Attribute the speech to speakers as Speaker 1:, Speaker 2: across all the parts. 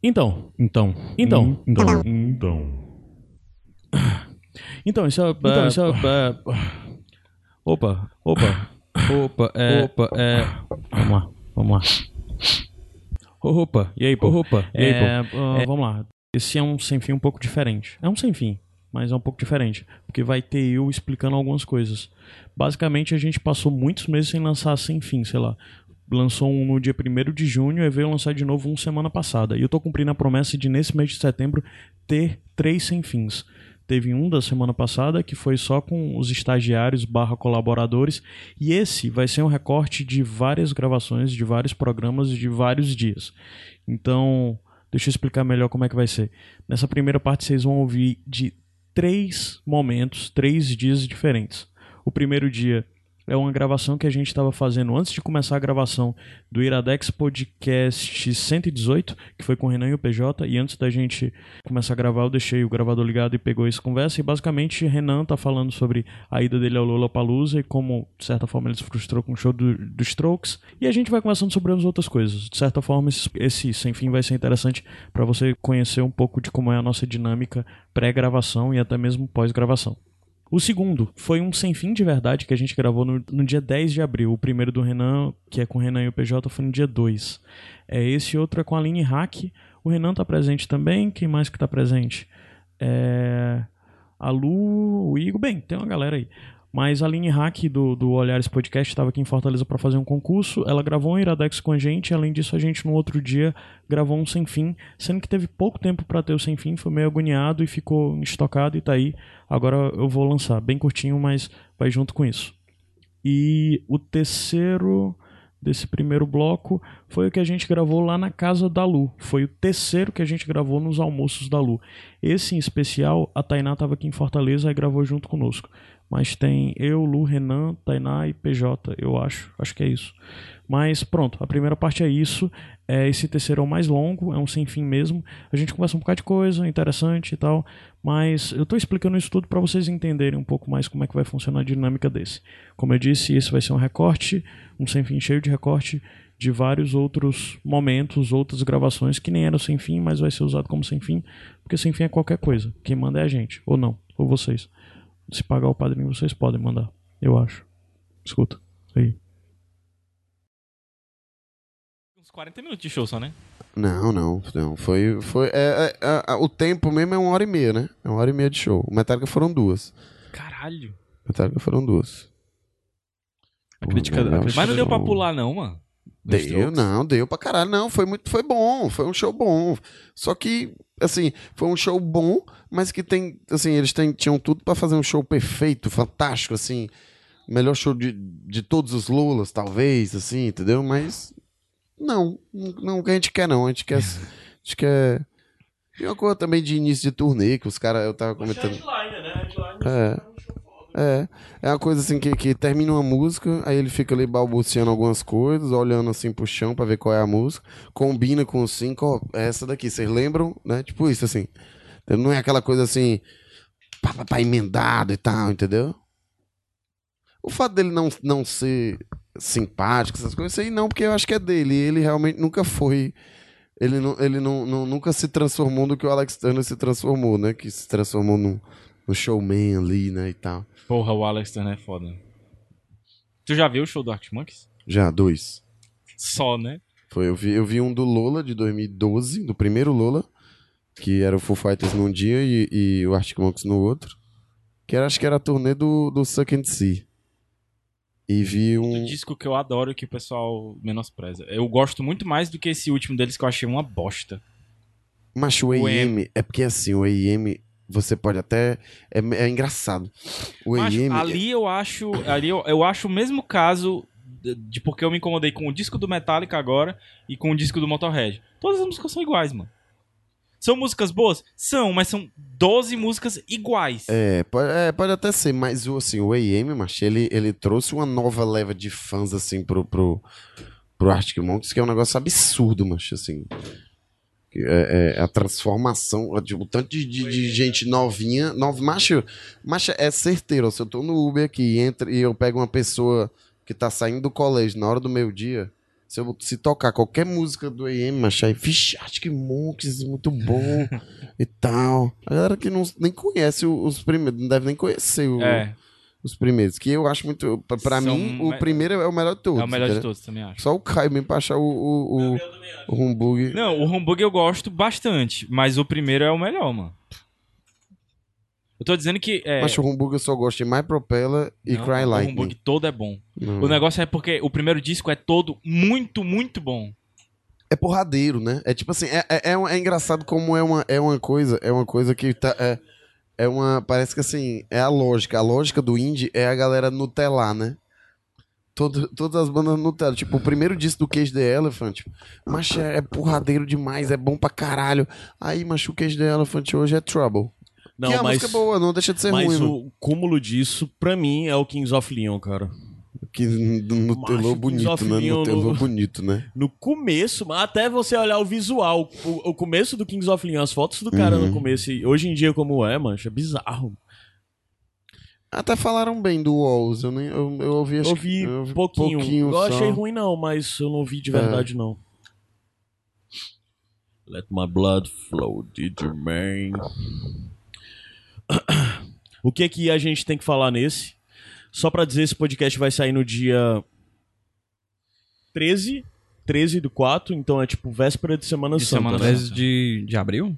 Speaker 1: Então, então,
Speaker 2: Hum.
Speaker 1: então, então, então. Então, isso é. Então, isso é. é-
Speaker 2: Opa, opa, opa, é, opa, é,
Speaker 1: Vamos lá, vamos lá.
Speaker 2: opa,
Speaker 1: E aí, pô?
Speaker 2: opa, e aí, pô?
Speaker 1: É, ah, Vamos lá. Esse é um sem fim um pouco diferente. É um sem fim, mas é um pouco diferente. Porque vai ter eu explicando algumas coisas. Basicamente, a gente passou muitos meses sem lançar sem fim, sei lá. Lançou um no dia 1 de junho e veio lançar de novo um semana passada. E eu tô cumprindo a promessa de, nesse mês de setembro, ter três sem fins. Teve um da semana passada, que foi só com os estagiários barra colaboradores. E esse vai ser um recorte de várias gravações, de vários programas, de vários dias. Então, deixa eu explicar melhor como é que vai ser. Nessa primeira parte, vocês vão ouvir de três momentos, três dias diferentes. O primeiro dia é uma gravação que a gente estava fazendo antes de começar a gravação do Iradex Podcast 118, que foi com o Renan e o PJ, e antes da gente começar a gravar, eu deixei o gravador ligado e pegou essa conversa, e basicamente Renan tá falando sobre a ida dele ao Lollapalooza e como, de certa forma, ele se frustrou com o show do- dos Strokes, e a gente vai conversando sobre as outras coisas. De certa forma, esse, esse sem fim vai ser interessante para você conhecer um pouco de como é a nossa dinâmica pré-gravação e até mesmo pós-gravação. O segundo foi um sem fim de verdade que a gente gravou no, no dia 10 de abril. O primeiro do Renan, que é com o Renan e o PJ, foi no dia 2. É esse outro é com a Aline Hack. O Renan tá presente também. Quem mais que tá presente? É, A Lu, o Igor. Bem, tem uma galera aí. Mas a Aline Hack do, do Olhares Podcast estava aqui em Fortaleza para fazer um concurso. Ela gravou um Iradex com a gente. Além disso, a gente no outro dia gravou um Sem Fim, sendo que teve pouco tempo para ter o Sem Fim. Foi meio agoniado e ficou estocado e tá aí. Agora eu vou lançar, bem curtinho, mas vai junto com isso. E o terceiro desse primeiro bloco foi o que a gente gravou lá na casa da Lu. Foi o terceiro que a gente gravou nos almoços da Lu. Esse em especial, a Tainá estava aqui em Fortaleza e gravou junto conosco. Mas tem eu, Lu, Renan, Tainá e PJ, eu acho. Acho que é isso. Mas pronto, a primeira parte é isso. É, esse terceiro é o mais longo, é um sem fim mesmo. A gente conversa um bocado de coisa interessante e tal. Mas eu tô explicando isso tudo para vocês entenderem um pouco mais como é que vai funcionar a dinâmica desse. Como eu disse, esse vai ser um recorte, um sem fim cheio de recorte de vários outros momentos, outras gravações que nem eram sem fim, mas vai ser usado como sem fim, porque sem fim é qualquer coisa. Quem manda é a gente, ou não, ou vocês. Se pagar o padrinho, vocês podem mandar, eu acho. Escuta, aí.
Speaker 3: Uns 40 minutos de show só, né?
Speaker 4: Não, não, não. Foi. foi é, é, é, é, o tempo mesmo é uma hora e meia, né? É uma hora e meia de show. O Metallica foram duas.
Speaker 3: Caralho.
Speaker 4: O Metallica foram duas.
Speaker 1: A crítica- a
Speaker 4: Porra,
Speaker 1: crítica-
Speaker 3: Mas não deu pra
Speaker 4: show.
Speaker 3: pular, não, mano. Dos
Speaker 4: Deu,
Speaker 3: Strokes.
Speaker 4: não, deu pra caralho. Não, foi muito, foi bom, foi um show bom. Só que, assim, foi um show bom, mas que tem, assim, eles têm, tinham tudo pra fazer um show perfeito, fantástico, assim, melhor show de, de todos os Lulas, talvez, assim, entendeu? Mas não, não, não o que a gente quer, não. A gente quer. a gente quer... E uma coisa também de início de turnê, que os caras, eu tava comentando. É. É. É uma coisa assim que, que termina uma música, aí ele fica ali balbuciando algumas coisas, olhando assim pro chão pra ver qual é a música, combina com os cinco, ó, é essa daqui, vocês lembram, né? Tipo isso, assim. Então, Não é aquela coisa assim, pá, pá, pá, emendado e tal, entendeu? O fato dele não, não ser simpático, essas coisas, isso aí não, porque eu acho que é dele. Ele realmente nunca foi. Ele, nu- ele nu- nu- nunca se transformou no que o Alex Turner se transformou, né? Que se transformou num, num showman ali, né? E tal.
Speaker 3: Porra, o Alex Turner é foda. Tu já viu o show do Arctic Monkeys?
Speaker 4: Já, dois.
Speaker 3: Só, né?
Speaker 4: Foi, eu, vi, eu vi um do Lola de 2012, do primeiro Lola, que era o Foo Fighters num dia e, e o Arctic Monkeys no outro. Que era, acho que era a turnê do, do Suck and See. E vi
Speaker 3: Do
Speaker 4: um.
Speaker 3: disco que eu adoro e que o pessoal menospreza. Eu gosto muito mais do que esse último deles que eu achei uma bosta.
Speaker 4: Macho, o
Speaker 3: O
Speaker 4: AM. É porque assim, o AM, você pode até. É, é engraçado. O
Speaker 3: Mas
Speaker 4: AM.
Speaker 3: ali eu acho. Ali eu, eu acho o mesmo caso de, de porque eu me incomodei com o disco do Metallica agora e com o disco do Motorhead. Todas as músicas são iguais, mano. São músicas boas? São, mas são 12 músicas iguais.
Speaker 4: É pode, é, pode até ser, mas o, assim, o AM, macho, ele, ele trouxe uma nova leva de fãs, assim, pro, pro, pro Arctic Monkeys, que é um negócio absurdo, macho, assim. Que É, é a transformação, ó, tipo, o tanto de, de- de gente novinha, nova, macho, macho, é certeiro, ó, se eu tô no Uber aqui e, entra, e eu pego uma pessoa que tá saindo do colégio na hora do meio-dia, Se, eu, se tocar qualquer música do AM, macho, aí, vixe, Arctic Monkeys, muito bom e tal. A galera que não, nem conhece o- os primeiros, não deve nem conhecer o-
Speaker 3: É,
Speaker 4: os primeiros. Que eu acho muito. Pra, pra
Speaker 3: São
Speaker 4: mim,
Speaker 3: me-
Speaker 4: o primeiro é o melhor de todos.
Speaker 3: é o melhor de
Speaker 4: entendeu?
Speaker 3: todos, também acho.
Speaker 4: Só o Caio mesmo pra achar o, o, o, o Humbug.
Speaker 3: Não, o hambúrguer eu gosto bastante, mas o primeiro é o melhor, mano. Eu tô dizendo que. É,
Speaker 4: Mas o Humbug eu só gosto de My Propeller e
Speaker 3: não,
Speaker 4: Cry Hum.
Speaker 3: O hambúrguer
Speaker 4: Lightning.
Speaker 3: todo é bom.
Speaker 4: Não.
Speaker 3: O negócio é porque o primeiro disco é todo muito, muito bom.
Speaker 4: É porradeiro, né? É tipo assim, é, é, é, um- é engraçado como é uma, é uma coisa, é uma coisa que tá. É, é uma. Parece que assim, é a lógica. A lógica do indie é a galera nutelar, né? Todo, todas as bandas nutelam. Tipo, o primeiro disco do Cage the Elephant, macho, é porradeiro demais, é bom pra caralho. Aí, macho, o Cage the Elephant hoje é Trouble.
Speaker 1: Não,
Speaker 4: que é uma
Speaker 1: mas,
Speaker 4: música boa, não deixa de ser
Speaker 1: mas
Speaker 4: ruim. mano.
Speaker 1: o cúmulo disso, pra mim, é o Kings of Leon, cara.
Speaker 4: Que n- n- nutelou
Speaker 1: Macho,
Speaker 4: bonito, né?
Speaker 1: desofilinho
Speaker 4: Nutelou
Speaker 1: no-
Speaker 4: bonito, né?
Speaker 1: No começo, mas até você olhar o visual, o, o começo do Kings of Leon, as fotos do cara
Speaker 4: Uhum.
Speaker 1: no começo, e hoje em dia como é, mancha, é bizarro.
Speaker 4: Até falaram bem do Walls, eu, nem, eu, eu ouvi acho
Speaker 1: eu
Speaker 4: que-
Speaker 1: vi
Speaker 4: eu ouvi
Speaker 1: pouquinho. eu
Speaker 4: só. É.
Speaker 1: achei ruim não, mas eu não vi de verdade não. Let my blood flow, did you man? O que é que a gente tem que falar nesse? Só pra dizer, esse podcast vai sair no dia 13, 13 do 4, então é tipo véspera de Semana
Speaker 3: De
Speaker 1: Santa.
Speaker 3: Semana
Speaker 1: né?
Speaker 3: Santa.
Speaker 2: 10 de, de abril?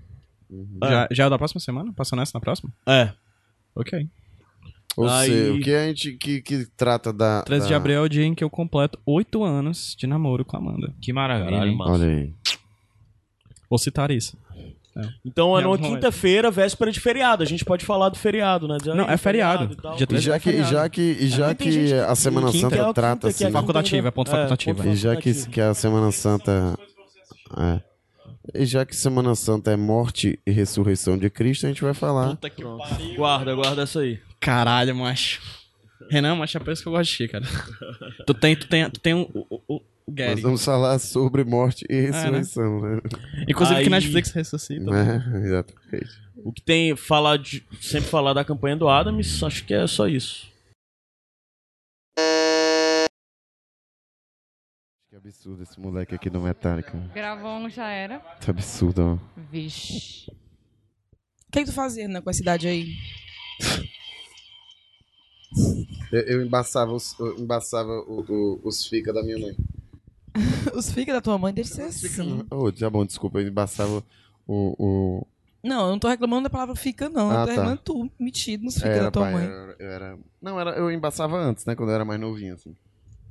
Speaker 4: Uhum.
Speaker 1: É.
Speaker 2: Já, já é da próxima semana? Passa nessa na próxima?
Speaker 1: É,
Speaker 2: Ok.
Speaker 4: Ou
Speaker 1: Aí-
Speaker 4: seja, o que Tá. a gente que, que trata da.
Speaker 2: 13
Speaker 4: da...
Speaker 2: de abril é o dia em que eu completo 8 anos de namoro com a Amanda.
Speaker 3: Que maravilha.
Speaker 1: caralho,
Speaker 3: hein?
Speaker 1: massa.
Speaker 4: Olha aí.
Speaker 2: Vou citar isso.
Speaker 1: Então é
Speaker 2: Não,
Speaker 1: numa
Speaker 2: não é.
Speaker 1: quinta-feira, véspera de feriado. A gente pode falar do feriado, né? Dizer,
Speaker 2: Não,
Speaker 1: "Ah,
Speaker 2: é feriado.
Speaker 1: e tal".
Speaker 2: Dia
Speaker 4: E
Speaker 2: 13
Speaker 4: já
Speaker 2: é
Speaker 4: que, e
Speaker 2: feriado.
Speaker 4: já que, e já
Speaker 1: Mas tem gente
Speaker 4: que
Speaker 1: que-
Speaker 4: a Semana
Speaker 2: quinta
Speaker 4: Santa
Speaker 1: é o quinta,
Speaker 4: trata
Speaker 1: que é
Speaker 4: assim.
Speaker 1: quinta.
Speaker 2: Facultativa, é ponto
Speaker 1: É,
Speaker 2: facultativo.
Speaker 1: ponto
Speaker 4: E já que,
Speaker 1: facultativo.
Speaker 4: que a Semana Santa. É. E já que Semana Santa é morte e ressurreição de Cristo, a gente vai falar.
Speaker 2: Puta que
Speaker 1: Guarda, guarda essa aí.
Speaker 2: Caralho, macho. Renan, macho, é por isso que eu gosto de ti, cara. tu tem, tu tem, tu tem um, o, o, o
Speaker 4: Nós
Speaker 2: Gary.
Speaker 4: vamos falar sobre morte e
Speaker 2: né?
Speaker 4: ressurreição, né?
Speaker 2: Inclusive
Speaker 1: Aí-
Speaker 2: que Netflix ressuscita. né?
Speaker 4: É, exatamente.
Speaker 1: O que tem falar de. Sempre falar da campanha do Adams, acho que é só isso.
Speaker 4: Que absurdo esse moleque aqui do Metallica.
Speaker 5: Gravou um, já era.
Speaker 4: Tá absurdo, ó.
Speaker 5: Vixe.
Speaker 6: O que, que tu fazia né, com essa idade aí?
Speaker 4: Eu, eu embaçava os, eu embaçava o- o- os fica da minha mãe.
Speaker 6: Os fica da tua mãe deve ser assim.
Speaker 4: Ô, tá bom, desculpa, eu embaçava o- o,
Speaker 6: Não, eu não tô reclamando da palavra fica, não.
Speaker 4: Ah,
Speaker 6: eu tô
Speaker 4: tá.
Speaker 6: reclamando tu, metido nos fica
Speaker 4: Era,
Speaker 6: da tua
Speaker 4: pai, é.
Speaker 6: mãe.
Speaker 4: era- eu era- Não, era, eu embaçava antes, né? Quando eu era mais novinho, assim.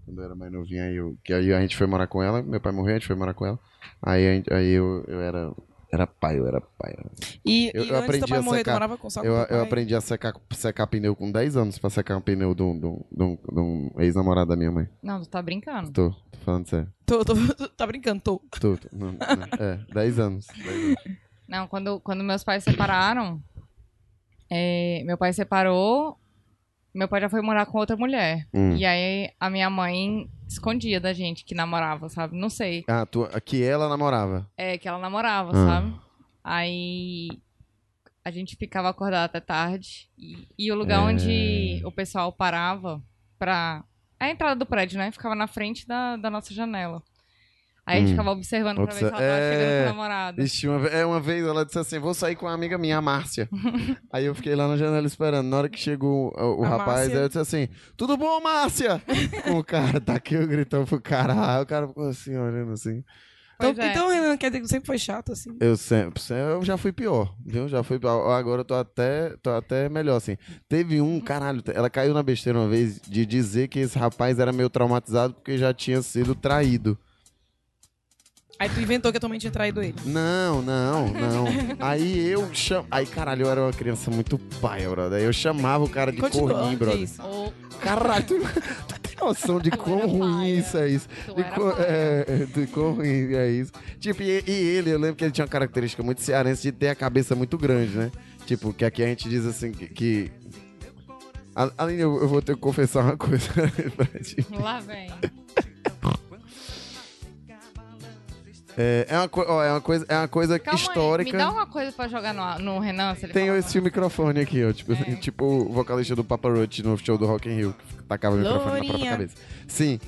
Speaker 4: Quando eu era mais novinho, aí, eu, que aí a gente foi morar com ela, meu pai morreu, a gente foi morar com ela. Aí, a gente- aí eu, eu era. Era pai, eu era pai.
Speaker 6: E,
Speaker 4: Eu-
Speaker 6: e
Speaker 4: eu
Speaker 6: antes
Speaker 4: aprendi
Speaker 6: teu pai
Speaker 4: a
Speaker 6: morrer, tu
Speaker 4: secar.
Speaker 6: morava com só com
Speaker 4: Eu,
Speaker 6: teu pai?
Speaker 4: eu aprendi a secar, secar pneu com 10 anos pra secar um pneu de um, de um- de um- de um ex-namorado da minha mãe.
Speaker 5: Não, tu tá brincando.
Speaker 4: Tô, tô falando sério.
Speaker 6: Tô, tô- tô- tá brincando, tô.
Speaker 4: Tô, tô- não, não, é, 10 anos. 10 anos.
Speaker 5: Não, quando, quando meus pais separaram, é, meu pai separou, meu pai já foi morar com outra mulher.
Speaker 4: Hum.
Speaker 5: E aí a minha mãe escondia da gente que namorava, sabe? Não sei.
Speaker 4: Ah, tu, que ela namorava.
Speaker 5: É, que ela namorava,
Speaker 4: Ah.
Speaker 5: sabe? Aí a gente ficava acordado até tarde. E, e o lugar
Speaker 4: É.
Speaker 5: onde o pessoal parava pra. A entrada do prédio, né? Ficava na frente da, da nossa janela. Aí a
Speaker 4: Hum.
Speaker 5: gente ficava observando pra ver se ela tava
Speaker 4: Obser-
Speaker 5: chegando
Speaker 4: É.
Speaker 5: com o namorado.
Speaker 4: Vixe, uma, ve- é, uma vez ela disse assim: vou sair com uma amiga minha, a Márcia. aí eu fiquei lá na janela esperando. Na hora que chegou o, o
Speaker 6: A
Speaker 4: rapaz,
Speaker 6: Márcia.
Speaker 4: aí eu disse assim: Tudo bom, Márcia? o cara tá aqui, eu gritando pro cara. Aí o cara ficou assim, olhando assim.
Speaker 6: Então,
Speaker 5: Pois é.
Speaker 6: então, Renan, quer dizer que tu sempre foi chato, assim.
Speaker 4: Eu sempre, se- eu já fui pior, viu? Já fui pior. Agora eu tô até, tô até melhor, assim. Teve
Speaker 5: Uhum.
Speaker 4: um, caralho, ela caiu na besteira uma vez de dizer que esse rapaz era meio traumatizado porque já tinha sido traído.
Speaker 6: Aí tu inventou que a tua mãe tinha traído ele.
Speaker 4: Não, não, não. Aí eu chamo. Aí, caralho, eu era uma criança muito pai, brother. Aí eu chamava o cara de corninho, brother.
Speaker 6: diz.
Speaker 5: Ou
Speaker 4: Caralho, tu, tu tem noção de quão
Speaker 5: é era
Speaker 4: ruim
Speaker 5: paia.
Speaker 4: isso é isso.
Speaker 5: tu
Speaker 4: De,
Speaker 5: era
Speaker 4: quão-
Speaker 5: paga.
Speaker 4: é, de quão ruim é isso. Tipo, e, e ele, eu lembro que ele tinha uma característica muito cearense de ter a cabeça muito grande, né? Tipo, que aqui a gente diz assim que. que... A- Aline, eu, eu vou ter que confessar uma coisa pra ti.
Speaker 5: Lá vem.
Speaker 4: É, é uma, co- ó, é uma coisa, é uma coisa
Speaker 5: Calma
Speaker 4: histórica.
Speaker 5: Aí, me dá um uma coisa pra jogar no, no Renan, se ele
Speaker 4: Tem
Speaker 5: falar.
Speaker 4: esse microfone aqui, ó. Tipo,
Speaker 5: É.
Speaker 4: tipo o vocalista do Papa Roach no show do Rock in Rio, que tacava o microfone na própria
Speaker 6: Lourinha.
Speaker 4: cabeça. Sim.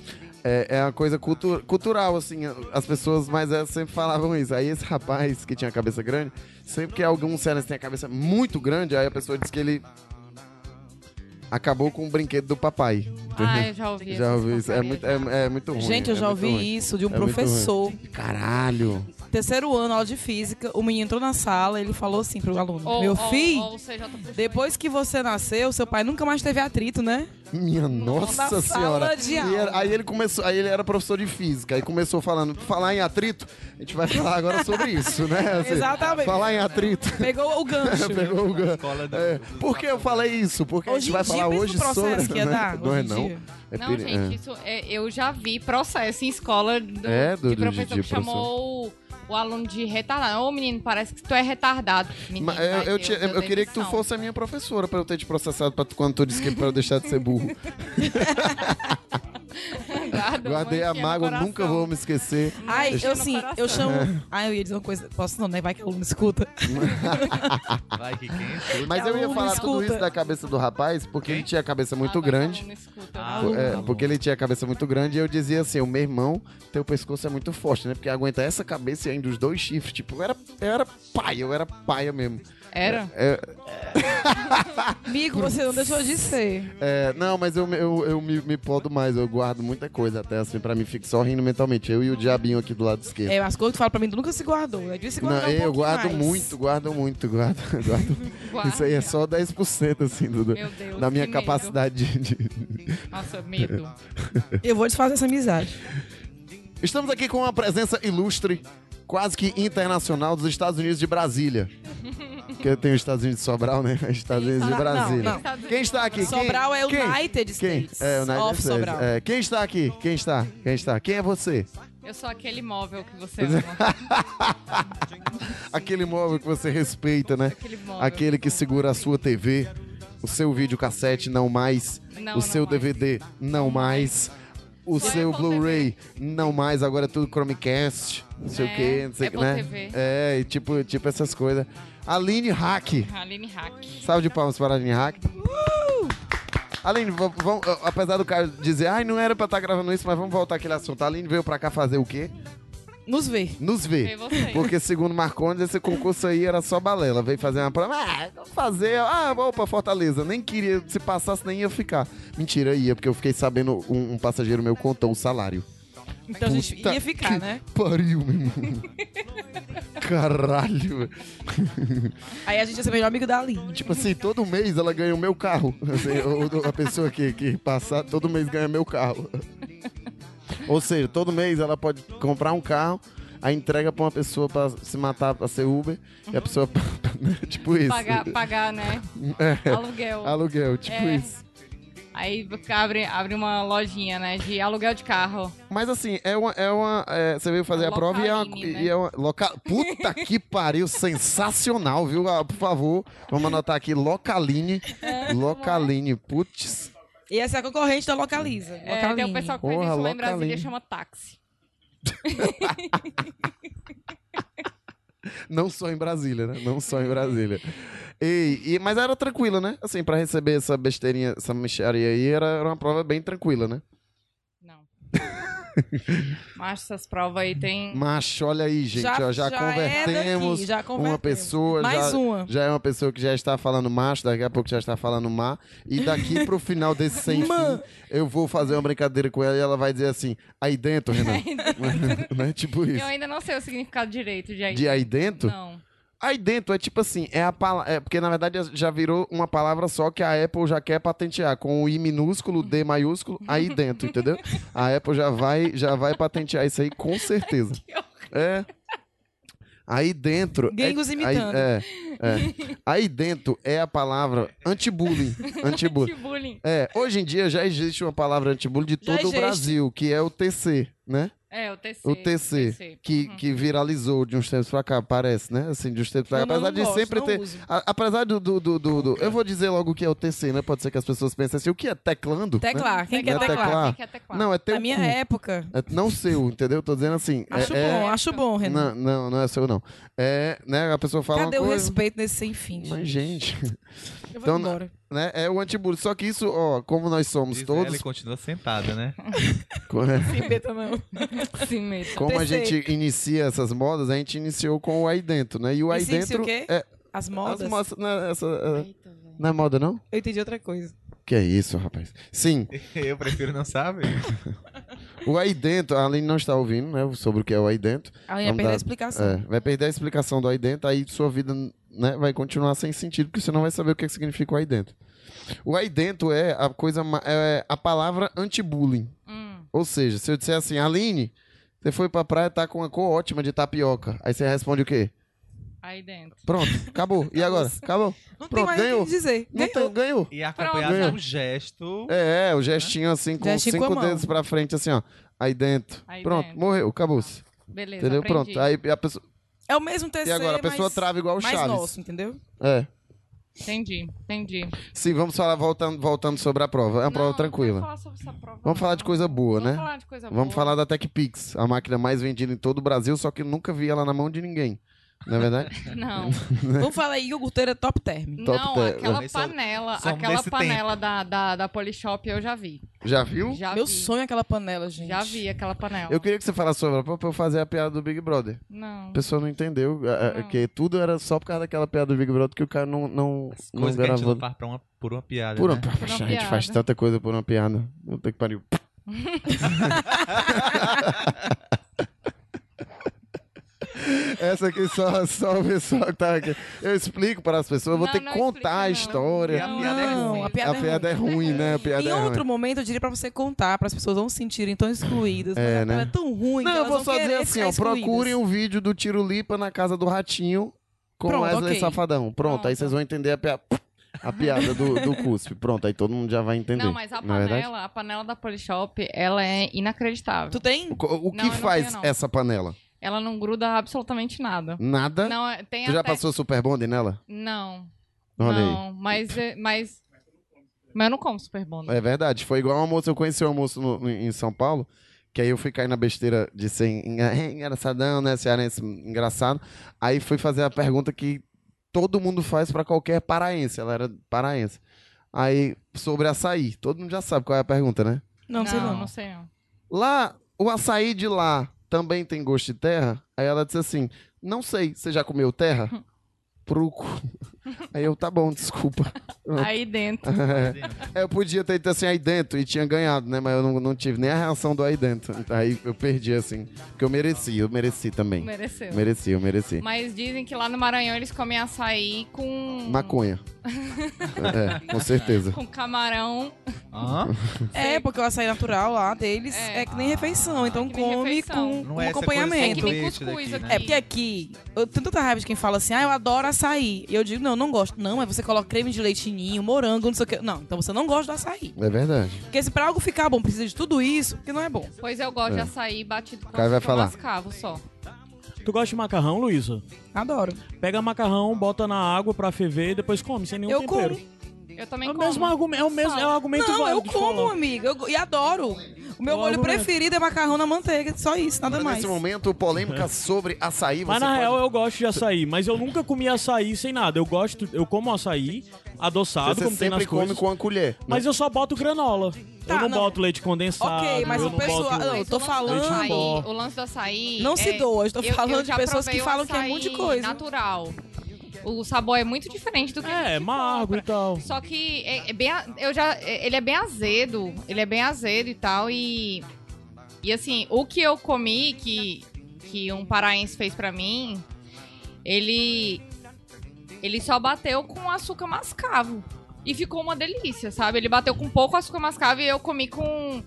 Speaker 4: É, é uma coisa cultu- cultural, assim. As pessoas mais velhas sempre falavam isso. Aí esse rapaz que tinha a cabeça grande, sempre que algum cearense tem a cabeça muito grande, aí a pessoa diz que ele acabou com o brinquedo do papai.
Speaker 5: Ah, eu já ouvi
Speaker 4: já
Speaker 5: essas
Speaker 4: ouvi isso. É
Speaker 5: porcarias,
Speaker 4: muito,
Speaker 5: já.
Speaker 4: é, é muito ruim.
Speaker 7: Gente, eu
Speaker 4: é
Speaker 7: já
Speaker 4: muito
Speaker 7: ouvi
Speaker 4: ruim.
Speaker 7: isso de um
Speaker 4: É muito
Speaker 7: professor.
Speaker 4: Caralho.
Speaker 7: Terceiro ano, aula de física. O menino entrou na sala ele falou assim pro aluno:
Speaker 5: Ou-
Speaker 7: Meu
Speaker 5: ou-
Speaker 7: filho,
Speaker 5: ou o CJ puxou.
Speaker 7: depois que você nasceu, seu pai nunca mais teve atrito, né?
Speaker 4: Minha nossa
Speaker 7: sala
Speaker 4: senhora.
Speaker 7: de
Speaker 4: E
Speaker 7: aula.
Speaker 4: era- aí ele começou, aí ele era professor de física, aí começou falando, "Pra falar em atrito, a gente vai falar agora sobre isso, né? Assim,
Speaker 7: Exatamente.
Speaker 4: Falar em atrito.
Speaker 7: Pegou o gancho.
Speaker 4: Pegou o gancho. É, Por que eu falei isso? Porque
Speaker 7: Hoje
Speaker 4: a
Speaker 7: em
Speaker 4: gente vai
Speaker 7: dia,
Speaker 4: falar
Speaker 7: pensa
Speaker 4: hoje
Speaker 7: no processo
Speaker 4: sobre.
Speaker 7: que ia
Speaker 4: né?
Speaker 7: dar.
Speaker 4: Não
Speaker 7: hoje
Speaker 4: é
Speaker 7: em
Speaker 4: não.
Speaker 7: dia.
Speaker 4: É
Speaker 5: Não,
Speaker 4: peri-
Speaker 5: gente, isso é- eu já vi processo em escola do,
Speaker 4: É, do-
Speaker 5: de
Speaker 4: do-
Speaker 5: professor
Speaker 4: de
Speaker 5: que chamou o, o aluno de retardado. Ô, menino, parece que tu é retardado. Menino,
Speaker 4: Mas é, eu,
Speaker 5: ai,
Speaker 4: eu,
Speaker 5: Deus,
Speaker 4: te- eu
Speaker 5: tenho
Speaker 4: queria que tu
Speaker 5: noção.
Speaker 4: fosse a minha professora pra eu ter te processado pra tu- quando tu disse que pra eu deixar de ser burro.
Speaker 5: Guarda,
Speaker 4: Guardei
Speaker 5: uma
Speaker 4: a
Speaker 5: enchia no
Speaker 4: mágoa,
Speaker 5: coração.
Speaker 4: nunca vou me esquecer.
Speaker 7: é Ai,
Speaker 5: Deixa
Speaker 7: eu
Speaker 5: no
Speaker 7: assim,
Speaker 5: coração.
Speaker 7: eu chamo. Ai, eu ia dizer uma coisa. Posso não, né? Vai que aluno escuta.
Speaker 8: Vai que quem escuta.
Speaker 4: Mas eu ia
Speaker 7: Aluno,
Speaker 4: falar tudo
Speaker 7: escuta.
Speaker 4: isso da cabeça do rapaz, porque ele tinha a cabeça muito
Speaker 5: Ah, vai,
Speaker 4: grande.
Speaker 9: é um
Speaker 5: aluno, escuta.
Speaker 8: Ah,
Speaker 4: Pô, é,
Speaker 8: tá bom.
Speaker 4: porque ele tinha a cabeça muito grande e eu dizia assim: o meu irmão, teu pescoço é muito forte, né? Porque aguenta essa cabeça e ainda os dois chifres. Tipo, eu era, eu era paia, eu era paia mesmo.
Speaker 5: Era?
Speaker 4: É,
Speaker 7: Amigo, você não deixou de ser.
Speaker 4: É, não, mas eu, eu, eu me, me podo mais, eu guardo muita coisa até assim, pra mim fico só rindo mentalmente. Eu e o diabinho aqui do lado esquerdo.
Speaker 7: É, as coisas que tu fala pra mim, tu nunca se guardou. Eu devia se
Speaker 4: não,
Speaker 7: guardar um
Speaker 4: eu
Speaker 7: pouquinho
Speaker 4: guardo
Speaker 7: mais.
Speaker 4: muito, guardo muito, guardo, guardo.
Speaker 5: Guarda.
Speaker 4: Isso aí é só 10% assim, do,
Speaker 5: Meu Deus,
Speaker 4: da minha
Speaker 5: que medo.
Speaker 4: capacidade de, de-
Speaker 5: Nossa, medo.
Speaker 7: Eu vou desfazer essa amizade.
Speaker 4: Estamos aqui com uma presença ilustre, quase que internacional, dos Estados Unidos de Brasília. Porque tem os Estados Unidos de Sobral, né? Os Estados
Speaker 5: Ah,
Speaker 4: Unidos de
Speaker 7: Não,
Speaker 4: Brasília.
Speaker 7: não.
Speaker 4: Quem está aqui? Quem?
Speaker 7: Sobral é
Speaker 4: Quem?
Speaker 7: United
Speaker 4: Quem?
Speaker 7: States.
Speaker 4: É, United
Speaker 7: Of
Speaker 4: States.
Speaker 7: Sobral.
Speaker 4: É, quem está aqui? Quem está? Quem está? Quem é você?
Speaker 5: Eu sou aquele móvel que você ama.
Speaker 4: é. Aquele móvel que você respeita, né?
Speaker 5: Aquele móvel.
Speaker 4: Aquele que segura a sua TV, o seu videocassete, não mais.
Speaker 5: Não,
Speaker 4: o
Speaker 5: não
Speaker 4: seu
Speaker 5: mais.
Speaker 4: DVD, não mais. O
Speaker 5: Só
Speaker 4: seu
Speaker 5: Apple
Speaker 4: Blu-ray, não mais. Agora é tudo Chromecast, não sei o
Speaker 5: É,
Speaker 4: quê, não sei o que,
Speaker 5: Apple
Speaker 4: né?
Speaker 5: TV.
Speaker 4: É, e tipo, tipo essas coisas. Aline Hack.
Speaker 5: Aline Hack.
Speaker 4: Salve de palmas para a Aline Hack. Uh! Aline, v- vamos- apesar do cara dizer, ai, não era pra estar gravando isso, mas vamos voltar aquele assunto. A Aline veio pra cá fazer o quê?
Speaker 7: Nos vê.
Speaker 4: Nos ver.
Speaker 5: Ver vocês.
Speaker 4: Porque, segundo Marcondes, esse concurso aí era só balela. Veio fazer uma prova. Ah, vou fazer. Ah, vou pra Fortaleza. Nem queria. Se passasse, nem ia ficar. Mentira, ia, porque eu fiquei sabendo. Um, um passageiro meu contou o salário.
Speaker 7: Então a gente
Speaker 4: Puta
Speaker 7: ia
Speaker 4: que
Speaker 7: ficar, né?
Speaker 4: Pariu, meu irmão. Caralho. velho.
Speaker 7: Aí a gente ia ser melhor amigo da Aline.
Speaker 4: Tipo assim, todo mês ela ganha o meu carro. Assim, ou do- a pessoa que, que passar, todo mês ganha meu carro. Ou seja, todo mês ela pode comprar um carro, aí entrega pra uma pessoa pra se matar pra ser Uber, e a pessoa. tipo isso.
Speaker 5: Pagar, pagar, né?
Speaker 4: É.
Speaker 5: Aluguel.
Speaker 4: Aluguel, tipo
Speaker 5: É.
Speaker 4: isso.
Speaker 5: Aí abre, abre uma lojinha, né? De aluguel de carro.
Speaker 4: Mas assim, é uma. É uma é, você veio fazer a prova e é uma.
Speaker 5: Localine, né?
Speaker 4: e é uma- loca- Puta que pariu, sensacional, viu? Ah, por favor, vamos anotar aqui: Localine.
Speaker 5: É.
Speaker 4: Localine, putz.
Speaker 7: E essa é a concorrente da Localiza.
Speaker 5: É, tem um pessoal que faz
Speaker 4: Porra,
Speaker 5: isso assim, lá em
Speaker 4: Localine.
Speaker 5: Brasília chama táxi.
Speaker 4: Não só em Brasília, né? Não só em Brasília. E, e- mas era tranquila, né? Assim, pra receber essa besteirinha, essa mexaria aí, era, era uma prova bem tranquila, né?
Speaker 5: Não. Mas essas provas aí tem.
Speaker 4: Macho, olha aí, gente, ó, já,
Speaker 7: é
Speaker 4: convertemos
Speaker 7: daqui, já convertemos.
Speaker 4: uma pessoa.
Speaker 7: Mais
Speaker 4: já,
Speaker 7: uma.
Speaker 4: Já é uma pessoa que já está falando macho, daqui a pouco já está falando má. E daqui pro final desse sem fim, eu vou fazer uma brincadeira com ela e ela vai dizer assim, aí dentro, Renan. né? Tipo isso.
Speaker 5: Eu ainda não sei o significado direito de aí.
Speaker 4: De aí dentro?
Speaker 5: Não.
Speaker 4: Aí dentro é tipo assim, é a palavra. porque na verdade já virou uma palavra só que a Apple já quer patentear, com o I minúsculo, D maiúsculo, aí dentro, entendeu? A Apple já vai, já vai patentear isso aí com certeza. É. Aí dentro.
Speaker 7: Gringos
Speaker 4: é,
Speaker 7: imitando.
Speaker 4: Aí, é, é. Aí dentro é a palavra anti-bullying. Anti-bullying.
Speaker 5: Anti-bullying.
Speaker 4: É, hoje em dia já existe uma palavra anti-bullying de
Speaker 7: Já
Speaker 4: todo o
Speaker 7: existe.
Speaker 4: Brasil, que é o TC, né?
Speaker 5: É, o TC.
Speaker 4: O TC, que,
Speaker 7: Uhum.
Speaker 4: que viralizou de uns tempos pra cá, parece, né? Assim, de uns tempos pra cá.
Speaker 7: Não, não,
Speaker 4: Apesar
Speaker 7: não
Speaker 4: de
Speaker 7: gosto,
Speaker 4: sempre
Speaker 7: não
Speaker 4: ter.
Speaker 7: uso.
Speaker 4: a- apesar do, do, do, do- do- Eu vou dizer logo o que é o TC, né? Pode ser que as pessoas pensem assim, o que é teclando? né?
Speaker 7: Teclar. Quem
Speaker 4: Não é
Speaker 7: quer teclar?
Speaker 4: teclar?
Speaker 5: Quem quer teclar?
Speaker 4: Não, é teu.
Speaker 7: Na minha
Speaker 4: cu.
Speaker 7: época.
Speaker 4: É não seu, entendeu? Tô dizendo assim.
Speaker 7: Acho
Speaker 4: é,
Speaker 7: bom,
Speaker 4: é-
Speaker 7: acho bom, Renan.
Speaker 4: Não, não, não é seu, não. É, né? A pessoa fala.
Speaker 7: Cadê
Speaker 4: uma
Speaker 7: o
Speaker 4: coisa...
Speaker 7: respeito nesse sem fim?
Speaker 4: Mas,
Speaker 7: gente?
Speaker 4: gente.
Speaker 7: Eu vou
Speaker 4: Então,
Speaker 7: embora.
Speaker 4: né? É o antibullying. Só que isso, ó, como nós somos
Speaker 8: Diz ela
Speaker 4: todos,
Speaker 8: e continua sentada, né?
Speaker 6: Sem beta, não.
Speaker 5: Sim mesmo.
Speaker 4: como a
Speaker 6: Terceiro.
Speaker 4: gente inicia essas modas, a gente iniciou com o aí dentro, né? E o aí
Speaker 6: Inicia-se
Speaker 4: dentro
Speaker 6: o quê?
Speaker 4: é
Speaker 6: As
Speaker 4: as
Speaker 6: modas.
Speaker 4: moças, né, essa, é,
Speaker 5: Eita, velho.
Speaker 4: não é moda não?
Speaker 6: Eu entendi outra coisa.
Speaker 4: Que é isso, rapaz? Sim,
Speaker 8: Eu prefiro não saber.
Speaker 4: o aí dentro, a Aline não está ouvindo, né, sobre o que é o aí dentro.
Speaker 6: Ela Ah, ia
Speaker 4: Não
Speaker 6: perder
Speaker 4: dá-
Speaker 6: a explicação.
Speaker 4: É, vai perder a explicação do aí dentro, aí sua vida né, vai continuar sem sentido, porque você não vai saber o que, que significa o aí dentro. O aí dentro é a coisa ma- é a palavra anti-bullying.
Speaker 5: Hum.
Speaker 4: Ou seja, se eu disser assim, Aline, você foi pra praia e tá com uma cor ótima de tapioca. Aí você responde o quê?
Speaker 5: Aí dentro.
Speaker 4: Pronto, acabou. E agora? Acabou.
Speaker 6: Não tem
Speaker 4: Pronto,
Speaker 6: mais
Speaker 4: ganhou.
Speaker 6: o que dizer.
Speaker 4: Não tem, ganhou.
Speaker 8: E acompanhado
Speaker 4: Pronto.
Speaker 8: de um gesto.
Speaker 4: É, é, o gestinho assim, com
Speaker 6: Gestinho com a
Speaker 4: cinco
Speaker 6: mão.
Speaker 4: dedos pra frente, assim, ó. Aí dentro.
Speaker 5: Aí
Speaker 4: Pronto,
Speaker 5: dentro.
Speaker 4: morreu, acabou-se.
Speaker 5: Beleza,
Speaker 4: Entendeu?
Speaker 5: aprendi.
Speaker 4: Pronto. Aí a pessoa.
Speaker 6: É o mesmo TC,
Speaker 4: E agora? A pessoa
Speaker 6: mas-
Speaker 4: trava igual o
Speaker 6: mais
Speaker 4: Chaves.
Speaker 6: nosso, entendeu?
Speaker 4: É.
Speaker 5: Entendi, entendi.
Speaker 4: Sim, vamos falar voltando, voltando sobre a prova. É uma prova tranquila.
Speaker 5: Vamos falar sobre essa prova.
Speaker 4: Vamos falar de coisa boa,
Speaker 5: Vamos
Speaker 4: né?
Speaker 5: falar de coisa
Speaker 4: Vamos
Speaker 5: boa.
Speaker 4: falar da TechPix, a máquina mais vendida em todo o Brasil, só que eu nunca vi ela na mão de ninguém. Na verdade?
Speaker 5: Não,
Speaker 6: Vamos falar aí, iogurteira top term.
Speaker 4: Top
Speaker 5: não,
Speaker 4: ten.
Speaker 5: aquela
Speaker 8: Mas são-
Speaker 5: panela,
Speaker 8: são
Speaker 5: aquela
Speaker 8: desse
Speaker 5: panela da, da, da Polishop eu já vi.
Speaker 4: Já viu?
Speaker 5: Já
Speaker 6: Meu
Speaker 5: vi.
Speaker 6: sonho é aquela panela, gente.
Speaker 5: Já vi aquela panela.
Speaker 4: Eu queria que você falasse sobre a prova pra eu fazer a piada do Big Brother.
Speaker 5: Não.
Speaker 4: A pessoa não entendeu a- a-
Speaker 5: Não.
Speaker 4: que tudo era só por causa daquela piada do Big Brother que o cara não, não, não
Speaker 8: Coisa que a gente
Speaker 4: gravou.
Speaker 8: não faz pra uma, por uma piada.
Speaker 4: Por uma,
Speaker 8: né?
Speaker 4: Poxa, a gente
Speaker 5: piada.
Speaker 4: faz tanta coisa por uma piada. Puta que pariu. Essa aqui só, só o pessoal que tá aqui. Eu explico para as pessoas, eu vou
Speaker 5: Não,
Speaker 4: ter que
Speaker 5: não
Speaker 4: contar a
Speaker 5: explica, não.
Speaker 4: história.
Speaker 8: Não,
Speaker 6: Não, a piada
Speaker 4: A piada é ruim, né? A piada
Speaker 6: Em
Speaker 4: é ruim.
Speaker 6: outro momento, eu diria pra você contar, para as pessoas não se sentirem tão excluídas.
Speaker 4: É,
Speaker 6: É, mas
Speaker 4: né?
Speaker 6: né? é tão ruim
Speaker 4: Não,
Speaker 6: que
Speaker 4: eu
Speaker 6: elas
Speaker 4: vou
Speaker 6: vão
Speaker 4: só dizer
Speaker 6: querer
Speaker 4: assim,
Speaker 6: ficar
Speaker 4: ó,
Speaker 6: excluídas.
Speaker 4: procurem um vídeo do Tiro Lipa na casa do Ratinho com
Speaker 6: Pronto,
Speaker 4: Wesley
Speaker 6: ok.
Speaker 4: Safadão. Pronto, aí
Speaker 5: Pronto.
Speaker 4: vocês vão entender a, pia- a piada do, do cuspe. Pronto, aí todo mundo já vai entender.
Speaker 5: Não, mas a
Speaker 4: na verdade.
Speaker 5: panela, a panela da Polishop, ela é inacreditável.
Speaker 6: Tu tem?
Speaker 4: O co- O,
Speaker 5: Não,
Speaker 4: que
Speaker 5: eu não
Speaker 4: faz
Speaker 5: tenho, não.
Speaker 4: essa panela?
Speaker 5: Ela não gruda absolutamente nada.
Speaker 4: Nada?
Speaker 5: Não, é- tem
Speaker 4: tu já
Speaker 5: até...
Speaker 4: passou Super Bond nela?
Speaker 5: Não,
Speaker 4: Olha
Speaker 5: não, mas, é- mas... Mas eu não como Super Bono.
Speaker 4: aí. É verdade. Foi igual uma moça, eu conheci uma moça no- no- em São Paulo, que aí eu fui cair na besteira de ser en- en- engraçadão, né? Cearense engraçado. Aí fui fazer a pergunta que todo mundo faz pra qualquer paraense. Ela era paraense. Aí, sobre açaí. Todo mundo já sabe qual é a pergunta, né?
Speaker 6: Não, sei não.
Speaker 5: Não sei não.
Speaker 4: Lá, o açaí de lá também tem gosto de terra? Aí ela disse assim: Não sei, você já comeu terra? Pruco. Aí eu, tá bom, desculpa.
Speaker 5: Aí dentro.
Speaker 4: É, eu podia ter ido assim aí dentro e tinha ganhado, né? Mas eu não, não tive nem a reação do aí dentro. Aí eu perdi, assim. Porque eu mereci, eu mereci também.
Speaker 5: Mereceu.
Speaker 4: Mereci, eu mereci.
Speaker 5: Mas dizem que lá no Maranhão eles comem açaí com.
Speaker 4: Maconha. é, com certeza.
Speaker 5: Com camarão.
Speaker 8: Hã?
Speaker 6: É, porque o açaí natural lá deles
Speaker 5: É.
Speaker 6: é, que nem refeição. Então
Speaker 5: que nem
Speaker 6: come
Speaker 5: refeição.
Speaker 6: com,
Speaker 8: Não
Speaker 6: com
Speaker 8: é essa coisa
Speaker 5: É
Speaker 6: acompanhamento.
Speaker 5: que nem
Speaker 8: Leite
Speaker 5: cuscuz
Speaker 8: daqui,
Speaker 5: aqui.
Speaker 8: né?
Speaker 6: É porque aqui, eu tenho tanta raiva de quem fala assim, ah, eu adoro açaí. E eu digo, não, eu não gosto. Não, mas você coloca creme de leitinho, morango, não sei o que. Não, então você não gosta do açaí.
Speaker 4: É verdade.
Speaker 6: Porque se pra algo ficar bom, precisa de tudo isso, porque não é bom.
Speaker 5: Pois eu gosto de açaí batido com
Speaker 4: Caio vai
Speaker 5: açúcar
Speaker 4: falar.
Speaker 5: mascavo só.
Speaker 1: Tu gosta de macarrão, Luísa?
Speaker 6: Adoro.
Speaker 1: Pega macarrão, bota na água pra ferver e depois come, sem nenhum
Speaker 6: eu
Speaker 1: tempero.
Speaker 6: como.
Speaker 5: Eu também
Speaker 1: É o
Speaker 5: como.
Speaker 1: mesmo argumento, é o mesmo, é o argumento
Speaker 6: Não, eu
Speaker 1: válido de
Speaker 6: como,
Speaker 1: falar.
Speaker 6: amiga. eu go- e adoro. O meu
Speaker 1: Eu
Speaker 6: molho
Speaker 1: amo
Speaker 6: preferido é macarrão na manteiga. Só isso, nada mais.
Speaker 4: Nesse momento, polêmica sobre açaí.
Speaker 1: Mas
Speaker 4: você
Speaker 1: na
Speaker 4: pode-
Speaker 1: real eu gosto de açaí, mas eu nunca comi açaí sem nada. Eu gosto, eu como açaí adoçado,
Speaker 4: Você
Speaker 1: como tem
Speaker 4: sempre
Speaker 1: nas
Speaker 4: come
Speaker 1: coisas.
Speaker 4: com a colher. né?
Speaker 1: Mas eu só boto granola.
Speaker 6: Tá,
Speaker 1: eu não,
Speaker 6: não.
Speaker 1: boto leite condensado.
Speaker 6: Ok, mas
Speaker 1: eu
Speaker 6: o
Speaker 1: não
Speaker 6: pessoal-
Speaker 1: boto-
Speaker 6: não, eu tô
Speaker 5: Mas o lance do
Speaker 6: falando-
Speaker 5: açaí-
Speaker 1: Bom.
Speaker 5: o lance do açaí.
Speaker 6: Não se
Speaker 5: é-
Speaker 6: doa, eu tô falando de
Speaker 5: já
Speaker 6: pessoas
Speaker 5: provei
Speaker 6: que
Speaker 5: o
Speaker 6: falam que é um monte de
Speaker 5: açaí
Speaker 6: coisa.
Speaker 5: natural. O sabor é muito diferente do que. a
Speaker 1: É,
Speaker 5: gente
Speaker 1: amargo e
Speaker 5: compra.
Speaker 1: tal.
Speaker 5: Só que é, é bem, a- eu já, é- ele é bem azedo, ele é bem azedo e tal e e assim o que eu comi que que um paraense fez pra mim, ele ele só bateu com açúcar mascavo e ficou uma delícia, sabe? Ele bateu com pouco açúcar mascavo e eu comi com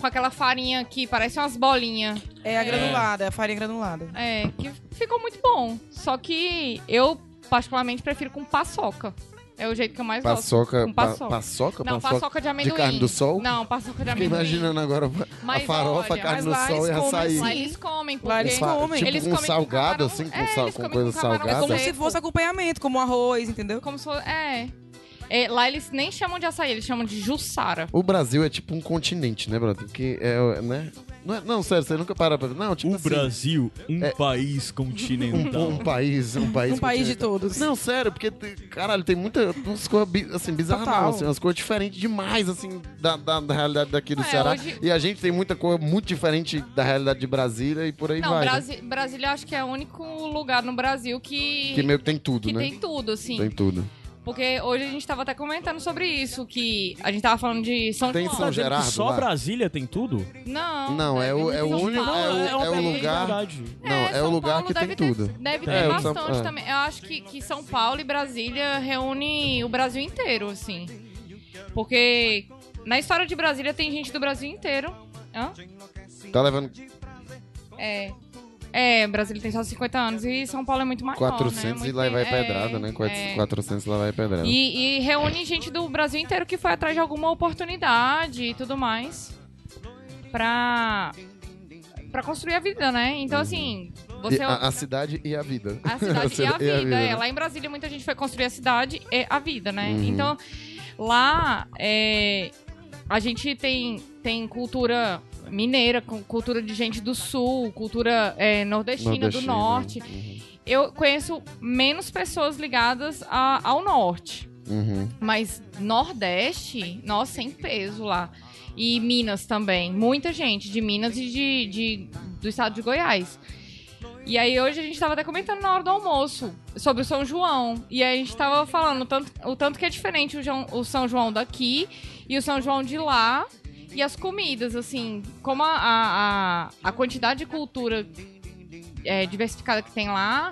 Speaker 5: com aquela farinha que parece umas bolinhas.
Speaker 6: É a granulada, é a farinha granulada.
Speaker 5: É, que ficou muito bom. Só que eu, particularmente, prefiro com paçoca. É o jeito que eu mais
Speaker 4: Paçoca.
Speaker 5: gosto. Com
Speaker 4: pa-
Speaker 5: paçoca.
Speaker 4: Paçoca?
Speaker 5: Não,
Speaker 4: paçoca.
Speaker 5: paçoca de amendoim.
Speaker 4: carne do sol?
Speaker 5: Não, paçoca de
Speaker 4: Fiquei
Speaker 5: amendoim.
Speaker 4: imaginando agora a
Speaker 5: Mas
Speaker 4: farofa,
Speaker 5: olha,
Speaker 4: carne
Speaker 6: mas
Speaker 4: no
Speaker 6: lá
Speaker 4: sol e
Speaker 6: eles comem
Speaker 4: açaí.
Speaker 5: Lá eles comem, porque...
Speaker 6: Lá eles
Speaker 4: Fa-
Speaker 6: comem.
Speaker 4: Tipo
Speaker 5: Eles
Speaker 4: um
Speaker 5: comem com
Speaker 4: salgado,
Speaker 5: camarão.
Speaker 4: assim, com,
Speaker 5: É,
Speaker 4: sal,
Speaker 5: eles
Speaker 4: com
Speaker 5: comem
Speaker 4: coisa
Speaker 5: com camarão
Speaker 6: É
Speaker 4: salgada.
Speaker 6: como
Speaker 5: Seco.
Speaker 6: se fosse acompanhamento, como arroz, entendeu?
Speaker 5: Como se fosse... É. É, Lá eles nem chamam de açaí, eles chamam de jussara.
Speaker 4: O Brasil é tipo um continente, né, brother? Porque é, né? Não, é- não, sério, você nunca para pra. Não, tipo
Speaker 10: O
Speaker 4: assim,
Speaker 10: Brasil, um país continental.
Speaker 4: Um, um país, um país.
Speaker 7: Um país de
Speaker 4: continental.
Speaker 7: todos.
Speaker 4: Não, sério, porque, te- caralho, tem muita, umas coisas bi- assim, bizarras,
Speaker 7: Total.
Speaker 4: não, assim, umas coisas diferentes demais, assim, da, da, da realidade daqui do
Speaker 5: É,
Speaker 4: Ceará.
Speaker 5: hoje-
Speaker 4: E a gente tem muita coisa muito diferente da realidade de Brasília e por aí
Speaker 5: Não,
Speaker 4: vai. né?
Speaker 5: Brasi- Brasília acho que é o único lugar no Brasil que,
Speaker 4: Que meio que tem tudo,
Speaker 5: que
Speaker 4: né?
Speaker 5: tem tudo, assim.
Speaker 4: Tem tudo.
Speaker 5: Porque hoje a gente tava até comentando sobre isso, que a gente tava falando de São
Speaker 4: Tem
Speaker 5: João.
Speaker 4: São
Speaker 11: Dizendo que
Speaker 4: Gerardo
Speaker 11: só
Speaker 4: lá.
Speaker 11: Brasília tem tudo?
Speaker 5: Não,
Speaker 4: Não, é o, é o
Speaker 5: São
Speaker 4: único.
Speaker 5: Paulo,
Speaker 4: É o,
Speaker 5: né?
Speaker 4: é o lugar.
Speaker 11: Verdade.
Speaker 4: Não, é o
Speaker 5: São
Speaker 4: lugar
Speaker 5: Paulo
Speaker 4: que tem
Speaker 5: deve ter-
Speaker 4: tudo.
Speaker 5: Deve ter
Speaker 4: É, o São-
Speaker 5: bastante
Speaker 4: é.
Speaker 5: também. Eu acho que, que São Paulo e Brasília reúne o Brasil inteiro, assim. Porque na história de Brasília tem gente do Brasil inteiro. Hã?
Speaker 4: Tá levando
Speaker 5: né? É. É, Brasília tem só 50 anos e São Paulo é muito maior,
Speaker 4: 400
Speaker 5: né?
Speaker 4: e
Speaker 5: Muito
Speaker 4: lá vai
Speaker 5: bem-
Speaker 4: pedrada,
Speaker 5: é,
Speaker 4: né?
Speaker 5: é.
Speaker 4: 400 e lá vai pedrada.
Speaker 5: E, e reúne gente do Brasil inteiro que foi atrás de alguma oportunidade e tudo mais pra, pra construir a vida, né? Então, assim,
Speaker 4: E
Speaker 5: você...
Speaker 4: a, a cidade e a vida.
Speaker 5: A cidade e a vida. É,
Speaker 4: né? Uhum.
Speaker 5: lá em Brasília, muita gente foi construir a cidade e a vida, né? Então, lá é, a gente tem, tem cultura mineira, cu- cultura de gente do sul, cultura é, nordestina, do
Speaker 8: né?
Speaker 4: Nordestina,
Speaker 5: norte.
Speaker 8: Uhum.
Speaker 5: Eu conheço menos pessoas ligadas a- ao norte.
Speaker 4: Uhum.
Speaker 5: Mas Nordeste, nossa, em peso lá. E Minas também. Muita gente de Minas e de, de- do estado de Goiás. E aí hoje a gente tava até comentando na hora do almoço sobre o São João. E aí a gente tava falando o tanto, o tanto que é diferente o, João- o São João daqui e o São João de lá. E as comidas, assim, como a, a, a- a quantidade de cultura é, diversificada que tem lá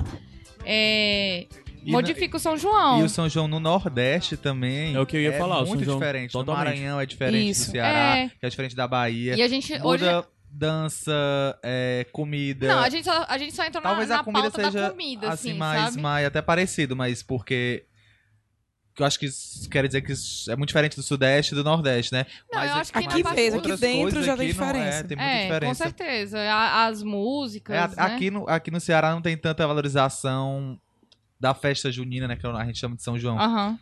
Speaker 5: é,
Speaker 8: E na-
Speaker 5: modifica o São João.
Speaker 8: E o São João no Nordeste também.
Speaker 11: É o que eu ia falar, o
Speaker 8: muito
Speaker 11: São João
Speaker 8: diferente. No
Speaker 11: totalmente.
Speaker 8: Maranhão é diferente
Speaker 7: Isso.
Speaker 8: do Ceará,
Speaker 5: É.
Speaker 8: que é diferente da Bahia.
Speaker 5: E a gente hoje
Speaker 8: Muda dança, é, comida.
Speaker 5: Não, a gente só, a gente só entrou
Speaker 8: Talvez
Speaker 5: na, na
Speaker 8: a comida
Speaker 5: pauta da
Speaker 8: seja
Speaker 5: comida, assim,
Speaker 8: mais,
Speaker 5: sabe?
Speaker 8: mais é até parecido, mas porque eu acho que isso quer dizer que isso é muito diferente do Sudeste e do Nordeste, né?
Speaker 5: Não,
Speaker 8: mas
Speaker 5: eu acho que
Speaker 8: mas
Speaker 5: aqui mesmo,
Speaker 8: outras
Speaker 7: aqui dentro
Speaker 8: coisas
Speaker 7: já tem
Speaker 8: aqui não-
Speaker 7: diferença.
Speaker 8: É, tem muita
Speaker 5: é, com
Speaker 8: diferença.
Speaker 5: certeza. A- as músicas,
Speaker 8: É, a-
Speaker 5: né?
Speaker 8: aqui, no, aqui no Ceará não tem tanta valorização da festa junina, né? Que a gente chama de São João.
Speaker 5: Aham.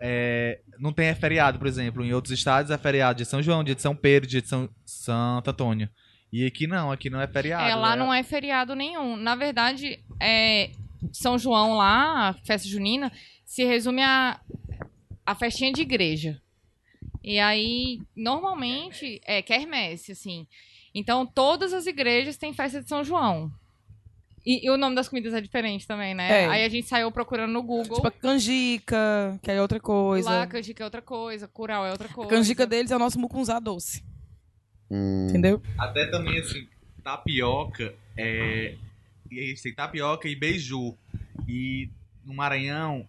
Speaker 8: É, não tem é feriado, por exemplo. Em outros estados é feriado de São João, dia de São Pedro, dia de São Santo Antônio. E aqui não, aqui não é feriado.
Speaker 5: É, lá não é feriado nenhum. Na verdade, é, São João lá, a festa junina, se resume a, a festinha de igreja. E aí, normalmente, é quermesse, assim. Então, todas as igrejas têm festa de São João. E, e o nome das comidas é diferente também, né?
Speaker 7: É.
Speaker 5: Aí a gente saiu procurando no Google.
Speaker 7: Tipo, a canjica, que é outra coisa.
Speaker 5: Lá, canjica é outra coisa, curau é outra
Speaker 7: A
Speaker 5: coisa.
Speaker 7: canjica deles é o nosso mucunzá doce.
Speaker 4: Hum.
Speaker 7: Entendeu?
Speaker 8: Até também, assim, tapioca é. E a gente tem tapioca e beiju. E no Maranhão,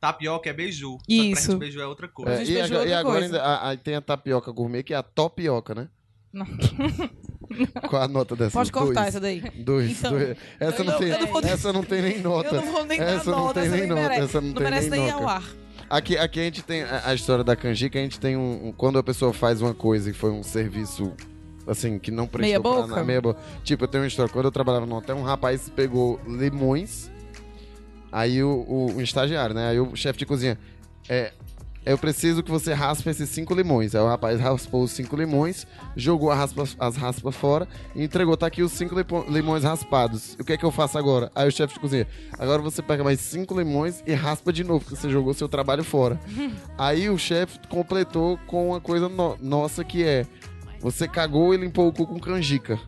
Speaker 8: tapioca é beiju.
Speaker 7: que pra gente, Isso.
Speaker 8: beiju é outra coisa.
Speaker 4: É,
Speaker 7: gente
Speaker 4: e,
Speaker 7: beijou
Speaker 4: agora,
Speaker 7: outra
Speaker 4: e agora
Speaker 7: coisa.
Speaker 4: ainda, a- aí tem a tapioca gourmet, que é a topioca, né?
Speaker 5: Não.
Speaker 4: Qual a nota dessa?
Speaker 7: Pode cortar
Speaker 4: dois,
Speaker 7: essa daí.
Speaker 4: Dois,
Speaker 7: Então,
Speaker 4: dois. Essa,
Speaker 7: eu
Speaker 4: não
Speaker 7: não-
Speaker 4: tem,
Speaker 7: eu não vou-
Speaker 4: essa não tem nem
Speaker 7: Eu
Speaker 4: nota.
Speaker 7: não vou nem
Speaker 4: Essa
Speaker 7: dar
Speaker 4: não
Speaker 7: nota,
Speaker 4: tem
Speaker 7: essa
Speaker 4: nem
Speaker 7: nem
Speaker 4: nota,
Speaker 7: merece.
Speaker 4: essa não tem
Speaker 7: merece
Speaker 4: nem
Speaker 7: nem
Speaker 4: nota.
Speaker 7: ao ar.
Speaker 4: Aqui, aqui a gente tem a, a história da canjica, a gente tem um, um- Quando a pessoa faz uma coisa e foi um serviço assim, que não prestou
Speaker 7: Meia
Speaker 4: pra
Speaker 7: boca?
Speaker 4: na meia boca. Tipo, eu tenho uma história. Quando eu trabalhava no hotel, um rapaz pegou limões. Aí o, o- um estagiário, né? Aí o chefe de cozinha. É. Eu preciso que você raspe esses cinco limões. Aí o rapaz raspou os cinco limões, jogou a raspa- as raspas fora e entregou. Tá aqui os cinco lipo- limões raspados. O que é que eu faço agora? Aí o chefe de cozinha. Agora você pega mais cinco limões e raspa de novo, porque você jogou seu trabalho fora. Aí o chefe completou com uma coisa no- nossa que é: você cagou e limpou o cu com canjica.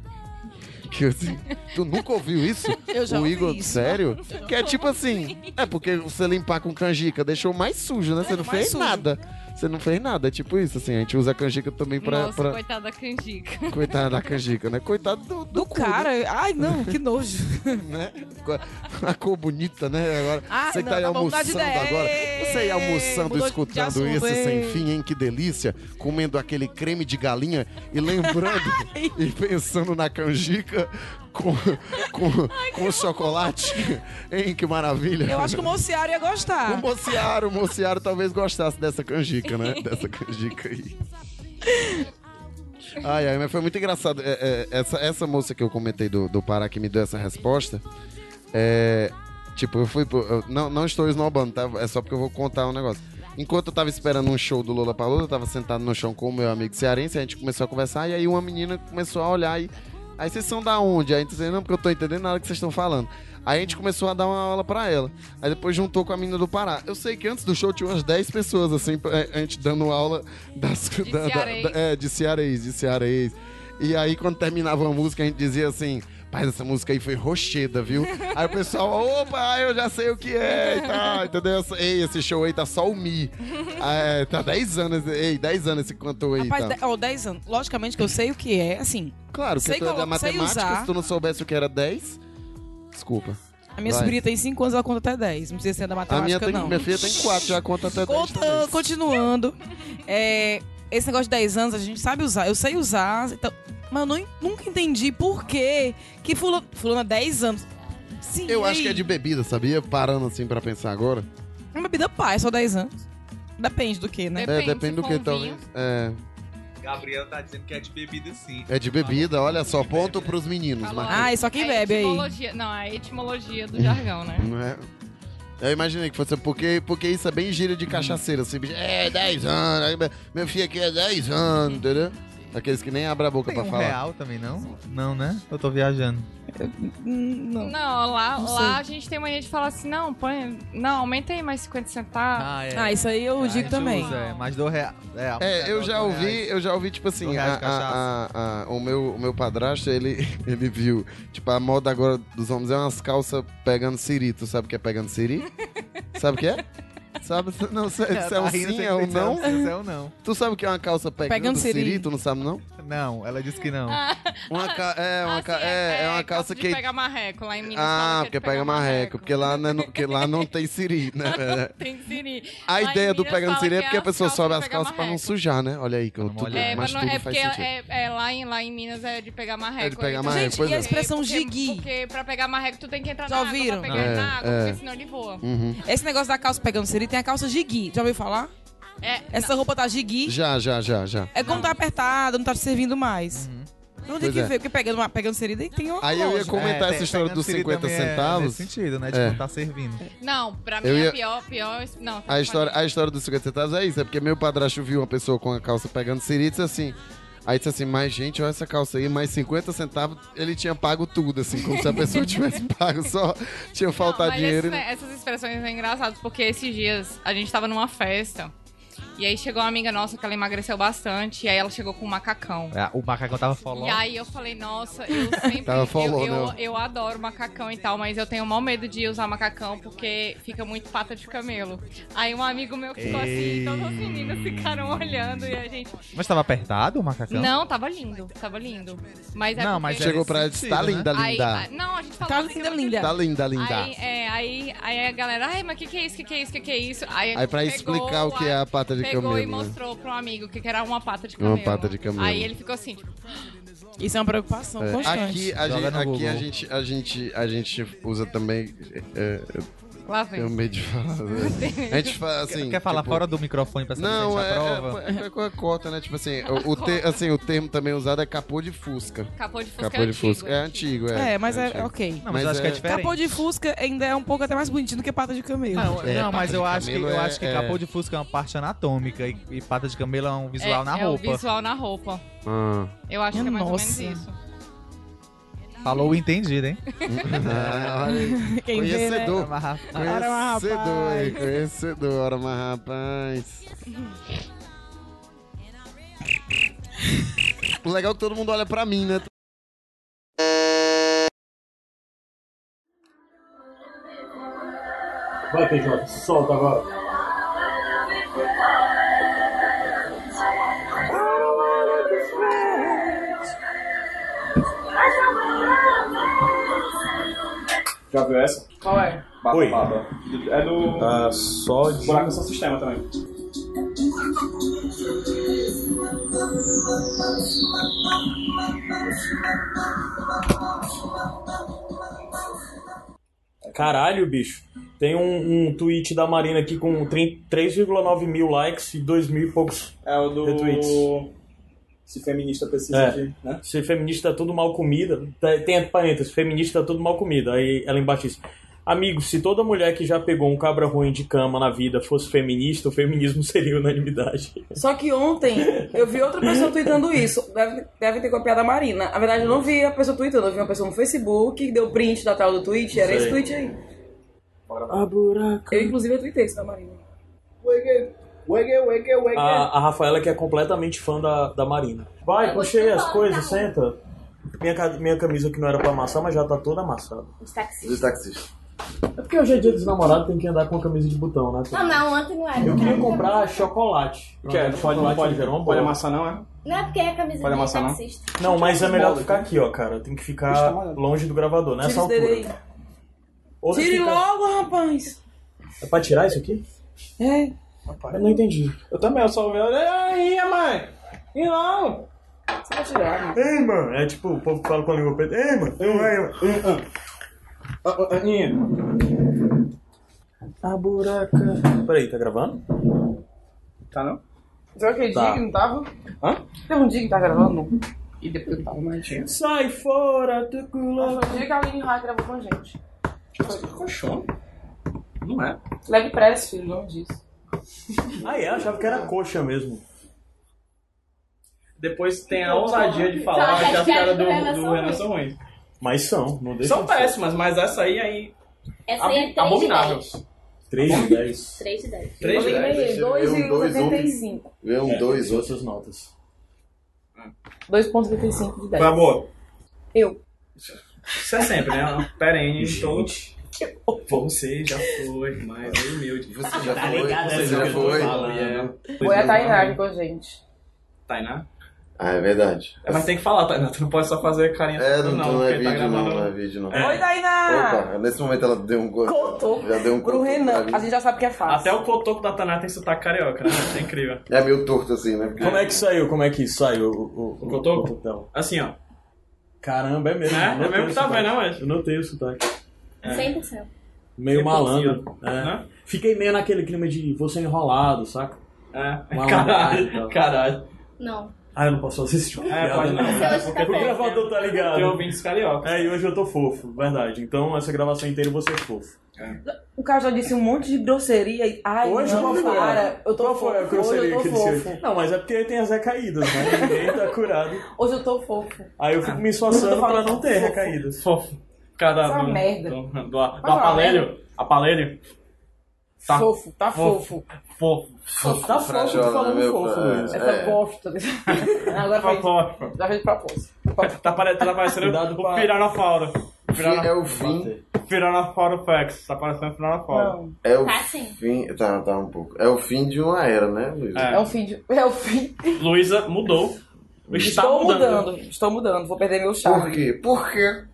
Speaker 4: Que assim, tu nunca ouviu isso?
Speaker 7: Eu já
Speaker 4: o
Speaker 7: ouvi
Speaker 4: Igor,
Speaker 7: isso.
Speaker 4: sério? Que é tipo assim, é porque você limpar com canjica deixou mais sujo, né? Você não
Speaker 7: É mais
Speaker 4: fez
Speaker 7: sujo.
Speaker 4: nada. Você não fez nada, é tipo isso, assim, a gente usa a canjica também pra.
Speaker 5: Nossa,
Speaker 4: pra-
Speaker 5: coitada da canjica.
Speaker 4: Coitada da canjica, né? Coitado do, do
Speaker 7: Do
Speaker 4: cu,
Speaker 7: cara. Ai, não, que nojo.
Speaker 4: né? Co- A cor bonita, né? Agora,
Speaker 7: Ah,
Speaker 4: você que tá
Speaker 7: não,
Speaker 4: aí
Speaker 7: tá bom, mudar de
Speaker 4: almoçando
Speaker 7: ideia.
Speaker 4: agora. Você aí almoçando,
Speaker 7: Mudou de
Speaker 4: escutando
Speaker 7: assunto,
Speaker 4: isso
Speaker 7: ei.
Speaker 4: sem fim, hein? Que delícia. Comendo aquele creme de galinha e lembrando e pensando na canjica com, com, com chocolate. Hein? Que maravilha.
Speaker 7: Eu acho que o Mociaro ia
Speaker 4: O
Speaker 7: gostar.
Speaker 4: Mociaro, o Mociaro talvez gostasse dessa canjica, né? Dessa canjica aí. Ai, ai, mas foi muito engraçado. É, é, essa, essa moça que eu comentei do, do Pará que me deu essa resposta. É, tipo, eu fui. pro- eu não, não estou esnobando, tá? É só porque eu vou contar um negócio. Enquanto eu tava esperando um show do Lula Palusa, eu tava sentado no chão com o meu amigo cearense, a gente começou a conversar, e aí uma menina começou a olhar e. Aí vocês são da onde? Aí a gente dizendo, não, porque eu tô entendendo nada que vocês estão falando. Aí a gente começou a dar uma aula pra ela. Aí depois juntou com a menina do Pará. Eu sei que antes do show tinha umas 10 pessoas, assim, pra- a gente dando aula das,
Speaker 5: De
Speaker 4: da- da-
Speaker 5: cearês.
Speaker 4: da- é, de cearês, de cearês. E aí, quando terminava a música, a gente dizia assim: Paz, essa música aí foi rocheda, viu? aí o pessoal, opa, eu já sei o que é e tal, entendeu? Ei, esse show aí tá só o Mi. É, tá 10 anos, ei, 10 anos esse cantor aí.
Speaker 7: Rapaz,
Speaker 4: Tá.
Speaker 7: de- ó, 10 anos. Logicamente que eu sei o que é, assim.
Speaker 4: Claro,
Speaker 7: sei
Speaker 4: porque tu é da
Speaker 7: colo- sei
Speaker 4: matemática,
Speaker 7: usar.
Speaker 4: se tu não soubesse o que era 10. Desculpa.
Speaker 7: A minha
Speaker 4: Vai.
Speaker 7: sobrinha tem 5 anos, ela conta até 10. Não precisa ser da
Speaker 4: A minha,
Speaker 7: matemática,
Speaker 4: tem,
Speaker 7: não.
Speaker 4: minha filha tem 4, já conta até 10.
Speaker 7: Conta- continuando. é, esse negócio de 10 anos, a gente sabe usar. Eu sei usar. então- mas eu não, nunca entendi por quê que fulano, fulano há 10 anos. Sim,
Speaker 4: Eu
Speaker 7: e
Speaker 4: acho que é
Speaker 7: aí?
Speaker 4: de bebida, sabia? Parando assim pra pensar agora.
Speaker 7: É uma bebida pai, só 10 anos. Depende do que, né?
Speaker 5: Depende,
Speaker 4: é, depende do
Speaker 5: se
Speaker 4: que,
Speaker 5: for um vinho.
Speaker 4: talvez. É,
Speaker 8: Gabriel tá dizendo que é de bebida sim.
Speaker 4: é de bebida, olha só, ponto pros meninos,
Speaker 5: Falou.
Speaker 4: Marquinhos.
Speaker 7: Ah, e só quem
Speaker 5: A
Speaker 7: bebe aí.
Speaker 5: etimologia- Não, é a etimologia do jargão, né?
Speaker 4: Não é? Eu imaginei que fosse porque, porque isso é bem gíria de cachaceiro, assim, bicho, é 10 anos, aí meu- meu filho aqui é 10 anos, entendeu? Aqueles que nem abrem a boca
Speaker 8: Tem
Speaker 4: pra
Speaker 8: um
Speaker 4: falar.
Speaker 8: real também, não? Não, né? Eu tô viajando.
Speaker 7: Hum, Não.
Speaker 5: Não, lá,
Speaker 7: Não sei.
Speaker 5: lá a gente tem mania de falar assim, não, põe. Não, aumenta aí mais 50 centavos.
Speaker 8: é.
Speaker 7: Ah, isso aí eu
Speaker 8: A
Speaker 7: digo
Speaker 8: gente
Speaker 7: também.
Speaker 8: usa, é, mas do real. um real.
Speaker 4: É, eu já
Speaker 8: Do
Speaker 4: ouvi,
Speaker 8: reais.
Speaker 4: eu já ouvi, tipo assim,
Speaker 8: Do real de
Speaker 4: a- a- a- a- o, meu, o meu padrasto, ele, ele viu, tipo, a moda agora dos homens é umas calças pegando siri, tu sabe o que é pegando siri? sabe o que é? Sabe, não, se, se é um
Speaker 8: Tá rindo
Speaker 4: sim,
Speaker 8: sem
Speaker 4: é um
Speaker 8: entender se
Speaker 4: não.
Speaker 8: um sim, se é um não.
Speaker 4: Tu sabe o que é uma calça pegando,
Speaker 5: um
Speaker 7: Pegando
Speaker 4: siri.
Speaker 7: siri.
Speaker 4: tu não sabe não?
Speaker 8: Não, ela disse que não.
Speaker 4: Uma ca- é, uma
Speaker 5: Ah,
Speaker 4: ca-
Speaker 5: sim,
Speaker 4: é, é uma calça
Speaker 5: de
Speaker 4: que
Speaker 5: pegar marreco lá em Minas. fala
Speaker 4: Ah,
Speaker 5: que é de
Speaker 4: porque
Speaker 5: pegar
Speaker 4: pega marreco, porque lá, não, é no- porque lá não tem siri, né? velho?
Speaker 5: Tem siri.
Speaker 4: A
Speaker 5: Lá em
Speaker 4: ideia do
Speaker 5: Minas
Speaker 4: pegando
Speaker 5: fala
Speaker 4: siri é
Speaker 5: que
Speaker 4: porque a
Speaker 5: as
Speaker 4: pessoa
Speaker 5: calças
Speaker 4: sobe
Speaker 5: de
Speaker 4: as
Speaker 5: pegar
Speaker 4: calças pra não
Speaker 5: marreco.
Speaker 4: sujar, né? Olha aí, que eu
Speaker 8: Pra não
Speaker 4: tudo,
Speaker 8: molhar.
Speaker 5: É,
Speaker 4: mas
Speaker 5: mas não,
Speaker 4: tudo
Speaker 5: é
Speaker 4: faz
Speaker 5: porque
Speaker 4: sentido.
Speaker 5: é, é lá, em, lá em Minas é de pegar marreco.
Speaker 4: É de pegar
Speaker 5: Então,
Speaker 4: marreco,
Speaker 5: gente,
Speaker 4: pois
Speaker 5: e
Speaker 4: é.
Speaker 5: a expressão
Speaker 7: Porque-
Speaker 5: gigui? Porque pra pegar marreco tu tem que entrar
Speaker 7: Já
Speaker 5: na água
Speaker 7: ouviram?
Speaker 5: pra pegar ele
Speaker 4: É,
Speaker 5: na água,
Speaker 4: é.
Speaker 5: porque senão ele voa.
Speaker 4: Uhum.
Speaker 7: Esse negócio da calça pegando siri tem a calça de gui. Já ouviu falar?
Speaker 5: É,
Speaker 7: Essa roupa tá de gui.
Speaker 4: Já, já, já, já.
Speaker 7: É como tá apertada, não tá te servindo mais. Não
Speaker 4: Pois
Speaker 7: tem que
Speaker 4: é.
Speaker 7: ver, porque pegando, uma- pegando siri tem- tem uma
Speaker 4: Aí eu ia
Speaker 7: lógica.
Speaker 4: comentar
Speaker 8: É,
Speaker 4: Tá essa
Speaker 8: pe-
Speaker 4: história
Speaker 8: pegando
Speaker 4: dos
Speaker 8: siri
Speaker 4: 50
Speaker 8: também é Nesse
Speaker 4: centavos.
Speaker 8: sentido, né?
Speaker 4: É.
Speaker 8: Tipo, tá servindo.
Speaker 5: não, pra mim
Speaker 4: Eu ia-
Speaker 5: a pior, pior... Não,
Speaker 4: A história, a história dos 50 centavos é isso, é porque meu padrasto viu uma pessoa com a calça pegando siri e disse assim. Aí disse assim, mas gente, olha essa calça aí, mais 50 centavos, ele tinha pago tudo, assim, como se a pessoa tivesse pago, só tinha faltado
Speaker 5: Não, mas
Speaker 4: tá dinheiro. né? e
Speaker 5: esse- é,
Speaker 4: não-
Speaker 5: essas expressões são engraçadas, porque esses dias a gente tava numa festa e aí chegou uma amiga nossa que ela emagreceu bastante e aí ela chegou com um macacão.
Speaker 8: É, O macacão tava falando.
Speaker 5: E aí eu falei, nossa, eu sempre.
Speaker 4: Tava falou,
Speaker 5: eu, eu,
Speaker 4: né?
Speaker 5: eu adoro macacão e tal, mas eu tenho o maior medo de usar macacão porque fica muito pata de camelo. Aí um amigo meu ficou assim, todas as meninas ficaram olhando e a gente.
Speaker 8: Mas tava apertado o macacão?
Speaker 5: Não, tava lindo, tava lindo. Mas é
Speaker 8: Não,
Speaker 5: porque-
Speaker 8: mas é
Speaker 4: Chegou pra ela e disse, tá
Speaker 8: Sentido, né?
Speaker 4: linda,
Speaker 5: Aí,
Speaker 4: linda.
Speaker 5: ah, não, a gente falou
Speaker 7: Tá
Speaker 5: assim,
Speaker 7: linda,
Speaker 5: mas-
Speaker 7: linda.
Speaker 4: Tá linda, linda.
Speaker 5: Aí, é, aí, aí a galera, ai, mas o que, que é isso? O que, que é isso? O que, que é isso? Aí, a
Speaker 4: Aí
Speaker 5: gente
Speaker 4: pra
Speaker 5: pegou,
Speaker 4: explicar o que é a pata de
Speaker 5: Pegou e
Speaker 4: camelo. né?
Speaker 5: mostrou pra um amigo o que, que era uma pata de
Speaker 4: Uma
Speaker 5: camelo.
Speaker 4: pata de camelo.
Speaker 5: Aí ele ficou assim, tipo,
Speaker 7: Isso é uma preocupação
Speaker 4: É,
Speaker 7: constante.
Speaker 4: Aqui, a
Speaker 8: Joga
Speaker 4: gente,
Speaker 8: no
Speaker 4: aqui a,
Speaker 8: Google.
Speaker 4: gente, a, gente, a gente usa também. É, eu
Speaker 5: lá vem.
Speaker 4: tenho medo de falar. né? A gente fala assim.
Speaker 8: Quer falar
Speaker 4: tipo,
Speaker 8: fora do microfone pra saber
Speaker 4: Não,
Speaker 8: se a
Speaker 4: é,
Speaker 8: prova?
Speaker 4: é, é, é coisa cota, né? Tipo assim, o, o te- assim, o termo também usado é capô de fusca.
Speaker 5: Capô de fusca
Speaker 4: Capô de
Speaker 5: antigo,
Speaker 4: fusca. É antigo, é.
Speaker 7: É, mas é,
Speaker 4: antigo.
Speaker 7: ok.
Speaker 8: Não, mas,
Speaker 4: Mas
Speaker 8: eu acho que
Speaker 4: é-
Speaker 8: é diferente.
Speaker 7: Capô de Fusca ainda é um pouco até mais bonitinho do que pata de camelo.
Speaker 8: Não,
Speaker 4: É,
Speaker 8: não, mas
Speaker 4: pata
Speaker 8: eu
Speaker 4: de
Speaker 8: acho que
Speaker 4: camelo
Speaker 8: eu
Speaker 4: é-
Speaker 8: acho que
Speaker 4: é-
Speaker 8: capô de fusca é uma parte anatômica e, e pata de camelo é um visual
Speaker 5: é,
Speaker 8: na
Speaker 5: é
Speaker 8: roupa.
Speaker 5: o visual na roupa.
Speaker 4: Ah.
Speaker 5: Eu acho que é mais
Speaker 7: Nossa.
Speaker 5: ou menos isso.
Speaker 8: Falou o entendido, hein?
Speaker 4: Ah, olha aí.
Speaker 7: Quem vê, né?
Speaker 4: Conhecedor.
Speaker 8: Mas, rapaz,
Speaker 7: Ora, mas,
Speaker 4: Conhecedor, hein? Conhecedor, ora, mas rapaz. O legal é que todo mundo olha pra mim, né?
Speaker 1: Vai, PJ, solta agora. Já viu essa?
Speaker 2: Qual é?
Speaker 1: Baba,
Speaker 2: Oi.
Speaker 1: Baba.
Speaker 2: É do.
Speaker 1: Ah, só de.
Speaker 2: Buraco é só sistema também.
Speaker 1: Caralho, bicho. Tem um, um tweet da Marina aqui com 3 3,9 mil likes e 2 mil e poucos.
Speaker 2: É o do.
Speaker 1: Retweets.
Speaker 2: Se feminista precisa
Speaker 1: É.
Speaker 2: de. Né?
Speaker 1: Ser feminista é tudo mal comida. Tá- Tem entre parênteses, feminista é tudo mal comida. Aí ela embaixo diz. Amigo, se toda mulher que já pegou um cabra ruim de cama na vida fosse feminista, o feminismo seria unanimidade.
Speaker 6: Só que ontem eu vi outra pessoa tweetando isso. Deve, deve ter copiado a Marina. Na verdade, eu não vi a pessoa tweetando. Eu vi uma pessoa no Facebook que deu print da tal do tweet. Era
Speaker 1: Sei.
Speaker 6: esse tweet aí.
Speaker 1: A buraca.
Speaker 6: Eu, inclusive, eu tweetei isso da Marina.
Speaker 2: Wege, wege, wege.
Speaker 1: A, a Rafaela que é completamente fã da, da Marina. Vai, puxei as coisas, senta. Minha, ca- minha camisa que não era pra amassar, mas já tá toda amassada.
Speaker 12: Os taxistas.
Speaker 1: De taxista. É porque hoje é dia dos namorados, tem que andar com a camisa de botão, né?
Speaker 12: Ah, Não, não, ontem não era.
Speaker 1: Eu queria comprar chocolate.
Speaker 2: Que é,
Speaker 1: Chocolate
Speaker 2: não pode-
Speaker 1: gerou uma
Speaker 2: não
Speaker 1: boa.
Speaker 2: pode amassar não, é?
Speaker 12: Não é porque é a camisa
Speaker 1: Pode
Speaker 12: do
Speaker 1: amassar, não?
Speaker 12: taxista.
Speaker 1: Não, mas é melhor ficar aqui, ó, cara. Tem que ficar longe do gravador, nessa
Speaker 6: Tira isso
Speaker 1: altura.
Speaker 6: dele aí.
Speaker 1: Ou você
Speaker 6: Tire
Speaker 1: fica-
Speaker 6: logo, rapaz.
Speaker 1: É pra tirar isso aqui?
Speaker 6: É.
Speaker 1: Eu não entendi.
Speaker 2: Eu também, eu só vi. Aí,
Speaker 1: é,
Speaker 2: mãe! E não!
Speaker 6: Você vai tirar, mano.
Speaker 1: Ei, mano! É tipo, o povo que fala com a língua preta. Ei, mano! Ei, Ah, mano! A buraca. Peraí, tá gravando?
Speaker 2: Tá não?
Speaker 6: Será que
Speaker 1: Tá.
Speaker 6: não tava?
Speaker 1: Hã?
Speaker 6: Teve um dia que tava gravando. E depois eu tava mais gente.
Speaker 1: Sai fora, tu culo.
Speaker 6: Foi o dia que a Aline Rai gravou com a gente.
Speaker 1: Colchão? Não é.
Speaker 6: um Leve press, filho, não disso.
Speaker 1: Ah, é? Eu achava que era coxa mesmo.
Speaker 2: Depois tem a ousadia de
Speaker 6: tá
Speaker 2: falar
Speaker 12: São as
Speaker 2: que as caras
Speaker 12: hashtags do
Speaker 2: do,
Speaker 12: Renan
Speaker 2: do
Speaker 12: são
Speaker 2: Renan
Speaker 12: ruins.
Speaker 2: são ruins.
Speaker 1: Mas são, não deixa.
Speaker 2: São péssimas, mas essa aí aí.
Speaker 12: Essa aí é 3 de 10.
Speaker 2: abomináveis.
Speaker 1: 3 de 10.
Speaker 12: 3 de 10.
Speaker 2: Três de dez.
Speaker 4: Vê um,
Speaker 1: É,
Speaker 4: dois, outro.
Speaker 1: tem outras notas.
Speaker 6: 2,75 de 10.
Speaker 2: Vai, amor.
Speaker 6: Eu.
Speaker 2: Isso é sempre, né? Uma Perene, gente. Você já foi, mas é humilde.
Speaker 12: Ah,
Speaker 2: Você
Speaker 12: tá
Speaker 4: já foi,
Speaker 2: é
Speaker 12: é
Speaker 4: você já foi. é.
Speaker 6: Foi a Tainá que com a gente.
Speaker 2: Tainá?
Speaker 4: Ah, é verdade.
Speaker 2: É, mas tem que falar, Tainá. Tu não pode só fazer carinha.
Speaker 4: É, não, não, é
Speaker 2: porque tá
Speaker 4: vídeo, não,
Speaker 2: gravando.
Speaker 4: não é vídeo, não.
Speaker 6: Oi, Tainá!
Speaker 4: Opa, nesse momento ela deu um corpo.
Speaker 6: Contou.
Speaker 4: Já deu um
Speaker 6: Ah! Pro
Speaker 4: corpo pra
Speaker 6: Renan.
Speaker 4: mim.
Speaker 6: A gente já sabe que é fácil.
Speaker 2: Até o cotoco da Tainá tem sotaque carioca, né? Isso é incrível.
Speaker 4: É meio torto assim, né? Porque...
Speaker 1: Como é que saiu? Como é que saiu o, o, o
Speaker 2: cotoco?
Speaker 1: cotão?
Speaker 2: Assim, ó.
Speaker 1: Caramba, é mesmo.
Speaker 2: É,
Speaker 1: eu
Speaker 2: é
Speaker 1: notei
Speaker 2: mesmo que
Speaker 1: o
Speaker 2: tá
Speaker 1: sotaque.
Speaker 2: vendo, né, mas?
Speaker 1: Eu notei o sotaque.
Speaker 12: 100%.
Speaker 1: Meio
Speaker 2: Você
Speaker 1: malandro.
Speaker 2: conseguiu,
Speaker 1: é.
Speaker 2: né?
Speaker 1: Fiquei meio naquele clima de você enrolado, saca?
Speaker 2: É.
Speaker 1: Malandragem e
Speaker 2: Caralho,
Speaker 1: tal.
Speaker 2: caralho.
Speaker 12: Não.
Speaker 1: Ah, eu não posso assistir.
Speaker 2: É, pode não.
Speaker 12: Você hoje tá
Speaker 1: O
Speaker 12: bem.
Speaker 1: gravador tá
Speaker 2: Tem
Speaker 1: ligado.
Speaker 2: ouvintes carioca.
Speaker 1: É, e hoje eu tô fofo, verdade. Então essa gravação inteira eu vou ser fofo.
Speaker 6: O cara já disse um monte de grosseria e. Ai,
Speaker 1: hoje
Speaker 6: não,
Speaker 1: qual foi?
Speaker 6: para. Eu tô
Speaker 1: qual foi a
Speaker 6: fofo. Hoje eu
Speaker 1: grosseria
Speaker 6: tô
Speaker 1: que ele
Speaker 6: fofo.
Speaker 1: disse? Não, mas é porque tem as recaídas, né? Ninguém tá curado.
Speaker 6: Hoje eu tô fofo.
Speaker 1: Aí eu fico me esforçando pra não ter recaídas.
Speaker 2: Fofo. Cara,
Speaker 6: Essa
Speaker 2: do,
Speaker 6: merda.
Speaker 2: um. Do, do, do
Speaker 6: falar
Speaker 2: apalélio. Apalélio. Tá.
Speaker 6: Fofo, tá
Speaker 2: Fofo.
Speaker 6: fofo.
Speaker 2: Fofo.
Speaker 1: Tá fofo, tô
Speaker 4: frajola,
Speaker 1: falando
Speaker 4: meu,
Speaker 1: fofo
Speaker 4: é.
Speaker 1: mesmo.
Speaker 6: Essa bosta.
Speaker 2: né?
Speaker 6: Agora
Speaker 2: Tá
Speaker 6: foi.
Speaker 2: fofo.
Speaker 6: Já fez pra pose.
Speaker 2: Tá pare- tá parecendo
Speaker 1: Cuidado com
Speaker 2: o
Speaker 1: a-
Speaker 2: Piranafauro.
Speaker 4: É o fim.
Speaker 2: Piranafauro Fex. Tá parecendo o Piranafauro.
Speaker 6: Não.
Speaker 4: É o
Speaker 12: Tá sim.
Speaker 4: fim. Tá, tá um pouco. É o fim de uma era, né, Luiz?
Speaker 2: É.
Speaker 6: É o fim de. É o fim.
Speaker 2: Luísa mudou. Está
Speaker 6: Estou
Speaker 2: mudando.
Speaker 6: mudando. Estou mudando. Vou perder meu
Speaker 4: Por
Speaker 6: charme.
Speaker 4: quê? Por quê?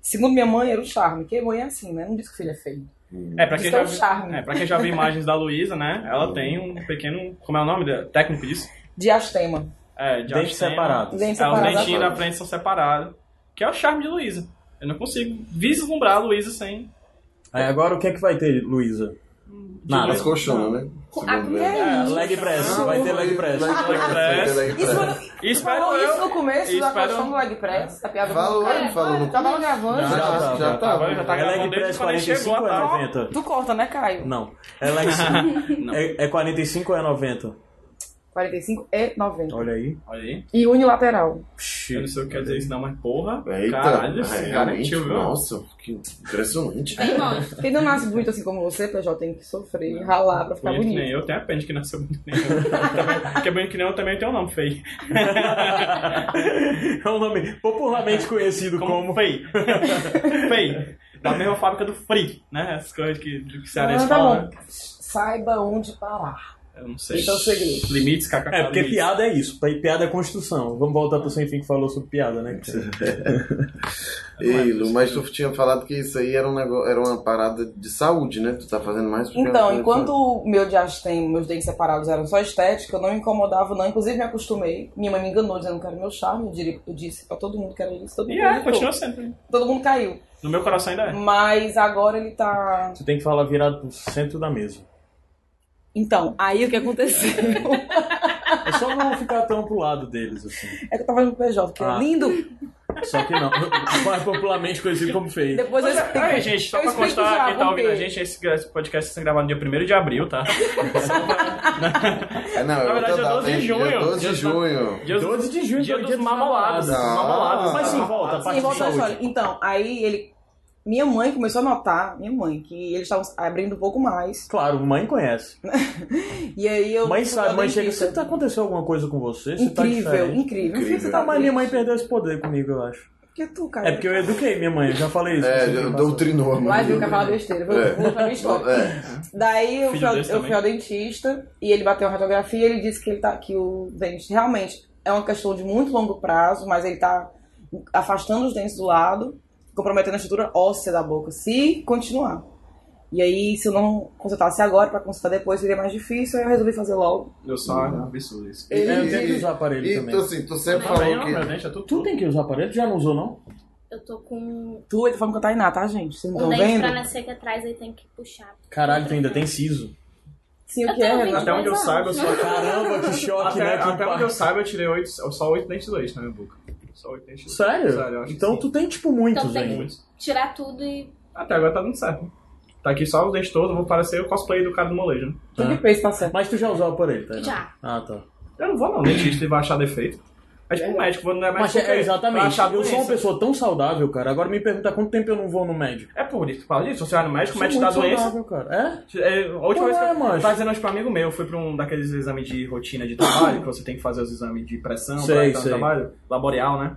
Speaker 6: Segundo minha mãe, era o charme. Porque mãe é assim, né? Não diz que o filho é feio.
Speaker 2: É, pra quem,
Speaker 6: Isso é
Speaker 2: já
Speaker 6: um
Speaker 2: viu,
Speaker 6: charme.
Speaker 2: é, pra quem já viu imagens da Luísa,
Speaker 1: É,
Speaker 2: né? Ela tem um pequeno. Como é o nome? dela? Técnico disso?
Speaker 6: Diastema.
Speaker 2: É, de
Speaker 1: Dentes
Speaker 2: astema.
Speaker 1: separados.
Speaker 6: Dentes
Speaker 2: É, os
Speaker 6: separados.
Speaker 2: dentinhos da frente são separados. Que é o charme de Luísa. Eu não consigo vislumbrar a Luísa sem.
Speaker 1: Aí agora o que é que vai ter, Luísa? Nada.
Speaker 4: As colchonas, né? Segundo
Speaker 6: É
Speaker 4: ela.
Speaker 6: isso.
Speaker 1: Leg press,
Speaker 4: Ah,
Speaker 1: vai ter leg press.
Speaker 4: Leg press. Leg
Speaker 6: Isso,
Speaker 2: tá,
Speaker 4: press.
Speaker 6: quando-
Speaker 2: E espero
Speaker 6: falou isso
Speaker 2: eu.
Speaker 6: no começo da
Speaker 2: espero-
Speaker 6: questão do leg press, a piada
Speaker 4: Falou,
Speaker 6: do cara.
Speaker 4: ele falou no
Speaker 6: Tava lá gravando.
Speaker 4: Já,
Speaker 1: Já
Speaker 4: tá,
Speaker 1: tá,
Speaker 4: já
Speaker 1: já
Speaker 4: tá.
Speaker 2: Agora já tá
Speaker 1: É
Speaker 2: gravando
Speaker 1: leg
Speaker 2: desde
Speaker 1: press
Speaker 2: quando ele chegou tá? a
Speaker 1: 45 ou é
Speaker 2: tal.
Speaker 1: 90?
Speaker 6: Tu corta, né, Caio?
Speaker 1: Não. É leg... é, é 45 ou é 90?
Speaker 6: 45 e 90.
Speaker 1: Olha aí.
Speaker 2: Olha aí.
Speaker 6: E unilateral.
Speaker 2: Eu não sei o que quer dizer isso, não, mas porra.
Speaker 4: Eita,
Speaker 2: caralho,
Speaker 4: é,
Speaker 2: se
Speaker 4: realmente,
Speaker 2: garantiu, viu?
Speaker 4: nossa, que impressionante.
Speaker 12: Tem monte.
Speaker 6: Quem não nasce bonito assim como você, PJ, tem que sofrer, ralar pra ficar
Speaker 2: Bonito né? que
Speaker 6: bonito. Ah,
Speaker 2: nem eu, tem a pena de que nasceu bonito que nem eu. Também- Porque bonito que nem eu também tem um nome feio.
Speaker 1: É um nome popularmente conhecido como...
Speaker 2: Como feio. feio. Da mesma fábrica do Free, né? Essas coisas que, que o Cearense
Speaker 6: Ah, tá
Speaker 2: fala.
Speaker 6: bom.
Speaker 2: né?
Speaker 6: Saiba onde parar.
Speaker 2: Eu não sei.
Speaker 6: Esse é o segredo.
Speaker 2: Limites, kkk.
Speaker 1: É, porque
Speaker 2: limites.
Speaker 1: piada é isso. pi- Piada é construção. Vamos voltar pro Sem Fim que falou sobre piada, né?
Speaker 2: É.
Speaker 4: Ei, Lu, mas tu tinha falado que isso aí era, um negócio, era uma parada de saúde, né? Tu tá fazendo mais... porque ela
Speaker 6: Então,
Speaker 4: tá-
Speaker 6: enquanto o meu diastema, meus dentes separados eram só estética, eu não me incomodava, não. Inclusive, me acostumei. Minha mãe me enganou dizendo que era meu charme. Eu diri- Eu disse pra todo mundo que era isso. Todo mundo,
Speaker 2: E é,
Speaker 6: acreditou.
Speaker 2: continua sendo.
Speaker 6: todo mundo caiu.
Speaker 2: No meu coração ainda é.
Speaker 6: Mas agora ele tá
Speaker 1: Você tem que falar virado pro centro da mesa.
Speaker 6: Então, aí o que aconteceu?
Speaker 1: É só não ficar tão pro lado deles, assim.
Speaker 6: é que eu tava no PJ, porque
Speaker 1: Ah.
Speaker 6: é lindo.
Speaker 1: Só que não. Mais popularmente conhecido como feio.
Speaker 6: Depois eu
Speaker 1: Pois é.
Speaker 6: explico.
Speaker 1: Ai,
Speaker 2: Aí, gente, só
Speaker 6: Eu
Speaker 2: pra
Speaker 6: explico
Speaker 2: constar,
Speaker 6: já,
Speaker 2: quem tá
Speaker 6: por
Speaker 2: ouvindo a
Speaker 6: quê?
Speaker 2: gente, esse, esse podcast está sendo gravado no dia 1 de abril, tá?
Speaker 4: É, não,
Speaker 2: Na
Speaker 4: eu
Speaker 2: verdade,
Speaker 4: tô
Speaker 2: dia
Speaker 4: dado,
Speaker 2: 12
Speaker 4: hein?
Speaker 2: de junho.
Speaker 4: Dia 12 de junho.
Speaker 2: Dia 12 de junho, dia, dos mamalados.
Speaker 4: Ah.
Speaker 1: Tá
Speaker 2: Mamalados. Mas sim, volta, a
Speaker 6: Sim,
Speaker 2: parte de
Speaker 6: volta à
Speaker 2: saúde.
Speaker 6: história. Então, aí ele. Minha mãe começou a notar, minha mãe, que eles estavam abrindo um pouco mais.
Speaker 1: Claro, mãe conhece.
Speaker 6: E aí eu.
Speaker 1: Mãe
Speaker 6: fui
Speaker 1: sabe,
Speaker 6: ao
Speaker 1: mãe chega,
Speaker 6: dentista.
Speaker 1: você tá aconteceu alguma coisa com você? Você tá
Speaker 6: é Incrível,
Speaker 1: diferente?"
Speaker 6: incrível. Não sei se você
Speaker 1: Ah,
Speaker 6: tá
Speaker 1: mas minha
Speaker 6: maneiro,
Speaker 1: mãe perdeu esse poder comigo, eu acho.
Speaker 6: que tu, cara.
Speaker 1: É porque eu eduquei minha mãe, eu já falei isso.
Speaker 4: É,
Speaker 1: Você
Speaker 4: eu
Speaker 1: me
Speaker 4: doutrinou a mãe.
Speaker 6: Vai, viu, que eu falo besteira. Vou,
Speaker 1: É.
Speaker 6: vou pra minha história.
Speaker 4: É.
Speaker 6: Daí eu
Speaker 1: Filho
Speaker 6: fui, ao,
Speaker 1: desse
Speaker 6: eu
Speaker 1: também?
Speaker 6: fui ao dentista e ele bateu uma radiografia e ele disse que, ele tá, que o dente realmente é uma questão de muito longo prazo, mas ele tá afastando os dentes do lado, comprometendo a estrutura óssea da boca, se continuar. E aí, se eu não consertasse agora para consertar depois, seria mais difícil, aí eu resolvi fazer logo.
Speaker 2: Eu só acho um absurdo isso.
Speaker 4: E-
Speaker 1: Uhum. Ah, É, eu tenho que
Speaker 4: e-
Speaker 1: usar aparelho
Speaker 4: e
Speaker 1: também.
Speaker 4: tu, assim, tu sempre
Speaker 1: Eu
Speaker 4: falou
Speaker 1: também, ó,
Speaker 4: que-
Speaker 1: meu dente é tudo- Tu tem que usar aparelho? Tu já não usou, não?
Speaker 12: Eu tô com
Speaker 6: Tu, ele tá falando que eu Tainá, tá, gente? Vocês não
Speaker 12: um
Speaker 6: estão
Speaker 12: dente
Speaker 6: vendo?
Speaker 12: pra nascer aqui atrás, aí tem que puxar.
Speaker 1: Caralho, é, tu Ah, ainda tem siso.
Speaker 6: Sim, é?
Speaker 12: Eu tenho vinte e
Speaker 2: Até onde eu
Speaker 12: dois
Speaker 2: saiba, eu
Speaker 12: anos.
Speaker 2: sou.
Speaker 1: Caramba, que
Speaker 2: até,
Speaker 1: choque, né? Que
Speaker 2: até onde
Speaker 1: impacto.
Speaker 2: eu saiba, eu tirei oito, só oito dentes dois na minha boca. Só oito dentes dois.
Speaker 1: Sério?
Speaker 2: Sério, eu acho
Speaker 1: então tu tem, tipo, muitos
Speaker 12: Então tem.
Speaker 1: ainda.
Speaker 12: Tirar tudo e.
Speaker 2: Até agora tá dando certo. Tá aqui só os dentes todos, eu vou parecer o cosplay do cara do molejo. né?
Speaker 6: Tu que fez, tá certo.
Speaker 1: Mas tu já usou o aparelho, tá?
Speaker 12: Já.
Speaker 1: Ah, tá.
Speaker 2: Eu não vou não, o dentista vai achar defeito. É tipo um médico, vou no médico
Speaker 1: Mas
Speaker 2: porque-
Speaker 1: é,
Speaker 2: pra
Speaker 1: exatamente.
Speaker 2: achar
Speaker 1: Eu sou uma
Speaker 2: doença.
Speaker 1: pessoa tão saudável, cara. Agora me pergunta há quanto tempo eu não vou no médico.
Speaker 2: É por isso, fala disso. Você vai no médico, o
Speaker 1: Sou
Speaker 2: médico dá
Speaker 1: é muito
Speaker 2: doença.
Speaker 1: saudável, cara. É?
Speaker 2: É, a última
Speaker 1: Como
Speaker 2: vez que
Speaker 1: é,
Speaker 2: eu
Speaker 1: macho?
Speaker 2: tava dizendo hoje pra amigo meu, eu fui pra um daqueles exames de rotina de trabalho, que você tem que fazer os exames de pressão pra
Speaker 1: Sei,
Speaker 2: entrar no
Speaker 1: sei.
Speaker 2: trabalho. Laboreal, né?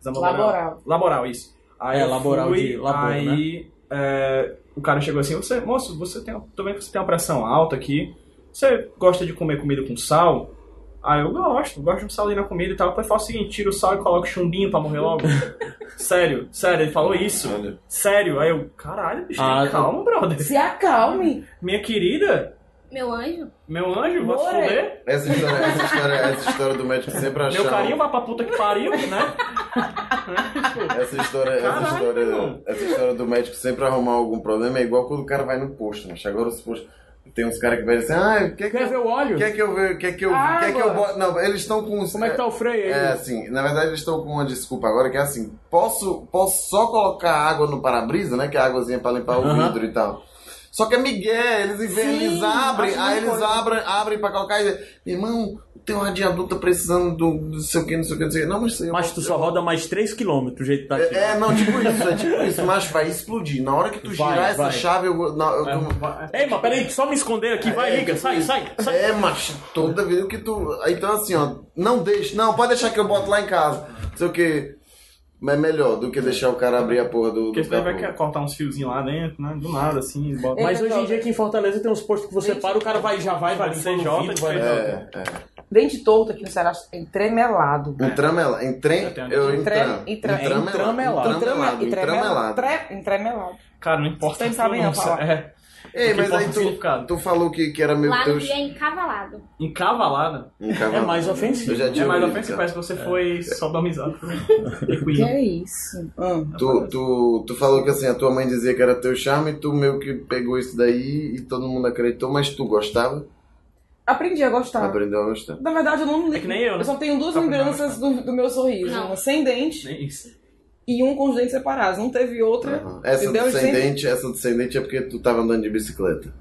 Speaker 2: Exame
Speaker 6: Laboral.
Speaker 2: Laboral, isso. Aí
Speaker 1: É,
Speaker 2: eu
Speaker 1: laboral
Speaker 2: fui,
Speaker 1: de labor, né?
Speaker 2: aí é, o cara chegou assim, você, moço, você tem, tô vendo que você tem uma pressão alta aqui. Você gosta de comer comida com sal? Aí eu gosto, gosto de um salinho na comida e tal. Depois fala o seguinte, tira o sal e coloca o chumbinho pra morrer logo. sério, sério, ele falou isso. Sério. Aí eu, caralho, bicho,
Speaker 1: Ah,
Speaker 2: calma, brother.
Speaker 6: Se acalme.
Speaker 2: Minha querida,
Speaker 12: Meu anjo?
Speaker 2: meu anjo, vai se
Speaker 6: More.
Speaker 2: fuder.
Speaker 4: Essa história, essa, história, essa história é do médico sempre achando.
Speaker 2: Meu carinho vai pra puta que pariu, né?
Speaker 4: Essa história,
Speaker 2: Caralho,
Speaker 4: essa, história,
Speaker 2: irmão.
Speaker 4: essa história do médico sempre arrumar algum problema é igual quando o cara vai no posto, mas agora os postos. Tem uns caras que vai dizer, ah, quer que,
Speaker 1: Quer ver
Speaker 4: eu-
Speaker 1: o óleo?
Speaker 4: quer que eu veja, quer que eu,
Speaker 1: Ah,
Speaker 4: quer que eu
Speaker 1: agora.
Speaker 4: bote. Não, eles estão com uns.
Speaker 1: Como é que tá o freio aí?
Speaker 4: É assim, na verdade eles estão com uma desculpa agora que é assim, posso, posso só colocar água no para-brisa, né? Que é a águazinha pra limpar o
Speaker 1: Aham.
Speaker 4: vidro e tal. Só que é migué, eles, inven-
Speaker 6: Sim,
Speaker 4: eles abrem,
Speaker 6: acho
Speaker 4: aí
Speaker 6: uma
Speaker 4: eles
Speaker 6: coisa.
Speaker 1: né?
Speaker 4: abrem, abrem pra colocar e dizem, irmão, o teu radiador tá precisando do, do sei o que, não sei o que, não sei o que. Não, mas isso aí eu
Speaker 1: Mas tu só roda mais 3km do jeito que tá aqui.
Speaker 4: é, é, não, tipo isso, é tipo isso, mas vai explodir. Na hora que tu
Speaker 1: Vai,
Speaker 4: girar essa
Speaker 1: vai.
Speaker 4: chave, eu, vou- na- eu tô-
Speaker 1: Ei, mas peraí, só me esconder aqui, vai, liga, sai, sai, sai.
Speaker 4: É, mas toda vez que tu. Então assim, ó, não deixa. Não, pode deixar que eu boto lá em casa. Não sei o que. Mas é melhor do que deixar o cara abrir a porra do.
Speaker 2: Porque
Speaker 4: do
Speaker 2: senão vai
Speaker 4: capô.
Speaker 2: cortar uns fiozinhos lá dentro, né? Do nada, assim, e bota.
Speaker 1: Mas hoje em dia aqui em Fortaleza tem uns postos que você para, o cara vai, já vai, vai,
Speaker 2: CJ,
Speaker 1: limpando o vidro, vai
Speaker 2: diferente.
Speaker 4: É, é.
Speaker 6: Dente torto aqui no Ceará, entremelado.
Speaker 4: Entramela, entram,
Speaker 6: um
Speaker 4: eu entram,
Speaker 6: Entre- entra-
Speaker 4: entramelado, entramelado, entramelado.
Speaker 6: Entremelado. Entremelado.
Speaker 2: Cara, não importa.
Speaker 6: Vocês sabem não
Speaker 2: pronúncia,
Speaker 6: falar.
Speaker 2: É.
Speaker 4: Ei,
Speaker 2: O que
Speaker 4: mas
Speaker 2: importa
Speaker 4: aí
Speaker 2: é o significado.
Speaker 4: tu, tu falou que, que era meu
Speaker 12: Lá no
Speaker 4: Deus.
Speaker 12: dia é encavalado.
Speaker 2: Encavalada.
Speaker 1: É mais ofensivo.
Speaker 4: Um Eu já
Speaker 2: É
Speaker 4: tinha
Speaker 2: mais
Speaker 4: ouvido,
Speaker 2: ofensivo,
Speaker 4: cara. É.
Speaker 2: parece que você foi sodomizado.
Speaker 6: Que
Speaker 2: Equino.
Speaker 6: é isso?
Speaker 4: Tu, tu, tu falou que assim, a tua mãe dizia que era teu charme, tu meio que pegou isso daí e todo mundo acreditou, mas tu gostava?
Speaker 6: Aprendi a gostar.
Speaker 4: Aprendeu a gostar.
Speaker 6: Na verdade, eu não.
Speaker 2: É que nem eu, né?
Speaker 6: Eu só tenho duas
Speaker 2: Só pra
Speaker 6: lembranças do, do meu sorriso.
Speaker 12: Não.
Speaker 6: Uma sem dente
Speaker 2: Nem isso.
Speaker 6: e um com os dentes separados. Não teve outra.
Speaker 4: Aham. Essa
Speaker 6: Entendeu?
Speaker 4: descendente, essa descendente é porque tu tava andando de bicicleta.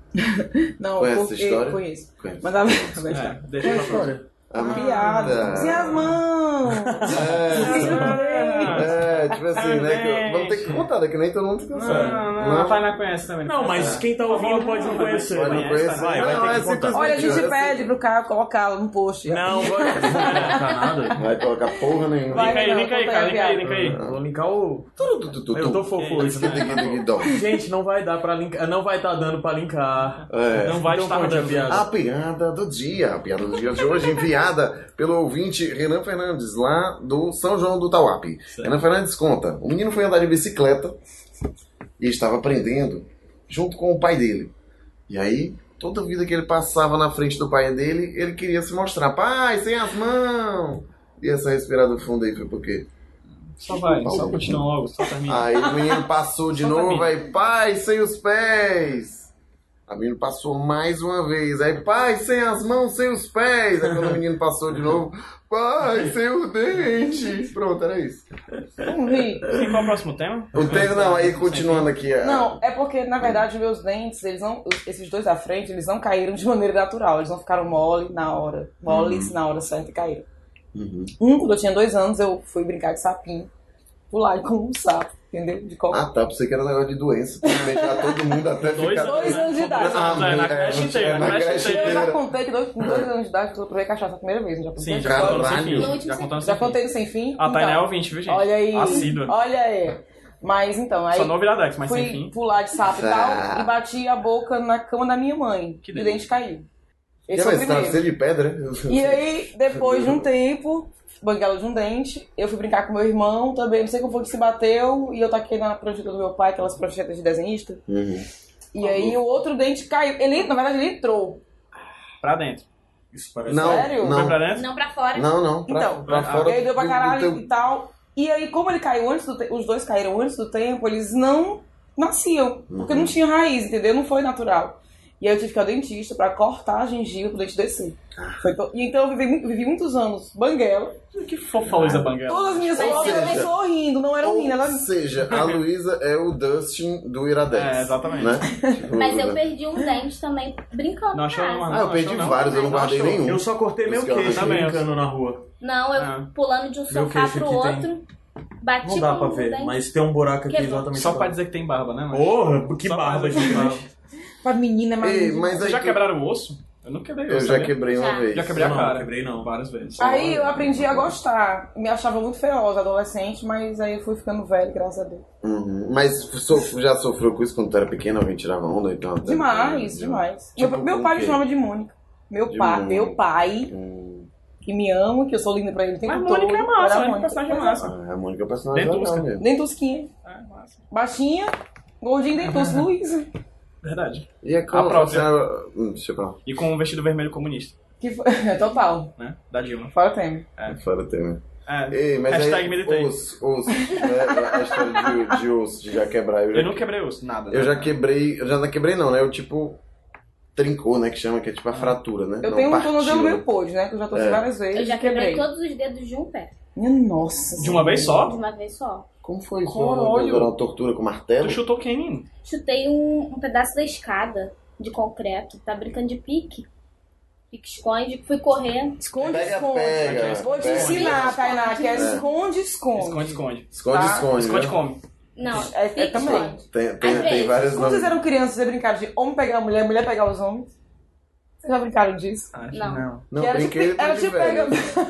Speaker 6: Não,
Speaker 4: Conhece
Speaker 6: porque-
Speaker 4: essa história?
Speaker 6: Conheço.
Speaker 4: Conhece?
Speaker 6: Mas a
Speaker 2: É,
Speaker 6: verdade.
Speaker 2: deixa pra fora.
Speaker 4: Ah,
Speaker 6: Piada. Sem as mãos.
Speaker 4: É,
Speaker 2: Ah,
Speaker 4: é, tipo assim, né? que- vamos ter que contar, né? Que nem todo mundo Né? que
Speaker 2: Não,
Speaker 4: sabe.
Speaker 2: não, não, a Tainá conhece também.
Speaker 1: Não, mas quem tá ouvindo pode não conhecer.
Speaker 4: Pode não conhecer.
Speaker 1: Vai, vai
Speaker 4: Não,
Speaker 1: ter
Speaker 4: é
Speaker 1: que contar.
Speaker 4: simplesmente-
Speaker 6: Olha, a gente
Speaker 4: Essa-
Speaker 6: pede pro cara colocá-lo no post.
Speaker 1: Não, vai.
Speaker 4: É.
Speaker 1: Tá
Speaker 4: Vai colocar porra nenhuma.
Speaker 6: Vai,
Speaker 2: Linka aí,
Speaker 6: não,
Speaker 2: linka aí,
Speaker 6: conta
Speaker 2: cara,
Speaker 6: aí a
Speaker 2: linka aí,
Speaker 6: piada.
Speaker 2: linka aí.
Speaker 1: Vou linkar o.
Speaker 4: Tu, tu, tu, tu,
Speaker 1: Eu tô
Speaker 4: tu.
Speaker 1: fofo hoje,
Speaker 4: Digui,
Speaker 1: né?
Speaker 4: digui, dom.
Speaker 1: Gente, não vai dar pra linkar. Não vai tá dando pra linkar.
Speaker 4: É. Ah,
Speaker 2: Não vai
Speaker 1: Então
Speaker 2: estar
Speaker 1: conta a
Speaker 2: dando.
Speaker 1: piada.
Speaker 4: A piada do dia, a piada do dia de hoje, enviada pelo ouvinte Renan Fernandes, lá do São João do Tauape. Renan Fernandes conta: o menino foi andar de bicicleta e estava aprendendo junto com o pai dele. E aí, toda vida que ele passava na frente do pai dele, ele queria se mostrar: pai, sem as mãos! E essa respirada funda aí foi por quê? um
Speaker 2: Só vai, só
Speaker 4: Paulo.
Speaker 2: continua logo, só termina.
Speaker 4: Aí o menino passou de
Speaker 2: Só pra
Speaker 4: novo,
Speaker 2: mim.
Speaker 4: aí, pai, sem os pés! A menina passou mais uma vez. Aí, pai, sem as mãos, sem os pés. Aí quando o menino passou de novo, pai, sem o dente. Pronto, era isso.
Speaker 6: Não ri.
Speaker 2: Sim, qual é o próximo tema?
Speaker 4: O tema não, aí continuando aqui. é-
Speaker 6: Não, é porque, na verdade, meus dentes, eles não. Esses dois à frente, eles não caíram de maneira natural. Eles não ficaram mole na hora. Moles
Speaker 4: Uhum.
Speaker 6: na hora certa e caíram.
Speaker 4: Uhum.
Speaker 6: Um, quando eu tinha dois anos, eu fui brincar de sapinho. Pular com um sapo, entendeu? De
Speaker 4: Ah,
Speaker 6: qualquer.
Speaker 4: tá. Pensei que era negócio de doença. Tem que beijar todo mundo até
Speaker 6: Dois
Speaker 4: ficar...
Speaker 6: anos, Dois anos de idade.
Speaker 4: Ah,
Speaker 6: Não, é na
Speaker 4: mulher,
Speaker 6: creche
Speaker 4: é
Speaker 6: inteira,
Speaker 4: na
Speaker 6: na creche
Speaker 4: creche
Speaker 6: Eu já
Speaker 4: inteira.
Speaker 6: contei que dois- com dois anos de idade eu provei cachaça a primeira vez, não já contei?
Speaker 2: Sim, já contou no sem
Speaker 4: Caralho.
Speaker 2: fim. Já contou no
Speaker 6: Já
Speaker 2: sem fim.
Speaker 6: contei no sem fim.
Speaker 2: tipo assim, A Tainá é
Speaker 6: Então,
Speaker 2: ouvinte, viu, gente?
Speaker 6: Olha aí.
Speaker 2: Assídua.
Speaker 6: Olha aí. Mas então, aí.
Speaker 2: Só não viradex, mas
Speaker 6: fui
Speaker 2: sem fim.
Speaker 6: pular de sapo e tal
Speaker 4: Ah.
Speaker 6: e bati a boca na cama da minha mãe. e o dente caiu.
Speaker 4: E
Speaker 6: Esse foi o
Speaker 2: tá,
Speaker 4: ela
Speaker 6: primeiro.
Speaker 4: nasceu de pedra.
Speaker 6: E aí, depois de um tempo, banguela de um dente, eu fui brincar com meu irmão também, não sei como foi que se bateu, e eu taquei na prancheta do meu pai, aquelas pranchetas de desenhista.
Speaker 4: Uhum.
Speaker 6: E aí o outro dente caiu. Ele, na verdade, ele entrou.
Speaker 2: Pra dentro. Isso parece.
Speaker 4: Não,
Speaker 6: Sério?
Speaker 4: não.
Speaker 2: Foi pra dentro?
Speaker 12: Não pra fora.
Speaker 4: Não, não. Pra,
Speaker 6: então,
Speaker 4: pra fora
Speaker 6: e aí deu pra
Speaker 4: do- do
Speaker 6: caralho
Speaker 4: teu-
Speaker 6: e tal. E aí, como ele caiu antes do te... os dois caíram antes do tempo, eles não nasciam, porque
Speaker 4: Uhum.
Speaker 6: não tinha raiz, entendeu? Não foi natural. E aí eu tive que ir ao dentista pra cortar a gengiva pro dente descer.
Speaker 4: Ah.
Speaker 6: Foi to- E então eu vivi, mu- vivi muitos anos banguela.
Speaker 2: Que fofa Luísa Banguela.
Speaker 6: Todas as minhas
Speaker 4: Ou
Speaker 6: fotos eram
Speaker 4: seja-
Speaker 6: sorrindo, não eram rindo.
Speaker 4: Ou seja, a Luísa é o Dustin do Iradex.
Speaker 2: É, exatamente.
Speaker 4: Né?
Speaker 12: Mas eu perdi um dente também brincando
Speaker 2: Não
Speaker 12: em
Speaker 2: achou
Speaker 12: casa.
Speaker 2: uma-
Speaker 4: Ah, eu perdi vários, eu não guardei
Speaker 2: Achou.
Speaker 4: nenhum.
Speaker 2: Eu
Speaker 1: só cortei
Speaker 2: meu
Speaker 4: Isso que eu
Speaker 2: queixo
Speaker 4: achei.
Speaker 1: brincando na rua.
Speaker 12: Não, eu
Speaker 1: Ah.
Speaker 12: pulando de um
Speaker 1: Meu
Speaker 12: sofá
Speaker 1: queixo
Speaker 12: pro
Speaker 1: aqui tem-
Speaker 12: outro.
Speaker 6: É
Speaker 12: Bati
Speaker 1: Não
Speaker 6: tipo
Speaker 1: dá
Speaker 12: com
Speaker 1: pra
Speaker 12: o
Speaker 1: ver,
Speaker 12: dente.
Speaker 1: mas tem um buraco aqui
Speaker 12: Quebrou.
Speaker 1: exatamente.
Speaker 2: Só pra dizer que tem barba, né, mano?
Speaker 1: Porra, que
Speaker 2: Só pra
Speaker 1: barba
Speaker 2: dizer que tem barba.
Speaker 1: gigante.
Speaker 6: Mas menina, mas.
Speaker 4: Ei, mas
Speaker 2: Vocês
Speaker 4: aí
Speaker 2: já
Speaker 4: tu-
Speaker 2: quebraram o osso? Eu não quebrei o
Speaker 4: Eu
Speaker 2: osso.
Speaker 4: já
Speaker 2: sabia?
Speaker 4: quebrei uma vez.
Speaker 2: Já quebrei a
Speaker 1: Não,
Speaker 2: cara.
Speaker 1: quebrei não.
Speaker 2: Várias vezes.
Speaker 6: Aí eu aprendi a gostar. Me achava muito feroz, adolescente, mas aí eu fui ficando velho, graças a Deus.
Speaker 4: Uhum. Mas sof- já sofreu com isso quando tu era pequena? Alguém tirava onda? Então, até-
Speaker 6: Demais, demais.
Speaker 4: Tipo,
Speaker 6: meu, meu
Speaker 4: com
Speaker 6: pai
Speaker 4: o
Speaker 6: me
Speaker 4: quê?
Speaker 6: chamava de Mônica. Meu
Speaker 4: De
Speaker 6: pai,
Speaker 4: Mônica.
Speaker 6: meu pai,
Speaker 4: Hum.
Speaker 6: que me ama, que eu sou linda pra ele o tempo
Speaker 2: Mas
Speaker 6: todo.
Speaker 2: Mônica é massa,
Speaker 6: era
Speaker 2: né? Personagem é massa. É,
Speaker 4: Ah, a Mônica é o personagem
Speaker 2: Dentro
Speaker 4: legal
Speaker 2: dos-
Speaker 4: mesmo.
Speaker 6: Nem tosquinha. Baixinha, gordinha, dentuça, Luísa.
Speaker 2: Verdade.
Speaker 4: E é como...
Speaker 2: A próxima.
Speaker 4: Ah, hum, Deixa eu falar.
Speaker 2: E com um vestido vermelho comunista,
Speaker 6: Que foi... Total.
Speaker 2: né? Da Dilma.
Speaker 6: Fora Temer.
Speaker 4: Fora o tema.
Speaker 2: É.
Speaker 4: Ei, mas
Speaker 2: Hashtag
Speaker 4: aí,
Speaker 2: militei.
Speaker 4: osso, osso. né? A história de, de osso, de já quebrar. Eu já,
Speaker 2: Eu não quebrei osso, nada. né?
Speaker 4: eu já quebrei... Eu já não quebrei não, né? Eu tipo... Trincou, né? Que chama, que é tipo a fratura, né?
Speaker 6: Ah. Eu
Speaker 4: Não,
Speaker 6: tenho um
Speaker 4: partiu,
Speaker 6: tornozelo
Speaker 4: né?
Speaker 6: meio podre, né? Que eu já torci
Speaker 4: É.
Speaker 6: várias vezes.
Speaker 12: Eu já quebrei todos os dedos de um pé.
Speaker 6: Minha nossa.
Speaker 2: De uma vez só?
Speaker 12: De uma vez só.
Speaker 4: Como foi isso?
Speaker 2: Caralho.
Speaker 4: Era uma tortura com martelo?
Speaker 2: Tu chutou quem, menino?
Speaker 12: Chutei um, um pedaço da escada de concreto. Tá brincando de pique. Pique esconde. Fui correndo.
Speaker 6: Esconde,
Speaker 4: Pega,
Speaker 6: esconde.
Speaker 4: pega.
Speaker 6: Vou te
Speaker 4: Pega.
Speaker 6: ensinar, Tainá, que é
Speaker 4: É.
Speaker 6: esconde, esconde.
Speaker 2: Esconde, esconde.
Speaker 4: Esconde,
Speaker 6: Tá.
Speaker 4: esconde.
Speaker 2: Esconde,
Speaker 4: né?
Speaker 2: come.
Speaker 12: Não,
Speaker 6: É,
Speaker 12: pique
Speaker 6: é também.
Speaker 12: esconde.
Speaker 4: Tem, tem,
Speaker 12: Às
Speaker 4: tem
Speaker 12: vezes.
Speaker 4: vários
Speaker 6: Quando vocês
Speaker 4: nomes.
Speaker 6: eram crianças, vocês brincaram de homem pegar mulher, mulher pegar os homens? Vocês já brincaram disso?
Speaker 2: Acho que
Speaker 12: Não.
Speaker 2: não.
Speaker 4: Não,
Speaker 6: Que era
Speaker 4: brinquei
Speaker 6: tipo- era
Speaker 4: de
Speaker 6: tipo
Speaker 4: velho.
Speaker 2: Tu já
Speaker 4: Foi-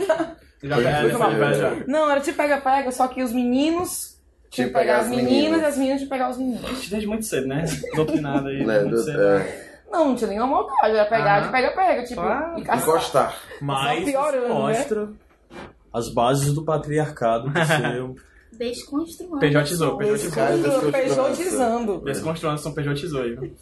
Speaker 2: pega,
Speaker 4: foi-
Speaker 2: já
Speaker 4: foi-
Speaker 2: pega, já.
Speaker 6: Não, era tipo pega-pega, só que os meninos tinham que pegar as meninas, e as meninas tinham que pegar os meninos.
Speaker 2: Acho que Desde muito cedo, né? Doutrinado aí.
Speaker 4: Né,
Speaker 2: muito
Speaker 4: do-
Speaker 2: cedo.
Speaker 4: é,
Speaker 6: Não, não tinha nenhuma maldade, era pegar
Speaker 2: Ah.
Speaker 6: de pega-pega, tipo,
Speaker 2: Ah,
Speaker 6: e caçar.
Speaker 4: encostar.
Speaker 1: Mas
Speaker 6: Só piorando, né?
Speaker 1: mostra as bases do patriarcado que seu.
Speaker 12: Desconstruindo.
Speaker 2: Pejotizou,
Speaker 6: Esse
Speaker 2: pejotizou.
Speaker 4: cara
Speaker 6: mundo
Speaker 4: tá
Speaker 6: Pejotizando.
Speaker 2: Desconstruindo são pejotizou aí, viu?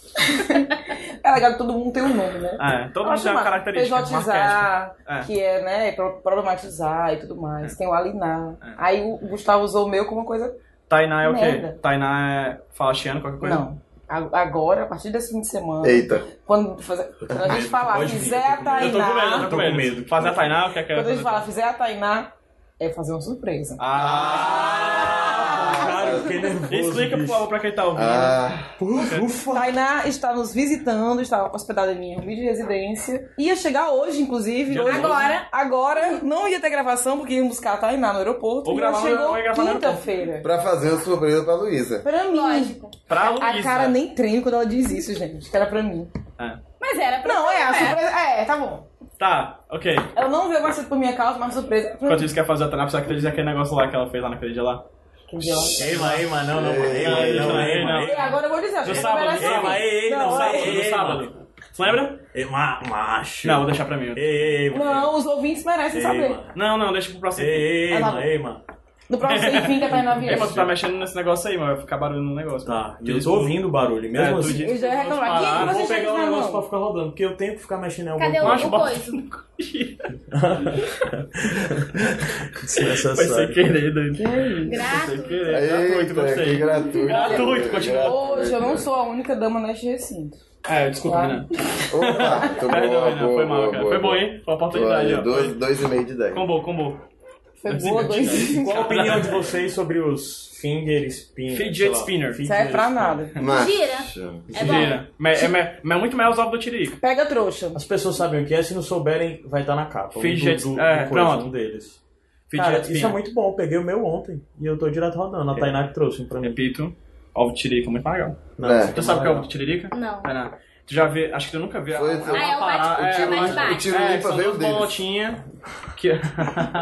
Speaker 6: É legal que todo mundo tem um nome, né?
Speaker 2: Ah, é. Todo
Speaker 6: Eu
Speaker 2: mundo
Speaker 6: acho
Speaker 2: tem uma
Speaker 6: massa.
Speaker 2: característica. um arquétipo.
Speaker 6: Pejotizar,
Speaker 2: É.
Speaker 6: que é, né, pro- problematizar e tudo mais. Tem o alinar.
Speaker 2: É.
Speaker 6: Aí o Gustavo usou o meu como uma coisa...
Speaker 2: Tainá é o quê?
Speaker 6: Merda.
Speaker 2: Tainá é falachiano, qualquer coisa?
Speaker 6: Não. A- Agora, a partir desse fim de semana,
Speaker 4: Eita.
Speaker 6: quando, fazer- quando a gente falar, assim,
Speaker 1: Pode vir,
Speaker 6: fizer
Speaker 1: eu
Speaker 6: a
Speaker 1: tô com
Speaker 2: Eu tô com medo, eu
Speaker 6: Tainá...
Speaker 2: tô com medo. Fazer a Tainá, o que é que
Speaker 6: Ah, Quando a gente
Speaker 2: é?
Speaker 6: falar, fizer a Tainá, é fazer uma surpresa.
Speaker 2: Ah!
Speaker 1: Cara, eu fiquei nervoso.
Speaker 2: Explica, por
Speaker 1: bicho.
Speaker 2: favor, pra quem tá ouvindo.
Speaker 4: Ah,
Speaker 1: Ufa!
Speaker 6: Tainá está nos visitando, está hospedada em minha humilde residência. Ia chegar hoje, inclusive. Hoje,
Speaker 12: Agora.
Speaker 6: Agora não ia ter gravação, porque iam buscar a Tainá no aeroporto.
Speaker 2: Ou
Speaker 6: e
Speaker 2: gravar
Speaker 6: ela
Speaker 2: no- ou ia
Speaker 6: chegou
Speaker 2: gravar no aeroporto.
Speaker 6: quinta-feira.
Speaker 4: pra fazer uma surpresa pra Luísa.
Speaker 6: Pra mim.
Speaker 12: Lógico.
Speaker 2: Pra
Speaker 6: A
Speaker 2: Luísa.
Speaker 6: cara nem treme quando ela diz isso, gente. Que era pra mim.
Speaker 12: Mas era pra
Speaker 6: Não, é, a
Speaker 12: mim,
Speaker 6: surpresa. É, tá bom.
Speaker 2: Tá, ok.
Speaker 6: Ela não veio agora cedo por minha causa, mas a surpresa. é pra mim.
Speaker 2: Enquanto isso quer fazer a Tainá, precisa acreditar aquele negócio lá que ela fez lá naquele dia lá.
Speaker 6: Quer dizer, ela-
Speaker 1: Eima, eima, não, não, eima,
Speaker 2: Ei,
Speaker 1: não,
Speaker 2: ei,
Speaker 1: eima.
Speaker 2: não.
Speaker 6: E agora eu vou dizer,
Speaker 2: Do
Speaker 6: porque
Speaker 2: sábado,
Speaker 6: não era
Speaker 2: ei,
Speaker 6: só-
Speaker 1: mas ei, ei,
Speaker 6: não,
Speaker 1: não,
Speaker 6: é-
Speaker 1: ei,
Speaker 2: No
Speaker 1: ei,
Speaker 2: sábado. Você lembra?
Speaker 1: Eima, macho.
Speaker 2: Não, vou deixar pra mim.
Speaker 1: Ei, ei, ei,
Speaker 6: não, é, os ouvintes merecem saber.
Speaker 1: Eima,
Speaker 2: Não, não, deixa pro próximo.
Speaker 1: ei,
Speaker 6: Ah, tá bom.
Speaker 1: eima, eima.
Speaker 6: No próximo sem fim, é Catarina
Speaker 2: Ei, mas
Speaker 6: Vieira.
Speaker 2: tu tá mexendo nesse negócio aí, mas vai ficar barulho no negócio.
Speaker 1: Tá, e eu tô ouvindo o barulho, mesmo
Speaker 2: É, do
Speaker 1: assim.
Speaker 2: jeito
Speaker 6: Eu já ia reclamar. Quem é que
Speaker 1: Parar, vou
Speaker 6: vocês têm
Speaker 1: pegar
Speaker 6: na
Speaker 1: um negócio
Speaker 6: mão?
Speaker 1: pra ficar rodando, porque eu tenho que ficar mexendo em alguma
Speaker 12: Cadê o,
Speaker 1: coisa.
Speaker 12: o coisa?
Speaker 1: Desnecessário.
Speaker 2: Foi sem querer, Dani.
Speaker 6: Graças.
Speaker 2: Sem querer. gratuito,
Speaker 1: é
Speaker 2: gostei.
Speaker 4: que gratuito.
Speaker 2: Gratuito, continua.
Speaker 6: Hoje eu não sou a única dama neste recinto.
Speaker 2: É, desculpa,
Speaker 6: Tá?
Speaker 2: Renan.
Speaker 4: Opa, tô
Speaker 2: Perdão,
Speaker 4: boa,
Speaker 2: Renan,
Speaker 4: boa,
Speaker 2: foi mal,
Speaker 4: boa,
Speaker 2: cara.
Speaker 4: boa,
Speaker 2: foi bom,
Speaker 4: boa.
Speaker 2: hein? Foi uma oportunidade,
Speaker 4: Olha,
Speaker 2: ó.
Speaker 4: dois, dois e meio de dez.
Speaker 2: Combo, combo.
Speaker 6: Foi boa, dois e meio.
Speaker 1: Qual a opinião de vocês sobre os finger spinners?
Speaker 2: Fidget
Speaker 1: sei lá?
Speaker 2: spinner.
Speaker 1: Fidget
Speaker 6: Serve é pra nada.
Speaker 4: Mas-
Speaker 12: Gira. É bom.
Speaker 2: Gira. Mas é, mas- mas é muito mais usado do Tiririca.
Speaker 6: Pega trouxa.
Speaker 1: As pessoas sabem o que é, se não souberem, vai estar na capa.
Speaker 2: Fidget-
Speaker 1: do, do,
Speaker 2: é,
Speaker 1: do coisa,
Speaker 2: pronto.
Speaker 1: um deles.
Speaker 2: Fidget
Speaker 1: Cara, isso
Speaker 2: spinner. É.
Speaker 1: é muito bom. Eu peguei o meu ontem e eu tô direto rodando. A Tainá que trouxe um pra mim.
Speaker 2: Repito, ovo de Tiririca é muito legal.
Speaker 1: Não,
Speaker 4: É.
Speaker 1: isso
Speaker 2: Tu sabe o que é ovo
Speaker 1: legal.
Speaker 2: de Tiririca?
Speaker 12: Não.
Speaker 2: É, não. Tu já vê, acho que tu nunca vê.
Speaker 4: Foi,
Speaker 2: uma
Speaker 4: foi.
Speaker 12: Ah, é o
Speaker 2: parada-
Speaker 12: bate-
Speaker 2: é,
Speaker 12: o
Speaker 2: mas-
Speaker 12: bate-bate.
Speaker 4: O tiro
Speaker 2: é,
Speaker 4: limpa
Speaker 2: são
Speaker 4: veio
Speaker 2: duas
Speaker 4: deles.
Speaker 2: bolotinhas que...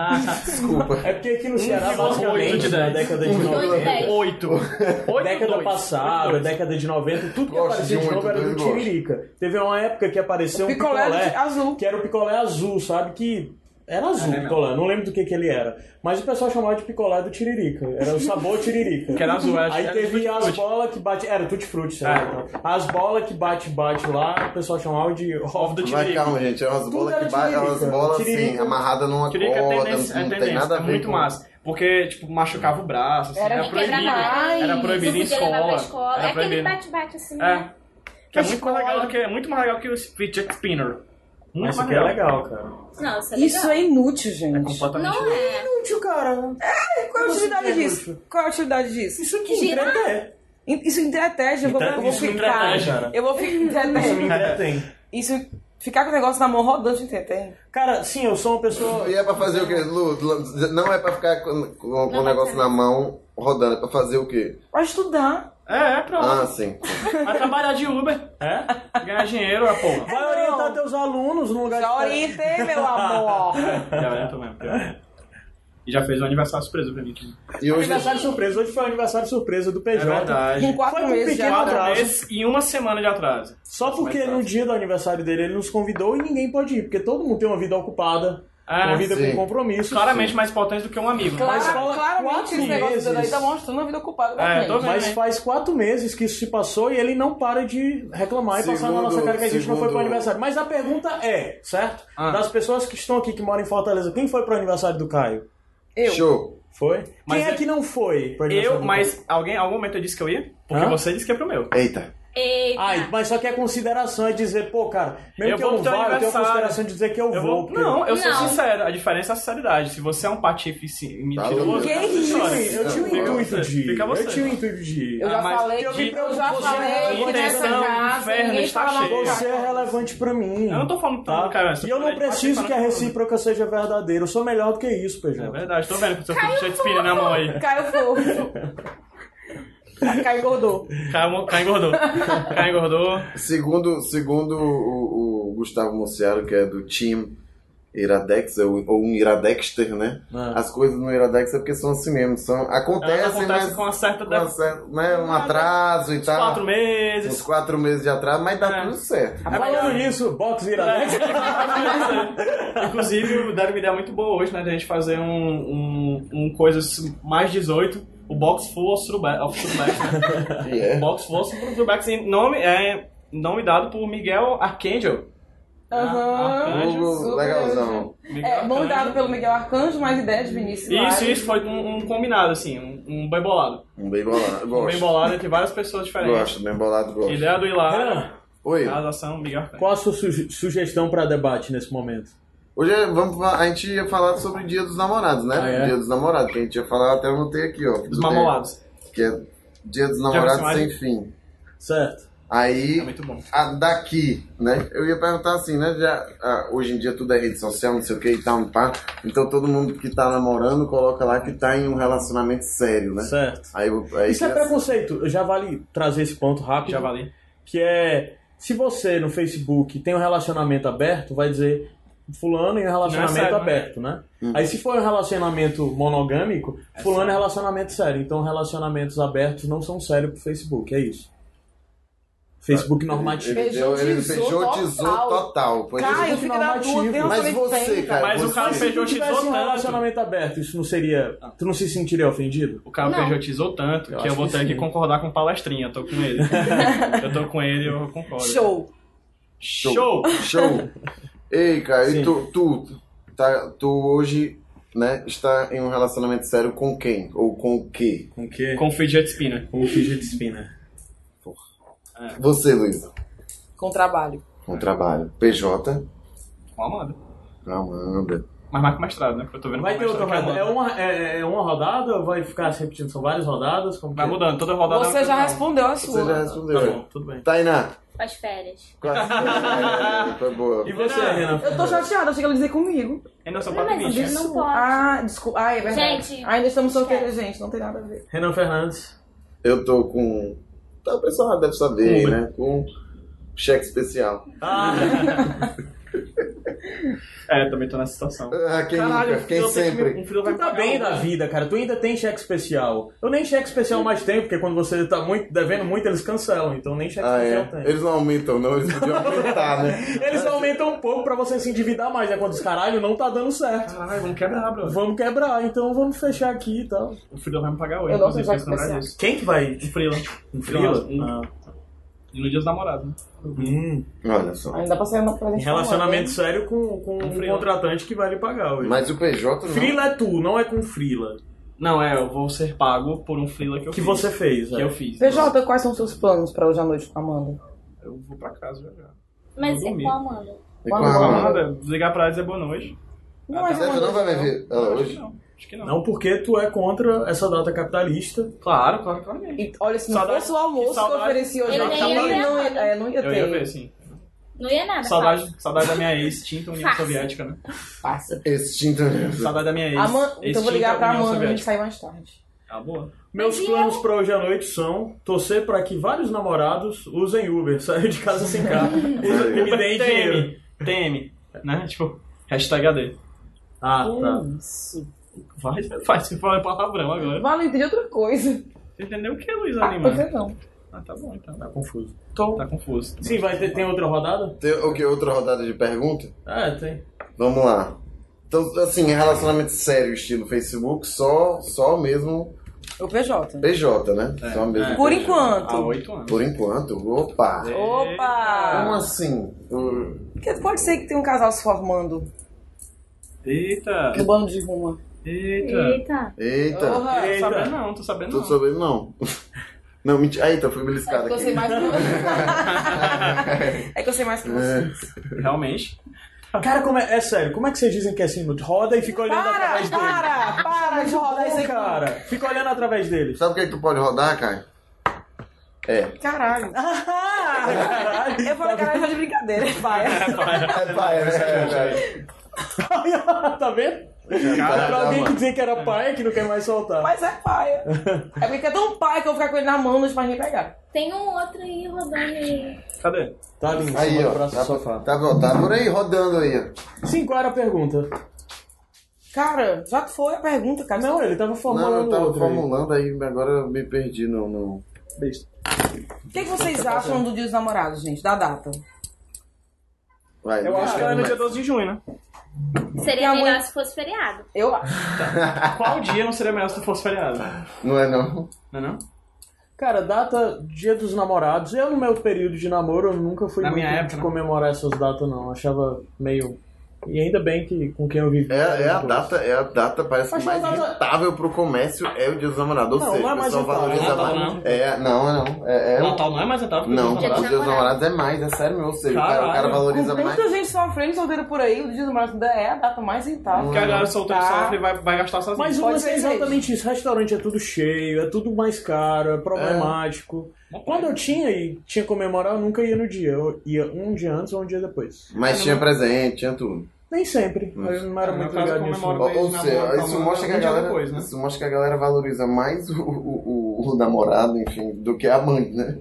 Speaker 4: Desculpa.
Speaker 1: É porque aqui no Ceará,
Speaker 2: ficou oito de Um
Speaker 1: basicamente, na
Speaker 2: dez.
Speaker 1: né,
Speaker 2: Um
Speaker 1: década de
Speaker 12: Dois de
Speaker 1: 90...
Speaker 12: dez.
Speaker 2: Oito. Oito
Speaker 1: Década
Speaker 2: dois.
Speaker 1: passada,
Speaker 2: Oito dois.
Speaker 1: década de 90, tudo que
Speaker 4: Gosto
Speaker 1: aparecia
Speaker 4: de
Speaker 1: de
Speaker 4: um,
Speaker 1: novo
Speaker 4: oito,
Speaker 1: era do
Speaker 4: dois, gosto.
Speaker 1: Tiririca. Teve uma época que apareceu um
Speaker 6: Picolé
Speaker 1: picolé,
Speaker 6: de- azul.
Speaker 1: que era o picolé azul, sabe? Que era azul
Speaker 2: É,
Speaker 1: o
Speaker 2: né,
Speaker 1: picolé, não lembro do que, que ele era. Mas o pessoal chamava de picolé do Tiririca. Era o sabor Tiririca.
Speaker 2: Que era azul, acho
Speaker 1: Aí
Speaker 2: que era
Speaker 1: teve
Speaker 2: tutti
Speaker 1: as
Speaker 2: frutti.
Speaker 1: bolas que bate. Era tutti frutti, sei
Speaker 2: Ah.
Speaker 1: lá. então. As bolas que bate-bate lá, o pessoal chamava de ovo do
Speaker 4: Mas
Speaker 1: Tiririca.
Speaker 4: calma, gente. É umas
Speaker 1: Tudo
Speaker 4: bolas
Speaker 1: era
Speaker 4: que batem, é umas
Speaker 1: tiririca.
Speaker 4: bolas assim,
Speaker 1: Tiririca.
Speaker 4: amarradas numa
Speaker 2: Tiririca é
Speaker 4: corda, assim,
Speaker 2: tendência, é
Speaker 4: não tem
Speaker 2: tendência,
Speaker 4: nada a
Speaker 2: é
Speaker 4: ver.
Speaker 2: muito
Speaker 4: com-
Speaker 2: massa. Porque, tipo, machucava o braço, assim,
Speaker 6: Era
Speaker 2: era,
Speaker 6: de
Speaker 2: proibido.
Speaker 6: quebrar mais.
Speaker 2: Era proibido em
Speaker 12: Não podia levar pra
Speaker 2: escola.
Speaker 12: escola.
Speaker 2: Era
Speaker 12: É aquele
Speaker 2: proibido.
Speaker 12: bate-bate assim,
Speaker 2: É.
Speaker 12: né?
Speaker 2: Que é muito mais
Speaker 6: Escola.
Speaker 2: legal do que, é muito mais legal que o fidget spinner. Muito
Speaker 1: Mas isso
Speaker 2: mais
Speaker 1: aqui é legal, cara.
Speaker 12: Não, isso é legal.
Speaker 6: Isso é inútil, gente.
Speaker 2: É completamente
Speaker 12: Não é.
Speaker 1: Útil, cara.
Speaker 6: Qual é
Speaker 9: assim
Speaker 6: a utilidade disso? Qual é a utilidade disso?
Speaker 1: Isso aqui
Speaker 12: Gira.
Speaker 1: entreter.
Speaker 6: In- Isso entretege, eu vou,
Speaker 1: Entre-
Speaker 6: eu vou
Speaker 1: isso me
Speaker 2: né,
Speaker 6: ficar.
Speaker 1: entretém, cara.
Speaker 6: Eu vou ficar
Speaker 1: Isso me
Speaker 6: entretém.
Speaker 1: entretém.
Speaker 6: Isso ficar com o negócio na mão rodante entretém.
Speaker 1: Cara, sim, eu sou uma pessoa.
Speaker 4: E é pra fazer o quê? Lu, Lu, não é pra ficar com, com- com o negócio na mão rodando. É pra fazer o quê?
Speaker 6: Pra estudar.
Speaker 2: É, é, pronto.
Speaker 4: Ah, sim.
Speaker 2: Vai trabalhar de Uber. É? Ganhar dinheiro, a porra.
Speaker 1: Vai orientar teus alunos no lugar
Speaker 6: Já
Speaker 1: de.
Speaker 6: orientei, meu amor.
Speaker 2: Já orientou mesmo. É, pior. E já fez um aniversário surpresa pra mim. É também.
Speaker 4: E hoje...
Speaker 1: Aniversário surpresa. Hoje foi o aniversário surpresa do
Speaker 2: É
Speaker 1: PJ.
Speaker 6: Com quatro
Speaker 1: Foi um com
Speaker 6: meses de
Speaker 1: pequeno
Speaker 6: atraso.
Speaker 1: atraso.
Speaker 2: Quatro meses e uma semana de atraso.
Speaker 1: Só porque
Speaker 2: tá.
Speaker 1: no dia do aniversário dele ele nos convidou e ninguém pode ir, porque todo mundo tem uma vida ocupada, uma
Speaker 2: É,
Speaker 1: vida
Speaker 4: sim.
Speaker 1: com compromisso.
Speaker 2: claramente mais potente do que um amigo.
Speaker 6: Claro,
Speaker 1: Mas fala
Speaker 6: Tá claramente
Speaker 1: quatro
Speaker 6: esse negócio
Speaker 1: meses.
Speaker 6: do daí tá mostrando a vida ocupada pra
Speaker 2: É,
Speaker 6: gente.
Speaker 2: tô vendo.
Speaker 1: Mas faz quatro meses que isso se passou e ele não para de reclamar e passar na
Speaker 4: Segundo-
Speaker 1: nossa cara que a gente não foi
Speaker 4: segundo-
Speaker 1: pro aniversário. Mas a pergunta é, certo?
Speaker 2: Ah.
Speaker 1: Das pessoas que estão aqui que moram em Fortaleza, quem foi pro aniversário do Caio?
Speaker 6: Eu.
Speaker 4: Show.
Speaker 1: Foi?
Speaker 2: Mas
Speaker 1: quem é
Speaker 2: eu-
Speaker 1: que não foi pro aniversário
Speaker 2: Eu,
Speaker 1: do
Speaker 2: mas alguém, algum momento eu disse que eu ia? Porque
Speaker 1: Hã?
Speaker 2: você disse que é pro meu.
Speaker 4: Eita.
Speaker 12: Eita.
Speaker 1: Ai, mas só que a consideração é dizer, pô, cara, mesmo
Speaker 2: Eu
Speaker 1: que eu
Speaker 2: vou
Speaker 1: não
Speaker 2: pro teu
Speaker 1: vá, eu tenho a
Speaker 2: aniversário.
Speaker 1: consideração de dizer que eu,
Speaker 2: Eu
Speaker 1: vou.
Speaker 2: vou,
Speaker 1: porque-
Speaker 2: não, eu sou
Speaker 12: Não.
Speaker 2: sincero. A diferença é a sinceridade. Se você é um patife si- mentiroso,
Speaker 6: Que isso?
Speaker 1: Sim, eu tinha o
Speaker 2: Fica
Speaker 1: intuito
Speaker 2: você,
Speaker 1: de ir.
Speaker 2: fica você.
Speaker 1: Eu tinha o intuito de ir.
Speaker 6: Eu já
Speaker 2: Ah, mas
Speaker 6: falei
Speaker 2: eu
Speaker 6: que
Speaker 2: vi-
Speaker 6: eu já
Speaker 1: você-
Speaker 6: falei que nessa
Speaker 2: intenção,
Speaker 6: casa
Speaker 2: inferno,
Speaker 6: ninguém tá
Speaker 2: está
Speaker 6: fala
Speaker 2: cheio.
Speaker 6: boca.
Speaker 1: Você é relevante pra mim.
Speaker 2: Eu não tô falando
Speaker 1: tá?
Speaker 2: tá, cara. eu
Speaker 1: E eu não
Speaker 2: falei de
Speaker 1: preciso
Speaker 2: patife,
Speaker 1: que a
Speaker 2: não.
Speaker 1: recíproca seja verdadeira. Eu sou melhor do que isso,
Speaker 2: É
Speaker 1: PJ.
Speaker 2: verdade, tô vendo com seu filho de espinha na mão aí.
Speaker 6: Caio fofo. Caio engordou.
Speaker 2: Cai, cai engordou. Cai engordou.
Speaker 4: Segundo, segundo o, o Gustavo Mociaro, que é do time Iradex, ou, ou um Iradexter, né?
Speaker 1: Ah.
Speaker 4: As coisas no Iradex é porque são assim mesmo.
Speaker 2: Ah,
Speaker 4: São,
Speaker 2: tá
Speaker 4: acontecem,
Speaker 2: Ela acontece
Speaker 4: mas
Speaker 2: com uma certa
Speaker 4: com uma
Speaker 2: deve-
Speaker 4: certa- né, um atraso e
Speaker 2: uns
Speaker 4: tal.
Speaker 2: quatro meses.
Speaker 4: Uns quatro meses de atraso, mas dá
Speaker 2: É.
Speaker 4: tudo certo.
Speaker 1: Falando nisso, box vira
Speaker 2: É. Inclusive, deram uma ideia muito boa hoje, né? De a gente fazer um, um, um coisas mais 18, o Box Full of Throwback- of Throwbacks. Né? O
Speaker 4: Yeah.
Speaker 2: Box Full of Throwbacks em nome, é nome dado por Miguel Archangel.
Speaker 6: Aham.
Speaker 2: Arcanjo,
Speaker 4: Hugo,
Speaker 6: super.
Speaker 4: legalzão.
Speaker 2: Miguel
Speaker 6: É,
Speaker 2: Arcanjo.
Speaker 6: mandado pelo Miguel Arcanjo, mais ideia de Vinícius Lages.
Speaker 2: Isso, isso foi um, um combinado, assim, um, um bem bolado.
Speaker 4: Um bem bolado.
Speaker 2: Um bem
Speaker 4: Gosto.
Speaker 2: bolado entre várias pessoas diferentes.
Speaker 4: Gosto, bem bolado, gosto.
Speaker 2: Ideia do Hilário,
Speaker 4: Oi.
Speaker 2: realização Miguel Arcanjo.
Speaker 1: Qual a sua su- sugestão pra debate nesse momento?
Speaker 4: Hoje é- vamos, fa- a gente ia falar sobre o Dia dos Namorados, né?
Speaker 1: Ah, é?
Speaker 4: Dia dos Namorados, que a gente ia falar, até anotei aqui, ó.
Speaker 2: Os mamolados.
Speaker 4: Que é Dia dos Namorados
Speaker 2: Dia
Speaker 4: sem
Speaker 2: dos
Speaker 4: fim.
Speaker 1: Certo.
Speaker 4: Aí,
Speaker 2: É muito bom.
Speaker 4: a daqui, né? Eu ia perguntar assim, né? Já, ah, hoje em dia tudo é rede social, não sei o que e tal, não pá. Então todo mundo que tá namorando coloca lá que tá em um relacionamento sério, né?
Speaker 1: Certo.
Speaker 4: Aí, eu- aí
Speaker 1: Isso é
Speaker 4: criança-
Speaker 1: preconceito. Já vale trazer esse ponto rápido.
Speaker 2: Já valeu.
Speaker 1: que é se você no Facebook tem um relacionamento aberto, vai dizer fulano em um relacionamento
Speaker 2: sério, né?
Speaker 1: aberto, né?
Speaker 4: Uhum.
Speaker 1: Aí se for um relacionamento monogâmico, fulano é relacionamento sério. Então relacionamentos abertos não são sérios pro Facebook, é isso. Facebook normativo.
Speaker 4: Ah, Ele deu- ele pejotizou total. pois é.
Speaker 6: Caio, fica na tua, tem um
Speaker 4: Mas
Speaker 6: também que
Speaker 4: você,
Speaker 6: tem,
Speaker 4: cara,
Speaker 1: Mas o
Speaker 4: é, você- assim,
Speaker 1: cara pejotizou
Speaker 6: Se tivesse um
Speaker 1: tanto. relacionamento aberto, isso não seria... Tu não se sentiria ofendido?
Speaker 2: O cara pejotizou tanto que eu vou ter que concordar com o palestrinha. Eu tô com ele. eu tô com ele e eu concordo.
Speaker 6: Show.
Speaker 2: Show.
Speaker 4: Show! Ei, cara, e tu, tu, tá, tu hoje né, está em um relacionamento sério com quem? Ou com o quê?
Speaker 1: Com o quê?
Speaker 2: Com o fidget spinner. É.
Speaker 1: Com o fidget spinner.
Speaker 4: Você, Luísa,
Speaker 6: Com trabalho.
Speaker 4: com trabalho. PJ,
Speaker 2: Com a Amanda.
Speaker 4: Amanda.
Speaker 2: Mas marca mestrado, né? Porque eu tô vendo
Speaker 1: Vai
Speaker 2: que
Speaker 1: ter
Speaker 2: o
Speaker 1: outra
Speaker 2: mestrado
Speaker 1: rodada.
Speaker 2: que
Speaker 1: É uma, é, é uma rodada ou vai ficar se repetindo? São várias rodadas? Como é?
Speaker 2: Vai mudando, toda rodada
Speaker 6: Você já respondeu a sua.
Speaker 4: Você já respondeu.
Speaker 1: Tá bom, tudo bem.
Speaker 4: Tainá.
Speaker 12: Faz férias.
Speaker 4: Quase. É, foi boa.
Speaker 1: E você, Renan?
Speaker 6: Eu tô chateada, achei que ela ia dizer comigo.
Speaker 2: Ainda é só
Speaker 12: Não,
Speaker 2: pode
Speaker 12: mas a gente não pode.
Speaker 6: Ah, desculpa. Ah, é verdade.
Speaker 12: Gente, é.
Speaker 6: Ainda estamos solteiros, gente. Não tem nada a ver.
Speaker 1: Renan Fernandes.
Speaker 4: Eu tô com. Tá, o pessoal já deve saber,
Speaker 1: Com Uber. Ah,
Speaker 4: né? Com cheque especial.
Speaker 2: É,
Speaker 1: tá.
Speaker 2: também tô nessa situação.
Speaker 4: Ah, quem
Speaker 1: Caralho,
Speaker 4: nunca? Quem
Speaker 1: filho, tem que
Speaker 4: sempre?
Speaker 1: me- um filho vai tá bem da vida, cara. Tu ainda tem cheque especial. Eu nem cheque especial mais tenho, porque quando você tá muito, devendo muito, eles cancelam. Então nem cheque
Speaker 4: Ah,
Speaker 1: especial
Speaker 4: é.
Speaker 1: tem.
Speaker 4: Eles não aumentam, não. Eles podiam aumentar, né?
Speaker 1: Eles aumentam um pouco pra você se endividar mais, né? Quando diz, caralho, não tá dando certo.
Speaker 2: Caralho, vamos quebrar, bro.
Speaker 1: Vamos quebrar, então vamos fechar aqui e tal.
Speaker 2: O Frila vai me pagar hoje.
Speaker 1: Eu não
Speaker 2: inclusive, é
Speaker 1: sei
Speaker 2: se lembrar
Speaker 1: especial.
Speaker 2: disso.
Speaker 1: Quem que vai?
Speaker 2: Um Frila.
Speaker 1: Um frila?
Speaker 2: Um...
Speaker 1: Ah.
Speaker 2: E no dia dos namorados, né?
Speaker 1: Hum.
Speaker 4: Olha só.
Speaker 6: Ainda pra né? ser uma presente.
Speaker 1: Relacionamento sério com, com um,
Speaker 2: frila.
Speaker 1: contratante que vai lhe pagar hoje.
Speaker 4: Mas o PJ não.
Speaker 1: Frila é tu, não é com frila.
Speaker 2: Não, é, eu vou ser pago por um Frila que eu
Speaker 1: Que
Speaker 2: fiz.
Speaker 1: você fez,
Speaker 2: Que
Speaker 1: é.
Speaker 2: eu fiz.
Speaker 6: PJ, quais são os seus planos pra hoje à noite com a Amanda?
Speaker 2: Eu vou pra casa já já.
Speaker 12: Mas
Speaker 2: Vou
Speaker 12: é
Speaker 2: dormir.
Speaker 12: com a Amanda.
Speaker 4: E com
Speaker 6: Qual
Speaker 4: a
Speaker 6: é o nome?
Speaker 4: Amanda?
Speaker 2: Nada, ligar pra ela e dizer boa noite.
Speaker 6: Não, mas
Speaker 4: Você não vai me ver ela
Speaker 2: Acho que
Speaker 4: hoje?
Speaker 2: não, Acho que não.
Speaker 1: Não porque tu é contra essa data capitalista.
Speaker 2: Claro, claro, claramente.
Speaker 6: E, olha, se não
Speaker 2: Saudade-
Speaker 6: fosse o almoço que, eu
Speaker 2: saudade-
Speaker 6: ofereci hoje,
Speaker 12: Eu
Speaker 6: à
Speaker 12: nem
Speaker 6: tarde,
Speaker 12: ia ver
Speaker 6: não,
Speaker 12: nada.
Speaker 6: ia, é, não ia
Speaker 2: Eu ia ver, assim.
Speaker 6: ter.
Speaker 2: sim.
Speaker 12: Não ia nada. fácil.
Speaker 2: Saudade, saudade da minha ex-extinta União
Speaker 12: Fácil.
Speaker 2: Soviética, né?
Speaker 6: Passa.
Speaker 4: Extinto.
Speaker 2: Saudade da minha ex.
Speaker 6: Aman- Então eu vou ligar
Speaker 2: extinta
Speaker 6: pra
Speaker 2: União
Speaker 6: Amanda, a gente
Speaker 2: Soviética.
Speaker 6: sai mais tarde.
Speaker 2: Tá boa.
Speaker 1: Meus planos pra hoje à noite são torcer pra que vários namorados usem Uber, saiam de casa sem carro. Usa- e me deem dinheiro.
Speaker 2: TM, TM, né? Tipo, hashtag AD.
Speaker 1: Ah, tá.
Speaker 6: Que Isso.
Speaker 2: Vai, faz, você fala palavrão agora.
Speaker 6: Vale, entendi outra coisa.
Speaker 2: Você entendeu o que, Luiz
Speaker 6: Ah, pois
Speaker 2: Animar?
Speaker 6: é, não.
Speaker 2: Ah, tá bom, então.
Speaker 1: Tá confuso.
Speaker 2: Tá confuso.
Speaker 1: Sim, vai ter tem outra rodada?
Speaker 4: Tem o que? Outra rodada de pergunta?
Speaker 6: Ah,
Speaker 1: É, tem.
Speaker 4: Vamos lá. Então, assim, relacionamento sério, estilo Facebook, só, só mesmo
Speaker 6: O PJ.
Speaker 4: PJ, né? só
Speaker 1: É.
Speaker 4: mesmo.
Speaker 6: Por
Speaker 4: PJ.
Speaker 2: É. Há
Speaker 6: enquanto.
Speaker 2: oito anos.
Speaker 4: Por enquanto. Opa! Como
Speaker 6: Opa!
Speaker 4: assim? O-
Speaker 6: Porque pode ser que tenha um casal se formando
Speaker 2: Eita,
Speaker 6: no bando de ruma.
Speaker 2: eita.
Speaker 12: Eita.
Speaker 4: Eita!
Speaker 6: Porra,
Speaker 2: Tô
Speaker 1: Eita.
Speaker 2: sabendo não, tô sabendo
Speaker 4: Tô
Speaker 2: não.
Speaker 4: sabendo, não. Não, mentira. Ah, então foi
Speaker 6: É
Speaker 4: beliscada
Speaker 6: que eu sei
Speaker 4: aqui.
Speaker 6: mais que você. É que eu sei mais que você.
Speaker 2: Realmente.
Speaker 1: Cara, como é, é sério, como é que vocês dizem que é assim? Roda e fica olhando
Speaker 6: Para,
Speaker 1: através dele.
Speaker 6: para, para de rodar
Speaker 1: Ô,
Speaker 6: esse
Speaker 1: cara, fica olhando através deles.
Speaker 4: Sabe o que, é que tu pode rodar, Caio? É.
Speaker 6: Caralho.
Speaker 1: Caralho.
Speaker 6: Eu falei, caralho, só de brincadeira. Vai.
Speaker 4: É pai, né? É,
Speaker 1: tá vendo?
Speaker 4: Cara,
Speaker 1: pra alguém que
Speaker 4: mano.
Speaker 1: dizia que era pai que não quer mais soltar.
Speaker 6: Mas é paia. É porque é tão paia que eu vou ficar com ele na mão antes pra ninguém pegar.
Speaker 12: Tem um outro aí rodando aí.
Speaker 2: Cadê?
Speaker 1: Tá lindo,
Speaker 4: Aí, ó.
Speaker 1: abraço do
Speaker 4: Tá,
Speaker 1: sofá.
Speaker 4: tá, bom, tá por aí rodando aí, ó.
Speaker 1: Sim, qual era a pergunta?
Speaker 6: Cara, já foi a pergunta, cara.
Speaker 1: Não, ele tava
Speaker 4: Não,
Speaker 1: formulando
Speaker 4: eu tava
Speaker 1: outra um aí.
Speaker 4: formulando aí, agora eu me perdi no. no...
Speaker 6: O que, que vocês acham do Dia dos Namorados, gente? Da data.
Speaker 4: Vai,
Speaker 2: Eu acho que é no dia
Speaker 4: mais.
Speaker 2: 12 de junho, né?
Speaker 12: Seria
Speaker 6: Minha
Speaker 12: melhor
Speaker 6: mãe-
Speaker 12: se fosse feriado.
Speaker 6: Eu acho.
Speaker 2: Qual dia não seria melhor se tu fosse feriado?
Speaker 4: Não é, não.
Speaker 2: Não é não?
Speaker 1: Cara, data Dia dos Namorados. Eu, no meu período de namoro, eu nunca fui
Speaker 2: Na
Speaker 1: muito
Speaker 2: minha época,
Speaker 1: de
Speaker 2: né?
Speaker 1: comemorar essas datas, não. Eu Achava meio. E ainda bem que com quem eu vivi.
Speaker 4: É, é a data, é a data, parece que
Speaker 1: Mas é a
Speaker 4: mais
Speaker 1: data-
Speaker 4: rentável pro comércio é o dia dos namorados. Ou
Speaker 1: Não,
Speaker 4: seja,
Speaker 1: não é
Speaker 4: o
Speaker 1: mais
Speaker 4: pessoal
Speaker 1: rentável,
Speaker 4: valoriza
Speaker 2: não é
Speaker 4: mais.
Speaker 2: rentável,
Speaker 4: É, não, é não. É, é,
Speaker 2: Natal não é mais etapa
Speaker 4: não, o
Speaker 12: Dia
Speaker 4: dia
Speaker 12: dos
Speaker 4: dos namorados
Speaker 12: namorados
Speaker 4: é mais, é sério mesmo. Ou seja, o cara, o cara
Speaker 2: Caralho.
Speaker 4: valoriza
Speaker 6: Com
Speaker 4: mais.
Speaker 6: tanta gente sofrendo, solteira por aí, o Dia dos Namorados ainda é a data mais rentável.
Speaker 2: Porque a galera solteira
Speaker 6: Tá.
Speaker 2: sofre e vai, vai gastar sozinha.
Speaker 1: Mas o
Speaker 6: Pode
Speaker 1: lance é
Speaker 6: ser seis.
Speaker 1: exatamente isso. Restaurante é tudo cheio, é tudo mais caro, é problemático.
Speaker 2: É.
Speaker 1: Quando eu tinha e tinha que comemorar, eu nunca ia no dia. Eu ia um dia antes ou um dia depois.
Speaker 4: Mas tinha presente, tinha tudo.
Speaker 1: Nem sempre. Eu não era
Speaker 2: É, no
Speaker 1: muito
Speaker 2: caso,
Speaker 1: ligado nisso.
Speaker 2: comemora
Speaker 1: não.
Speaker 2: Mas
Speaker 4: Ou, ou
Speaker 2: namoro,
Speaker 4: seja,
Speaker 2: namoro,
Speaker 4: isso mostra que a
Speaker 2: um dia
Speaker 4: galera.
Speaker 2: depois, né?
Speaker 4: Isso mostra que a galera valoriza mais o, o, o- o namorado, enfim, do que a mãe, né?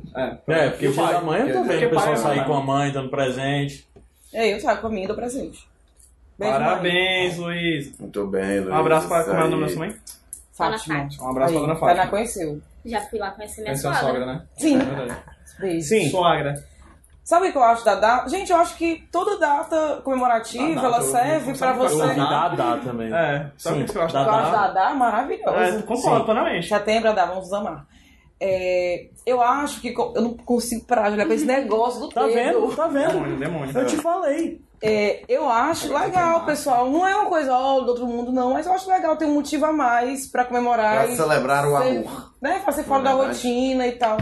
Speaker 1: É, porque
Speaker 2: E
Speaker 1: o
Speaker 2: o
Speaker 1: dia
Speaker 2: pai?
Speaker 1: da mãe eu tô
Speaker 2: Porque
Speaker 1: vendo o
Speaker 2: pai
Speaker 1: pessoal
Speaker 2: é
Speaker 1: sair
Speaker 2: mãe.
Speaker 1: com a mãe, dando presente.
Speaker 6: É, eu saio com a minha e dou presente. Beijo, mãe.
Speaker 2: Parabéns, Luiz.
Speaker 4: Muito bem, Luiz.
Speaker 2: Um abraço pra.
Speaker 4: isso
Speaker 2: Como é o
Speaker 4: aí.
Speaker 2: nome da sua mãe?
Speaker 6: Tá Fátima.
Speaker 2: Um abraço pra dona
Speaker 6: Aí,
Speaker 2: Fátima.
Speaker 6: Tainá conheceu.
Speaker 12: Já fui lá conhecer minha
Speaker 2: Essa é a
Speaker 12: sogra.
Speaker 2: sogra, né?
Speaker 6: Sim.
Speaker 2: É verdade.
Speaker 6: Beijo.
Speaker 2: Sogra.
Speaker 6: Sabe o que eu acho da data? Gente, eu acho que toda data comemorativa
Speaker 2: A Ah, data,
Speaker 6: ela
Speaker 2: eu-
Speaker 6: serve
Speaker 2: eu-
Speaker 6: pra
Speaker 2: eu- eu-
Speaker 6: você.
Speaker 2: eu- eu-
Speaker 1: Da Dá também.
Speaker 2: É, sabe o que eu acho
Speaker 6: Eu
Speaker 2: da
Speaker 6: acho
Speaker 2: data?
Speaker 6: Dadá maravilhoso.
Speaker 2: É, concordo plenamente.
Speaker 6: Setembro, Dadá, vamos amar. É, eu acho que co- eu não consigo parar de olhar pra esse negócio do
Speaker 1: Tá
Speaker 6: dedo.
Speaker 1: vendo? Tá vendo?
Speaker 2: Demônio.
Speaker 1: Eu te falei.
Speaker 6: Então, É, eu acho legal, pessoal. Não é uma coisa ó, do outro mundo, não, mas eu acho legal ter um motivo a mais pra comemorar.
Speaker 4: Pra celebrar o
Speaker 6: ser-
Speaker 4: amor.
Speaker 6: Né? Pra ser fora
Speaker 4: Não é
Speaker 6: da
Speaker 4: verdade?
Speaker 6: rotina e tal.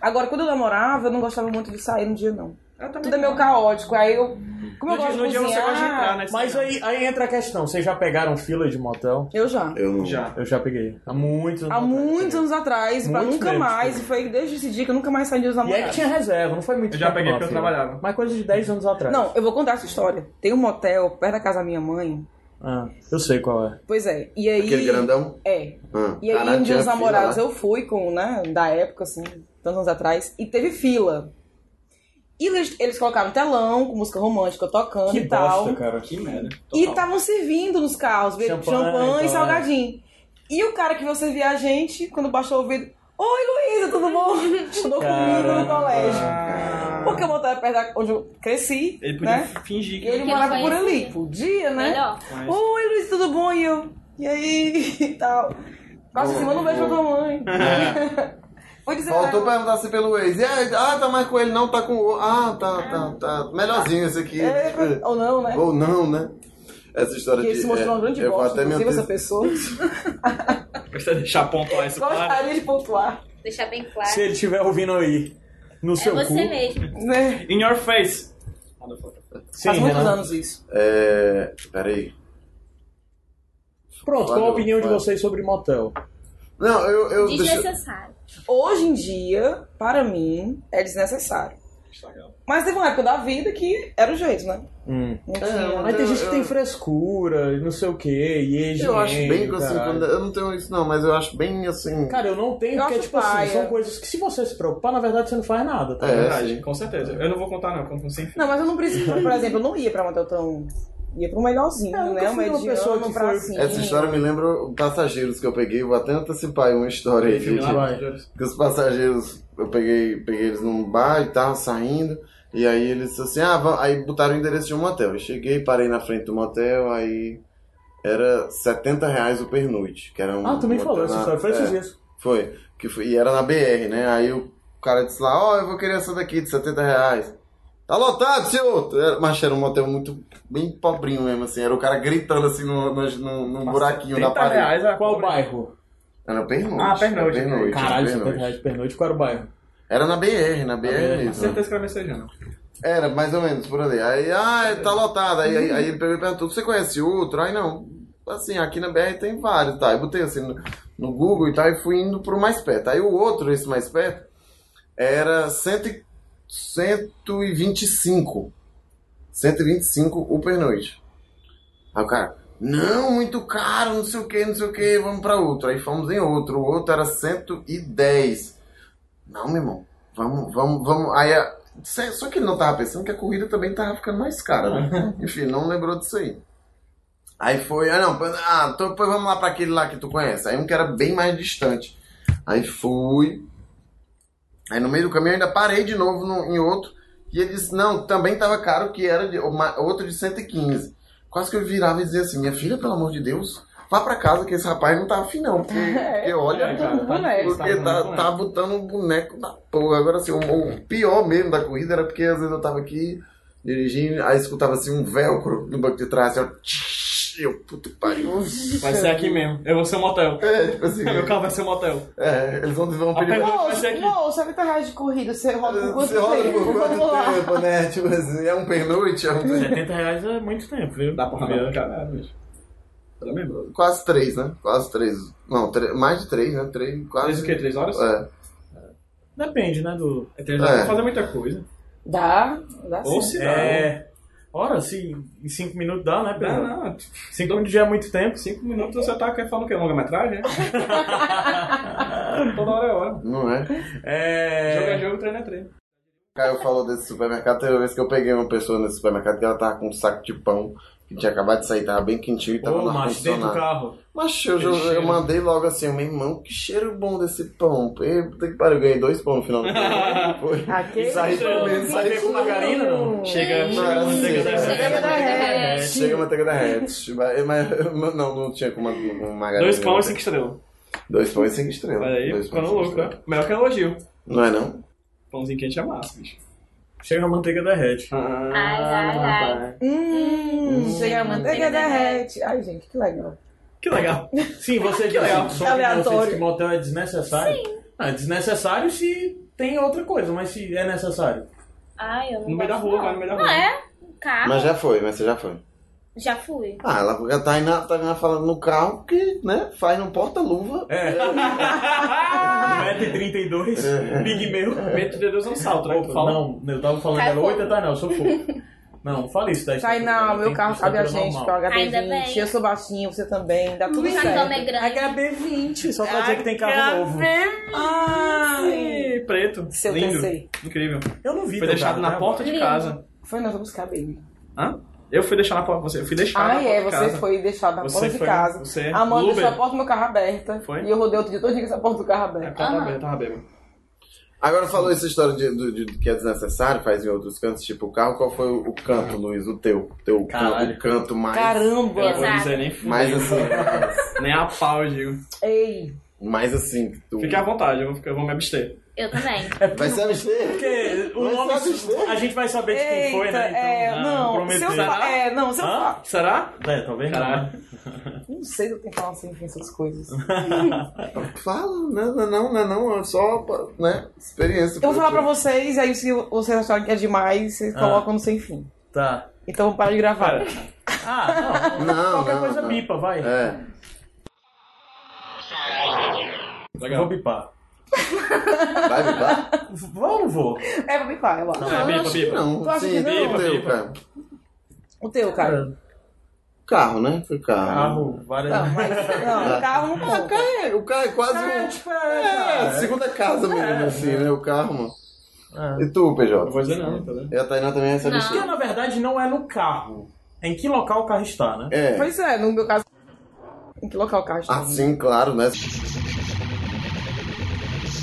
Speaker 6: Agora, quando eu namorava, eu não gostava muito de sair no dia, não.
Speaker 2: também
Speaker 6: Tudo é meio caótico. Aí eu. Como eu
Speaker 2: No
Speaker 6: gosto
Speaker 2: dia- no
Speaker 6: de
Speaker 2: dia você
Speaker 6: cozinhar,
Speaker 2: gosta de entrar, né?
Speaker 1: Mas aí, aí entra a questão, vocês já pegaram fila de motel?
Speaker 6: Eu já.
Speaker 4: Eu não.
Speaker 2: Já.
Speaker 1: Eu já peguei. Há muito
Speaker 6: Há muitos anos atrás, pra
Speaker 1: Muitos
Speaker 6: nunca
Speaker 1: mesmo,
Speaker 6: mais. E foi desde esse dia que eu nunca mais saí dos
Speaker 1: E é
Speaker 6: namorados.
Speaker 1: que tinha reserva, não foi muito
Speaker 2: tipo. Eu já
Speaker 1: tempo,
Speaker 2: peguei
Speaker 1: não,
Speaker 2: porque eu
Speaker 1: filho.
Speaker 2: trabalhava.
Speaker 1: Mas coisa de 10 anos atrás.
Speaker 6: Não, eu vou contar essa história. Tem um motel perto da casa da minha mãe.
Speaker 1: Ah, eu sei qual é.
Speaker 6: Pois é. E aí.
Speaker 4: Aquele grandão?
Speaker 6: É.
Speaker 4: Ah,
Speaker 6: E aí,
Speaker 4: caralho,
Speaker 6: um dia
Speaker 4: tinha
Speaker 6: os
Speaker 4: fila
Speaker 6: namorados
Speaker 4: lá.
Speaker 6: eu fui com, né, da época, assim, tantos anos atrás, e teve fila. E eles, eles colocaram telão com música romântica tocando
Speaker 1: Que
Speaker 6: e tal.
Speaker 1: bosta, cara.
Speaker 2: Que merda.
Speaker 6: tá E tá estavam servindo nos carros, be-
Speaker 1: Champanhe,
Speaker 6: champanhe,
Speaker 1: então,
Speaker 6: e salgadinho. E o cara que você via a gente, quando baixou o ouvido, Oi Luísa, tudo bom? Estudou comigo no
Speaker 1: Caramba.
Speaker 6: colégio. Porque eu montava perto da, onde eu cresci,
Speaker 2: Ele podia
Speaker 6: né?
Speaker 2: fingir
Speaker 6: E
Speaker 2: que
Speaker 6: ele
Speaker 12: Que
Speaker 6: morava
Speaker 12: ele
Speaker 6: por ali,
Speaker 12: conhecia.
Speaker 6: podia, né?
Speaker 12: Melhor.
Speaker 2: Mas-
Speaker 6: Oi Luísa, tudo bom? E eu, e aí? E tal. Passa em cima, não beijo pra tua mãe. Vou dizer
Speaker 4: Faltou
Speaker 6: pra ela.
Speaker 4: perguntar se pelo ex. E aí, ah, tá mais com ele não, tá com o. Ah, tá, tá, tá. Melhorzinho esse aqui.
Speaker 6: É, ou não, né?
Speaker 4: Ou não, né? Essa história
Speaker 6: Porque ele
Speaker 4: de.
Speaker 6: se mostrou
Speaker 4: é,
Speaker 6: uma grande
Speaker 4: eu vou
Speaker 6: bosta,
Speaker 4: até me
Speaker 6: inclusive,
Speaker 4: ante-
Speaker 6: essa pessoa.
Speaker 2: Gostaria de deixar pontuar isso claro.
Speaker 6: Gostaria de pontuar,
Speaker 12: Deixar bem claro.
Speaker 1: Se ele estiver ouvindo aí, no
Speaker 12: é
Speaker 1: seu cu.
Speaker 12: você mesmo.
Speaker 6: né?
Speaker 2: In your face.
Speaker 1: Sim,
Speaker 6: Faz muitos
Speaker 1: Renan.
Speaker 6: anos isso.
Speaker 4: É. Peraí.
Speaker 1: Pronto, qual a
Speaker 4: Valeu,
Speaker 1: opinião de
Speaker 4: valeu.
Speaker 1: vocês sobre motel?
Speaker 4: Não, eu. eu deixa...
Speaker 12: Desnecessário.
Speaker 6: Hoje em dia, para mim, é desnecessário. Mas teve uma época da vida que era o jeito, né?
Speaker 1: Hum.
Speaker 6: Não
Speaker 4: É,
Speaker 6: tinha.
Speaker 1: Mas tem
Speaker 4: eu-
Speaker 1: gente que
Speaker 4: eu-
Speaker 1: tem frescura e não sei o que, e higiene,
Speaker 4: Eu acho bem que assim,
Speaker 1: caralho.
Speaker 4: quando- eu não tenho isso não, mas eu acho bem assim.
Speaker 1: Cara, eu não tenho,
Speaker 6: Eu
Speaker 1: porque
Speaker 6: acho
Speaker 1: tipo assim,
Speaker 6: paia.
Speaker 1: são coisas que se você se preocupar, na verdade você não faz nada, tá?
Speaker 4: É,
Speaker 2: Verdade,
Speaker 4: sim.
Speaker 2: com certeza. Eu não vou contar, não, conto sem fim.
Speaker 6: Não, mas eu não preciso, por exemplo, eu não ia pra motel tão. Ia pro melhorzinho,
Speaker 1: É, eu nunca
Speaker 6: né? O
Speaker 1: fui uma
Speaker 6: mediano
Speaker 1: pessoa que
Speaker 6: pra
Speaker 1: foi-
Speaker 6: cima.
Speaker 4: Essa história me lembra o passageiros que eu peguei, vou até antecipar aí uma história aí.
Speaker 2: Filho,
Speaker 4: gente.
Speaker 2: lá,
Speaker 1: vai.
Speaker 2: Deus.
Speaker 4: que os passageiros, eu peguei, peguei eles num bar e tal, saindo. E aí eles disseram assim, ah, vamos. aí botaram o endereço de um motel. Eu cheguei, parei na frente do motel, aí era R$ 70 reais o pernoite. Que era um
Speaker 1: Ah, tu me
Speaker 4: motel
Speaker 1: falou essa
Speaker 4: na-
Speaker 1: história, foi
Speaker 4: é.
Speaker 1: esses dias.
Speaker 4: Foi. Que foi. E era na BR, né? Aí o cara disse lá, ó, eu vou querer essa daqui de 70 reais. Tá lotado, senhor! Era- Mas era um motel muito bem pobrinho mesmo, assim. Era o cara gritando assim no, no, no- num buraquinho da
Speaker 2: 30
Speaker 4: parede.
Speaker 2: reais a
Speaker 1: Qual
Speaker 2: cobra.
Speaker 1: bairro?
Speaker 4: Era pernoite.
Speaker 2: Ah, pernoite.
Speaker 4: Era pernoite.
Speaker 1: Caralho,
Speaker 4: era
Speaker 1: 70
Speaker 4: pernoite.
Speaker 1: reais de pernoite, qual era o bairro?
Speaker 4: Era na BR, na BR
Speaker 1: BR,
Speaker 2: Com
Speaker 4: É mesmo.
Speaker 2: certeza que era mensajando.
Speaker 4: Era, mais ou menos, por ali. Aí, ah, tá lotado. Aí, aí, aí ele pegou e perguntou, você conhece outro? Aí, não. Assim, aqui na BR tem vários, tá? Eu botei assim no, no Google e tal, e fui indo pro mais perto. Aí o outro, esse mais perto, era cento e, 125. 125 o pernoite. Aí o cara, não, muito caro, não sei o que, não sei o que, vamos pra outro. Aí fomos em outro, o outro era 110. Não, meu irmão, vamos, vamos, vamos. Aí a- Cê- Só que ele não tava pensando que a corrida também tava ficando mais cara, né? Enfim, não lembrou disso aí. Aí foi, ah não, ah, então depois vamos lá pra aquele lá que tu conhece. Aí um que era bem mais distante. Aí fui. Aí no meio do caminho eu ainda parei de novo no- em outro. E ele disse, não, também tava caro, que era de, uma- outro de 115. Quase que eu virava e dizia assim, minha filha, pelo amor de Deus, vá pra casa que esse rapaz não tá afim não. Porque, porque olha,
Speaker 2: É, cara, tá
Speaker 6: Boneco.
Speaker 2: difícil,
Speaker 4: porque
Speaker 2: tá
Speaker 4: tá,
Speaker 2: bom,
Speaker 4: tá botando um boneco da porra. Agora, assim, o, o pior mesmo da corrida era porque às vezes eu tava aqui dirigindo, aí escutava assim um velcro no banco de trás, assim, ó, tsh, eu, puto que pariu.
Speaker 2: Vai ser aqui mesmo. Eu vou ser um motel.
Speaker 4: É, tipo assim,
Speaker 2: Meu carro vai ser um motel.
Speaker 4: é, eles vão, vão pedir.
Speaker 2: Aperta-
Speaker 6: Moço,
Speaker 2: Vai ser aqui.
Speaker 6: moço, 70 reais de corrida, você roda por quanto
Speaker 4: Você roda
Speaker 6: tempo?
Speaker 4: por
Speaker 6: Vamos lá.
Speaker 4: quanto tempo, né? Tipo assim, é um pernoite, é um pernoite.
Speaker 1: 70 reais é muito tempo, viu?
Speaker 2: Dá pra rolar caralho, bicho. Tá mesmo?
Speaker 4: Quase três, né? Quase três. Não, tre- mais de três, né? Três,
Speaker 2: Três
Speaker 4: quase.
Speaker 2: o quê? Três horas?
Speaker 4: É.
Speaker 1: Depende, né, do...
Speaker 2: É três horas
Speaker 4: É.
Speaker 2: pra fazer muita coisa.
Speaker 6: Dá, dá
Speaker 2: Ou
Speaker 6: sim.
Speaker 2: se dá.
Speaker 1: É... Ora, se em 5 minutos dá, né,
Speaker 2: Não,
Speaker 1: Pedro?
Speaker 2: não. tipo,
Speaker 1: 5 minutos já é muito tempo.
Speaker 2: Cinco minutos você tá quer falando o quê? Longa-metragem? é? Toda hora é hora.
Speaker 4: Não é?
Speaker 1: É...
Speaker 2: Jogo é jogo, treino é treino.
Speaker 4: Caio falou desse supermercado, teve uma vez que eu peguei uma pessoa nesse supermercado que ela tava com um saco de pão que tinha acabado de sair, tava bem quentinho e tava
Speaker 1: Ô,
Speaker 4: no
Speaker 1: macho, dentro do
Speaker 4: ar-condicionado.
Speaker 1: carro.
Speaker 4: então Macho, eu, eu,
Speaker 2: é
Speaker 4: eu mandei logo assim, meu irmão, que cheiro bom desse pão. E, Puta que pariu, eu ganhei dois pão no final do dia. Foi.
Speaker 1: Aquele
Speaker 4: saí
Speaker 1: pão.
Speaker 4: comendo, saí
Speaker 1: Pegou margarina, não? Chega-
Speaker 4: Não,
Speaker 1: chega
Speaker 4: era
Speaker 1: manteiga
Speaker 4: assim,
Speaker 1: derrete.
Speaker 4: Chega É,
Speaker 1: derrete.
Speaker 4: Chega manteiga derrete. Mas, mas não, não tinha como com margarina.
Speaker 2: Dois pão e cinco estrelas.
Speaker 4: Dois pão e cinco estrelas.
Speaker 2: Olha aí,
Speaker 4: Dois pão e
Speaker 2: ficando
Speaker 4: cinco
Speaker 2: louco, né? Melhor que elogio.
Speaker 4: Não é não?
Speaker 2: Pãozinho quente é massa, bicho.
Speaker 1: Chega a manteiga derrete.
Speaker 2: Ah,
Speaker 6: ai, ai.
Speaker 2: rapaz.
Speaker 6: Hum,
Speaker 2: Hum.
Speaker 6: chega a manteiga derrete. Ai, gente, que legal.
Speaker 1: Que legal. Sim, você disse
Speaker 6: legal.
Speaker 1: só que você
Speaker 6: Aleatório.
Speaker 1: disse que motel é desnecessário. Ah, é desnecessário se tem outra coisa, mas se é necessário.
Speaker 12: Ai, eu não
Speaker 1: No meio da
Speaker 12: gosto,
Speaker 1: rua,
Speaker 12: não.
Speaker 1: vai no meio da
Speaker 12: Não
Speaker 1: rua.
Speaker 12: é? Carro.
Speaker 4: Mas já foi, mas você já foi.
Speaker 12: Já fui.
Speaker 4: Ah, ela, a Tainá, Tainá falando no carro porque, né, faz no porta-luva.
Speaker 1: É. 1,32m, Big Meu.
Speaker 2: Metro de Deus é um salto, né? que tu fala.
Speaker 1: É. Não, eu tava falando
Speaker 6: Cai
Speaker 1: era
Speaker 6: fogo.
Speaker 1: 80, tá? Não, eu sou fofo. Não, fala
Speaker 2: Tá
Speaker 1: isso tá daí.
Speaker 6: Sai não, meu carro cabe a gente, que é o
Speaker 12: Ainda bem.
Speaker 6: HB20. Eu sou baixinho, você também, dá tudo
Speaker 12: Minha
Speaker 6: certo.
Speaker 12: cama é grande.
Speaker 6: HB20,
Speaker 1: Só pra dizer que tem carro novo.
Speaker 6: Ai,
Speaker 2: Ih, preto.
Speaker 6: Seu
Speaker 2: lindo.
Speaker 6: TC.
Speaker 2: Incrível.
Speaker 1: Eu não vi
Speaker 2: Foi
Speaker 1: teu
Speaker 2: deixado
Speaker 1: carro,
Speaker 2: na
Speaker 1: né?
Speaker 2: porta de
Speaker 6: Lindo.
Speaker 2: casa.
Speaker 6: Foi, nós vamos buscar, baby.
Speaker 2: Hã? Eu fui deixar na porta. Você, eu fui deixar
Speaker 6: Ai,
Speaker 2: na porta
Speaker 6: é,
Speaker 2: de
Speaker 6: você
Speaker 2: casa.
Speaker 6: foi deixado na
Speaker 2: Você
Speaker 6: porta de
Speaker 2: foi-
Speaker 6: casa.
Speaker 2: você- é
Speaker 6: a Amanda
Speaker 2: Uber.
Speaker 6: deixou a porta do meu carro aberta.
Speaker 2: Foi?
Speaker 6: E eu rodei outro dia todo dia com essa porta do carro
Speaker 2: É,
Speaker 6: aberta.
Speaker 2: tava bêbado, tava bêbado.
Speaker 4: Agora falou essa história de, do- de- que é desnecessário, faz em outros cantos, tipo o carro. Qual foi o, o canto, Luiz? O teu? teu can,
Speaker 2: Caralho.
Speaker 4: o canto mais.
Speaker 6: Caramba!
Speaker 2: Eu vou dizer, nem fui.
Speaker 4: Mais assim.
Speaker 2: Nem a pau, eu digo.
Speaker 6: Ei,
Speaker 4: mais assim. que Tu...
Speaker 2: Fique à vontade, eu vou, ficar- eu vou me abster.
Speaker 12: Eu também.
Speaker 4: Vai se abster?
Speaker 1: Porque
Speaker 2: Um
Speaker 1: o
Speaker 4: Mas
Speaker 1: nome.
Speaker 4: sabe isso?
Speaker 1: A gente vai saber de
Speaker 2: tipo,
Speaker 1: quem foi,
Speaker 6: eita,
Speaker 1: né? Então,
Speaker 6: é, não, se
Speaker 1: prometeu.
Speaker 6: eu fa- é, não, se eu
Speaker 1: Hã?
Speaker 6: fa-
Speaker 2: Será?
Speaker 1: É, talvez não.
Speaker 2: Caralho.
Speaker 6: Não sei se eu tenho que falar assim, enfim, essas coisas.
Speaker 4: Fala, não, não, não, não, não, é só, pra- né? Experiência.
Speaker 6: Eu vou falar pra vocês, aí se vocês acharem que é demais, vocês
Speaker 1: Ah.
Speaker 6: colocam no sem fim.
Speaker 1: Tá.
Speaker 6: Então eu vou parar de gravar.
Speaker 2: Cara,
Speaker 1: Ah, não.
Speaker 4: Não,
Speaker 1: Qualquer
Speaker 4: não,
Speaker 1: coisa
Speaker 4: não.
Speaker 1: bipa, vai.
Speaker 4: É.
Speaker 1: Vou bipar.
Speaker 4: Vai bipar?
Speaker 1: Vou ou não vou?
Speaker 6: É, vou bipar, eu acho.
Speaker 2: Não, é bipa,
Speaker 4: acho que
Speaker 2: bipa.
Speaker 6: Tu
Speaker 4: não.
Speaker 6: acha
Speaker 4: Sim,
Speaker 6: que não?
Speaker 4: o teu,
Speaker 2: Bipa.
Speaker 4: cara.
Speaker 6: O teu, cara.
Speaker 4: Carro, né? Foi carro.
Speaker 1: Carro, várias.
Speaker 6: Não, mas. Não, o carro não tipo,
Speaker 4: Ah,
Speaker 6: conta.
Speaker 4: carro é- o carro é quase um.
Speaker 6: tá.
Speaker 4: É, segunda casa
Speaker 6: É.
Speaker 4: mesmo, assim, né? O carro, mano.
Speaker 1: É.
Speaker 4: E tu, PJ?
Speaker 2: Não vou dizer não, tá vendo?
Speaker 4: E a Tainá também é recebe
Speaker 12: Não.
Speaker 4: isso.
Speaker 1: Porque na verdade não é no carro. É em que local o carro está, né?
Speaker 4: É.
Speaker 6: Pois é, no meu caso. Em que local o carro está?
Speaker 4: Ah, sim, claro, né?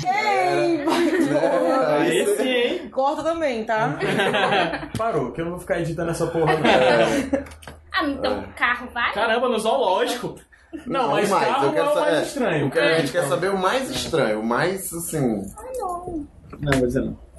Speaker 1: É.
Speaker 6: Ei,
Speaker 4: É.
Speaker 6: vai,
Speaker 2: Aí sim, hein?
Speaker 6: Corta também, tá?
Speaker 1: Parou, que eu não vou ficar editando essa porra. Não,
Speaker 4: É.
Speaker 12: Ah, então carro vai?
Speaker 2: Caramba, no zoológico.
Speaker 1: não mas
Speaker 4: mais,
Speaker 1: carro
Speaker 4: eu quero
Speaker 1: é o
Speaker 4: saber.
Speaker 1: mais estranho. tipo.
Speaker 4: Eu quero- a gente quer saber o mais estranho, o mais, assim...
Speaker 2: Não, vou dizer não.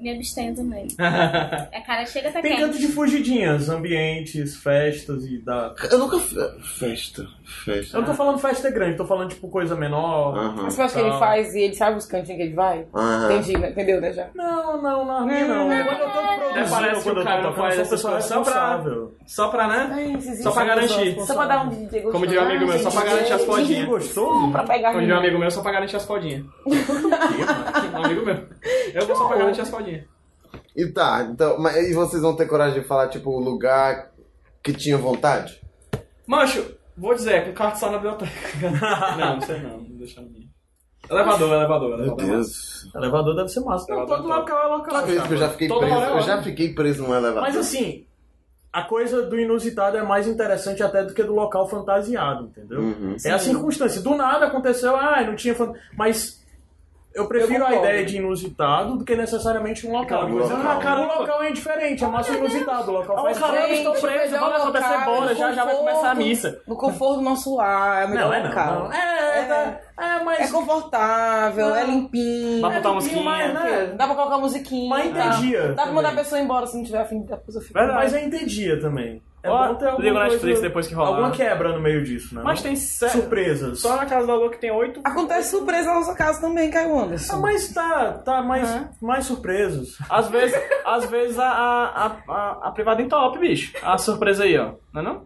Speaker 12: Me abstenho também. A cara chega tá
Speaker 1: Tem
Speaker 12: quente.
Speaker 1: canto de fugidinhas, ambientes, festas e da.
Speaker 4: Eu nunca... é, Festa, festa.
Speaker 1: Eu não tô falando festa grande, tô falando tipo coisa menor.
Speaker 4: Aham.
Speaker 6: Mas você acha que ele
Speaker 1: Tá.
Speaker 6: faz e ele sabe os cantinhos que ele vai?
Speaker 4: Aham.
Speaker 6: Entendi, né? entendeu, né? Já.
Speaker 1: Não, não, não, não. não. Quando eu tô Tá
Speaker 9: É
Speaker 1: produzindo,
Speaker 2: parece que
Speaker 1: quando
Speaker 2: o
Speaker 1: eu
Speaker 2: cara
Speaker 1: tô
Speaker 2: não
Speaker 1: tocando,
Speaker 2: faz
Speaker 1: eu sou pessoa
Speaker 2: essas coisas só pra-
Speaker 1: responsável.
Speaker 2: Só pra, né?
Speaker 6: Ai, esses
Speaker 2: Só pra
Speaker 6: insultos
Speaker 2: garantir.
Speaker 6: gostosos. Só pra dar um DJ gostoso.
Speaker 2: Como diria um amigo meu, só pra garantir as
Speaker 1: Que
Speaker 2: podinhas.
Speaker 1: gostoso?
Speaker 6: Pra pegar
Speaker 2: Como diria um
Speaker 6: ninguém.
Speaker 2: amigo meu, só pra garantir as podinhas. Um amigo meu. Eu vou só pra garantir as podinhas.
Speaker 4: E tá, então... Mas, e vocês vão ter coragem de falar, tipo, o lugar que tinha vontade?
Speaker 2: Mancho, vou dizer, com carta só na biblioteca. Não, não sei não, vou deixar no mim. Elevador, elevador, elevador.
Speaker 4: Deus.
Speaker 1: Elevador deve ser massa. Não,
Speaker 2: Elevador
Speaker 1: todo local é local.
Speaker 4: Tu acredita que eu já fiquei
Speaker 2: Toda
Speaker 4: preso?
Speaker 2: hora é
Speaker 4: Eu já
Speaker 2: hora.
Speaker 4: fiquei preso num elevador.
Speaker 1: Mas assim, a coisa do inusitado é mais interessante até do que do local fantasiado, entendeu?
Speaker 4: Uhum.
Speaker 1: É a circunstância. Do nada aconteceu, ah, não tinha fan... Mas eu prefiro
Speaker 6: Eu
Speaker 1: a
Speaker 6: concordo.
Speaker 1: ideia de inusitado do que necessariamente um local.
Speaker 4: Aquela coisa,
Speaker 1: Ah,
Speaker 4: não.
Speaker 1: cara, o local é indiferente, é massa o inusitado. O local faz
Speaker 6: caramba,
Speaker 1: parte.
Speaker 6: estou preso, vai acontecer bola, já- já vai começar a missa. um No conforto do nosso lar, é melhor
Speaker 1: Não, é não.
Speaker 6: local.
Speaker 1: não. É, é, tá- é,
Speaker 6: É
Speaker 1: mas.
Speaker 6: confortável,
Speaker 1: Não.
Speaker 6: é limpinho.
Speaker 2: Dá pra botar uma musiquinha.
Speaker 1: Mas, né?
Speaker 6: Dá pra colocar musiquinha.
Speaker 1: Mas
Speaker 6: tá?
Speaker 1: entendia
Speaker 6: Dá pra mandar a
Speaker 1: também.
Speaker 6: pessoa embora se não tiver afim da pessoa ficar.
Speaker 1: Mas é entendia também. É
Speaker 2: Ó,
Speaker 1: bom ter alguma
Speaker 2: liga o
Speaker 1: coisa-
Speaker 2: Netflix depois que rolar. né?
Speaker 1: Alguma quebra no meio disso, né?
Speaker 2: Mas tem sete.
Speaker 1: surpresas.
Speaker 2: Só na casa da Lua que tem oito.
Speaker 6: Acontece surpresa na nossa casa também, Caio Anderson.
Speaker 1: Ah, mas tá, tá mais, mais surpresos.
Speaker 2: Às vezes, às vezes a, a, a, a, a privada entope, bicho. A surpresa aí, ó. Não é não?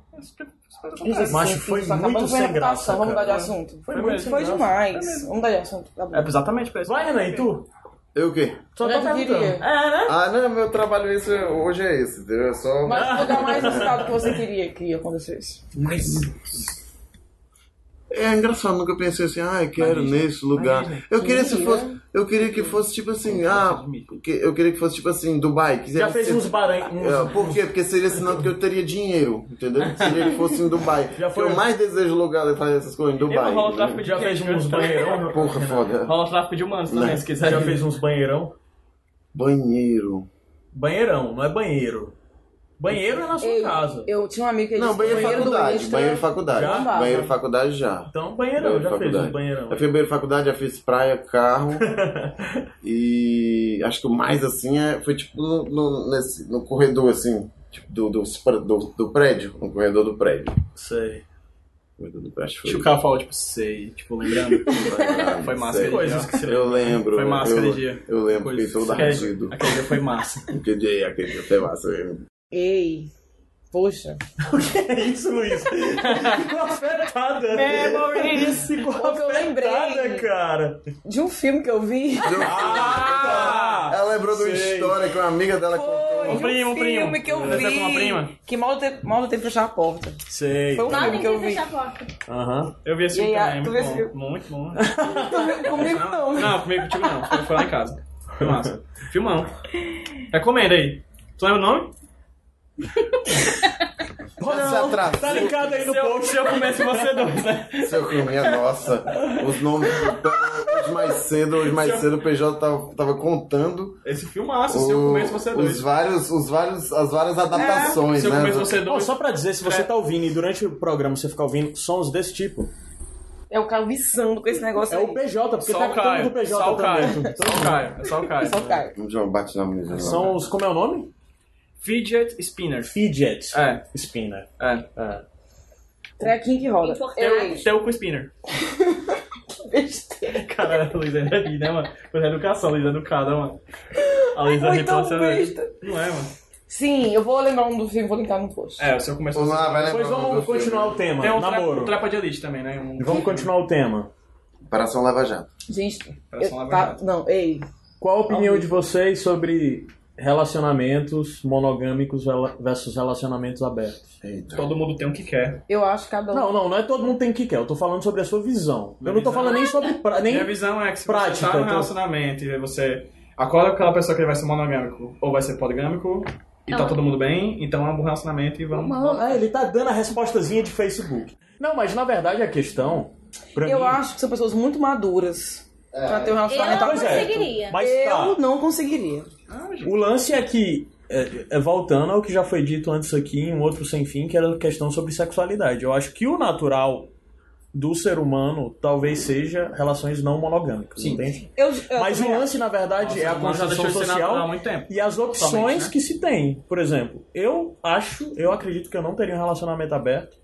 Speaker 6: Isso,
Speaker 1: Macho,
Speaker 6: isso,
Speaker 1: foi
Speaker 6: isso, acabando
Speaker 1: muito
Speaker 6: com a
Speaker 1: sem
Speaker 6: reputação.
Speaker 1: graça,
Speaker 6: Vamos mudar de
Speaker 1: cara.
Speaker 6: assunto.
Speaker 1: Foi
Speaker 6: Foi,
Speaker 1: muito sem graça.
Speaker 6: demais. Vamos mudar de assunto. Tá bom.
Speaker 2: É exatamente pra isso.
Speaker 1: Vai, Ana, e tu?
Speaker 4: Eu o quê?
Speaker 1: Só
Speaker 6: Eu
Speaker 1: tá perguntando.
Speaker 6: queria.
Speaker 2: É, né?
Speaker 4: Ah, não, meu trabalho esse, hoje é esse, entendeu? Eu só...
Speaker 6: um Mas o lugar mais inusitado que você queria que acontecesse.
Speaker 4: É engraçado, nunca pensei assim, ah, eu quero nesse lugar.
Speaker 13: Disney.
Speaker 4: Eu queria se
Speaker 13: Sim,
Speaker 4: fosse, eu queria que fosse tipo assim, ah, que- eu queria que fosse tipo assim, Dubai. Que
Speaker 1: Já fez uns Bahrein, uns-
Speaker 4: É, Por quê? Porque seria sinal que eu teria dinheiro, entendeu? Seria que fosse em Dubai. Já foi... Eu mais desejo lugar de fazer essas coisas em Dubai.
Speaker 2: rola o tráfico de
Speaker 4: entendeu?
Speaker 2: quem, cara?
Speaker 4: Porra, foda.
Speaker 2: Rola o tráfico de humanos também,
Speaker 4: Não.
Speaker 2: se quiser.
Speaker 4: Já fez
Speaker 1: uns banheirão?
Speaker 4: Banheiro.
Speaker 1: Banheirão, não é banheiro. Banheiro é na sua casa.
Speaker 6: Eu tinha um amigo que ele
Speaker 4: Não,
Speaker 6: disse
Speaker 4: banheiro é
Speaker 6: que o do
Speaker 4: faculdade,
Speaker 6: Insta-
Speaker 4: banheiro faculdade.
Speaker 6: Já?
Speaker 4: Banheiro é faculdade já.
Speaker 1: Então, banheirão,
Speaker 6: é
Speaker 1: já fez um banheirão.
Speaker 4: Já fiz banheiro faculdade, já fiz praia, carro. e acho que o mais assim é, foi tipo no, no- nesse, no corredor assim, tipo, do, do, super- do, do prédio, no corredor do prédio.
Speaker 2: Sei.
Speaker 4: Corredor do prédio foi.
Speaker 2: Deixa o cara falar, tipo, sei, tipo, lembrando. Foi massa
Speaker 4: Sei.
Speaker 2: aquele dia.
Speaker 4: Eu lembro.
Speaker 2: Foi massa
Speaker 4: eu,
Speaker 2: aquele dia.
Speaker 4: Eu lembro,
Speaker 2: Coisa-
Speaker 4: fiquei todo
Speaker 2: aquele-
Speaker 4: ardido.
Speaker 2: Aquele dia foi massa.
Speaker 4: aquele dia, aquele dia foi massa mesmo.
Speaker 6: Ei, poxa.
Speaker 1: É isso, Luiz. Ficou afetada.
Speaker 6: É, Memories.
Speaker 1: Ficou
Speaker 6: Porque eu lembrei.
Speaker 1: afetada, cara.
Speaker 6: De um filme que eu vi.
Speaker 4: Ah!
Speaker 1: Ah!
Speaker 4: Ela lembrou de uma história que uma amiga dela contou.
Speaker 6: Foi de um filme que eu vi. Que mal tempo, mal tempo fechar a porta.
Speaker 1: Sei.
Speaker 6: Foi um
Speaker 9: Mal
Speaker 6: filme
Speaker 9: tem
Speaker 6: que eu vi.
Speaker 9: fechar a porta.
Speaker 1: Aham.
Speaker 2: Eu vi esse
Speaker 6: E
Speaker 2: filme
Speaker 6: aí, ah,
Speaker 9: é
Speaker 2: também,
Speaker 6: tu
Speaker 2: muito
Speaker 6: vê esse filme?
Speaker 2: bom. Muito bom.
Speaker 6: Comigo não.
Speaker 2: Não, comigo contigo não. Foi, foi lá em casa. Foi massa. Filmão. Recomenda aí. Tu lembra o nome?
Speaker 4: atrasou.
Speaker 1: Tá ligado aí no post.
Speaker 2: Se eu começo, você dois, né?
Speaker 4: Seu minha nossa, os nomes hoje mais cedo, hoje mais cedo o PJ tava, tava contando.
Speaker 2: Esse filmaço, se eu começo, você é dois.
Speaker 4: Os vários, os vários, as
Speaker 2: É,
Speaker 4: várias adaptações, né?
Speaker 1: Ó, só pra dizer, se você tá ouvindo e durante o programa você ficar ouvindo sons desse tipo,
Speaker 6: É o Caio viçando com esse negócio
Speaker 1: é
Speaker 6: aí.
Speaker 1: o PJ, porque
Speaker 6: Só
Speaker 1: tá
Speaker 6: o
Speaker 1: com todo
Speaker 6: Caio,
Speaker 1: mundo PJ
Speaker 6: só o
Speaker 1: também.
Speaker 6: Caio,
Speaker 1: Então,
Speaker 2: Só o Caio.
Speaker 6: Só o Caio.
Speaker 4: João, bate na mesa.
Speaker 1: São os. Como é o nome?
Speaker 2: Fidget Spinner.
Speaker 1: Fidget.
Speaker 2: É.
Speaker 1: Spinner.
Speaker 2: É.
Speaker 1: é.
Speaker 6: Trequinho que roda.
Speaker 2: Teu, teu com Spinner. Cara, a Luísa é daqui, né, mano? Coisa de educação, a Luísa é educada, mano. A Luísa
Speaker 6: Ai,
Speaker 2: é
Speaker 6: tão
Speaker 2: repassada.
Speaker 6: besta.
Speaker 2: Não é, mano?
Speaker 6: Sim, eu vou lembrar um o nome do filme, vou linkar no post.
Speaker 2: É, o seu começou
Speaker 4: Vamos lá, vai lembrar
Speaker 2: Depois
Speaker 4: o nome
Speaker 2: vamos
Speaker 4: do filme.
Speaker 2: continuar o tema.
Speaker 1: Tem um tra-
Speaker 2: namoro.
Speaker 1: um
Speaker 2: trapa de elite também, né?
Speaker 1: Vamos continuar o tema.
Speaker 4: Operação Lava Jato.
Speaker 6: Gente,
Speaker 1: Parece
Speaker 6: eu-
Speaker 1: uma
Speaker 6: tá,
Speaker 1: verdade.
Speaker 6: não, ei.
Speaker 1: Qual a opinião de vocês sobre relacionamentos monogâmicos rela- versus relacionamentos abertos?
Speaker 2: Todo mundo tem o que quer.
Speaker 6: Eu acho que cada um.
Speaker 1: Não, não, não é todo mundo tem o que quer. Eu tô falando sobre a sua visão. eu não tô falando nem sobre pra, nem
Speaker 2: Minha visão é que se
Speaker 1: prática.
Speaker 2: você tá num
Speaker 1: eu tô-
Speaker 2: relacionamento e você acorda com aquela pessoa que vai ser monogâmico ou vai ser poligâmico e tá
Speaker 1: Ah.
Speaker 2: todo mundo bem, então é um bom relacionamento e vamos...
Speaker 1: Mano, é, ele tá dando a respostazinha de Facebook. Não, mas na verdade a questão. Pra
Speaker 6: eu
Speaker 1: mim,
Speaker 6: acho que são pessoas muito maduras pra ter um
Speaker 9: Eu
Speaker 6: relacionamento
Speaker 9: não
Speaker 6: aberto.
Speaker 9: conseguiria.
Speaker 1: é, Mas
Speaker 6: eu
Speaker 1: tá.
Speaker 6: não conseguiria.
Speaker 1: O lance é que, é, é, voltando ao que já foi dito antes aqui em um outro sem fim, que era a questão sobre sexualidade. Eu acho que o natural do ser humano talvez seja relações não monogâmicas, entende?
Speaker 6: Eu,
Speaker 1: Mas o lance, na verdade, é a construção social e as opções
Speaker 2: Somente, né?
Speaker 1: que se tem. Por exemplo, eu acho, eu acredito que eu não teria um relacionamento aberto.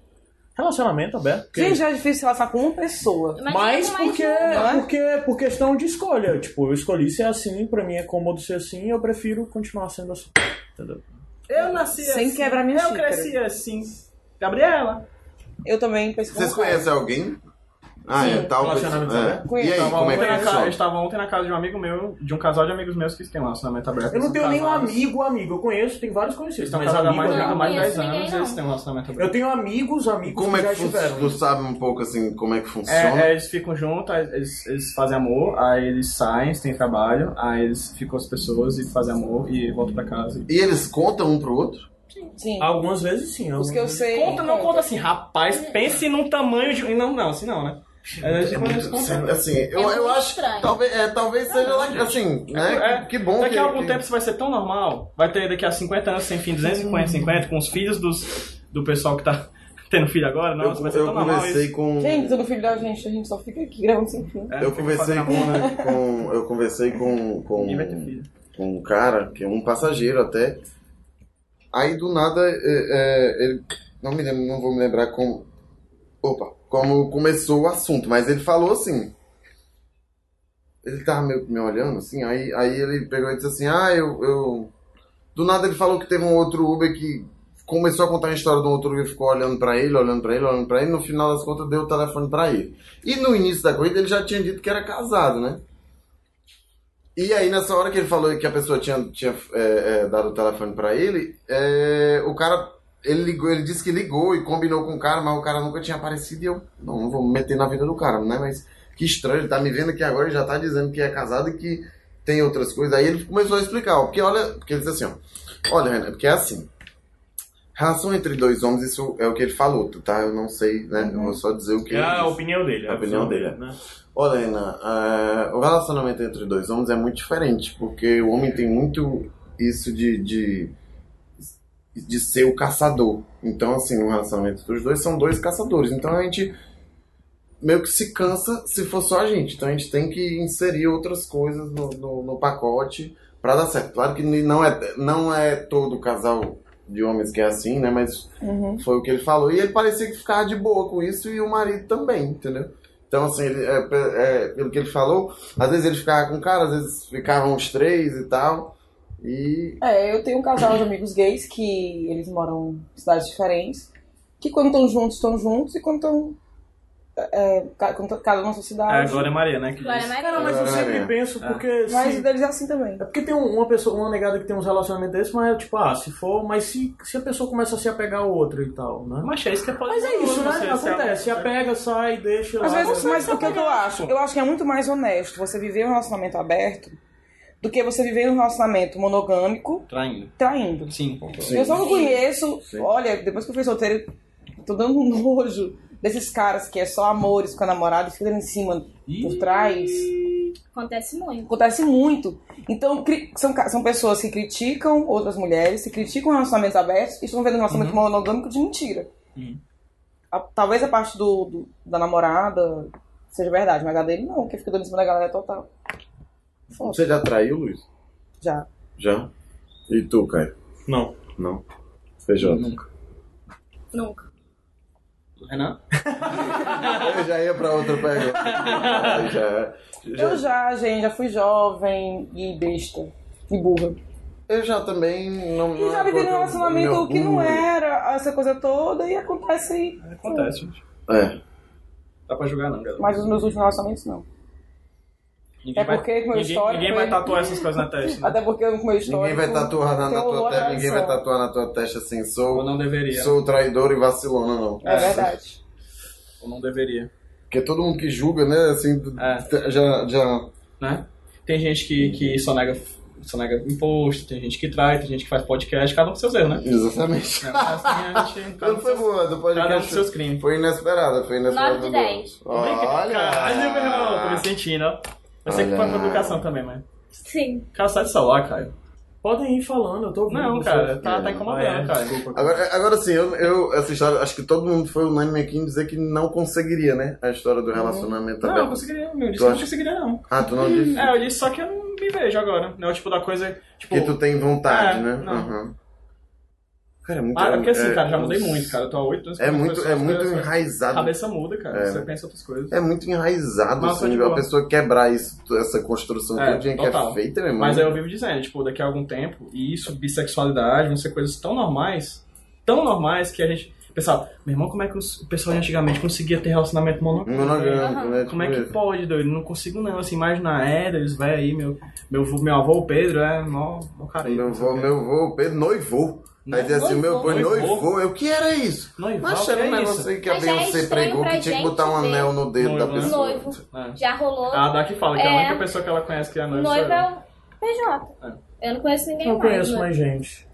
Speaker 1: Relacionamento aberto. porque-
Speaker 6: Gente, já é difícil relacionar com uma pessoa.
Speaker 1: mas porque,
Speaker 6: Não é?
Speaker 1: porque por questão de escolha. Tipo, eu escolhi ser assim, pra mim é cômodo ser assim, eu prefiro continuar sendo assim. Entendeu?
Speaker 2: Eu nasci
Speaker 6: Sem
Speaker 2: assim.
Speaker 6: quebrar minha
Speaker 2: Eu
Speaker 6: xícara.
Speaker 2: cresci assim. Gabriela.
Speaker 6: Eu também penso
Speaker 4: Vocês
Speaker 6: como o Caio.
Speaker 4: conhecem alguém? Ah, é tal
Speaker 2: relacionamento
Speaker 4: pessoa.
Speaker 2: aberto.
Speaker 4: É. E aí,
Speaker 2: Tava
Speaker 4: como é que
Speaker 2: ontem na casa- Eu
Speaker 1: tá
Speaker 4: funciona?
Speaker 2: estava ontem na casa de um amigo meu, de um casal de amigos meus que tem um relacionamento aberto.
Speaker 1: Eu não tenho nenhum
Speaker 2: nenhum
Speaker 1: amigo, um amigo. Eu conheço, tenho vários conhecidos.
Speaker 2: Estão
Speaker 1: Mas
Speaker 2: casados há
Speaker 1: amigo,
Speaker 2: mais,
Speaker 1: amigo,
Speaker 2: há mais de 10
Speaker 1: amigo.
Speaker 2: anos e eles têm um relacionamento aberto.
Speaker 1: Eu tenho amigos, amigos
Speaker 4: Como
Speaker 1: que
Speaker 4: é
Speaker 1: já né?
Speaker 4: que funciona?
Speaker 1: estiveram.
Speaker 4: Tu sabe um pouco assim como é que funciona?
Speaker 2: É, é, eles ficam juntos, aí eles, eles fazem amor, aí eles saem, têm trabalho, aí eles ficam as pessoas e fazem amor e voltam pra casa.
Speaker 4: E eles contam um pro outro?
Speaker 6: Sim.
Speaker 1: Algumas vezes sim.
Speaker 6: Os que eu sei.
Speaker 2: Conta, não conta assim, rapaz, pense num tamanho de. Não, não, assim não, né? É,
Speaker 4: muito- assim, eu- É muito eu acho- estranho. talvez- é, talvez seja lá- assim, né? Que bom
Speaker 2: É, Daqui
Speaker 4: que-
Speaker 2: a algum
Speaker 4: que-
Speaker 2: tempo isso vai ser tão normal, vai ter daqui a 50 anos, sem fim, 250, 50, com os filhos dos, do pessoal que tá tendo filho agora, não, vai ser
Speaker 4: eu
Speaker 2: tão normal
Speaker 4: conversei
Speaker 2: isso.
Speaker 4: com-
Speaker 6: Gente, todo filho da gente, a gente só fica aqui né? gravando sem fim.
Speaker 1: É,
Speaker 4: eu conversei
Speaker 6: né?
Speaker 4: com, com- eu conversei com com, com um cara que é um passageiro até aí do nada é, é, ele não me lembro, não vou me lembrar como opa como começou o assunto mas ele falou assim ele tava meio que me olhando assim aí aí ele pegou e disse assim ah eu, eu do nada ele falou que teve um outro Uber que começou a contar a história de um outro Uber que ficou olhando pra ele, olhando pra ele, olhando pra ele, no final das contas deu o telefone pra ele. E no início da corrida ele já tinha dito que era casado, né? E aí nessa hora que ele falou que a pessoa tinha, tinha é, é, dado o telefone pra ele, é, o cara Ele, ligou, ele disse que ligou e combinou com o cara, mas o cara nunca tinha aparecido e eu não, não vou me meter na vida do cara, né? Mas que estranho, ele tá me vendo aqui agora e já tá dizendo que é casado e que tem outras coisas. Aí ele começou a explicar, ó, porque olha, porque ele disse assim, ó, olha, Renan, porque é assim, relação entre dois homens, isso é o que ele falou, tá? Eu não sei, né? Eu vou só dizer o que
Speaker 1: É
Speaker 4: ele
Speaker 1: a
Speaker 4: disse.
Speaker 1: opinião dele.
Speaker 4: A opinião dele, é.
Speaker 1: né?
Speaker 4: Olha, Renan, é, o relacionamento entre dois homens é muito diferente, porque o homem tem muito isso de, de, de ser o caçador. Então, assim, o relacionamento dos dois são dois caçadores. Então a gente meio que se cansa se for só a gente. Então a gente tem que inserir outras coisas no, no, no pacote pra dar certo. Claro que não é, não é todo casal de homens que é assim, né? Mas
Speaker 9: Uhum.
Speaker 4: foi o que ele falou. E ele parecia que ficava de boa com isso e o marido também, entendeu? Então, assim, ele- é, pe- é, pelo que ele falou, às vezes ele ficava com o cara, às vezes ficavam os três e tal. E.
Speaker 6: É, eu tenho um casal de amigos gays que eles moram em cidades diferentes, que quando estão juntos, estão juntos, e quando estão. É, ca- quando tão cada um na sua cidade.
Speaker 1: É a Glória Maria, né? Que diz.
Speaker 6: Cara,
Speaker 1: mas eu
Speaker 4: É.
Speaker 1: sempre penso, porque.
Speaker 6: Mas
Speaker 1: se-
Speaker 6: deles é assim também.
Speaker 1: É porque tem um- uma pessoa, uma negada que tem uns relacionamentos desses, mas é tipo, ah, se for, mas se, se a pessoa começa a se apegar ao outro e tal, né?
Speaker 2: Mas é isso que é
Speaker 1: Mas é isso, né?
Speaker 2: Você- um- você-
Speaker 1: Acontece, se apega, sai, deixa.
Speaker 6: Às
Speaker 1: lá.
Speaker 6: vezes, mas o que eu acho? Eu acho que é muito mais honesto você viver um relacionamento aberto do que você viver um relacionamento monogâmico
Speaker 14: Traindo.
Speaker 6: traindo.
Speaker 14: Sim.
Speaker 6: Eu só não conheço, olha, depois que eu fui solteira, tô dando um nojo desses caras que é só amores com a namorada e ficam em cima por trás.
Speaker 12: Acontece muito.
Speaker 6: Acontece muito. Então, cri- são, ca- são pessoas que criticam outras mulheres, que criticam relacionamentos abertos e estão vendo um relacionamento
Speaker 14: Uhum.
Speaker 6: monogâmico de mentira. A- talvez a parte do, do- da namorada seja verdade, mas a dele não, que fica dando em cima da galera total. Foda.
Speaker 4: Você já traiu, Luiz?
Speaker 6: Já.
Speaker 4: Já? E tu, Caio?
Speaker 1: Não.
Speaker 4: Não. Feijão.
Speaker 12: Nunca.
Speaker 14: Renan?
Speaker 4: Eu já ia pra outra pergunta. Eu já- é.
Speaker 6: Eu já, gente, já fui jovem e besta e burra.
Speaker 4: Eu já também não. é hum.
Speaker 6: E já vivi num relacionamento que não é era essa coisa toda e acontece.
Speaker 2: Acontece, gente.
Speaker 4: É.
Speaker 2: Dá pra julgar não, galera.
Speaker 6: Mas os meus últimos relacionamentos não.
Speaker 2: Ninguém
Speaker 6: é
Speaker 2: vai-
Speaker 6: porque com meu
Speaker 2: ninguém-
Speaker 6: histórico.
Speaker 2: ninguém vai tatuar essas coisas na testa, né?
Speaker 6: Até porque com meu histórico.
Speaker 4: Ninguém vai tatuar na, na
Speaker 6: tem um
Speaker 4: tua
Speaker 6: horror
Speaker 4: testa,
Speaker 6: à
Speaker 4: ninguém vai
Speaker 6: traição.
Speaker 4: tatuar na tua testa assim, sou.
Speaker 2: Ou não deveria.
Speaker 4: Sou traidor e vacilona, não.
Speaker 6: É verdade.
Speaker 2: Ou não deveria.
Speaker 4: Porque todo mundo que julga, né, assim, já. já...
Speaker 2: Né? Tem gente que, que só nega só nega imposto, tem gente que trai, tem gente que faz podcast, cada um com seus erros, né?
Speaker 4: Exatamente.
Speaker 2: É,
Speaker 9: Tá
Speaker 2: mas assim, a gente-
Speaker 4: Não foi boa, do podcast.
Speaker 2: Cada um com seus crimes.
Speaker 4: Foi inesperada, foi inesperada.
Speaker 2: Nove de
Speaker 4: boa.
Speaker 2: dez.
Speaker 4: Olha!
Speaker 2: Caralho, meu irmão, tô me sentindo, ó. Eu sei que foi
Speaker 4: Olha.
Speaker 2: com educação também, mas.
Speaker 12: Sim.
Speaker 2: Cara, sai do celular, Caio.
Speaker 1: Podem ir falando, eu tô ouvindo.
Speaker 2: Não,
Speaker 1: vocês.
Speaker 2: cara, tá, tá
Speaker 4: É,
Speaker 2: incomodando, cara.
Speaker 4: Agora, agora sim, eu, eu- essa história, acho que todo mundo foi unânime aqui em dizer que não conseguiria, né? A história
Speaker 2: Uhum.
Speaker 4: do relacionamento
Speaker 2: Não,
Speaker 4: aberto.
Speaker 2: eu conseguiria, meu, eu
Speaker 4: Tu
Speaker 2: disse que eu não
Speaker 4: acha-
Speaker 2: conseguiria, não.
Speaker 4: Ah, tu não disse?
Speaker 2: É, eu disse só que eu não me vejo agora. Né? O tipo da coisa. Tipo,
Speaker 4: Que tu tem vontade,
Speaker 2: É,
Speaker 4: né?
Speaker 2: não.
Speaker 4: Aham. Cara, é muito...
Speaker 2: Ah, é porque assim,
Speaker 4: é-
Speaker 2: cara, já mudei muito, cara. Eu tô há oito anos
Speaker 4: É
Speaker 2: com as
Speaker 4: muito-
Speaker 2: pessoas,
Speaker 4: é muito
Speaker 2: as coisas-
Speaker 4: enraizado.
Speaker 2: A cabeça muda, cara.
Speaker 4: É.
Speaker 2: Você pensa outras coisas.
Speaker 4: É muito enraizado,
Speaker 2: Nossa,
Speaker 4: assim,
Speaker 2: de boa.
Speaker 4: a pessoa quebrar isso, essa construção
Speaker 2: É,
Speaker 4: todinha que
Speaker 2: total.
Speaker 4: é feita, meu irmão.
Speaker 2: Mas aí eu vivo dizendo, tipo, daqui a algum tempo, e isso, bissexualidade, vão ser coisas tão normais, tão normais que a gente. Pensava, meu irmão, como é que os- o pessoal de antigamente conseguia ter relacionamento monogâmico?
Speaker 4: Monogâmico, né?
Speaker 2: Como é
Speaker 4: Tipo
Speaker 2: que
Speaker 4: isso.
Speaker 2: pode, doido? Não consigo não, assim, mais na era, eles velho aí, meu, meu, vô- meu avô, o Pedro, é mó, mó careiro.
Speaker 4: Meu vô, meu vô, Pedro noivou. Aí diz assim, meu pô,
Speaker 2: Noivou.
Speaker 4: noivou. Eu, o que era isso?
Speaker 2: Noivou,
Speaker 4: Mas era
Speaker 2: que
Speaker 4: um
Speaker 2: é isso?
Speaker 4: negócio aí que a
Speaker 12: Mas já é
Speaker 4: Beyoncé
Speaker 12: estranho
Speaker 4: pregou
Speaker 12: pra
Speaker 4: que tinha que
Speaker 12: gente
Speaker 4: botar um
Speaker 12: ver.
Speaker 4: anel no dedo da
Speaker 2: Noivo, né?
Speaker 4: pessoa.
Speaker 12: Noivo. Já rolou.
Speaker 2: A Daki fala que é a
Speaker 12: É.
Speaker 2: única pessoa que ela conhece que é noiva.
Speaker 12: Noivo
Speaker 2: sou eu.
Speaker 12: é o PJ. Eu não conheço ninguém
Speaker 1: Não
Speaker 12: mais.
Speaker 1: conheço
Speaker 12: né?
Speaker 1: mais gente.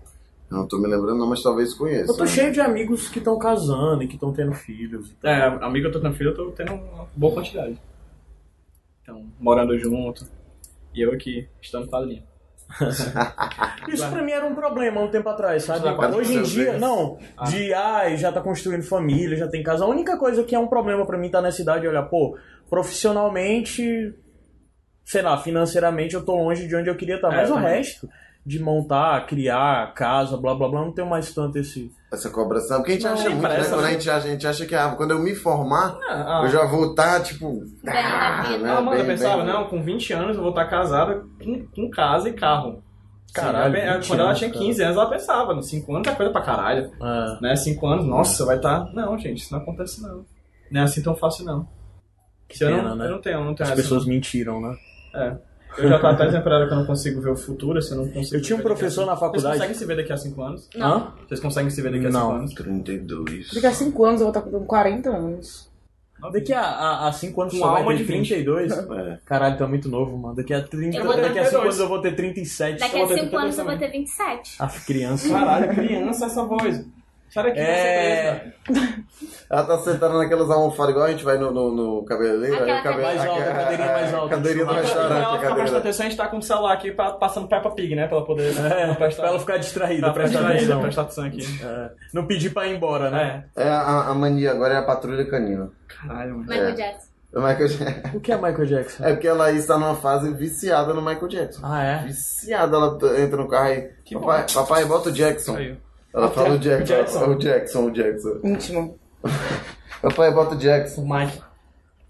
Speaker 4: Não tô me lembrando, não, mas talvez conheça.
Speaker 1: Eu tô
Speaker 4: né?
Speaker 1: cheio de amigos que estão casando e que estão tendo filhos.
Speaker 2: É, amigo eu tô tendo filho, eu tô tendo uma boa quantidade. Então, morando junto. E eu aqui, estando padrinho.
Speaker 1: Isso pra mim era um problema há um tempo atrás, sabe?
Speaker 2: Isso na parte
Speaker 1: Hoje em
Speaker 2: dos seus
Speaker 1: dia,
Speaker 2: bens.
Speaker 1: não.
Speaker 2: Ah.
Speaker 1: De, ai, já tá construindo família, já tem casa. A única coisa que é um problema pra mim tá nessa idade, olha, pô, profissionalmente, sei lá, financeiramente eu tô longe de onde eu queria estar.
Speaker 2: É,
Speaker 1: mas o
Speaker 2: também.
Speaker 1: resto, de montar, criar, casa, blá blá blá, não tenho mais tanto esse...
Speaker 4: Essa cobração, porque a gente
Speaker 1: Não,
Speaker 4: acha
Speaker 1: tem
Speaker 4: muito,
Speaker 1: pressa,
Speaker 4: né? Quando a
Speaker 1: né?
Speaker 4: gente, acha- a gente acha que ah, quando eu me formar,
Speaker 2: Ah, ah.
Speaker 4: eu já vou estar, tipo. ah, né?
Speaker 2: Não, mano, eu
Speaker 4: Bem-
Speaker 2: pensava,
Speaker 4: bem-
Speaker 2: não, com 20 anos eu vou estar casada com, com casa e carro.
Speaker 1: Caralho,
Speaker 2: Sim, é,
Speaker 1: 20
Speaker 2: quando ela
Speaker 1: anos,
Speaker 2: tinha
Speaker 1: cara.
Speaker 2: 15 anos, ela pensava, nos 5 anos é coisa pra caralho.
Speaker 4: É.
Speaker 2: Né, 5 anos, nossa, vai tá estar. Não, gente, isso não acontece não. Não é assim tão fácil não.
Speaker 1: Que
Speaker 2: eu,
Speaker 1: pena,
Speaker 2: não
Speaker 1: né?
Speaker 2: eu não tenho, eu não tenho
Speaker 1: As
Speaker 2: essa-
Speaker 1: pessoas mentiram, né?
Speaker 2: É. Eu já tô até temporada que eu não consigo ver o futuro, assim, eu não consigo.
Speaker 1: Eu tinha um
Speaker 2: ver daqui a
Speaker 1: professor
Speaker 2: cinco-
Speaker 1: na faculdade-
Speaker 2: Vocês conseguem se ver daqui a 5 anos?
Speaker 1: Não. Hã?
Speaker 2: Vocês conseguem se ver daqui a 5
Speaker 1: Não.
Speaker 2: anos?
Speaker 4: 32.
Speaker 6: Daqui a 5 anos eu vou estar com 40 anos.
Speaker 1: Daqui a 5 anos
Speaker 6: Com
Speaker 1: só
Speaker 6: alma
Speaker 1: vai ter
Speaker 6: de 20.
Speaker 1: 32. Caralho, tá muito novo, mano. Daqui a 30,
Speaker 12: Eu vou ter
Speaker 1: daqui a 5
Speaker 12: 32.
Speaker 1: anos eu vou ter 37.
Speaker 12: Daqui
Speaker 1: eu
Speaker 12: a
Speaker 1: vou ter
Speaker 12: 5 anos eu vou
Speaker 1: 32
Speaker 12: ter 27.
Speaker 2: Ah,
Speaker 1: também. As crianças.
Speaker 2: Caralho, criança essa voz. Será que
Speaker 4: É. Ela tá sentada naquelas almofadas igual a gente vai no, no, no cabeleireiro. aí o cabelo-
Speaker 2: é mais alta,
Speaker 4: a-
Speaker 2: cadeirinha mais alta.
Speaker 4: Cadeirinha do restaurante. a
Speaker 2: Ela fica prestando
Speaker 4: cadeira.
Speaker 2: atenção, a gente tá com o celular aqui pra- passando Peppa Pig, né? Pra ela poder.
Speaker 1: É, pra ela ficar distraída,
Speaker 2: Pra
Speaker 1: prestar
Speaker 2: prestar
Speaker 1: atenção. É.
Speaker 2: prestar atenção aqui.
Speaker 1: Não pedir pra ir embora, né?
Speaker 4: É, a, a mania agora é a patrulha canina. É.
Speaker 1: Caralho, mano.
Speaker 12: Michael Jackson.
Speaker 4: O Michael Jackson.
Speaker 1: O que é Michael Jackson?
Speaker 4: É porque ela está numa fase viciada no Michael Jackson.
Speaker 1: Ah, é?
Speaker 4: Viciada, ela t- entra no carro e. Papai, papai, bota o Jackson. Ela
Speaker 1: O
Speaker 4: fala o
Speaker 1: Jack- o
Speaker 4: Jackson.
Speaker 1: Jackson.
Speaker 4: O Jackson, o Jackson.
Speaker 6: Íntimo.
Speaker 4: papai, bota o Jackson.
Speaker 1: Mike.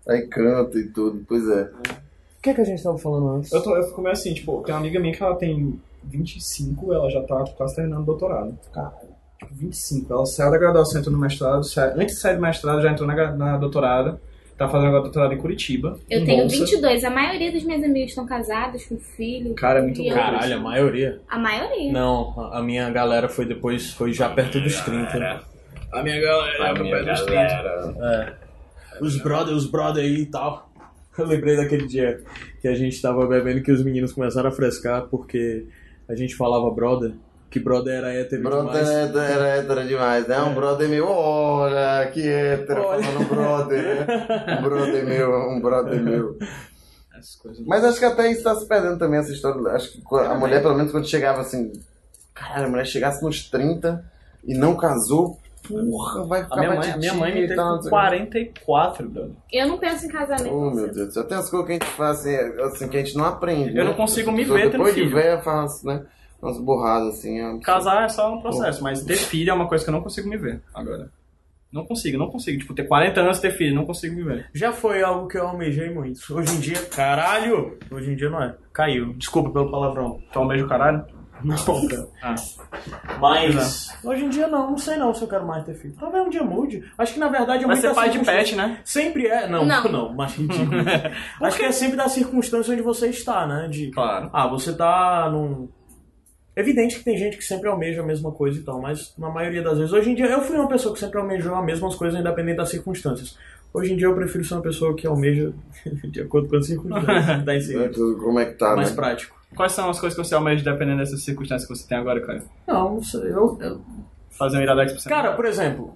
Speaker 4: Aí canta e tudo, pois é.
Speaker 1: O que é que a gente tava falando antes?
Speaker 2: Eu, tô, eu fico meio assim, tipo, tem uma amiga minha que ela tem 25, ela já tá quase terminando o doutorado. Caralho. Tipo, 25. Ela saiu da graduação, entrou no mestrado. sai- antes de sair do mestrado, já entrou na, gra- na doutorada. Tá fazendo agora doutorado em Curitiba.
Speaker 12: Eu
Speaker 2: com
Speaker 12: tenho
Speaker 2: bolsa.
Speaker 12: 22. A maioria dos meus amigos estão casados, com filho.
Speaker 1: Cara, é muito
Speaker 12: E eu-
Speaker 1: Caralho, a maioria.
Speaker 12: A maioria.
Speaker 1: Não, a- a minha galera foi depois, foi já perto dos 30.
Speaker 2: A minha galera,
Speaker 1: meu pai dos 30. É. Os brother, os brother aí e tal. Eu lembrei daquele dia que a gente tava bebendo que os meninos começaram a frescar porque a gente falava brother, que brother era hétero
Speaker 4: Brother é
Speaker 1: demais.
Speaker 4: hétero, era hétero demais, né? Um brother meu, olha, que hétero, falando brother, né? Um brother meu, um brother meu. Mas acho que até isso tá se perdendo também, essa história. Acho que a mulher, pelo menos, quando chegava assim... Caralho, a mulher chegasse nos 30 e não casou, porra, vai
Speaker 1: A
Speaker 4: ficar
Speaker 1: minha mãe, a minha mãe me teve com 44, brother.
Speaker 12: Eu não penso em casamento.
Speaker 4: Oh, meu Deus, do céu. tem as coisas que a gente faz assim, é, assim, que a gente não aprende.
Speaker 2: Eu
Speaker 4: né?
Speaker 2: não consigo me
Speaker 4: Depois
Speaker 2: ver tendo
Speaker 4: Depois de
Speaker 2: filho.
Speaker 4: velha, faz, né? Umas borradas assim. é um-
Speaker 2: Casar é só um processo, mas ter filho é uma coisa que eu não consigo me ver agora. Não consigo, não consigo. Tipo, ter 40 anos e ter filho, não consigo me ver.
Speaker 1: Já foi algo que eu almejei muito. Hoje em dia, caralho! Hoje em dia não é. Caiu. Desculpa pelo palavrão. Então, um
Speaker 2: Tu almeja o caralho?
Speaker 1: Não, cara.
Speaker 2: Ah.
Speaker 1: Mas é. hoje em dia não, não sei não se eu quero mais ter filho. Talvez um dia mude. Acho que na verdade é
Speaker 2: Vai
Speaker 1: muito
Speaker 2: ser
Speaker 1: da
Speaker 2: pai de pet,
Speaker 1: circunstância.
Speaker 2: né?
Speaker 1: Sempre é. Não,
Speaker 2: Não.
Speaker 1: não, mas ridículo. Acho que é sempre da circunstância onde você está, né? De,
Speaker 2: claro.
Speaker 1: Ah, você tá num. Evidente que tem gente que sempre almeja a mesma coisa e tal, mas na maioria das vezes. Hoje em dia, eu fui uma pessoa que sempre almejou as mesmas coisas, independente das circunstâncias. Hoje em dia, eu prefiro ser uma pessoa que almeja de acordo com as circunstâncias. Dá em seguida.
Speaker 4: Como é que tá,
Speaker 1: Mais
Speaker 4: né?
Speaker 1: prático.
Speaker 2: Quais são as coisas que você almeja dependendo dessas circunstâncias que você tem agora, cara?
Speaker 1: Não, não sei. Eu, eu-
Speaker 2: Fazer um iradex pra você.
Speaker 1: Cara, por exemplo,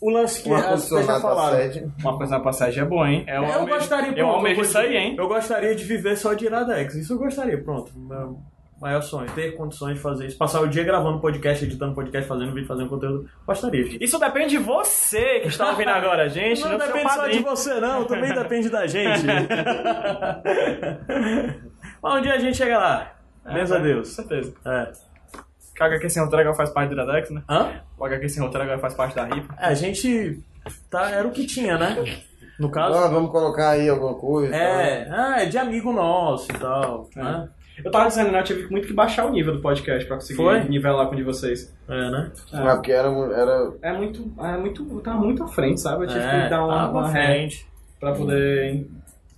Speaker 1: o lance que
Speaker 2: Um
Speaker 1: as pessoas já
Speaker 2: ar-condicionado
Speaker 1: falaram.
Speaker 2: à sede. Uma coisa na passagem é boa, hein? É
Speaker 1: Eu,
Speaker 2: um almejo-
Speaker 1: gostaria,
Speaker 2: Eu
Speaker 1: pronto,
Speaker 2: almejo
Speaker 1: eu
Speaker 2: isso aí,
Speaker 1: gostaria-
Speaker 2: hein?
Speaker 1: Eu gostaria de viver só de Iradex. Isso eu gostaria, pronto. Meu maior sonho, ter condições de fazer isso. Passar o dia gravando podcast, editando podcast, fazendo vídeo, fazendo conteúdo. Gostaria.
Speaker 2: Isso depende de você que está ouvindo agora a gente. do
Speaker 1: Não,
Speaker 2: seu
Speaker 1: depende só
Speaker 2: um
Speaker 1: de
Speaker 2: padrinho.
Speaker 1: você, não. Também depende da gente. Mas um dia a gente chega lá. Graças a
Speaker 2: né?
Speaker 1: Deus.
Speaker 2: Com certeza.
Speaker 1: É.
Speaker 2: Que o HQ Sem Roteiro agora faz parte do Iradex, né?
Speaker 1: Hã? É,
Speaker 2: O HQ Sem Roteiro agora faz parte da RIP.
Speaker 1: A gente. Tá, era o que tinha, né? No caso.
Speaker 4: Ah, vamos colocar aí alguma coisa.
Speaker 1: É, ah, é de amigo nosso e tal. Né?
Speaker 2: É. Eu tava dizendo, né? Eu tive muito que baixar o nível do podcast pra conseguir
Speaker 1: Foi?
Speaker 2: nivelar com o de vocês.
Speaker 1: É, né?
Speaker 4: Ah, porque era, era
Speaker 2: É muito. É muito. Tá muito à frente, sabe? Eu tive
Speaker 1: É,
Speaker 2: que dar uma,
Speaker 1: tá pra
Speaker 2: uma ré
Speaker 1: frente.
Speaker 2: pra poder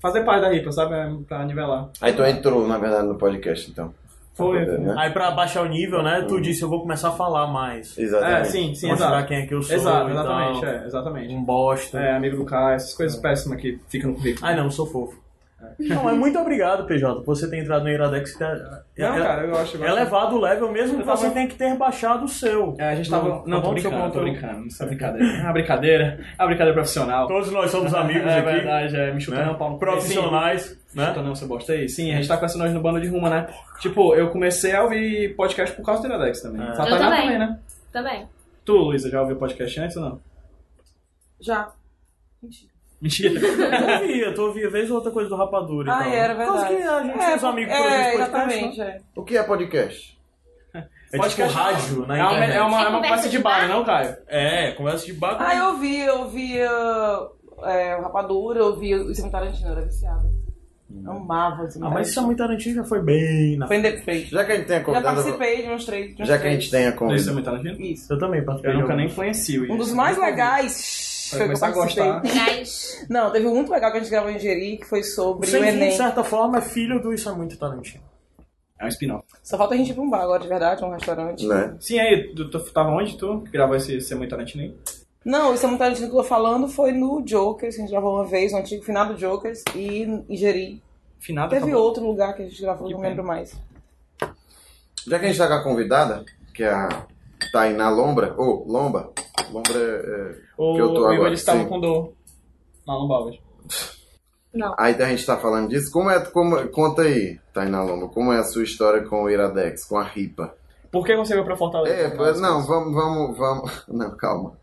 Speaker 2: fazer parte da RIPA, sabe? É, Pra nivelar.
Speaker 4: Aí tu entrou, na verdade, no podcast, então.
Speaker 2: Foi.
Speaker 4: Né? Uhum.
Speaker 1: Aí pra baixar o nível, né? Tu disse, eu vou começar a falar mais.
Speaker 4: Exatamente.
Speaker 2: É, sim, sim,
Speaker 1: Mostrar
Speaker 2: exato.
Speaker 1: quem é que eu sou
Speaker 2: Exato,
Speaker 1: e
Speaker 2: exatamente,
Speaker 1: tal.
Speaker 2: é, exatamente.
Speaker 1: Um bosta.
Speaker 2: É, amigo do Caio, essas coisas péssimas que ficam É. no currículo.
Speaker 1: Ai, não, sou fofo. Não, mas muito obrigado, PJ, por você ter entrado no Iradex. Que tá,
Speaker 2: Não,
Speaker 1: é-
Speaker 2: cara, eu acho- eu
Speaker 1: É
Speaker 2: acho-
Speaker 1: levado o level, mesmo que
Speaker 2: Eu tava-
Speaker 1: você tenha que ter baixado o seu.
Speaker 2: É, a gente tava. Não,
Speaker 1: tá
Speaker 2: tô
Speaker 1: bom que seu
Speaker 2: brincando, tô
Speaker 1: controle-
Speaker 2: brincando. Isso é brincadeira. É uma brincadeira. É uma brincadeira profissional.
Speaker 1: Todos nós somos amigos
Speaker 2: é
Speaker 1: aqui.
Speaker 2: verdade, é. Me chuta
Speaker 1: Né?
Speaker 2: não, Paulo.
Speaker 1: Profissionais, né?
Speaker 2: Sim. Me chuta não, você bosta aí. Sim, a gente tá com essa nós no bando de rumo, né? Tipo, eu comecei a ouvir podcast por causa do Iradex também. É.
Speaker 6: tá
Speaker 12: Eu também.
Speaker 2: também, né?
Speaker 12: Também.
Speaker 2: Tu, Luísa, já ouviu podcast antes ou não?
Speaker 6: Já.
Speaker 2: Mentira.
Speaker 1: Eu ouvia, tu ouvia vez ou outra coisa do Rapadura
Speaker 6: Ah,
Speaker 1: e tal.
Speaker 6: era
Speaker 1: Por causa
Speaker 6: verdade.
Speaker 1: que a gente
Speaker 6: É,
Speaker 1: tem os amigos por
Speaker 6: é,
Speaker 1: exemplo,
Speaker 6: exatamente,
Speaker 1: né?
Speaker 6: é.
Speaker 4: O que é podcast?
Speaker 1: É
Speaker 2: Podcast-
Speaker 1: tipo rádio na
Speaker 2: é uma,
Speaker 1: internet.
Speaker 6: É
Speaker 2: é uma, é uma
Speaker 6: conversa
Speaker 2: conversa de
Speaker 6: de
Speaker 2: bar, não, Caio?
Speaker 1: É, conversa de bagulho.
Speaker 6: Ah, eu vi, eu vi uh, é, o Rapadura, eu vi o Cimo Tarantino, eu era viciada. Amava o Cimo
Speaker 1: Ah, mas isso é
Speaker 6: Tarantino.
Speaker 1: muito Tarantino já foi bem na
Speaker 6: Foi indefeito.
Speaker 4: Já que a gente tem a
Speaker 6: Já
Speaker 4: convidada...
Speaker 6: participei de uns três. de uns
Speaker 4: Já que a
Speaker 6: três.
Speaker 4: gente tem a
Speaker 2: Luísa, é
Speaker 4: convidada...
Speaker 2: muito Tarantino?
Speaker 6: Isso.
Speaker 1: Eu também participei.
Speaker 2: Eu nunca
Speaker 1: de
Speaker 2: nem
Speaker 1: alguns.
Speaker 2: conheci o
Speaker 6: Um
Speaker 2: Luísa.
Speaker 6: dos mais legais Foi que eu
Speaker 2: começar a gostar.
Speaker 6: participei. Não, teve um muito legal que a gente gravou em Jeri, que foi sobre
Speaker 1: Sem
Speaker 6: o
Speaker 1: fim, de
Speaker 6: Enem.
Speaker 1: certa forma, é filho do Isso é Muito Tarantino.
Speaker 2: É um spin-off.
Speaker 6: Só falta a gente ir pra um bar agora, de verdade, um restaurante.
Speaker 4: Né?
Speaker 2: Sim, aí, tu, tu tava onde tu? Que gravou esse Ser Muito Tarantino aí?
Speaker 6: Não, isso é muito tarantino que eu tô falando foi no Jokers, que a gente gravou uma vez, no antigo final do Jokers e em Jeri.
Speaker 2: Finado
Speaker 6: Teve
Speaker 4: acabou.
Speaker 6: outro lugar que a gente gravou, não lembro mais.
Speaker 4: Já que a gente tá com a convidada, que é a Tainá Lombra, ou Lomba, Lombra é,
Speaker 2: Ou
Speaker 4: que eu tô
Speaker 2: o Igor
Speaker 4: agora.
Speaker 2: estava
Speaker 4: sim.
Speaker 2: com dor na lombar hoje?
Speaker 12: Não.
Speaker 4: Aí a gente tá falando disso. Como é, como, conta aí, Tainá Lomba, como é a sua história com o Iradex, com a Ripa?
Speaker 2: Por que você veio pra Fortaleza?
Speaker 4: É, pois- não, vamos, vamos, vamos. Não, calma,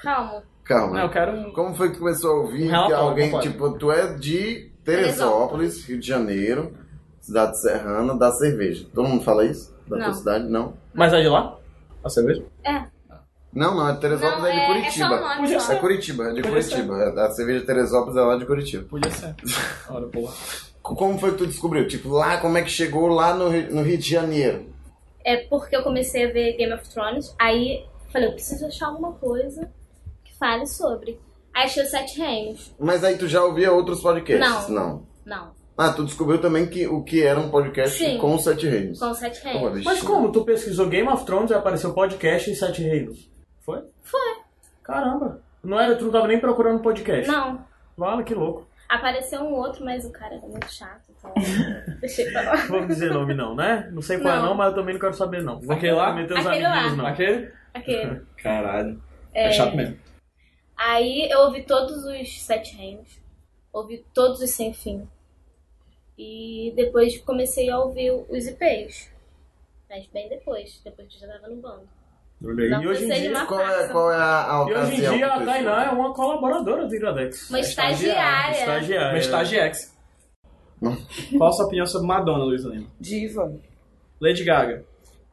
Speaker 12: Calma.
Speaker 4: calma.
Speaker 2: Não, eu quero. um
Speaker 4: Como foi que começou a ouvir que
Speaker 2: relatório,
Speaker 4: alguém,
Speaker 2: compadre.
Speaker 4: tipo, tu é de Teresópolis, Rio de Janeiro, cidade serrana, da cerveja. Todo mundo fala isso? Da
Speaker 12: Não.
Speaker 4: tua cidade? Não.
Speaker 2: Mas é de lá? A cerveja?
Speaker 12: É.
Speaker 4: Não, não, é Teresópolis
Speaker 12: Não,
Speaker 4: é, de
Speaker 12: é-
Speaker 4: Curitiba.
Speaker 12: é só o nome,
Speaker 4: é
Speaker 12: só.
Speaker 4: Curitiba, é de
Speaker 12: Podia
Speaker 4: Curitiba. A cerveja de Teresópolis é lá de Curitiba.
Speaker 2: Podia ser. Ora, porra.
Speaker 4: Como foi que tu descobriu? Tipo, lá, como é que chegou lá no, Ri- no Rio de Janeiro?
Speaker 12: É porque eu comecei a ver Game of Thrones, aí falei, eu preciso achar alguma coisa que fale sobre. Aí achei os Sete Reinos.
Speaker 4: Mas aí tu já ouvia outros podcasts?
Speaker 12: Não.
Speaker 4: é Não.
Speaker 12: Não,
Speaker 4: Ah, tu descobriu também que, o que era um podcast
Speaker 12: Sim.
Speaker 4: com os Sete Reinos.
Speaker 12: com os Sete
Speaker 4: Olha,
Speaker 12: Reinos.
Speaker 1: Mas é como? Tu pesquisou Game of Thrones e apareceu podcast em Sete Reinos. Foi?
Speaker 12: Foi.
Speaker 1: Caramba. é Não era, tu não tava nem procurando podcast.
Speaker 12: Não.
Speaker 1: Vale, que louco.
Speaker 12: Apareceu um outro, mas o cara era muito chato, então deixei pra lá.
Speaker 1: Não Vou dizer nome não, né? Não sei qual é
Speaker 12: Não.
Speaker 1: não, mas eu também não quero saber não. Vou
Speaker 2: Aquele lá?
Speaker 1: meter os
Speaker 12: Aquele
Speaker 1: amiguinhos
Speaker 12: lá.
Speaker 1: não.
Speaker 2: Aquele?
Speaker 12: Aquele.
Speaker 2: Caralho.
Speaker 12: É.
Speaker 2: É chato mesmo.
Speaker 12: Aí eu ouvi todos os Sete Reinos, ouvi todos os Sem Fim. E depois comecei a ouvir os IPs. Mas bem depois, depois que eu já tava no bando. Não
Speaker 1: E hoje em
Speaker 12: precisa de
Speaker 1: dia...
Speaker 12: uma
Speaker 4: Qual é,
Speaker 12: farsa.
Speaker 4: qual é a, a
Speaker 1: E hoje em
Speaker 4: ocasião
Speaker 1: dia
Speaker 4: que
Speaker 1: a
Speaker 4: tu
Speaker 1: Tainá é uma colaboradora do Iradex.
Speaker 12: Uma
Speaker 6: É.
Speaker 12: estagiária.
Speaker 1: Estagiária.
Speaker 2: Uma estagiax. Qual a sua opinião sobre Madonna, Luísa Lima?
Speaker 6: Diva.
Speaker 2: Lady Gaga.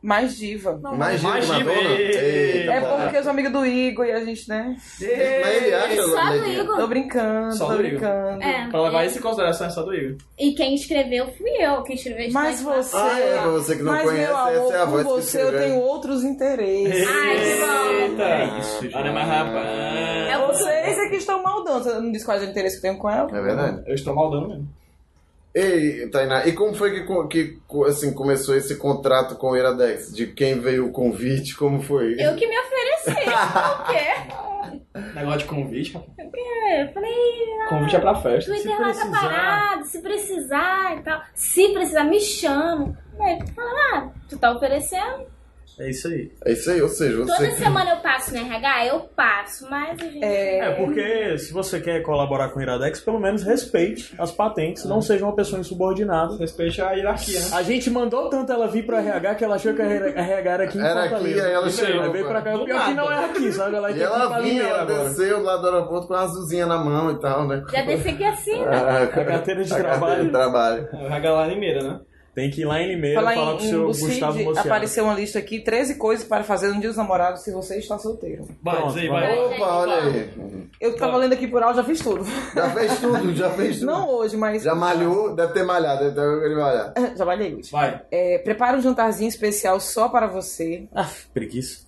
Speaker 6: Mais diva. Não,
Speaker 4: Mais mais diva que diva. Madonna? Eita,
Speaker 6: É
Speaker 4: porra.
Speaker 6: porque eu sou amiga do Igor e a gente, né?
Speaker 4: Mas ele acha, Só do Lady? Igor?
Speaker 6: Tô brincando,
Speaker 2: Só
Speaker 6: tô
Speaker 2: do Igor.
Speaker 6: brincando.
Speaker 12: É.
Speaker 2: Pra levar isso em consideração é só do Igor.
Speaker 12: E quem escreveu fui eu, quem escreveu as
Speaker 6: Mas
Speaker 12: mais
Speaker 6: você.
Speaker 12: fáceis.
Speaker 4: Ah, é, você que não
Speaker 6: mas
Speaker 4: conhece,
Speaker 6: meu amor,
Speaker 4: essa é a voz que
Speaker 6: por você eu
Speaker 4: escreveu.
Speaker 6: tenho outros interesses.
Speaker 2: É isso, gente. Olha, mas rapaz.
Speaker 6: É vocês é que estão maldando. Você não disse quais os interesses que eu tenho com ela?
Speaker 4: É verdade.
Speaker 2: Eu estou maldando mesmo.
Speaker 4: Ei, Tainá, e como foi que, co- que co- assim, começou esse contrato com o Iradex? De quem veio o convite, como foi?
Speaker 12: Eu que me ofereci. tipo, o quê?
Speaker 2: Negócio de convite, rapaz.
Speaker 12: O quê? Eu falei. ah,
Speaker 2: Convite é pra
Speaker 12: O
Speaker 2: festa.
Speaker 12: Twitter lá tá parado, se precisar e tal. Se precisar, me chama. Aí tu fala, ah, tu tá oferecendo?
Speaker 1: É isso aí.
Speaker 4: É isso aí, ou seja,
Speaker 12: Toda
Speaker 4: você...
Speaker 12: semana eu passo no RH? Eu passo, mas a gente.
Speaker 1: É, porque se você quer colaborar com o Iradex, pelo menos respeite as patentes, não seja uma pessoa insubordinada.
Speaker 2: Respeite a hierarquia, né?
Speaker 1: A gente mandou tanto ela vir pra RH que ela achou que a RH era aqui em
Speaker 4: Era aqui,
Speaker 1: Fortaleza.
Speaker 4: aí ela
Speaker 1: E veio,
Speaker 4: chegou,
Speaker 1: Aí veio pra cá.
Speaker 4: do
Speaker 1: Pior
Speaker 4: nada.
Speaker 1: que não é aqui, sabe? Ela
Speaker 4: E
Speaker 1: tem que ir pra
Speaker 4: ela vinha,
Speaker 1: Limeira
Speaker 4: ela
Speaker 1: agora.
Speaker 4: desceu lá do aeroporto com uma azulzinha na mão e tal, né?
Speaker 12: Já desci aqui assim, né?
Speaker 4: Ah,
Speaker 1: A carteira de
Speaker 4: a carteira de
Speaker 1: trabalho.
Speaker 4: trabalho.
Speaker 2: RH É, lá em Limeira, né?
Speaker 1: Tem que ir lá em Limeira
Speaker 6: Falar
Speaker 1: falar,
Speaker 6: em,
Speaker 1: com o
Speaker 6: em
Speaker 1: seu
Speaker 6: Lucide,
Speaker 1: Gustavo Mociano.
Speaker 6: apareceu uma lista aqui, 13 coisas para fazer no dia dos namorados se você está solteiro.
Speaker 1: Vai,
Speaker 2: diz aí, vai.
Speaker 4: Opa, olha aí.
Speaker 6: Eu tava lendo aqui por áudio, já fiz tudo.
Speaker 4: Já fez tudo, já fez tudo.
Speaker 6: Não hoje, mas...
Speaker 4: Já malhou, deve ter malhado, deve ter malhado.
Speaker 6: Já malhei hoje.
Speaker 2: Vai.
Speaker 6: É, prepara um jantarzinho especial só para você.
Speaker 1: Preguiça.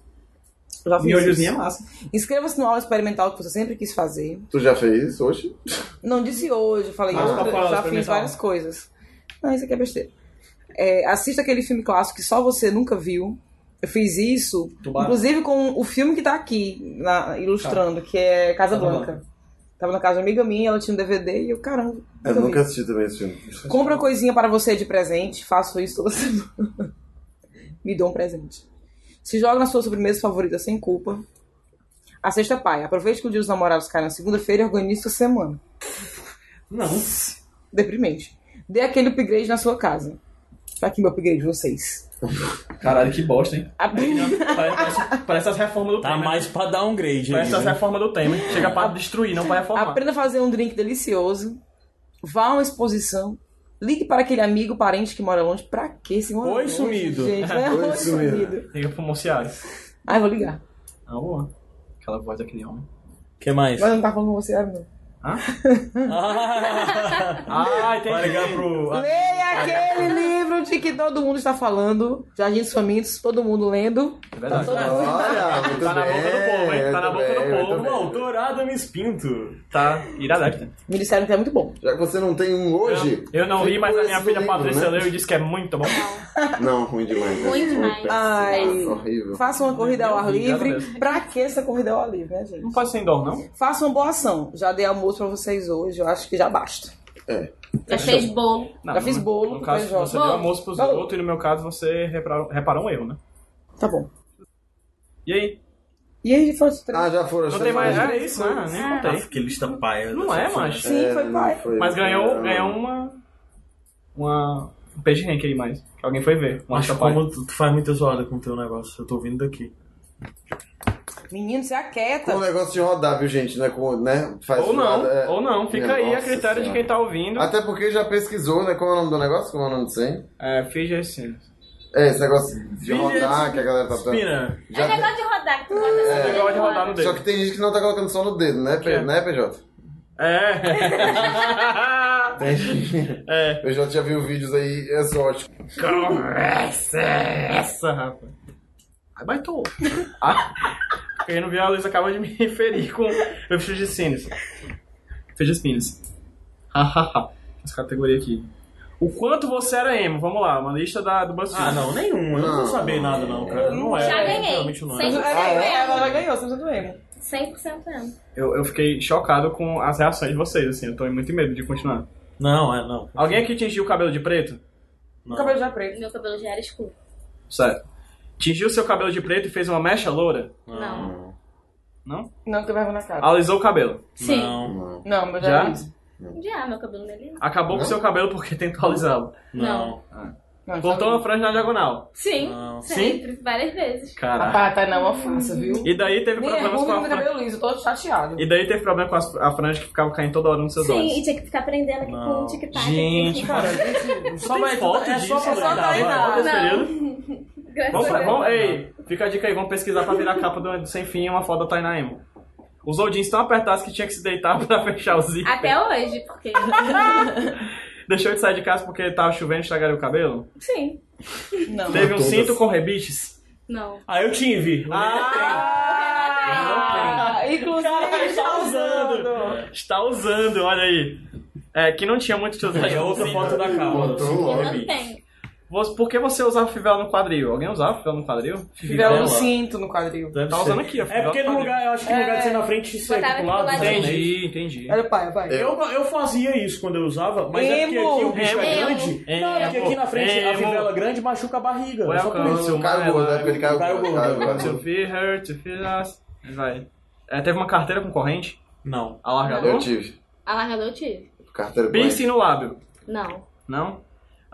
Speaker 6: Já fiz
Speaker 2: Miolhozinho
Speaker 6: isso.
Speaker 2: é massa.
Speaker 6: assim. Inscreva-se no aula experimental que você sempre quis fazer.
Speaker 4: Tu já fez isso hoje?
Speaker 6: Não disse hoje, eu falei,
Speaker 4: Ah,
Speaker 6: outra,
Speaker 4: tá, fala,
Speaker 6: já fiz
Speaker 4: experimental.
Speaker 6: várias coisas. Não, isso aqui é besteira. É, assista aquele filme clássico que só você nunca viu. Eu fiz isso,
Speaker 2: Tubarão.
Speaker 6: inclusive com o filme que tá aqui, na- ilustrando,
Speaker 4: Tá.
Speaker 6: que é Casa Blanca. Tava na casa de uma amiga minha, ela tinha um DVD e eu, caramba.
Speaker 4: Eu
Speaker 6: nunca vi.
Speaker 4: nunca assisti também esse filme.
Speaker 6: Compra coisinha para você de presente, faço isso toda semana. Me dou um presente. Se joga na sua sobremesa favorita sem culpa. A sexta pai. Aproveite que o dia dos namorados cai na segunda-feira e organize sua semana.
Speaker 2: Não.
Speaker 6: Deprimente. Dê aquele upgrade na sua casa. Tá aqui meu upgrade, vocês.
Speaker 2: Caralho, que bosta, hein?
Speaker 6: A-
Speaker 2: Parece, parece as reformas do
Speaker 15: Tá
Speaker 2: Temer.
Speaker 15: mais pra dar um grade.
Speaker 2: Parece as reformas do Temer. Chega pra destruir, não pra reformar.
Speaker 6: Aprenda a fazer um drink delicioso. Vá a uma exposição. Ligue para aquele amigo, parente que mora longe. Pra quê? Se mora
Speaker 1: Oi,
Speaker 6: longe,
Speaker 1: sumido.
Speaker 6: Gente, né?
Speaker 1: Oi,
Speaker 6: Oi,
Speaker 1: sumido.
Speaker 6: sumido.
Speaker 2: Liga pro Mociari.
Speaker 6: Ai, vou ligar.
Speaker 2: Ah, boa. Aquela voz daquele homem.
Speaker 15: que mais?
Speaker 6: Mas eu não tava falando com você, ah, não.
Speaker 2: Ah, entendi.
Speaker 1: Vai ligar pro...
Speaker 6: Leia É aquele livro livro de que todo mundo está falando, Jardins Famintos, todo mundo lendo.
Speaker 2: É Verdade.
Speaker 6: Todo mundo-
Speaker 2: Olha, muito Tá na boca do povo, hein? Tá na boca do povo. O autor Adams Pinto. Tá
Speaker 1: né?
Speaker 2: iradacta.
Speaker 6: Me disseram que é muito bom.
Speaker 4: Já que você não tem um hoje.
Speaker 2: Eu não
Speaker 4: fica
Speaker 2: li, mas
Speaker 4: com
Speaker 2: a minha
Speaker 4: esse
Speaker 2: filha
Speaker 4: livro,
Speaker 2: Patrícia
Speaker 4: né?
Speaker 2: leu e disse que é muito bom.
Speaker 4: Não, ruim demais. né?
Speaker 2: Ruim demais.
Speaker 4: péssimo,
Speaker 6: Ai,
Speaker 12: É.
Speaker 4: horrível.
Speaker 6: faça uma corrida ao ar
Speaker 4: Horrível,
Speaker 6: livre. Pra que essa corrida ao ar livre, né, gente? Não
Speaker 2: pode ser indoor, não?
Speaker 6: Faça uma boa ação. Já dei almoço pra vocês hoje, eu acho que já basta.
Speaker 4: É.
Speaker 12: Já fez bolo.
Speaker 2: Não,
Speaker 6: já fiz
Speaker 2: no-
Speaker 6: bolo.
Speaker 2: No caso,
Speaker 6: pro
Speaker 2: você
Speaker 6: PJ.
Speaker 2: deu almoço pros outros e no meu caso você reparou, reparou um erro, né?
Speaker 6: Tá bom.
Speaker 2: E aí?
Speaker 6: E aí, foi os três.
Speaker 4: Ah, já foram.
Speaker 2: Não
Speaker 4: já
Speaker 2: tem mais
Speaker 4: foram.
Speaker 2: nada, é isso, né? Nem
Speaker 1: Ah,
Speaker 2: contei.
Speaker 4: que lista paia.
Speaker 2: Não é, macho.
Speaker 4: não
Speaker 2: Mas ganhou,
Speaker 4: Não.
Speaker 2: ganhou uma. Uma. Um peixe rank aí mais. que Alguém foi ver. Um
Speaker 1: Acho
Speaker 2: acha pai.
Speaker 1: como tu, tu faz muita zoada com o teu negócio. Eu tô ouvindo daqui.
Speaker 6: Menino, você aquieta.
Speaker 4: Com o negócio de rodar, viu, gente? Né? Com, né? Faz
Speaker 2: Ou não,
Speaker 4: zoada, é.
Speaker 2: ou não. Fica
Speaker 4: Minha
Speaker 2: aí a
Speaker 4: nossa
Speaker 2: critério de
Speaker 4: senhora.
Speaker 2: quem tá ouvindo.
Speaker 4: Até porque já pesquisou, né? Como é o nome do negócio? Como é o nome disso aí?
Speaker 2: É, Fidget Sims.
Speaker 4: É, esse negócio de
Speaker 2: Fidget
Speaker 4: rodar que a galera tá
Speaker 2: Spinner.
Speaker 12: É negócio de rodar, que tu roda assim,
Speaker 4: É,
Speaker 12: ele roda.
Speaker 4: Só que tem gente que não tá colocando só no dedo, né, P... né PJ?
Speaker 2: É.
Speaker 4: Tem gente. É. PJ já viu vídeos aí é exóticos.
Speaker 2: Conversa essa, rapaz. Ai, baitou. Ah, quem não viu, a Luiz acaba de me ferir com meu Fidget Sims. Fidget Sims. As categorias aqui. O quanto você era emo? Vamos lá, uma lista da, do BuzzFeed.
Speaker 1: Ah, não, nenhuma. Eu não vou saber nada, não, cara. Não é.
Speaker 12: Já ganhei.
Speaker 1: Realmente não é.
Speaker 12: 100%
Speaker 6: Ah, é?
Speaker 12: emo.
Speaker 6: Ela já ganhou, você já emo.
Speaker 12: 100% emo.
Speaker 2: Eu, eu fiquei chocado com as reações de vocês, assim. Eu tô muito em medo de continuar.
Speaker 1: Não, é, não.
Speaker 2: Alguém aqui tingiu o cabelo de preto?
Speaker 12: Meu
Speaker 6: cabelo já é preto.
Speaker 12: Meu cabelo já era escuro.
Speaker 2: Certo. Tingiu seu cabelo de preto e fez uma mecha loura?
Speaker 12: Não.
Speaker 2: Não?
Speaker 6: Não, que eu verbo na cara.
Speaker 2: Alisou o cabelo?
Speaker 12: Sim.
Speaker 2: Não.
Speaker 6: Não, mas
Speaker 2: Já?
Speaker 6: já? era isso.
Speaker 12: Já, meu cabelo não é liso.
Speaker 2: Acabou com seu cabelo porque tentou alisá-lo?
Speaker 12: Não.
Speaker 2: Ah.
Speaker 6: Não,
Speaker 2: Cortou uma franja na diagonal?
Speaker 12: Sim, sempre, várias vezes.
Speaker 2: Caraca.
Speaker 6: Rapaz, tá não é uma farsa, viu?
Speaker 2: E daí teve
Speaker 6: Nem é
Speaker 2: problemas com
Speaker 6: ruim
Speaker 2: a
Speaker 6: meu
Speaker 2: franja.
Speaker 6: cabelo liso, eu tô chateado.
Speaker 2: E daí teve problema com as- a franja que ficava caindo toda hora nos seus
Speaker 12: né? Sim,
Speaker 2: olhos.
Speaker 12: e tinha que ficar aprendendo aqui com o tic-tac. assim,
Speaker 2: Gente, cara,
Speaker 12: só
Speaker 2: tem foto
Speaker 6: pra
Speaker 2: disso, cara?
Speaker 6: dar
Speaker 2: Vai,
Speaker 6: risada.
Speaker 2: vai, vai,
Speaker 12: né? Não.
Speaker 2: período.
Speaker 12: Graças
Speaker 2: Vamos,
Speaker 12: a
Speaker 2: pra-
Speaker 12: Deus.
Speaker 2: vamos, ei, fica a dica aí, vamos pesquisar pra virar a capa do, do Sem Fim uma foto da Tainá Emo. Os oldins tão apertados que tinha que se deitar pra fechar o zíper.
Speaker 12: Até hoje, porque...
Speaker 2: Deixou de sair de casa porque tava chovendo, estragaram o cabelo.
Speaker 12: Sim. Não.
Speaker 2: Teve um cinto com rebites.
Speaker 12: Não.
Speaker 2: Ah, eu tive.
Speaker 6: Ah, inclusive,
Speaker 2: Caralho,
Speaker 6: está usando.
Speaker 2: Está usando, olha aí. É, que não tinha muito teus
Speaker 1: É outra foto da capa.
Speaker 12: Eu não tenho.
Speaker 2: Você- Por que você usava fivela no quadril? Alguém usava fivela no quadril?
Speaker 1: Então,
Speaker 6: Fivela no um cinto, no quadril.
Speaker 2: Tá usando aqui, ó.
Speaker 1: É porque no lugar, eu acho que no lugar de ser
Speaker 6: É.
Speaker 1: na frente, isso é
Speaker 6: Botava
Speaker 1: pro
Speaker 6: aqui do
Speaker 1: lado.
Speaker 6: ladinho.
Speaker 2: Entendi, entendi.
Speaker 6: Olha o pai, vai.
Speaker 1: Eu, eu fazia isso quando eu usava, mas é porque
Speaker 6: Emo.
Speaker 1: aqui o bicho é
Speaker 6: Emo.
Speaker 1: grande. Não, é porque aqui na frente a
Speaker 2: Emo.
Speaker 1: fivela grande machuca a barriga. né?
Speaker 2: Welcome
Speaker 1: Só por isso.
Speaker 2: to
Speaker 4: Caio
Speaker 2: my
Speaker 4: Gordo,
Speaker 1: né?
Speaker 2: life.
Speaker 4: é porque ele caiu
Speaker 1: Caio
Speaker 4: gordo.
Speaker 1: Gordo.
Speaker 4: Caio gordo.
Speaker 2: To feed her, to feed us. Vai. É, teve uma carteira com corrente?
Speaker 1: Não.
Speaker 2: Alargador?
Speaker 4: Eu tive.
Speaker 12: Alargador eu tive.
Speaker 4: Carteira com
Speaker 2: Piercing no lábio?
Speaker 12: Não.
Speaker 2: Não?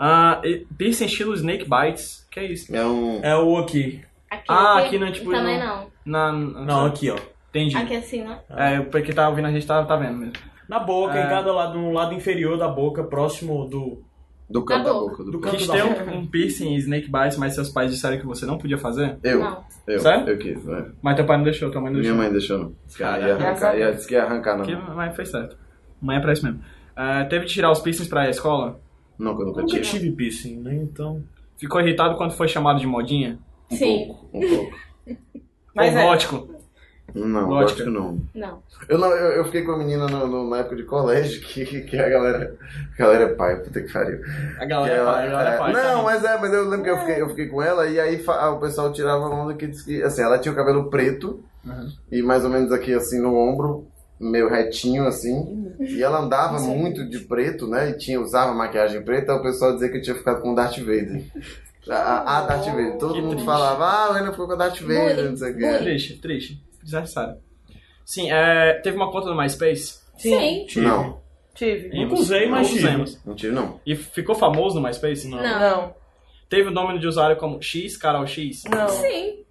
Speaker 2: Ah, e- piercing estilo Snake Bites? Que é isso?
Speaker 4: É um.
Speaker 1: É o aqui.
Speaker 12: Aqui
Speaker 2: Ah,
Speaker 12: eu
Speaker 2: aqui
Speaker 12: tenho-
Speaker 2: não, tipo.
Speaker 12: Também
Speaker 2: no-
Speaker 12: não.
Speaker 2: Na, não,
Speaker 1: aqui, ó.
Speaker 2: Entendi.
Speaker 12: Aqui assim, né?
Speaker 2: É, porque tá ouvindo a gente tá, tá vendo mesmo.
Speaker 1: Na boca,
Speaker 2: É.
Speaker 1: em cada lado, no lado inferior da boca, próximo do.
Speaker 4: Do
Speaker 12: canto Da da boca. boca,
Speaker 1: Do,
Speaker 12: do
Speaker 1: canto
Speaker 2: Quis
Speaker 1: da
Speaker 2: ter
Speaker 1: boca.
Speaker 2: um, um piercing Snake Bites, mas seus pais disseram que você não podia fazer?
Speaker 4: Eu.
Speaker 12: Não.
Speaker 4: Eu.
Speaker 2: Sério?
Speaker 4: Eu quis, é.
Speaker 2: Mas teu pai não deixou, tua mãe não
Speaker 4: Minha
Speaker 2: deixou.
Speaker 4: mãe deixou não. Disse que ia
Speaker 2: Caraca.
Speaker 4: arrancar, ia, disse que ia arrancar, Ah, não.
Speaker 2: Que, mas foi certo. Mãe é pra isso mesmo. Ah, teve de tirar os piercings pra ir à escola?
Speaker 4: Não, que eu nunca
Speaker 1: Nunca
Speaker 4: tive.
Speaker 1: tive piercing, né? Então.
Speaker 2: Ficou irritado quando foi chamado de modinha? um
Speaker 12: Sim.
Speaker 4: Um pouco.
Speaker 6: Mas
Speaker 2: Ou
Speaker 6: é.
Speaker 2: gótico?
Speaker 4: Não,
Speaker 2: Gótica.
Speaker 4: gótico não.
Speaker 12: Não.
Speaker 4: Eu, não, eu, eu fiquei com a menina no- no- na época de colégio, que, que a galera. A galera é pai, puta que pariu.
Speaker 2: A
Speaker 4: Que
Speaker 2: galera é
Speaker 4: ela-
Speaker 2: pai, a galera é pai.
Speaker 4: Não, mas é, mas eu lembro que eu fiquei, eu fiquei com ela e aí fa- ah, o pessoal tirava onda que disse que. Assim, ela tinha o cabelo preto e mais ou menos aqui assim no ombro, meio retinho assim. E ela andava muito de preto, né? E tinha, usava maquiagem preta, aí o pessoal dizia que eu tinha ficado com o Darth Vader. A, a, a Darth
Speaker 12: Oh,
Speaker 4: Vader. Todo mundo falava, ah, o Renan ficou com a Darth Vader, não sei o quê.
Speaker 2: Triste, triste. Desnecessário. Sim, é, teve uma conta no MySpace?
Speaker 12: Sim.
Speaker 4: Não,
Speaker 6: Tive.
Speaker 2: Emos.
Speaker 1: Nunca usei, mas
Speaker 2: Não
Speaker 1: tive.
Speaker 2: usemos.
Speaker 4: não tive não.
Speaker 2: E ficou famoso no MySpace?
Speaker 12: Não.
Speaker 6: Não,
Speaker 2: Teve o nome de usuário como X, Carol X?
Speaker 6: não.
Speaker 12: Sim.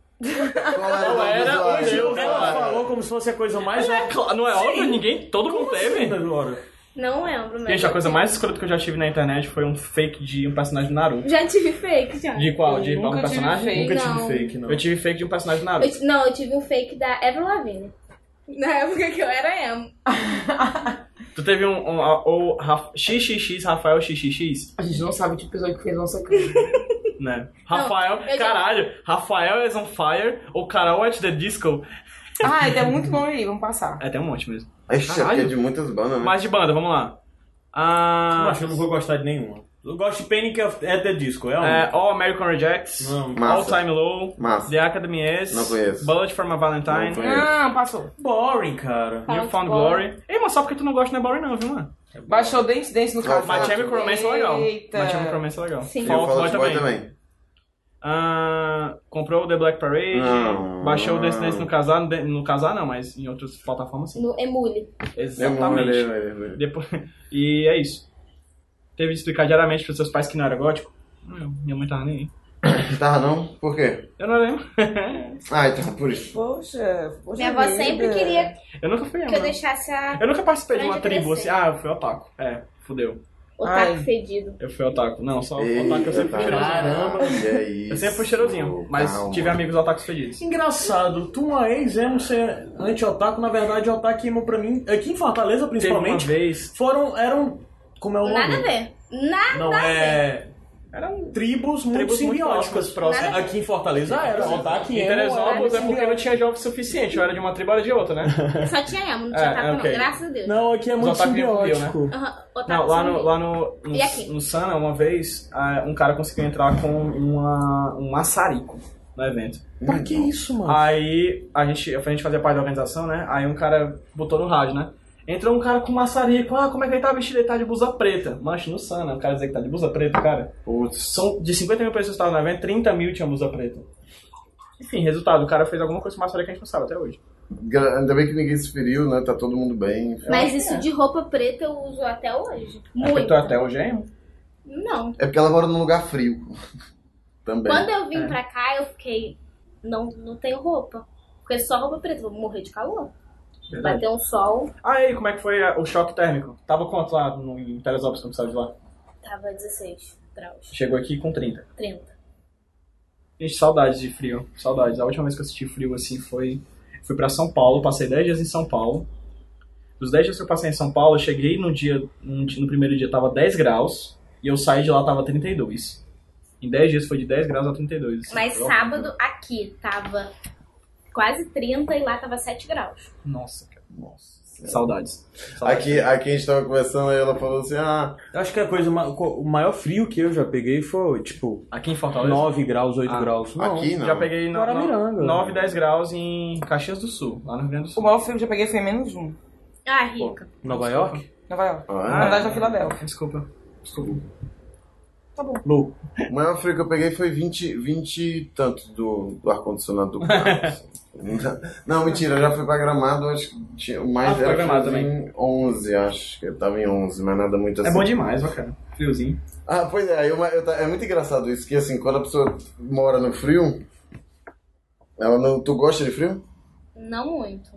Speaker 4: Qual era o
Speaker 1: Não
Speaker 4: nome do
Speaker 1: era o
Speaker 4: usuário?
Speaker 1: meu, ela
Speaker 4: Usuário.
Speaker 1: falou como se fosse a coisa mais
Speaker 2: Não é, cla- não é óbvio, ninguém, todo mundo teve.
Speaker 1: Laura.
Speaker 12: Não lembro, mas...
Speaker 2: Gente, a coisa mais escrota que eu já tive na internet foi um fake de um personagem do Naruto.
Speaker 12: Já tive fake, já.
Speaker 2: De qual? De
Speaker 6: Eu
Speaker 2: qual
Speaker 6: nunca tive
Speaker 2: personagem?
Speaker 6: fake.
Speaker 1: Nunca tive
Speaker 12: Não.
Speaker 1: fake, não.
Speaker 2: Eu tive fake de um personagem do
Speaker 12: Eu
Speaker 2: Naruto.
Speaker 12: ti- não, eu tive um fake da Evelyn Lavigne. Na época que eu era emo.
Speaker 2: Tu teve um, um, a- ou Ra- XXX Rafael XXX?
Speaker 6: A gente não sabe o tipo de pessoa que fez nossa crise.
Speaker 2: Né? Rafael,
Speaker 6: eu já-
Speaker 2: caralho, Rafael is on fire ou Carol at the disco?
Speaker 6: ah, então é muito bom aí, vamos passar.
Speaker 2: É, tem um monte mesmo.
Speaker 16: É chato que é de muitas bandas, né?
Speaker 2: Mais de banda, vamos lá. Ah...
Speaker 1: Eu acho que eu não vou gostar de nenhuma. Eu gosto de Panic at the Disco, é um.
Speaker 2: É, All American Rejects,
Speaker 1: Não.
Speaker 2: All
Speaker 1: Massa.
Speaker 2: Time Low,
Speaker 1: Massa.
Speaker 2: The Academy S,
Speaker 1: Não conheço.
Speaker 2: Bullet for My Valentine.
Speaker 1: Não conheço.
Speaker 6: Não, Ah, passou.
Speaker 2: Boring, cara.
Speaker 6: Tá
Speaker 2: New Found
Speaker 6: muito
Speaker 2: Glory. Ei, mas só porque tu não gosta não é boring não, viu, mano?
Speaker 6: Baixou Dance Dance no
Speaker 2: Mas
Speaker 6: caso.
Speaker 2: My Chemical Romance é legal.
Speaker 6: Eita.
Speaker 2: My Chemical Romance é legal.
Speaker 6: Sim.
Speaker 16: E o
Speaker 2: Fall Out
Speaker 16: Fallout
Speaker 2: Boy
Speaker 16: Boy
Speaker 2: também.
Speaker 16: também.
Speaker 2: Ah, comprou o The Black Parade,
Speaker 16: Não.
Speaker 2: baixou o Dance Dance no casar, no- no casar não, mas em outras plataformas sim.
Speaker 12: No Emule.
Speaker 2: Exatamente.
Speaker 16: Demorou, ele- ele- ele-
Speaker 2: Depois, e é isso. Teve de explicar diariamente pros seus pais que não era gótico? Não, eu- minha mãe tava nem aí.
Speaker 16: Tava não? Por quê?
Speaker 2: Eu não lembro.
Speaker 16: Ah, então por isso.
Speaker 6: Poxa, poxa.
Speaker 12: Minha avó
Speaker 6: vida.
Speaker 12: sempre queria
Speaker 2: Eu nunca fui
Speaker 12: que eu
Speaker 2: emo.
Speaker 12: deixasse a.
Speaker 2: Eu nunca participei de uma
Speaker 12: Grande
Speaker 2: tribo assim.
Speaker 12: crescer.
Speaker 2: Ah, eu fui otaku. É, fudeu.
Speaker 12: Otaku
Speaker 2: Ai.
Speaker 12: fedido.
Speaker 2: Eu fui otaku. Não, só otaku eu sempre fui
Speaker 16: Eita,
Speaker 2: cheirosinho.
Speaker 16: caramba. Olha
Speaker 2: Eu sempre fui cheirosinho, mas
Speaker 16: calma.
Speaker 2: tive amigos otakus fedidos.
Speaker 1: Engraçado, tu uma ex emo ser anti-otaku, na verdade, otaku e emo pra mim, aqui em Fortaleza principalmente,
Speaker 2: Teve uma vez.
Speaker 1: foram, eram, como é o nome?
Speaker 12: Nada a ver. Nada
Speaker 1: Não,
Speaker 12: a ver.
Speaker 1: é... Eram tribos muito
Speaker 2: Tribos muito
Speaker 1: simbióticas.
Speaker 2: próximas, próximas.
Speaker 1: Aqui em Fortaleza era, otaku e
Speaker 2: Em
Speaker 1: emo eram
Speaker 2: Teresópolis é porque não
Speaker 1: simbióticos.
Speaker 2: tinha jovem suficiente. Eu era de uma tribo, era de outra, né?
Speaker 12: Só tinha emo, não
Speaker 2: É,
Speaker 12: tinha otaku,
Speaker 2: ok.
Speaker 12: não. Graças a Deus.
Speaker 1: Não, aqui é
Speaker 2: Os
Speaker 1: muito
Speaker 2: otaku e emo, né?
Speaker 1: simbiótico.
Speaker 12: Aham, otaku
Speaker 2: Não, lá
Speaker 12: só
Speaker 2: no,
Speaker 12: vi.
Speaker 2: lá no, no,
Speaker 12: E aqui?
Speaker 2: no Sana, uma vez, ah, um cara conseguiu entrar com uma, um maçarico no evento.
Speaker 1: Pra que isso, mano?
Speaker 2: Aí a gente, a gente fazia parte da organização, né? Aí um cara botou no rádio, né? Entrou um cara com maçarico. Ah, como é que ele tá vestido? Ele tá de blusa preta. Mancha no Sana, o cara dizer que tá de blusa preta, cara. São de 50 mil pessoas que estavam no evento, 30 mil tinha blusa preta. Enfim, resultado, o cara fez alguma coisa com maçarico que a gente não sabe até hoje.
Speaker 16: Gra- Ainda bem que ninguém se feriu, né? Tá todo mundo bem. enfim.
Speaker 12: Mas isso de roupa preta eu uso até hoje.
Speaker 16: É
Speaker 12: Muito.
Speaker 16: porque tu até hoje é
Speaker 2: emo?
Speaker 12: Não.
Speaker 16: É porque ela mora num lugar frio. Também.
Speaker 12: Quando eu vim
Speaker 16: É.
Speaker 12: pra cá, eu fiquei. Não, não tenho roupa. Porque só roupa preta, eu vou morrer de calor.
Speaker 2: Verdade.
Speaker 12: Bateu um sol,
Speaker 2: Aí, como é que foi a- o choque térmico? Tava quanto lá no, em Teresópolis quando saiu de lá?
Speaker 12: tava 16 graus.
Speaker 2: Chegou aqui com 30.
Speaker 12: 30.
Speaker 2: Gente, saudades de frio. Saudades. A última vez que eu senti frio assim foi. Fui pra São Paulo, passei 10 dias em São Paulo. Dos 10 dias que eu passei em São Paulo, eu cheguei no dia. um di- No primeiro dia tava 10 graus. E eu saí de lá tava 32. Em 10 dias foi de 10 graus a 32. assim.
Speaker 12: Mas
Speaker 2: Foi horrível.
Speaker 12: sábado aqui tava quase 30 e lá tava 7 graus.
Speaker 2: Nossa, cara. Nossa. Saudades.
Speaker 16: Aqui, aqui a
Speaker 4: tá
Speaker 16: gente tava conversando aí, ela falou assim: ah,
Speaker 1: Eu acho que a coisa, ma- o maior frio que eu já peguei foi, tipo,
Speaker 2: Aqui em Fortaleza?
Speaker 1: 9 graus, 8
Speaker 2: Ah,
Speaker 1: graus.
Speaker 2: Já peguei no,
Speaker 1: Guaramiranga.
Speaker 2: no, 9, 10 graus em Caxias do Sul, lá no Rio Grande do Sul.
Speaker 6: O maior frio que eu já peguei foi menos um.
Speaker 12: Ah, rica.
Speaker 1: Nova York?
Speaker 6: Nova York.
Speaker 16: Ah,
Speaker 6: Na verdade, na Filadélfia.
Speaker 2: Desculpa. Desculpa.
Speaker 6: Tá bom.
Speaker 1: Lu.
Speaker 16: O maior frio que eu peguei foi 20, 20 e tanto do, do ar-condicionado do carro. assim. Não, mentira, eu já fui pra Gramado, acho que tinha, o
Speaker 2: Ah,
Speaker 16: mais
Speaker 2: foi pra
Speaker 16: era
Speaker 2: Gramado
Speaker 16: friozinho em 11, acho que tá. eu tava em 11, mas nada muito assim.
Speaker 2: É bom demais, ó, cara. Friozinho.
Speaker 16: Ah, pois é, eu, eu ta- é muito engraçado isso, que assim, quando a pessoa mora no frio, ela não, tu gosta de frio?
Speaker 12: Não muito.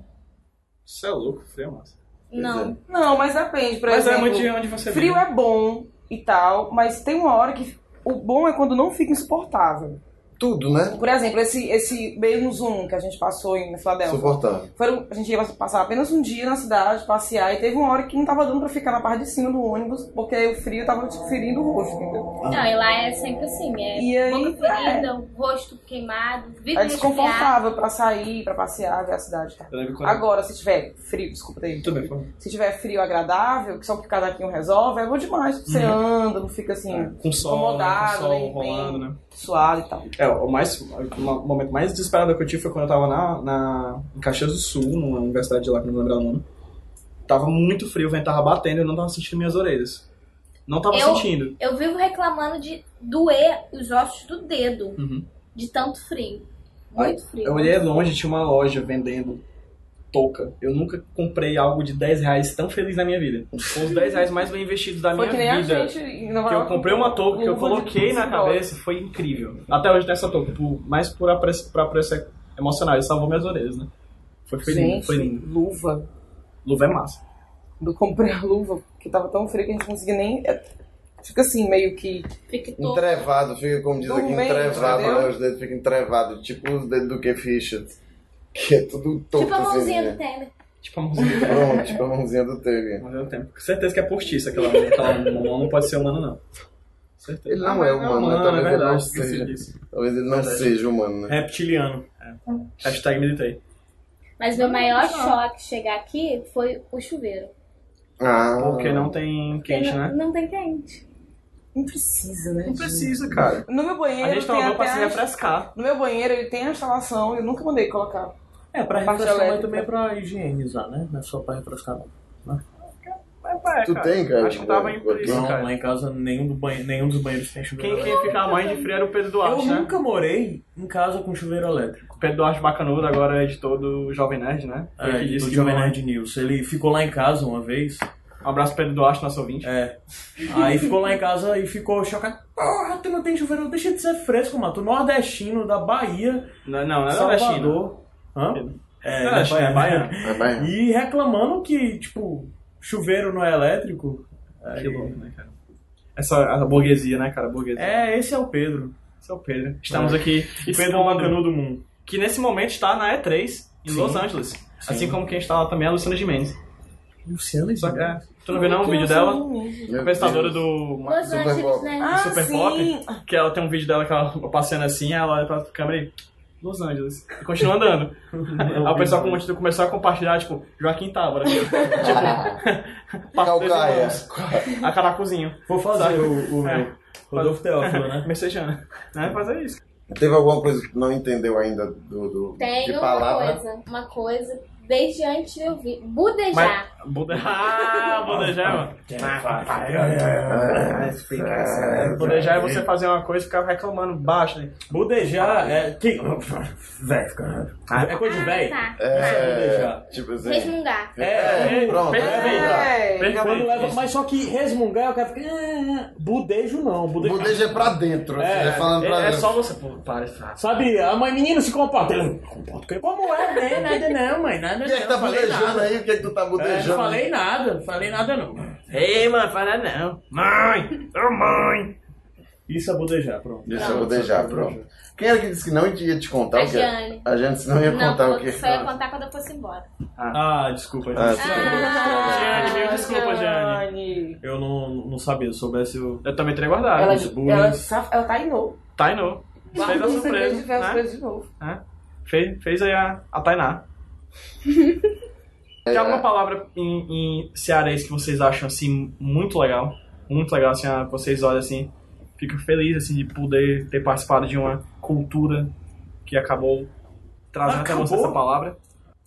Speaker 2: Você é louco, frio é massa.
Speaker 12: Não.
Speaker 6: Não, mas depende, por
Speaker 2: Mas é
Speaker 6: exemplo.
Speaker 2: muito de onde você
Speaker 6: Frio
Speaker 2: vive.
Speaker 6: é bom e tal, mas tem uma hora que o bom é quando não fica insuportável.
Speaker 16: Tudo, né?
Speaker 6: Por exemplo, esse, esse meio zoom que a gente passou em Filadélfia.
Speaker 16: Suportável.
Speaker 6: Foram, a gente ia passar apenas um dia na cidade, passear, e teve uma hora que não tava dando pra ficar na parte de cima do ônibus, porque o frio tava te ferindo o rosto. entendeu?
Speaker 2: Ah.
Speaker 12: Não, e lá é sempre assim, é
Speaker 6: E aí,
Speaker 12: boca ferida, o rosto queimado, vive
Speaker 6: É
Speaker 12: resfriado.
Speaker 6: desconfortável pra sair, pra passear, ver a cidade. Tá?
Speaker 2: Eu lembro quando-
Speaker 6: Agora, se tiver frio, desculpa aí.
Speaker 2: Tudo bem, por favor.
Speaker 6: Se tiver frio agradável, que só porque o casaquinho resolve, é bom demais. Você
Speaker 2: Uhum.
Speaker 6: anda, não fica assim,
Speaker 2: Com sol, né? com
Speaker 6: incomodado,
Speaker 2: sol
Speaker 6: nem
Speaker 2: rolando, né?
Speaker 6: suado e tal.
Speaker 2: É, o, mais, o momento mais desesperado que eu tive foi quando eu tava na, na, em Caxias do Sul, numa universidade de lá que eu não lembro o nome. Tava muito frio, o vento tava batendo e eu não tava sentindo minhas orelhas. Não tava
Speaker 12: eu,
Speaker 2: sentindo.
Speaker 12: eu vivo reclamando de doer os ossos do dedo
Speaker 2: Uhum.
Speaker 12: de tanto frio. Muito frio.
Speaker 2: Eu olhei longe, tinha uma loja vendendo touca. Eu nunca comprei algo de 10 reais tão feliz na minha vida. Foi os 10 reais mais bem investidos da
Speaker 6: Foi que nem
Speaker 2: minha
Speaker 6: a
Speaker 2: vida.
Speaker 6: gente em Nova
Speaker 2: que eu
Speaker 6: York,
Speaker 2: comprei uma touca que eu
Speaker 6: luva de
Speaker 2: coloquei na
Speaker 6: 15 dólares.
Speaker 2: cabeça foi incrível. Até hoje tem essa touca, por, mais por apreço, por apreço emocional. Ele salvou minhas orelhas, né? Foi, foi lindo,
Speaker 6: Gente,
Speaker 2: foi lindo.
Speaker 6: Luva.
Speaker 2: Luva é massa.
Speaker 6: Eu comprei a luva, porque tava tão frio que a gente não conseguia nem. é, Fica assim, meio que.
Speaker 16: Entrevado, fica como diz aqui,
Speaker 6: Dormente,
Speaker 16: entrevado,
Speaker 6: entendeu?
Speaker 16: né? os dedos ficam entrevados, tipo os dedos do Keith Richards, que é tudo torto
Speaker 12: Tipo a
Speaker 16: assim,
Speaker 12: mãozinha
Speaker 16: né?
Speaker 12: do Temer.
Speaker 2: Tipo a mãozinha do
Speaker 16: Pronto, tipo a mãozinha do Tevye.
Speaker 2: Mãozinha do tempo. Com certeza que é postiça aquela mão. Aquela mão não pode ser humana, não. Certeza.
Speaker 1: Ah,
Speaker 16: Ele não é humano, né?
Speaker 2: é
Speaker 16: Talvez ele não
Speaker 2: verdade.
Speaker 16: seja.
Speaker 2: esqueci disso.
Speaker 16: Talvez ele não
Speaker 2: Verdade.
Speaker 16: seja humano, né?
Speaker 2: Reptiliano. É. Hashtag meditei.
Speaker 12: Mas meu maior choque chegar aqui foi o chuveiro.
Speaker 16: Ah.
Speaker 2: Porque não tem quente,
Speaker 12: Porque não,
Speaker 2: né?
Speaker 12: não tem quente.
Speaker 6: Não precisa, né?
Speaker 2: Não precisa, cara.
Speaker 6: No meu banheiro.
Speaker 2: A gente
Speaker 6: tem
Speaker 2: tomou pra
Speaker 6: até
Speaker 2: se
Speaker 6: a-
Speaker 2: refrescar.
Speaker 6: No meu banheiro ele tem a instalação, eu nunca mandei colocar.
Speaker 2: É, pra
Speaker 6: A parte
Speaker 2: refrescar, mas
Speaker 6: elétrica.
Speaker 2: também é pra higienizar, né? Não é só pra refrescar, não. Né?
Speaker 16: Tu tem, cara?
Speaker 2: Acho que tava indo por isso,
Speaker 1: não,
Speaker 2: cara.
Speaker 1: lá em casa nenhum, do banhe- nenhum dos banheiros tem chuveiro
Speaker 2: Quem, quem ficava mais de frio era o Pedro Duarte,
Speaker 1: Eu
Speaker 2: né?
Speaker 1: nunca morei em casa com chuveiro elétrico.
Speaker 2: O Pedro Duarte Bacanudo agora é editor do Jovem Nerd, né? Ele
Speaker 1: É,
Speaker 2: que disse
Speaker 1: do
Speaker 2: que
Speaker 1: Jovem
Speaker 2: não-
Speaker 1: Nerd News. Ele ficou lá em casa uma vez.
Speaker 2: Um abraço pro Pedro Duarte, nosso ouvinte.
Speaker 1: É. Aí ficou lá em casa e ficou chocado. Porra, tu não tem chuveiro? Deixa de ser fresco, mano. Tu nordestino da Bahia.
Speaker 2: Não, não, não é
Speaker 1: Salvador. Hã? É, da
Speaker 2: Nordestino,
Speaker 1: Bahia.
Speaker 2: é baiano.
Speaker 16: É baiano.
Speaker 1: E reclamando que, tipo, chuveiro não é elétrico.
Speaker 2: Que louco, né, cara? Essa a burguesia, né, cara? A burguesia.
Speaker 1: É, esse é o Pedro.
Speaker 2: Esse é o Pedro. Estamos
Speaker 1: É.
Speaker 2: aqui.
Speaker 1: O Pedro Maganu do mundo.
Speaker 2: Que nesse momento está na E3, em
Speaker 1: Sim.
Speaker 2: Los Angeles. Assim como quem está lá também é a Luciana Gimenez.
Speaker 1: Luciana
Speaker 2: Só que, é, tu não viu não o vídeo dela?
Speaker 16: Meu
Speaker 2: Apresentadora
Speaker 16: Deus.
Speaker 2: do
Speaker 12: Los
Speaker 16: Super
Speaker 12: Angeles,
Speaker 16: Bowl.
Speaker 12: né?
Speaker 6: Ah,
Speaker 2: Super
Speaker 6: sim.
Speaker 2: Pop, que ela tem um vídeo dela que ela passeando assim, ela olha pra câmera e. Los Angeles. E continua andando. Aí É o pessoal come- começou a compartilhar, tipo, Joaquim Távora. tipo, Papo dos
Speaker 16: Calcaia.
Speaker 2: Irmãos. A Caracuzinho.
Speaker 1: Vou fazer
Speaker 2: Sabe?
Speaker 1: o, o
Speaker 2: É.
Speaker 1: meu. Rodolfo Teófilo, né?
Speaker 2: Messejana. Né? Fazer isso.
Speaker 16: Teve alguma coisa que tu não entendeu ainda do, do,
Speaker 12: Tem
Speaker 16: de
Speaker 12: uma
Speaker 16: palavra?
Speaker 12: coisa, uma coisa, desde antes de eu vir. Budejar.
Speaker 2: Buda... Ah, budejar, mano. Ah, Budejar é você fazer uma coisa e ficar reclamando baixo, né?
Speaker 1: Budejar é. Que... Véi, fica.
Speaker 2: Ah,
Speaker 1: É coisa de véi.
Speaker 12: tá.
Speaker 16: É,
Speaker 1: Budejar.
Speaker 16: tipo assim.
Speaker 12: Resmungar.
Speaker 1: É,
Speaker 16: pronto.
Speaker 2: Perfeito.
Speaker 6: É.
Speaker 1: Quando
Speaker 2: Perfeito.
Speaker 1: leva- mas só que resmungar, o cara fica. "Ah, Budejo não, budejo.
Speaker 16: Budeja é pra dentro, assim, é, falando pra
Speaker 2: É, é
Speaker 16: dentro.
Speaker 2: só você. Pô, para, tá.
Speaker 1: Sabe, a mãe, menino se comporta. Ele, comporta o quê? Como é, né? Nada não, mãe, nada
Speaker 16: O que é
Speaker 1: não.
Speaker 16: que tá
Speaker 1: falei
Speaker 16: budejando
Speaker 1: nada.
Speaker 16: aí? O que é que tu tá
Speaker 1: É, não
Speaker 16: budejando?
Speaker 1: falei nada, falei nada não.
Speaker 2: Ei, mano, fala não. Mãe! Ô, mãe!
Speaker 1: Isso é budejar, pronto.
Speaker 16: Deixa eu budejar, pronto. Quem era que disse que não ia te contar
Speaker 12: A
Speaker 16: o que? é?
Speaker 12: Jane.
Speaker 16: Então, A gente não ia
Speaker 12: Não,
Speaker 16: contar o que. é.
Speaker 12: só ia contar quando eu fosse embora. Ah,
Speaker 1: Ah, desculpa.
Speaker 16: Ah,
Speaker 1: gente.
Speaker 2: Jane, mil desculpas, Jane.
Speaker 1: Eu não, não sabia, se soubesse eu.
Speaker 2: Eu também teria guardado.
Speaker 6: Ela,
Speaker 2: Ela...
Speaker 6: ela, saf- ela tá em novo.
Speaker 2: Tainá. Fez
Speaker 6: Guarda
Speaker 2: a
Speaker 6: o segredo de ver as
Speaker 2: é surpresa. Né?
Speaker 6: coisas de novo.
Speaker 2: Hã? Fez, fez aí a, a Tainá. Tem alguma palavra em, em cearense que vocês acham assim muito legal? Muito legal, assim, ah, vocês olham assim, ficam felizes assim, de poder ter participado de uma cultura que acabou trazendo até
Speaker 1: Acabou?
Speaker 2: você essa palavra.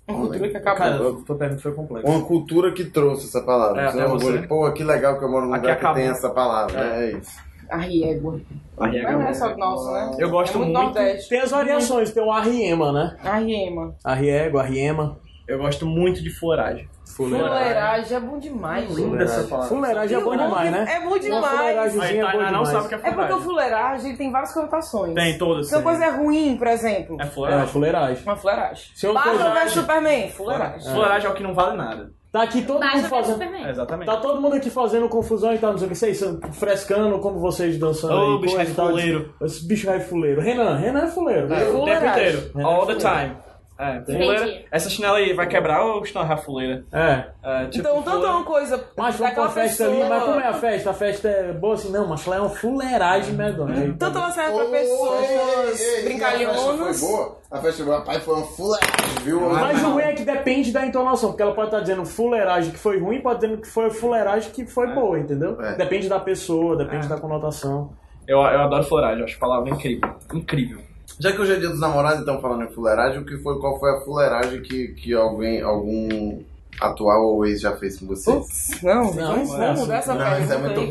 Speaker 2: É,
Speaker 6: Uma cultura que acabou.
Speaker 1: Cara, a tua pergunta foi complexa.
Speaker 16: Uma cultura que trouxe essa palavra.
Speaker 2: É,
Speaker 16: Isso é
Speaker 2: até
Speaker 16: um orgulho.
Speaker 2: você.
Speaker 16: Pô, que legal que eu moro num
Speaker 2: Aqui
Speaker 16: lugar
Speaker 2: acabou.
Speaker 16: que tem essa palavra. É, isso.
Speaker 6: A Riegua. Mas não é só nosso, né?
Speaker 2: Eu gosto
Speaker 6: é muito,
Speaker 2: muito-
Speaker 6: Nordeste.
Speaker 1: Tem as variações, tem o arriema, né?
Speaker 6: A Riema.
Speaker 1: Arriego, arriema.
Speaker 2: Eu gosto muito de fuleiragem.
Speaker 6: Fuleiragem é bom demais.
Speaker 2: Linda essa palavra.
Speaker 1: Fuleiragem é bom demais, né?
Speaker 6: É bom
Speaker 1: Uma
Speaker 6: demais.
Speaker 2: Aí
Speaker 1: fuleiragemzinha é
Speaker 2: Tainá
Speaker 1: bom
Speaker 2: não
Speaker 1: demais.
Speaker 2: sabe o que é
Speaker 6: É porque o
Speaker 2: fuleiragem.
Speaker 6: fuleiragem ele tem várias conotações.
Speaker 2: Tem todas.
Speaker 6: Se uma
Speaker 2: tem.
Speaker 6: coisa é ruim, por exemplo,
Speaker 2: É
Speaker 1: É,
Speaker 2: fuleiragem.
Speaker 1: fuleiragem.
Speaker 6: uma fuleiragem.
Speaker 1: É. Se uma
Speaker 6: Batman
Speaker 1: coisa-
Speaker 6: vs Superman, fuleiragem.
Speaker 2: Fuleiragem é o que não vale nada.
Speaker 1: Tá aqui todo mundo
Speaker 12: Baixa pra
Speaker 1: fazendo.
Speaker 2: É,
Speaker 12: Superman.
Speaker 2: exatamente.
Speaker 1: Tá todo mundo aqui fazendo confusão e tal, não sei o que. Vocês são frescando, como vocês dançando
Speaker 2: Ô,
Speaker 1: aí.
Speaker 2: bicho
Speaker 1: coisa e tal.
Speaker 2: raifuleiro.
Speaker 1: Esse bicho é fuleiro. Renan, Renan é fuleiro.
Speaker 2: O tempo
Speaker 6: Fuleiragem.
Speaker 1: é
Speaker 2: inteiro. All the time. É, fuleira.
Speaker 12: Entendi.
Speaker 2: Essa chinela aí vai quebrar ou está a fuleira?
Speaker 1: É.
Speaker 2: É, tipo,
Speaker 6: Então, tanto é uma coisa
Speaker 1: Mas vamos pra
Speaker 6: daquela
Speaker 1: festa ali,
Speaker 6: pessoa-
Speaker 1: mas como é a festa? A festa é boa assim? Não, mas lá é uma fuleiragem medonha.
Speaker 2: Uhum.
Speaker 1: Aí,
Speaker 6: Tanto ela serve pra
Speaker 16: Ô, ei,
Speaker 6: pessoas
Speaker 16: ei, ei, A festa
Speaker 6: brincalhonas.
Speaker 16: foi boa? A festa do rapaz foi uma fuleiragem, viu?
Speaker 1: Mas o ruim é que depende da entonação, porque ela pode estar dizendo fuleiragem que foi ruim, pode estar dizendo que foi fuleiragem que foi boa, entendeu?
Speaker 16: É.
Speaker 1: Depende da pessoa, depende da conotação.
Speaker 2: Eu, eu adoro fuleiragem, eu acho a palavra incrível. Incrível.
Speaker 16: Já que hoje é dia dos namorados, então falando em fuleiragem, o que foi, qual foi a fuleiragem que, que alguém, algum atual ou ex já fez com você?
Speaker 6: Putz, não,
Speaker 1: Não,
Speaker 6: vamos,
Speaker 1: isso
Speaker 2: assim.
Speaker 6: vamos
Speaker 1: é
Speaker 6: mudar essa
Speaker 16: Não, isso é
Speaker 6: pergunta
Speaker 16: muito
Speaker 6: aí.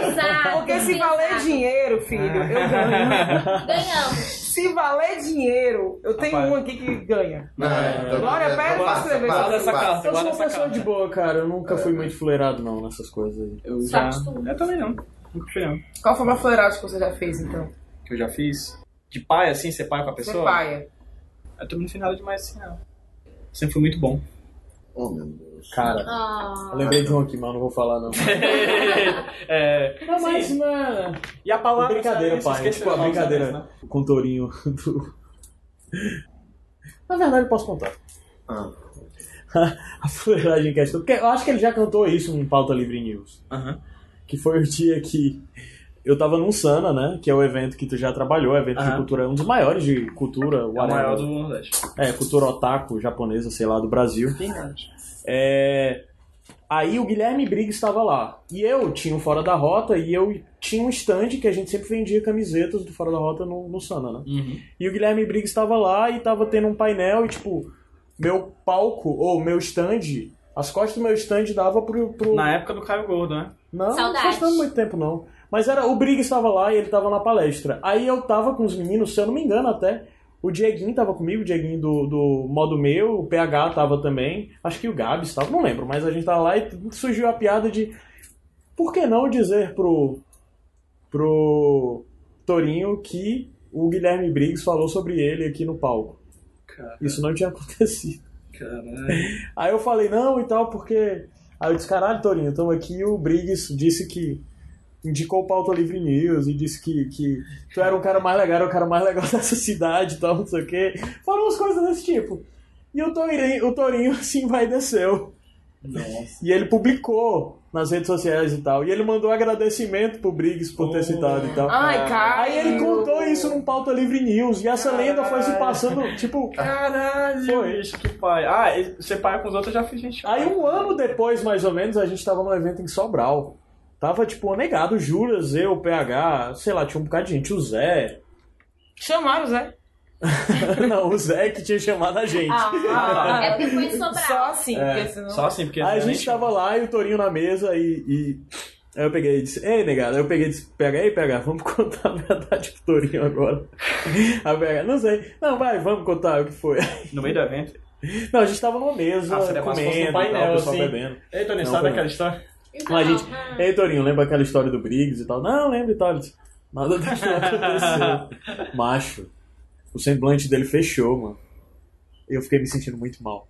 Speaker 16: ruim.
Speaker 12: Exato.
Speaker 6: Porque se valer dinheiro, filho,
Speaker 2: É.
Speaker 6: eu ganho.
Speaker 12: Ganhamos.
Speaker 6: Se valer dinheiro, eu tenho
Speaker 2: Rapaz.
Speaker 6: um aqui que ganha.
Speaker 16: Não, então,
Speaker 6: Glória,
Speaker 16: é, É.
Speaker 6: pera,
Speaker 16: passa,
Speaker 6: posso escrever
Speaker 16: passa,
Speaker 6: sobre
Speaker 2: essa
Speaker 16: passa.
Speaker 2: carta?
Speaker 1: Eu sou
Speaker 2: Guarda
Speaker 1: uma
Speaker 2: essa
Speaker 1: pessoa
Speaker 2: carta.
Speaker 1: de boa, cara. Eu nunca fui muito fuleirado, não, nessas coisas aí.
Speaker 2: Eu
Speaker 12: Só
Speaker 2: já.
Speaker 12: costume.
Speaker 2: É, Eu também não. Nunca fui não.
Speaker 6: Qual foi a maior fuleiragem que você já fez, então?
Speaker 2: Que eu já fiz. De pai, assim, ser pai com a
Speaker 6: Você
Speaker 2: pessoa?
Speaker 6: paia.
Speaker 2: Eu também não fiz nada demais assim, não. Sempre fui muito bom.
Speaker 16: Oh, meu Deus.
Speaker 1: Cara,
Speaker 12: Ah.
Speaker 1: eu lembrei de um aqui, mas eu não vou falar, não.
Speaker 2: é.
Speaker 1: Não, mas não é...
Speaker 2: E a palavra.
Speaker 1: Brincadeira,
Speaker 2: sabe, se
Speaker 1: pai.
Speaker 2: esqueceu
Speaker 1: Tipo, a
Speaker 2: de falar
Speaker 1: brincadeira
Speaker 2: isso, né?
Speaker 1: com o
Speaker 2: É
Speaker 1: tourinho do... Na verdade, eu posso contar.
Speaker 16: Ah.
Speaker 1: a fuleiragem em questão. Porque eu acho que ele já cantou isso em Pauta Livre News. Que foi o dia que eu tava num Sana, né? Que é o evento que tu já trabalhou, é evento de
Speaker 2: Aham.
Speaker 1: cultura, um dos maiores de cultura.
Speaker 2: É o maior
Speaker 1: whatever.
Speaker 2: do Nordeste.
Speaker 1: É, cultura otaku japonesa, sei lá, do Brasil.
Speaker 2: Quem acha?
Speaker 1: É, Aí o Guilherme Briggs estava lá. E eu tinha um Fora da Rota e eu tinha um stand que a gente sempre vendia camisetas do Fora da Rota no, no Sana,
Speaker 2: Uhum.
Speaker 1: né? E o Guilherme Briggs estava lá e tava tendo um painel e, tipo, meu palco, ou meu stand, as costas do meu stand dava pro. pro...
Speaker 2: Na época do Caio Gordo, né?
Speaker 1: Não,
Speaker 2: Saudades.
Speaker 1: não faz tanto muito tempo, não. Mas era o Briggs estava lá e ele estava na palestra. Aí eu tava com os meninos, se eu não me engano até. O Dieguinho tava comigo, o Dieguinho do, do modo meu, o PH tava também. Acho que o Gabs tava, não lembro, mas a gente tava lá e surgiu a piada de. Por que não dizer pro. pro. Torinho que o Guilherme Briggs falou sobre ele aqui no palco? Isso não tinha acontecido.
Speaker 2: Caralho.
Speaker 1: Aí eu falei, não e tal, porque. Aí eu disse, caralho, Torinho, estamos aqui. O Briggs disse que. Indicou o pauta livre news e disse que, que tu era o cara mais legal, era o cara mais legal dessa cidade e tal, não sei o quê. Foram umas coisas desse tipo. E o Torinho, o Torinho assim, se envaideceu.
Speaker 2: Nossa.
Speaker 1: E ele publicou nas redes sociais e tal. E ele mandou agradecimento pro Briggs por ter citado e tal. É.
Speaker 2: Ai, cara.
Speaker 1: Aí ele contou isso num pauta livre news. E essa lenda foi se passando, tipo.
Speaker 2: Caralho, bicho, que pai. Ah, ele- ser pai com os outros eu já fiz gente.
Speaker 1: Aí um ano depois, mais ou menos, a gente tava num evento em Sobral. Tava, tipo, negado, o Juras, eu, o PH, sei lá, tinha um bocado de gente, o Zé.
Speaker 7: Chamaram o Zé.
Speaker 1: Não, o Zé que tinha chamado a gente.
Speaker 12: Ah, é porque foi em Sobral.
Speaker 7: Só assim,
Speaker 1: É,
Speaker 7: porque senão...
Speaker 1: um Aí a gente tava lá e o Torinho na mesa e. e- Aí eu peguei e disse, ei, negado, aí eu peguei e disse, pega aí, pega, vamos contar a verdade pro Torinho agora. Aí o PH, não sei, não, vai, vamos contar o que foi.
Speaker 2: No meio do evento?
Speaker 1: tá Não, a gente tava numa mesa,
Speaker 2: Ah, seria mais como se
Speaker 1: comendo,
Speaker 2: fosse um
Speaker 1: e tal,
Speaker 2: painel,
Speaker 1: o pessoal
Speaker 2: assim.
Speaker 1: bebendo.
Speaker 2: Ei, Torinho,
Speaker 1: Não,
Speaker 2: sabe
Speaker 1: foi
Speaker 2: aquela
Speaker 1: não.
Speaker 2: história?
Speaker 1: Mas a gente, tá
Speaker 2: ah.
Speaker 1: ei, Torinho, lembra aquela história do Briggs e tal? Não, lembro e tal. Ele disse, Nada daquilo aconteceu. Macho, o semblante dele fechou, mano. Eu fiquei me sentindo muito mal.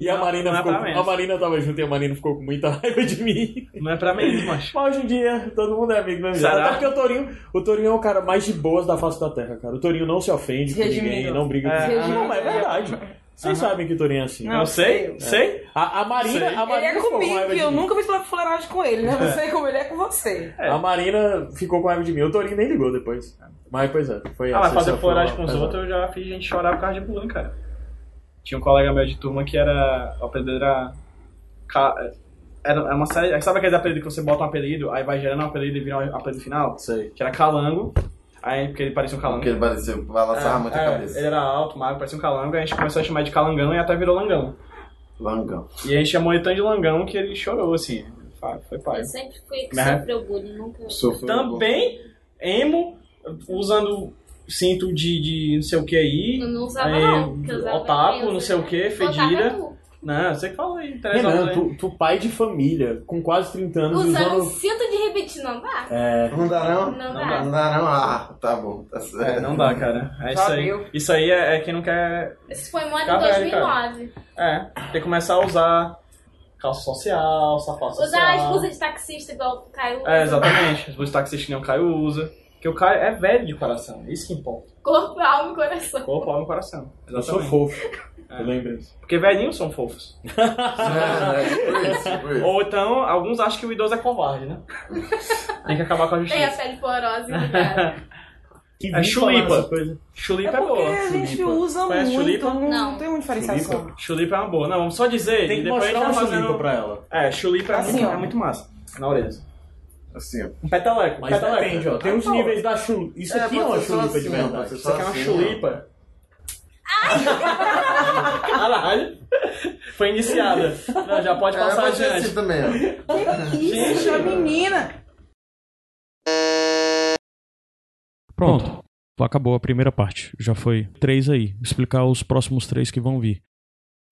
Speaker 1: E a
Speaker 2: Não,
Speaker 1: Marina,
Speaker 2: não é
Speaker 1: ficou,
Speaker 2: pra menos.
Speaker 1: a Marina tava junto e a Marina ficou com muita raiva de mim.
Speaker 2: Não é pra menos, macho.
Speaker 1: Mas hoje em dia, todo mundo é amigo mesmo.
Speaker 2: Será?
Speaker 1: Até porque o Torinho, o Torinho é o cara mais de boas da face da terra, cara. O Torinho não se ofende com
Speaker 2: Redimido.
Speaker 1: ninguém, não briga
Speaker 2: É,
Speaker 1: com ninguém.
Speaker 2: aham.
Speaker 1: Não, mas é verdade. Vocês sabem que o Torinho é assim.
Speaker 2: Não, Eu sei,
Speaker 1: É.
Speaker 2: sei.
Speaker 1: A, a Marina, a Marina
Speaker 7: ele é
Speaker 1: ficou com
Speaker 7: comigo
Speaker 1: raiva
Speaker 7: e
Speaker 1: de
Speaker 7: eu
Speaker 1: mim.
Speaker 7: nunca fiz fuleiragem com ele, né? Não
Speaker 1: É.
Speaker 7: sei como ele é com você.
Speaker 1: A Marina ficou com raiva de mim. O Torinho nem ligou depois. Mas, pois é. Foi
Speaker 2: Ah,
Speaker 1: essa,
Speaker 2: mas fazer
Speaker 1: essa
Speaker 2: floragem
Speaker 1: foi
Speaker 2: com
Speaker 1: uma-
Speaker 2: os outros então eu já fiz gente chorar por causa de bullying, cara. Tinha um colega meu de turma que era. O apelido era. Ca- Era era uma série. Sabe aquele apelido que você bota um apelido, aí vai gerando um apelido e vira um apelido final?
Speaker 1: Sei.
Speaker 2: Que era calango. Aí, porque ele parecia um calango.
Speaker 16: Porque
Speaker 2: É,
Speaker 16: ele parecia, balançava muito a cabeça.
Speaker 2: Ele era alto, magro, parecia um calango, aí a gente começou a chamar de calangão e até virou langão.
Speaker 16: Langão.
Speaker 2: E a gente chamou ele tanto de langão que ele chorou, assim. Fa- Foi pai.
Speaker 12: Eu sempre fui que
Speaker 2: Né?
Speaker 12: sofreu bullying, nunca.
Speaker 2: Também emo, usando cinto de, de não sei o que aí.
Speaker 12: Eu não usava
Speaker 2: aí,
Speaker 12: não, porque eu usava assim,
Speaker 2: Otaku,
Speaker 12: calça.
Speaker 2: não sei o que,
Speaker 12: Botava
Speaker 2: fedida.
Speaker 12: é tudo.
Speaker 2: Não, você que fala aí, três
Speaker 1: Renan,
Speaker 2: horas aí.
Speaker 1: tu, tu pai de família, com quase 30 anos,
Speaker 12: Usando
Speaker 1: usando...
Speaker 12: cinto de rebite, não dá?
Speaker 1: É...
Speaker 16: Não dá não?
Speaker 12: Não dá.
Speaker 16: Não dá não? Ah, tá bom, tá certo.
Speaker 2: É, não dá, cara. É isso aí. Isso aí é, é quem não quer.
Speaker 12: Isso foi um moda
Speaker 2: Ficar
Speaker 12: em
Speaker 2: velho,
Speaker 12: 2009.
Speaker 2: É, tem que começar a usar calça social, sapato social.
Speaker 12: Usar as blusas de taxista igual o Caio. usa.
Speaker 2: É, exatamente. As blusas taxistas que nem o Caio usa. Porque o Caio é velho de coração, isso que importa.
Speaker 12: Corpo, alma e coração.
Speaker 2: Corpo, alma e coração.
Speaker 1: Eu sou
Speaker 2: Exatamente.
Speaker 1: fofo.
Speaker 2: É.
Speaker 1: Eu lembro disso. É,
Speaker 2: Porque velhinhos são fofos.
Speaker 16: isso.
Speaker 2: Ou então, alguns acham que o idoso é covarde, né? Tem que acabar com a
Speaker 12: Tem
Speaker 2: justiça.
Speaker 12: a pele porosa, enrugada.
Speaker 2: É chulipa.
Speaker 7: É
Speaker 2: Chulipa é,
Speaker 7: porque
Speaker 2: boa.
Speaker 7: a gente
Speaker 2: Chulipa.
Speaker 7: usa
Speaker 2: Conhece
Speaker 7: muito,
Speaker 2: chulipa?
Speaker 7: não, não tem muita diferenciação.
Speaker 2: Chulipa. Chulipa é uma boa. Não, vamos só dizer.
Speaker 1: Tem
Speaker 2: e
Speaker 1: que
Speaker 2: depois
Speaker 1: mostrar
Speaker 2: a
Speaker 1: uma
Speaker 2: gente vai
Speaker 1: chulipa
Speaker 2: fazendo-
Speaker 1: pra ela.
Speaker 2: É, chulipa é,
Speaker 1: Assim,
Speaker 2: muito,
Speaker 1: ó.
Speaker 2: é muito massa. Na orelha.
Speaker 16: Assim, ó.
Speaker 2: Um peteleco.
Speaker 1: Mas
Speaker 2: peteleco.
Speaker 1: depende, ó. Tem uns
Speaker 2: Ah,
Speaker 1: níveis da chulipa. Isso
Speaker 2: É,
Speaker 1: aqui
Speaker 2: pode
Speaker 1: é uma
Speaker 2: ser só
Speaker 1: chulipa de
Speaker 2: assim, ó,
Speaker 1: verdade.
Speaker 2: pode ser só Isso aqui é uma assim, ó. chulipa. Caralho. Foi iniciada. Não, já pode
Speaker 16: É,
Speaker 2: passar
Speaker 16: mas
Speaker 2: adiante.
Speaker 16: esse também, ó.
Speaker 7: Isso, já menina.
Speaker 11: Pronto. Então, Acabou a primeira parte. Já foi três aí. Vou Explicar os próximos três que vão vir.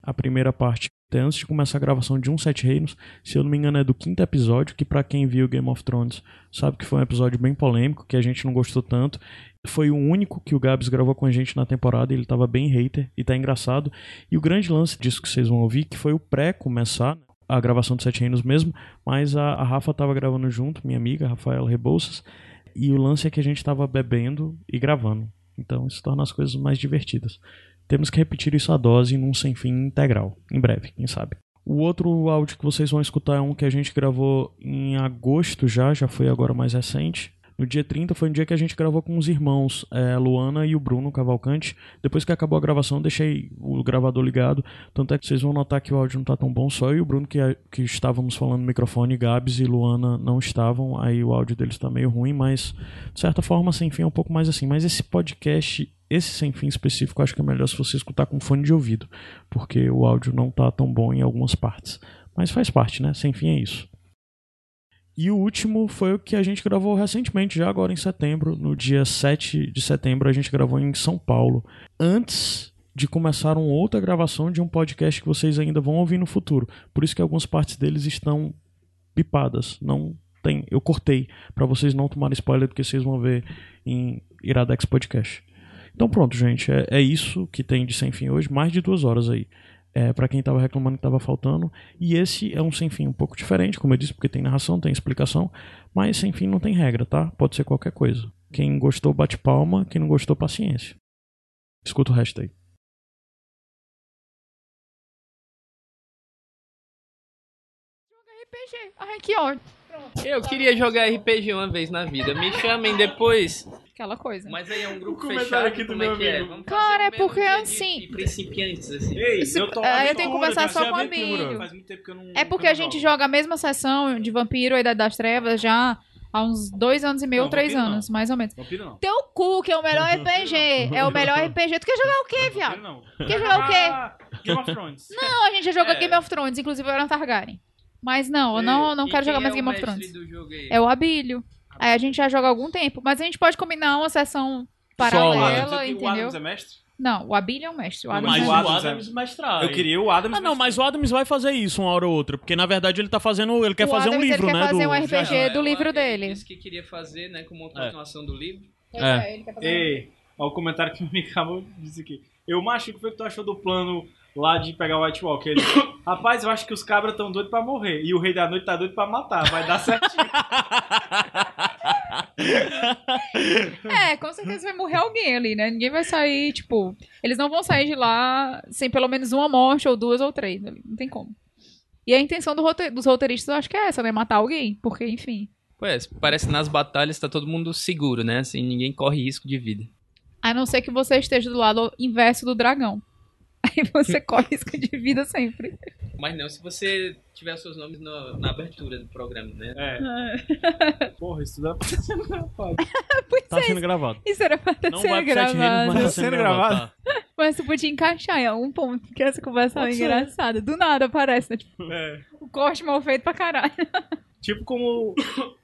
Speaker 11: A primeira parte, até antes de começar a gravação de Um Sete Reinos, se eu não me engano é do quinto episódio, que pra quem viu Game of Thrones sabe que foi um episódio bem polêmico, que a gente não gostou tanto. Foi o único que o Gabs gravou com a gente na temporada, ele tava bem hater e tá engraçado. E o grande lance disso que vocês vão ouvir, que foi o pré-começar né, a gravação do Sete Reinos mesmo, mas a, a Rafa tava gravando junto, minha amiga, Rafaela Rebouças, e o lance é que a gente tava bebendo e gravando. Então isso torna as coisas mais divertidas.
Speaker 1: Temos que repetir isso a dose num sem fim integral, em breve, quem sabe. O outro áudio que vocês vão escutar é um que a gente gravou em agosto já, já foi agora mais recente. No dia 30 foi um dia que a gente gravou com os irmãos, é, Luana e o Bruno Cavalcante. Depois que acabou a gravação, eu deixei o gravador ligado. Tanto é que vocês vão notar que o áudio não tá tão bom, só eu e o Bruno que, que estávamos falando no microfone, Gabs e Luana não estavam, aí o áudio deles tá meio ruim, mas de certa forma, sem fim é um pouco mais assim. Mas esse podcast, esse sem fim específico, eu acho que é melhor se você escutar com fone de ouvido, porque o áudio não tá tão bom em algumas partes. Mas faz parte, né? Sem fim é isso. E o último foi o que a gente gravou recentemente, já agora em setembro, no dia 7 de setembro, a gente gravou em São Paulo. Antes de começar uma outra gravação de um podcast que vocês ainda vão ouvir no futuro. Por isso que algumas partes deles estão pipadas, não tem, eu cortei para vocês não tomarem spoiler do que vocês vão ver em Iradex Podcast. Então pronto, gente, é, é isso que tem de sem fim hoje, mais de duas horas aí é, para quem estava reclamando que estava faltando. E esse é um sem fim um pouco diferente, como eu disse, porque tem narração, tem explicação, mas sem fim não tem regra, tá? Pode ser qualquer coisa. Quem gostou, bate palma, quem não gostou, paciência. Escuta o resto aí.
Speaker 17: RPG, aqui, ó.
Speaker 18: Eu queria jogar RPG uma vez na vida. Me chamem depois.
Speaker 17: Aquela coisa.
Speaker 18: Mas aí é um grupo
Speaker 17: comentário
Speaker 18: fechado.
Speaker 17: aqui do
Speaker 18: como é
Speaker 17: meu
Speaker 18: que é?
Speaker 17: amigo.
Speaker 18: Vamos
Speaker 17: Cara,
Speaker 18: fazer
Speaker 17: é
Speaker 18: o mesmo
Speaker 17: porque
Speaker 18: dia
Speaker 17: assim-
Speaker 18: De principiantes, assim.
Speaker 3: Ei,
Speaker 17: Isso- eu tô- é, eu tenho que conversar só com o amigo.
Speaker 3: Faz muito tempo que eu
Speaker 18: um
Speaker 3: não.
Speaker 17: É porque a gente joga a mesma sessão de Vampiro e Idade das Trevas já há uns dois anos e meio, ou três anos, mais ou menos.
Speaker 3: Vampiro não.
Speaker 17: Teu cu, que é o melhor RPG. É o melhor RPG. Tu quer jogar o quê, viado? Quer jogar o quê?
Speaker 3: Game of Thrones.
Speaker 17: Não, a gente já joga
Speaker 3: É.
Speaker 17: Game of Thrones, inclusive eu era um Targaryen. Mas não, eu não, não
Speaker 18: E
Speaker 17: quero
Speaker 18: quem
Speaker 17: jogar mais
Speaker 18: é o
Speaker 17: Game of
Speaker 18: mestre
Speaker 17: Thrones.
Speaker 18: do jogo aí?
Speaker 17: É o Abílio. Aí a gente já joga há algum tempo. Mas a gente pode combinar uma sessão paralela,
Speaker 3: Adams, O
Speaker 17: entendeu?
Speaker 3: Adams é mestre?
Speaker 17: Não, o Abílio é o mestre. O
Speaker 3: Não,
Speaker 17: Adams
Speaker 3: mas
Speaker 17: é
Speaker 3: o
Speaker 17: mestre.
Speaker 3: Adams é-
Speaker 1: mestrado.
Speaker 3: Eu queria o Adams.
Speaker 1: Ah, não, mas o Adams vai fazer isso uma hora ou outra, porque na verdade ele tá fazendo, ele quer
Speaker 17: O
Speaker 1: fazer um
Speaker 17: Adams,
Speaker 1: livro,
Speaker 17: ele quer
Speaker 1: né,
Speaker 17: fazer
Speaker 1: do
Speaker 17: um RPG
Speaker 18: É,
Speaker 17: do
Speaker 18: o
Speaker 17: livro
Speaker 18: Adams
Speaker 17: dele.
Speaker 18: Disse que queria fazer, né, como uma continuação do livro.
Speaker 3: É.
Speaker 17: É, um
Speaker 3: Ei, ó, o comentário que me acabou de dizer aqui. Eu, macho, o que tu achou do plano lá de pegar o White Walker? Ele, rapaz, eu acho que os cabras estão doidos pra morrer. E o Rei da Noite tá doido pra matar. Vai dar certinho.
Speaker 17: É, com certeza vai morrer alguém ali, né? Ninguém vai sair, tipo. Eles não vão sair de lá sem pelo menos uma morte, ou duas, ou três. ali. Não tem como. E a intenção do rote- dos roteiristas, eu acho que é essa, né? Matar alguém. Porque, enfim.
Speaker 18: Pois, parece que nas batalhas tá todo mundo seguro, né? Assim, ninguém corre risco de vida.
Speaker 17: A não ser que você esteja do lado inverso do dragão. Aí você corre risco de vida sempre.
Speaker 18: Mas não, se você tiver seus nomes no- na abertura do programa, né?
Speaker 3: É. Porra, isso dá pra ser gravado.
Speaker 1: Tá sendo gravado.
Speaker 17: é, Isso era pra ter
Speaker 1: Não
Speaker 17: sido
Speaker 1: vai pro Sete Reinos,
Speaker 17: gravado.
Speaker 1: mas tá sendo gravado.
Speaker 17: Mas tu podia encaixar em algum ponto, que essa conversa é
Speaker 3: Pode ser.
Speaker 17: engraçada. Do nada aparece, né? Tipo,
Speaker 3: É.
Speaker 17: o corte mal feito pra caralho.
Speaker 3: Tipo como.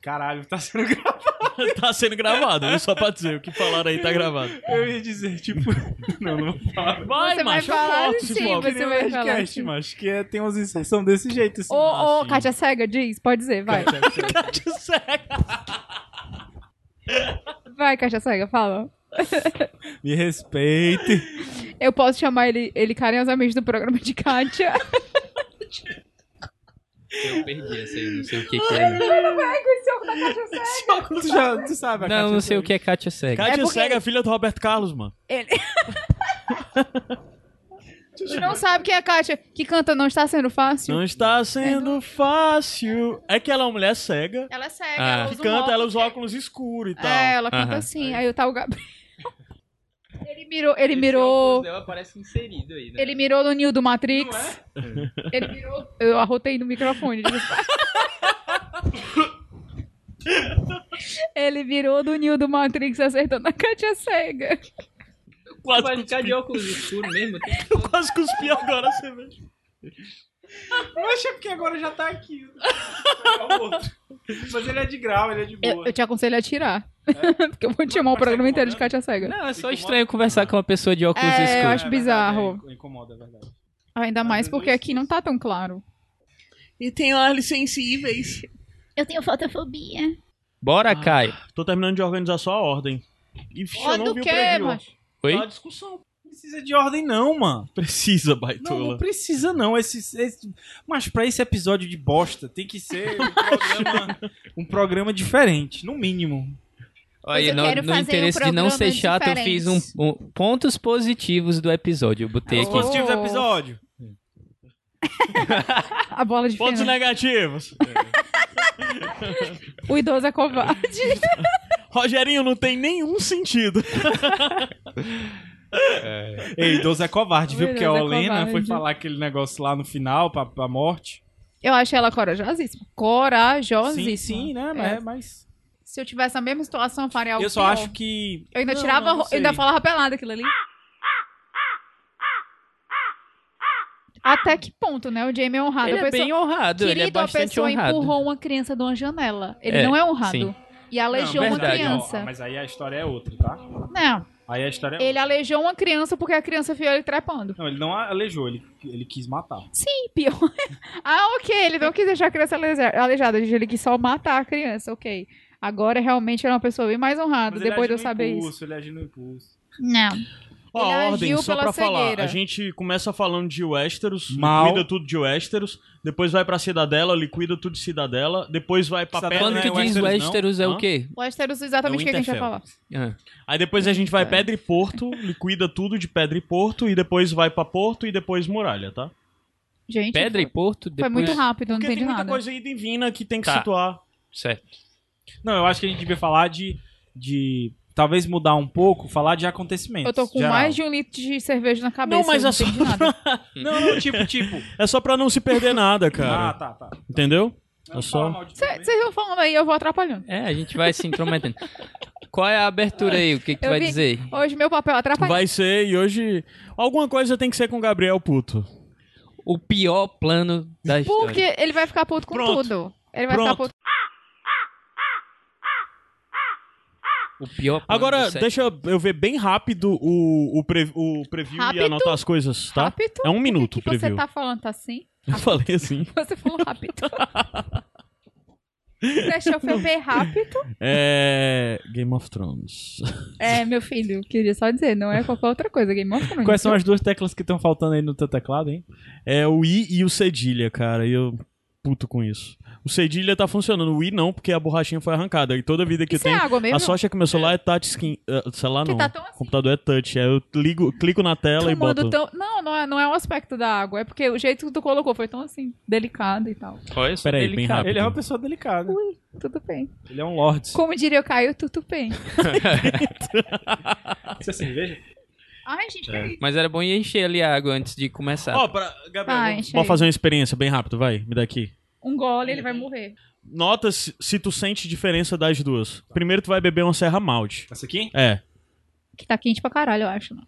Speaker 3: Caralho, tá sendo gravado.
Speaker 1: tá sendo gravado, viu? Só pra dizer, o que falaram aí tá gravado.
Speaker 3: Eu ia dizer, tipo. Não, não vou falar.
Speaker 1: Vai,
Speaker 17: Você vai
Speaker 3: é
Speaker 1: macho,
Speaker 17: falar
Speaker 1: eu corto esse
Speaker 17: sim,
Speaker 1: bloco.
Speaker 17: você
Speaker 3: um tipo, Que nem
Speaker 17: vai
Speaker 3: o
Speaker 17: falar
Speaker 3: Nerdcast,
Speaker 17: sim.
Speaker 3: macho, que é- tem umas inserção desse jeito, assim.
Speaker 17: Ô, ô, Kátia Cega, diz, pode dizer, vai.
Speaker 1: Kátia
Speaker 17: Vai, Kátia Cega, fala.
Speaker 3: Me respeite.
Speaker 17: Eu posso chamar ele, ele carinhosamente do programa de Kátia.
Speaker 18: Eu perdi essa aí, eu não sei o que, que é.
Speaker 3: Tu já tu sabe a
Speaker 18: Não,
Speaker 3: Kátia
Speaker 18: não sei
Speaker 3: Cega.
Speaker 18: o que é Kátia Cega.
Speaker 1: Kátia
Speaker 17: É porque-
Speaker 1: Cega é filha do Roberto Carlos, mano.
Speaker 17: Tu não sabe quem é a Kátia que canta Não Está Sendo Fácil?
Speaker 1: Não está sendo fácil. É que ela é uma mulher cega.
Speaker 17: Ela é cega,
Speaker 1: Ah.
Speaker 17: ela
Speaker 1: que
Speaker 17: usa um
Speaker 1: canta,
Speaker 17: óculos.
Speaker 1: ela usa óculos escuros e tal.
Speaker 17: É, ela canta
Speaker 1: Aham.
Speaker 17: assim. Aí tá o Gabriel. Ele mirou, ele mirou,
Speaker 18: Ela parece inserido aí, né?
Speaker 17: ele mirou no Neo do Matrix. É. Ele mirou, eu arrotei no microfone. desculpa. Ele virou do Neo do Matrix acertando a Kátia Cega.
Speaker 18: Quase Mas ficar de óculos escuros mesmo. tem-
Speaker 1: Eu quase cuspi agora, você vê.
Speaker 3: Mas é porque agora já tá aqui. um Mas ele é de grau, ele é de
Speaker 17: Eu,
Speaker 3: boa.
Speaker 17: eu te aconselho a tirar. Porque eu vou te chamar o programa inteiro de Kátia Cega.
Speaker 18: Não, é só estranho conversar com uma pessoa de óculos
Speaker 17: É, eu
Speaker 18: escuros.
Speaker 17: acho bizarro.
Speaker 3: Incomoda, é verdade.
Speaker 17: Ainda mais porque aqui não tá tão claro.
Speaker 2: E tem olhos sensíveis. Eu tenho fotofobia.
Speaker 18: Bora, Caio.
Speaker 1: Ah, Tô terminando de organizar só a ordem. Ixi, eu
Speaker 17: Ordem
Speaker 1: não
Speaker 17: do
Speaker 1: vi o
Speaker 17: quê,
Speaker 1: preview.
Speaker 17: macho?
Speaker 18: Oi?
Speaker 1: Tá a discussão.
Speaker 3: Precisa de ordem, não, mano.
Speaker 1: Precisa,
Speaker 3: Não,
Speaker 1: baitola.
Speaker 3: não precisa, não. Esse, esse- Mas pra esse episódio de bosta, tem que ser um programa, um programa diferente, no mínimo.
Speaker 18: Olha,
Speaker 17: eu
Speaker 18: no,
Speaker 17: quero
Speaker 18: no
Speaker 17: fazer um
Speaker 18: interesse de não
Speaker 17: programa
Speaker 18: ser chato, eu fiz um,
Speaker 17: diferente.
Speaker 18: um- pontos positivos do episódio. Eu botei aqui.
Speaker 3: Positivo
Speaker 17: Oh.
Speaker 3: do episódio.
Speaker 17: A bola de
Speaker 3: Pontos
Speaker 17: ferro.
Speaker 3: negativos.
Speaker 17: O idoso é covarde.
Speaker 1: Rogerinho, não tem nenhum sentido.
Speaker 3: Ei, idoso é covarde, viu? Porque a
Speaker 17: Idoso é
Speaker 3: Olena foi
Speaker 17: covarde.
Speaker 3: falar aquele negócio lá no final, pra, pra morte.
Speaker 17: Eu achei ela corajosíssima. Corajosíssima. É.
Speaker 3: Sim, sim, né? Mas- mas...
Speaker 17: Se eu tivesse a mesma situação, eu faria algo
Speaker 3: Eu só
Speaker 17: pior.
Speaker 3: acho que.
Speaker 17: Eu ainda
Speaker 3: Não,
Speaker 17: tirava...
Speaker 3: não, não
Speaker 17: ro- eu ainda
Speaker 3: sei.
Speaker 17: falava pelada aquilo ali. Até que ponto, né? O Jamie é honrado.
Speaker 18: Ele
Speaker 17: A
Speaker 18: é bem honrado, ele é
Speaker 17: Querido,
Speaker 18: bastante
Speaker 17: a pessoa
Speaker 18: honrado.
Speaker 17: empurrou uma criança de uma janela. Ele
Speaker 18: É,
Speaker 17: não é honrado.
Speaker 18: sim.
Speaker 17: E aleijou
Speaker 3: Não, é
Speaker 17: uma
Speaker 3: verdade, ó,
Speaker 17: criança.
Speaker 3: mas aí a história é outra, tá?
Speaker 17: Não,
Speaker 3: Aí a história é
Speaker 17: ele aleijou uma criança porque a criança viu ele trepando.
Speaker 3: outra. Não, ele não aleijou, ele, ele quis matar.
Speaker 17: Sim, pior. ah, ok, ele não quis deixar a criança aleja- aleijada, ele quis só matar a criança, ok. Agora realmente ele é uma pessoa bem mais honrada,
Speaker 3: Mas ele
Speaker 17: depois de
Speaker 3: agiu
Speaker 17: eu
Speaker 3: no
Speaker 17: saber
Speaker 3: impulso,
Speaker 17: isso.
Speaker 3: Ele agiu no impulso.
Speaker 17: Não.
Speaker 1: Ó, a
Speaker 17: Ele
Speaker 1: ordem,
Speaker 17: agiu
Speaker 1: só
Speaker 17: pela
Speaker 1: pra falar.
Speaker 17: cegueira.
Speaker 1: A gente começa falando de Westeros,
Speaker 3: Mal.
Speaker 1: liquida tudo de Westeros, depois vai pra Cidadela, liquida tudo de Cidadela, depois vai pra Pedra.
Speaker 18: Quando tu diz Westeros é o quê?
Speaker 17: Westeros é exatamente o que a gente vai falar.
Speaker 1: É.
Speaker 17: É.
Speaker 1: Aí depois a gente vai Pedra e Porto, liquida tudo de Pedra e Porto, e depois vai pra Porto e depois Muralha, tá?
Speaker 17: Gente,
Speaker 18: Pedra e Porto,
Speaker 17: foi
Speaker 18: depois...
Speaker 17: muito rápido, não
Speaker 1: Porque
Speaker 17: entendi
Speaker 1: tem muita
Speaker 17: nada.
Speaker 1: coisa ida e vinda que tem que
Speaker 3: Tá.
Speaker 1: situar.
Speaker 18: Certo.
Speaker 3: Não, eu acho que a gente devia falar de. de talvez mudar um pouco, falar de acontecimentos.
Speaker 17: Eu tô com
Speaker 3: geral.
Speaker 17: mais de um litro de cerveja na cabeça.
Speaker 1: Não, mas
Speaker 17: eu
Speaker 1: é só
Speaker 17: entendi nada.
Speaker 3: Não, não, tipo, tipo.
Speaker 1: É só pra não se perder nada, cara.
Speaker 3: Ah, tá, tá.
Speaker 1: Entendeu? É só...
Speaker 17: Cê- Vocês vão falando aí, eu vou atrapalhando.
Speaker 18: É, a gente vai se intrometendo. Qual é a abertura aí? O que, que tu
Speaker 17: Eu
Speaker 18: vai
Speaker 17: vim-
Speaker 18: dizer?
Speaker 17: Hoje meu papel é atrapalha.
Speaker 1: Vai ser, e hoje... Alguma coisa tem que ser com o Gabriel Puto.
Speaker 18: O pior plano da história.
Speaker 17: Porque ele vai ficar puto com tudo. Ele vai ficar
Speaker 1: Pronto.
Speaker 17: puto.
Speaker 18: O pior plano
Speaker 1: Agora,
Speaker 18: do set.
Speaker 1: deixa eu ver bem rápido o, o, pre- o preview e
Speaker 17: Rápido?
Speaker 1: anotar as coisas, tá?
Speaker 17: Rápido?
Speaker 1: É um minuto o
Speaker 17: Por que você
Speaker 1: preview.
Speaker 17: tá falando assim?
Speaker 1: Eu falei assim.
Speaker 17: Você falou rápido. Deixa eu beber rápido.
Speaker 1: É. Game of Thrones.
Speaker 17: É, meu filho, queria só dizer, não é qualquer outra coisa. Game of Thrones.
Speaker 3: Quais são as duas teclas que estão faltando aí no teu teclado, hein?
Speaker 1: É o I e o Cedilha, cara. E eu puto com isso. O Cedilha tá funcionando. O I não, porque a borrachinha foi arrancada. E toda vida que
Speaker 17: Isso
Speaker 1: tem.
Speaker 17: é água mesmo?
Speaker 1: A sorte é que meu celular é touchscreen. Uh, celular não.
Speaker 17: tá tão
Speaker 1: O computador é touch. Aí eu ligo, clico na tela e boto.
Speaker 17: Tomando tão... Não, não é, não é o aspecto da água. É porque o jeito que tu colocou foi tão assim, delicado e tal.
Speaker 18: Olha, isso é
Speaker 1: Peraí, bem
Speaker 18: delicado.
Speaker 1: rápido.
Speaker 3: Ele é uma pessoa delicada.
Speaker 17: Tudo bem.
Speaker 3: Ele é um lorde.
Speaker 17: Como diria o Caio, tudo bem.
Speaker 3: Isso é cerveja?
Speaker 17: Ai, gente,
Speaker 18: É. Mas era bom ir encher ali a água antes de começar.
Speaker 1: Ó, pra... Gabriel,
Speaker 17: Vai,
Speaker 1: vamos-
Speaker 17: enche
Speaker 1: vamos
Speaker 17: aí.
Speaker 1: fazer um uma experiência bem rápido, vai. Me dá aqui.
Speaker 17: um gole, ele vai morrer.
Speaker 1: Nota se, se tu sente diferença das duas. Primeiro tu vai beber uma Serra Malte.
Speaker 3: Essa aqui?
Speaker 1: É.
Speaker 17: Que tá quente pra caralho, eu acho. não.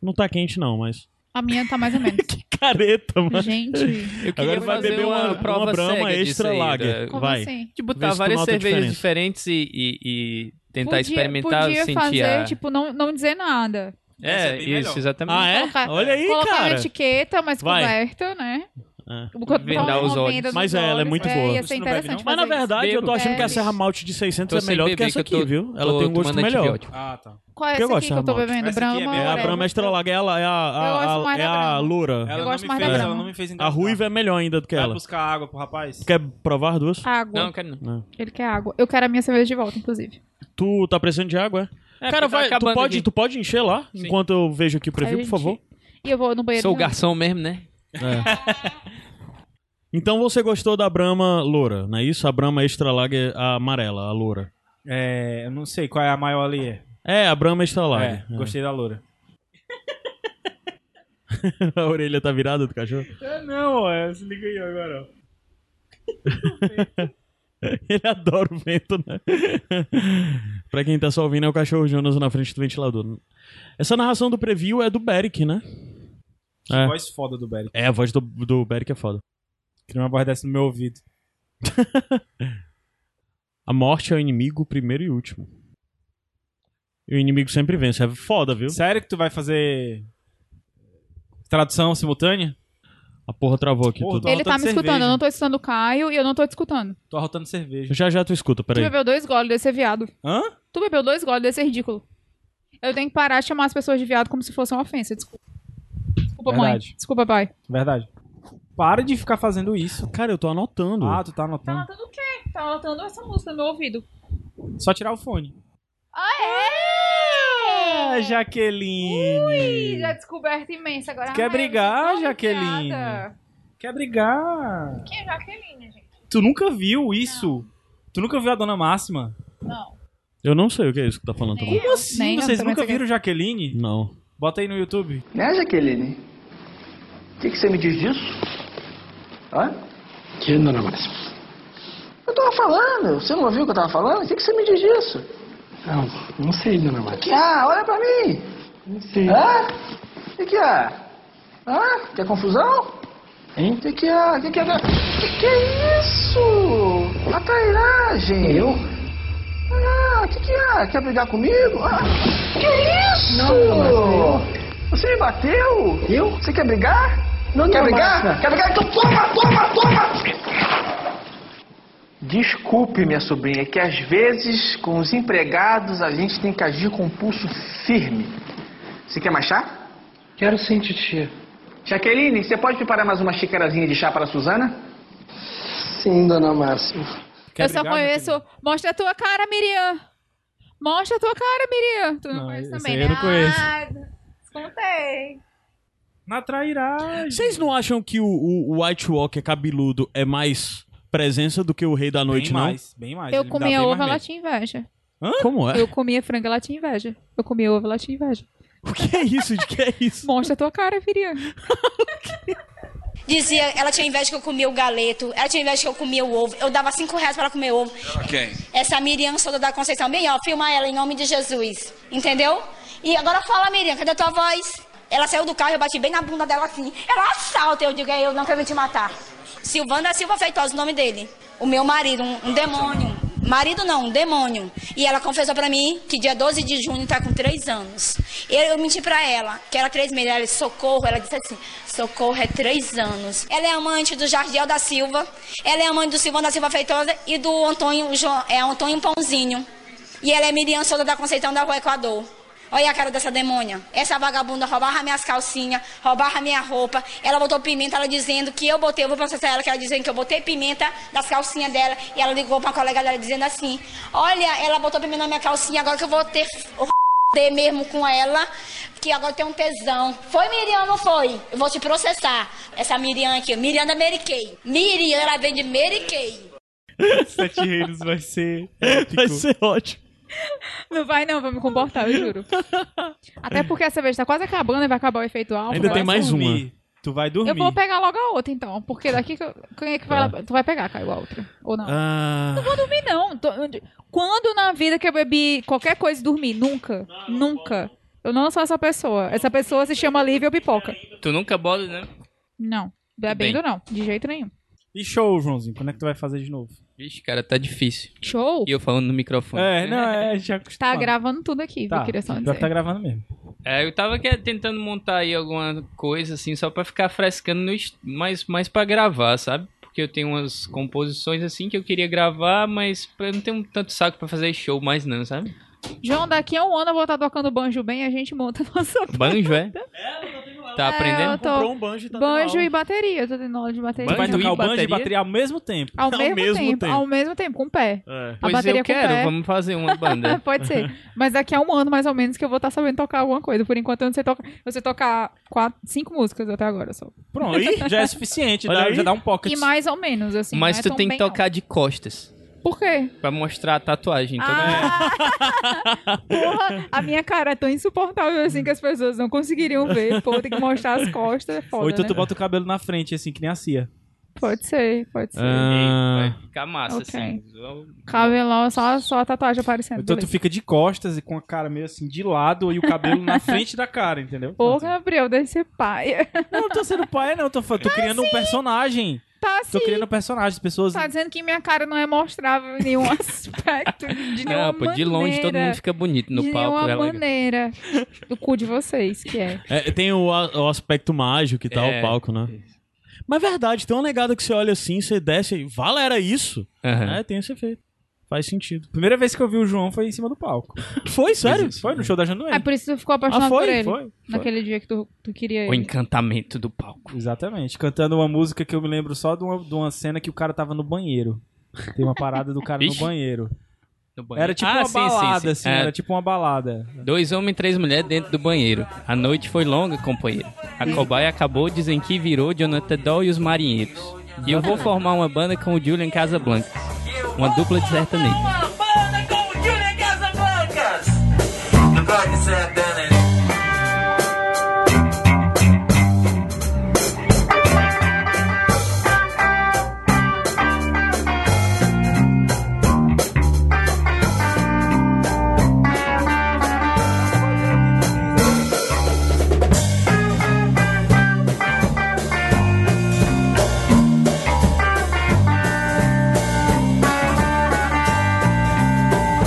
Speaker 1: Não tá quente não, mas...
Speaker 17: A minha tá mais ou menos.
Speaker 1: Careta, mano.
Speaker 17: Gente. Eu
Speaker 18: queria
Speaker 1: Agora tu vai
Speaker 18: fazer
Speaker 1: beber
Speaker 18: uma
Speaker 1: uma,
Speaker 18: prova
Speaker 1: uma Brahma
Speaker 18: cega disso
Speaker 1: Extra
Speaker 18: aí,
Speaker 1: Lager.
Speaker 18: da- Como
Speaker 1: vai.
Speaker 17: assim?
Speaker 18: De botar
Speaker 1: Vê se tu
Speaker 18: várias
Speaker 1: nota a
Speaker 18: cervejas
Speaker 1: diferença.
Speaker 18: diferentes e, e- e tentar
Speaker 17: podia,
Speaker 18: experimentar,
Speaker 17: podia
Speaker 18: sentir
Speaker 17: fazer,
Speaker 18: a...
Speaker 17: tipo, não, não dizer nada.
Speaker 18: É, isso, exatamente.
Speaker 17: Colocar-
Speaker 1: Ah, é? Olha aí,
Speaker 17: colocar
Speaker 1: cara.
Speaker 17: uma etiqueta, mas
Speaker 1: Vai.
Speaker 17: coberta, né?
Speaker 1: É.
Speaker 17: Botar
Speaker 18: Vendar
Speaker 17: uma
Speaker 18: os olhos.
Speaker 17: venda nos
Speaker 1: Mas é, ela é
Speaker 17: olhos,
Speaker 1: muito boa.
Speaker 17: Ia ser interessante
Speaker 1: Mas na
Speaker 17: fazer isso. É,
Speaker 1: verdade eu tô achando que a
Speaker 17: Bebe.
Speaker 1: Serra Malte de 600
Speaker 18: Tô
Speaker 1: é
Speaker 18: sem
Speaker 1: melhor do que
Speaker 18: beber,
Speaker 1: essa
Speaker 18: que
Speaker 1: aqui,
Speaker 18: eu tô-
Speaker 1: viu? Ela
Speaker 18: tô
Speaker 1: tem um gosto
Speaker 18: tomando
Speaker 1: melhor.
Speaker 18: antibiótico.
Speaker 3: Ah, tá.
Speaker 17: Qual é essa
Speaker 1: Porque eu gosto
Speaker 17: aqui que eu tô
Speaker 1: Malte.
Speaker 17: bebendo?
Speaker 1: Essa aqui é
Speaker 17: Brahma
Speaker 1: bem- É a
Speaker 17: Lager.
Speaker 1: Brahma Extra Lager, ela é
Speaker 17: Eu gosto
Speaker 1: a- a,
Speaker 17: mais
Speaker 1: é
Speaker 17: da
Speaker 1: a
Speaker 17: Brahma.
Speaker 1: loura.
Speaker 3: Ela
Speaker 17: Eu
Speaker 3: não
Speaker 17: gosto
Speaker 3: me
Speaker 17: mais
Speaker 3: fez-
Speaker 17: da
Speaker 3: ela
Speaker 17: Brahma.
Speaker 3: não me fez
Speaker 1: A
Speaker 3: engasgar.
Speaker 1: ruiva é melhor ainda do que
Speaker 3: Vai
Speaker 1: ela.
Speaker 3: buscar água pro rapaz?
Speaker 1: Quer provar as duas? Né.
Speaker 17: Água.
Speaker 18: Não, quero não.
Speaker 17: Ele quer água. Eu quero a minha cerveja de volta, inclusive.
Speaker 1: Tu tá precisando de água, é?
Speaker 18: É, porque tá
Speaker 1: Cara, vai, tu
Speaker 18: acabando
Speaker 1: pode,
Speaker 18: aqui.
Speaker 1: tu pode encher lá, enquanto eu vejo aqui o preview,
Speaker 17: Aí a
Speaker 1: por favor.
Speaker 17: E eu vou no banheiro.
Speaker 18: Sou o
Speaker 17: de novo.
Speaker 18: garçom mesmo, né?
Speaker 1: Então você gostou da Brahma loura, não é isso? A Brahma Extra Lager a amarela, a loura.
Speaker 3: É, eu não sei qual é a maior ali. É,
Speaker 1: É, a Brahma Extra
Speaker 3: é,
Speaker 1: Lager.
Speaker 3: gostei da loura.
Speaker 1: É. a orelha tá virada do cachorro.
Speaker 3: É, não, ó, se liga aí agora, ó.
Speaker 1: Ele adora o vento, né? pra quem tá só ouvindo, é o cachorro Jonas na frente do ventilador. Essa narração do preview é do Beric, né? É.
Speaker 3: Voz foda do Beric.
Speaker 1: É, a voz do, do Beric é foda.
Speaker 3: Queria uma voz dessa no meu ouvido.
Speaker 1: A morte é o inimigo primeiro e último. E o inimigo sempre vence. É foda, viu?
Speaker 3: Sério que tu vai fazer tradução simultânea?
Speaker 1: A porra travou aqui
Speaker 3: Porra,
Speaker 1: tudo.
Speaker 3: tô
Speaker 17: Ele tá
Speaker 3: arrotando
Speaker 17: me escutando, eu
Speaker 3: cerveja.
Speaker 17: não tô escutando o Caio e eu não tô te escutando.
Speaker 3: Tô arrotando cerveja.
Speaker 1: Já já tu escuta,
Speaker 17: Tu
Speaker 1: peraí.
Speaker 17: bebeu dois goles desse viado.
Speaker 3: Hã?
Speaker 17: Tu bebeu dois goles desse ridículo. Eu tenho que parar de chamar as pessoas de viado como se fosse uma ofensa. Desculpa. Desculpa,
Speaker 3: Verdade.
Speaker 17: mãe. Desculpa, pai.
Speaker 3: Verdade. Para de ficar fazendo isso.
Speaker 1: Cara, eu tô anotando.
Speaker 3: Ah, tu tá anotando.
Speaker 17: Tá anotando o quê? Tá anotando essa música no meu ouvido.
Speaker 3: Só tirar o fone. Ah, Jaqueline!
Speaker 17: Ui, já descoberta imensa agora.
Speaker 3: Quer
Speaker 17: Ai,
Speaker 3: brigar,
Speaker 17: muito
Speaker 3: Jaqueline?
Speaker 17: obrigada.
Speaker 3: Quer brigar?
Speaker 17: Quem é Jaqueline, gente?
Speaker 3: Tu nunca viu isso? Tu nunca viu a Dona Máxima?
Speaker 17: Não.
Speaker 1: Eu não sei o que é isso que tá falando também.
Speaker 3: Como assim?
Speaker 17: Nem eu
Speaker 3: Vocês
Speaker 17: também
Speaker 3: nunca
Speaker 17: sei que- é.
Speaker 3: viram Jaqueline?
Speaker 1: Não.
Speaker 3: Bota aí no YouTube.
Speaker 2: Né, Jaqueline? O que, que você me diz disso? Hã?
Speaker 10: Que dona Máxima?
Speaker 2: Eu tava falando, você não ouviu o que eu tava falando? O que, que você me diz disso?
Speaker 10: Não, não sei, dona Máxima.
Speaker 2: Que ah, olha pra mim!
Speaker 10: Não sei.
Speaker 2: Hã? O que, que é? Hã? Quer confusão?
Speaker 10: Hein?
Speaker 2: O que, que é? O que, que é? Que, que é isso? A trairagem!
Speaker 10: Eu?
Speaker 2: Ah, o que, que é? Quer brigar comigo? Ah, que isso?
Speaker 10: Não,
Speaker 2: Você me bateu? Eu? Você quer brigar?
Speaker 10: Não,
Speaker 2: quer
Speaker 10: não,
Speaker 2: brigar?
Speaker 10: Marta.
Speaker 2: Quer brigar? Então toma, toma, toma! Desculpe, minha sobrinha, que às vezes com os empregados a gente tem que agir com um pulso firme. Você quer mais chá? Quero sim, titia. Jaqueline, você pode preparar mais uma xicarazinha de chá para a Suzana?
Speaker 10: Sim, dona Máxima.
Speaker 17: eu só conheço. Mostra a tua cara, Miriam. Mostra a tua cara, Miriam. Tu não, conhece
Speaker 1: esse
Speaker 17: também,
Speaker 1: aí eu
Speaker 17: né?
Speaker 1: não conheço.
Speaker 17: Ah, descontei.
Speaker 3: Na trairagem.
Speaker 1: Vocês não acham que o, o- o White Walker cabeludo é mais presença do que o Rei da Noite, não?
Speaker 3: mais, bem mais.
Speaker 17: eu comia ovo, ela tinha inveja.
Speaker 1: Como é?
Speaker 17: Eu comia frango, ela tinha inveja. Eu comia ovo, ela tinha inveja.
Speaker 1: O que é isso? De que é isso?
Speaker 17: Mostra a tua cara, Miriam.
Speaker 19: Dizia, ela tinha inveja que eu comia o galeto, ela tinha inveja que eu comia o ovo. Eu dava cinco reais para ela comer ovo.
Speaker 10: Quem?
Speaker 19: Essa Miriam Souza da Conceição, bem, ó, filma ela em nome de Jesus. Entendeu? E agora fala, Miriam, cadê a tua voz? Ela saiu do carro, eu bati bem na bunda dela assim. Ela assalta, eu digo, é eu não quero te matar. Silvana Silva Feitosa, o nome dele. O meu marido, um, um demônio. Marido não, um demônio. E ela confessou pra mim que dia 12 de junho tá com três anos. Eu, eu menti pra ela, que era três meses. Ela disse, socorro, ela disse assim, socorro é três anos. Ela é amante do Jardiel da Silva, ela é amante do Silvão da Silva Feitosa e do Antônio, Jo- é, Antônio Pãozinho. E ela é Miriam Souza da Conceição da Rua Equador. Olha a cara dessa demônia. Essa vagabunda roubava minhas calcinhas, roubava minha roupa. Ela botou pimenta, ela dizendo que eu botei, eu vou processar ela, que ela dizendo que eu botei pimenta das calcinhas dela. E ela ligou pra uma colega dela dizendo assim: Olha, ela botou pimenta na minha calcinha, agora que eu vou ter f- o f- mesmo com ela, que agora eu tenho um tesão. Foi Miriam ou não foi? Eu vou te processar. Essa Miriam aqui, Miriam da Mary Kay. Miriam, ela vem de Mary Kay.
Speaker 3: Sete Reinos vai ser.
Speaker 17: É
Speaker 1: Vai ser ótimo.
Speaker 17: Não vai não, vou me comportar, eu juro. Até porque essa vez tá quase acabando e vai acabar o efeito alfa.
Speaker 3: Ainda tem mais
Speaker 1: uma.
Speaker 3: uma. Tu vai dormir.
Speaker 17: Eu vou pegar logo a outra, então. Porque daqui que eu- quem é que vai
Speaker 1: Tá.
Speaker 17: lá- Tu vai pegar, Caio, a outra. Ou não?
Speaker 1: Ah.
Speaker 17: Não vou dormir, não. Tô- Quando na vida que eu bebi qualquer coisa e dormi? Nunca. Nunca. Eu não Tá sou essa pessoa. Essa pessoa se chama Lívia Pipoca.
Speaker 18: Tu nunca bola, né?
Speaker 17: Não.
Speaker 18: Tá
Speaker 17: Bebendo não. De jeito nenhum.
Speaker 3: E show, Joãozinho. Quando é que tu vai fazer de novo?
Speaker 18: Vixe, cara, tá difícil.
Speaker 17: Show?
Speaker 18: E eu falando no microfone.
Speaker 3: É, não, é, a gente é
Speaker 17: Tá
Speaker 3: acostumado.
Speaker 17: gravando tudo aqui.
Speaker 18: Tá,
Speaker 17: Eu queria só
Speaker 3: Pior que
Speaker 17: dizer.
Speaker 3: tá gravando mesmo.
Speaker 18: É, eu tava que- tentando montar aí alguma coisa, assim, só pra ficar frescando, no est- mais, mais pra gravar, sabe? Porque eu tenho umas composições, assim, que eu queria gravar, mas eu não tenho tanto saco pra fazer show mais não, sabe?
Speaker 17: João, daqui a um ano eu vou estar tocando banjo bem a gente monta a nossa É,
Speaker 18: Banjo, é? Tá aprendendo?
Speaker 17: eu tô- um banjo e tá bateria. Eu tô tendo aula de bateria.
Speaker 3: Tu vai
Speaker 18: Banjo e
Speaker 3: tocar o banjo e
Speaker 18: bateria?
Speaker 3: bateria ao mesmo tempo. É.
Speaker 17: Ao, mesmo, tempo, Ao mesmo tempo, com o pé. A
Speaker 18: Pois
Speaker 17: bateria
Speaker 18: eu
Speaker 17: com o
Speaker 18: quero,
Speaker 17: pé.
Speaker 18: vamos fazer uma banda.
Speaker 17: Pode ser. Mas daqui a um ano, mais ou menos, que eu vou estar sabendo tocar alguma coisa. Por enquanto, eu não sei tocar. Eu sei tocar quatro, cinco músicas até agora só.
Speaker 3: Pronto, aí já é suficiente, dá- já dá um pocket.
Speaker 17: E mais ou menos, assim.
Speaker 18: mas
Speaker 17: não é
Speaker 18: tu
Speaker 17: tão
Speaker 18: tem que
Speaker 17: bem,
Speaker 18: tocar de costas.
Speaker 17: não. Por quê?
Speaker 18: Pra mostrar a tatuagem. Então,
Speaker 17: Porra, a minha cara é tão insuportável assim que as pessoas não conseguiriam ver. Pô, tem que mostrar as costas. é Foda,
Speaker 3: Ou então
Speaker 17: né?
Speaker 3: tu bota o cabelo na frente, assim, que nem a Cia.
Speaker 17: Pode ser, pode ser.
Speaker 3: Ah.
Speaker 18: Vai ficar massa,
Speaker 17: Ok.
Speaker 18: assim.
Speaker 17: Cabelão, só, só a tatuagem aparecendo.
Speaker 3: Então tu
Speaker 17: beleza.
Speaker 3: fica de costas e com a cara meio assim de lado e o cabelo na frente da cara, entendeu?
Speaker 17: Ô, Gabriel, deve ser pai. Ah,
Speaker 3: Não, tô sendo pai, não. Tô, fa- tô criando um personagem.
Speaker 17: assim. Tá
Speaker 3: Tô
Speaker 17: sim.
Speaker 3: criando um personagem. As pessoas.
Speaker 17: Tá dizendo que minha cara não é mostrável em nenhum aspecto. De nenhuma
Speaker 18: Não, pô, de longe todo
Speaker 17: maneira.
Speaker 18: mundo fica bonito no
Speaker 17: de
Speaker 18: palco.
Speaker 17: nenhuma
Speaker 18: é legal.
Speaker 17: maneira. Do cu de vocês, que é.
Speaker 1: É, tem o, a- o aspecto mágico e tal,
Speaker 18: É.
Speaker 1: o palco, né? Mas é verdade, tem uma negada que você olha assim, você desce e Vala, era isso? É, tem esse efeito. Faz sentido.
Speaker 3: Primeira vez que eu vi o João foi em cima do palco.
Speaker 1: Foi, sério?
Speaker 3: Foi no show da January.
Speaker 17: É por isso que tu ficou apaixonado
Speaker 3: Ah, foi,
Speaker 17: por ele.
Speaker 3: foi, foi.
Speaker 17: Naquele dia que tu, tu queria
Speaker 18: O
Speaker 17: ele.
Speaker 18: encantamento do palco.
Speaker 3: Exatamente. Cantando uma música que eu me lembro só de uma, de uma cena que o cara tava no banheiro. Tem uma parada do cara no
Speaker 18: Ixi.
Speaker 3: banheiro.
Speaker 18: No banheiro.
Speaker 3: Era tipo
Speaker 18: Ah,
Speaker 3: uma
Speaker 18: sim, sim,
Speaker 3: balada,
Speaker 18: sim.
Speaker 3: assim.
Speaker 18: É,
Speaker 3: Era tipo uma balada.
Speaker 18: Dois homens e três mulheres dentro do banheiro. A noite foi longa, companheiro. A cobaia acabou, dizem que virou Jonathan Doll e os marinheiros. E eu vou formar uma banda com o Julian Casablanca. Uma dupla de sertanejo.
Speaker 9: Uma banda com o Julian Casablancas. I'm glad you said that, Annie.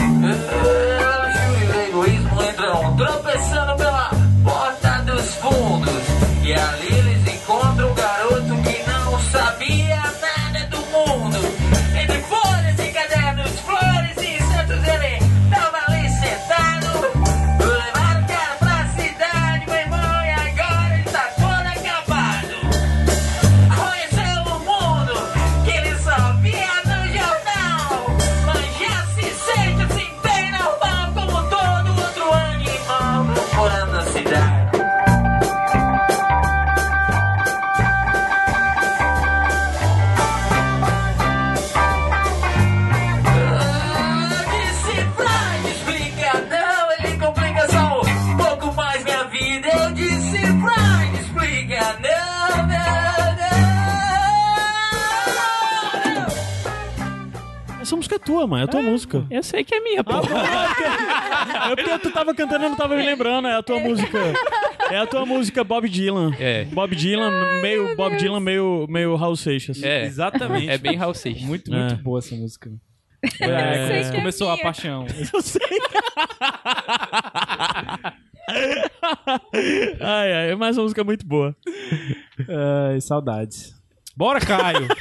Speaker 9: Ah, Júlio e egoísmo entram tropeçando pela porta dos fundos. E ali eles encontram um garoto que não sabia nada do mundo. Entre folhas e cadernos, flores e insetos, ele tava ali sentado. Levaram o cara pra cidade, meu irmão, e agora ele tá todo acabado. Conheceu o mundo que ele só via no jornal. Mas já se sente assim bem normal como todo outro animal morando na cidade. Ah, Disciplina explica não, ele complica só um pouco mais minha vida. Eu disse Brian, explica não, não, não.
Speaker 1: Essa música é tua, mano. É a tua música.
Speaker 18: Eu sei que é minha,
Speaker 17: Tá
Speaker 18: pô.
Speaker 1: é porque tu tava cantando e eu não tava me lembrando. É a tua música. É a tua música Bob Dylan.
Speaker 18: É.
Speaker 1: Bob Dylan, meio Bob Dylan, meio, meio Raul Seixas.
Speaker 18: É. Exatamente. É bem Raul Seixas.
Speaker 3: Muito,
Speaker 1: É.
Speaker 3: muito boa essa música.
Speaker 1: Foi a época que
Speaker 17: é.
Speaker 3: começou a paixão.
Speaker 1: Eu sei. ai, ai, mas a música é muito boa.
Speaker 3: Ai, saudades. Bora, Caio!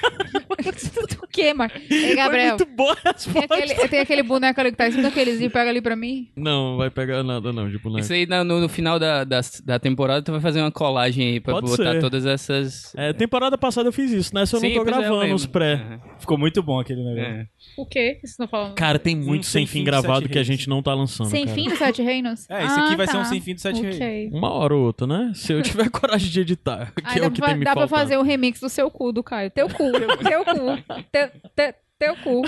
Speaker 17: O que, Mar? Ei, Gabriel.
Speaker 1: Foi muito boa a
Speaker 17: tem aquele, tem aquele boneco ali que tá em cima daquele zíper, pega ali pra mim.
Speaker 1: Não, vai pegar nada, não, tipo, né? de boneco.
Speaker 18: Isso aí na- no, no final da, da, da temporada tu vai fazer uma colagem aí pra
Speaker 1: Pode
Speaker 18: botar
Speaker 1: ser.
Speaker 18: todas essas.
Speaker 1: É, temporada passada eu fiz isso, né? Se eu
Speaker 18: Sim,
Speaker 1: não tô
Speaker 18: pois é, eu
Speaker 1: gravando
Speaker 18: lembro. É.
Speaker 1: os pré.
Speaker 3: Ficou muito bom aquele negócio.
Speaker 17: O quê? Vocês não falam?
Speaker 1: Cara, tem muito
Speaker 3: Um
Speaker 1: sem
Speaker 3: sem
Speaker 1: fim
Speaker 3: fim de
Speaker 1: gravado
Speaker 3: sete
Speaker 1: que a
Speaker 3: reinos.
Speaker 1: gente não tá lançando.
Speaker 17: Sem
Speaker 1: cara.
Speaker 17: fim dos Sete Reinos?
Speaker 3: É, esse aqui vai ser um
Speaker 17: tá.
Speaker 3: sem fim dos Sete
Speaker 17: Ok.
Speaker 3: Reinos.
Speaker 1: Uma hora ou outra, né? Se eu tiver coragem de editar, que
Speaker 17: Aí
Speaker 1: é
Speaker 17: dá
Speaker 1: o que
Speaker 17: pra,
Speaker 1: tem me
Speaker 17: dá pra
Speaker 1: faltando.
Speaker 17: fazer o remix do seu cu, do Caio. Teu cu, teu cu, teu, te- teu cu.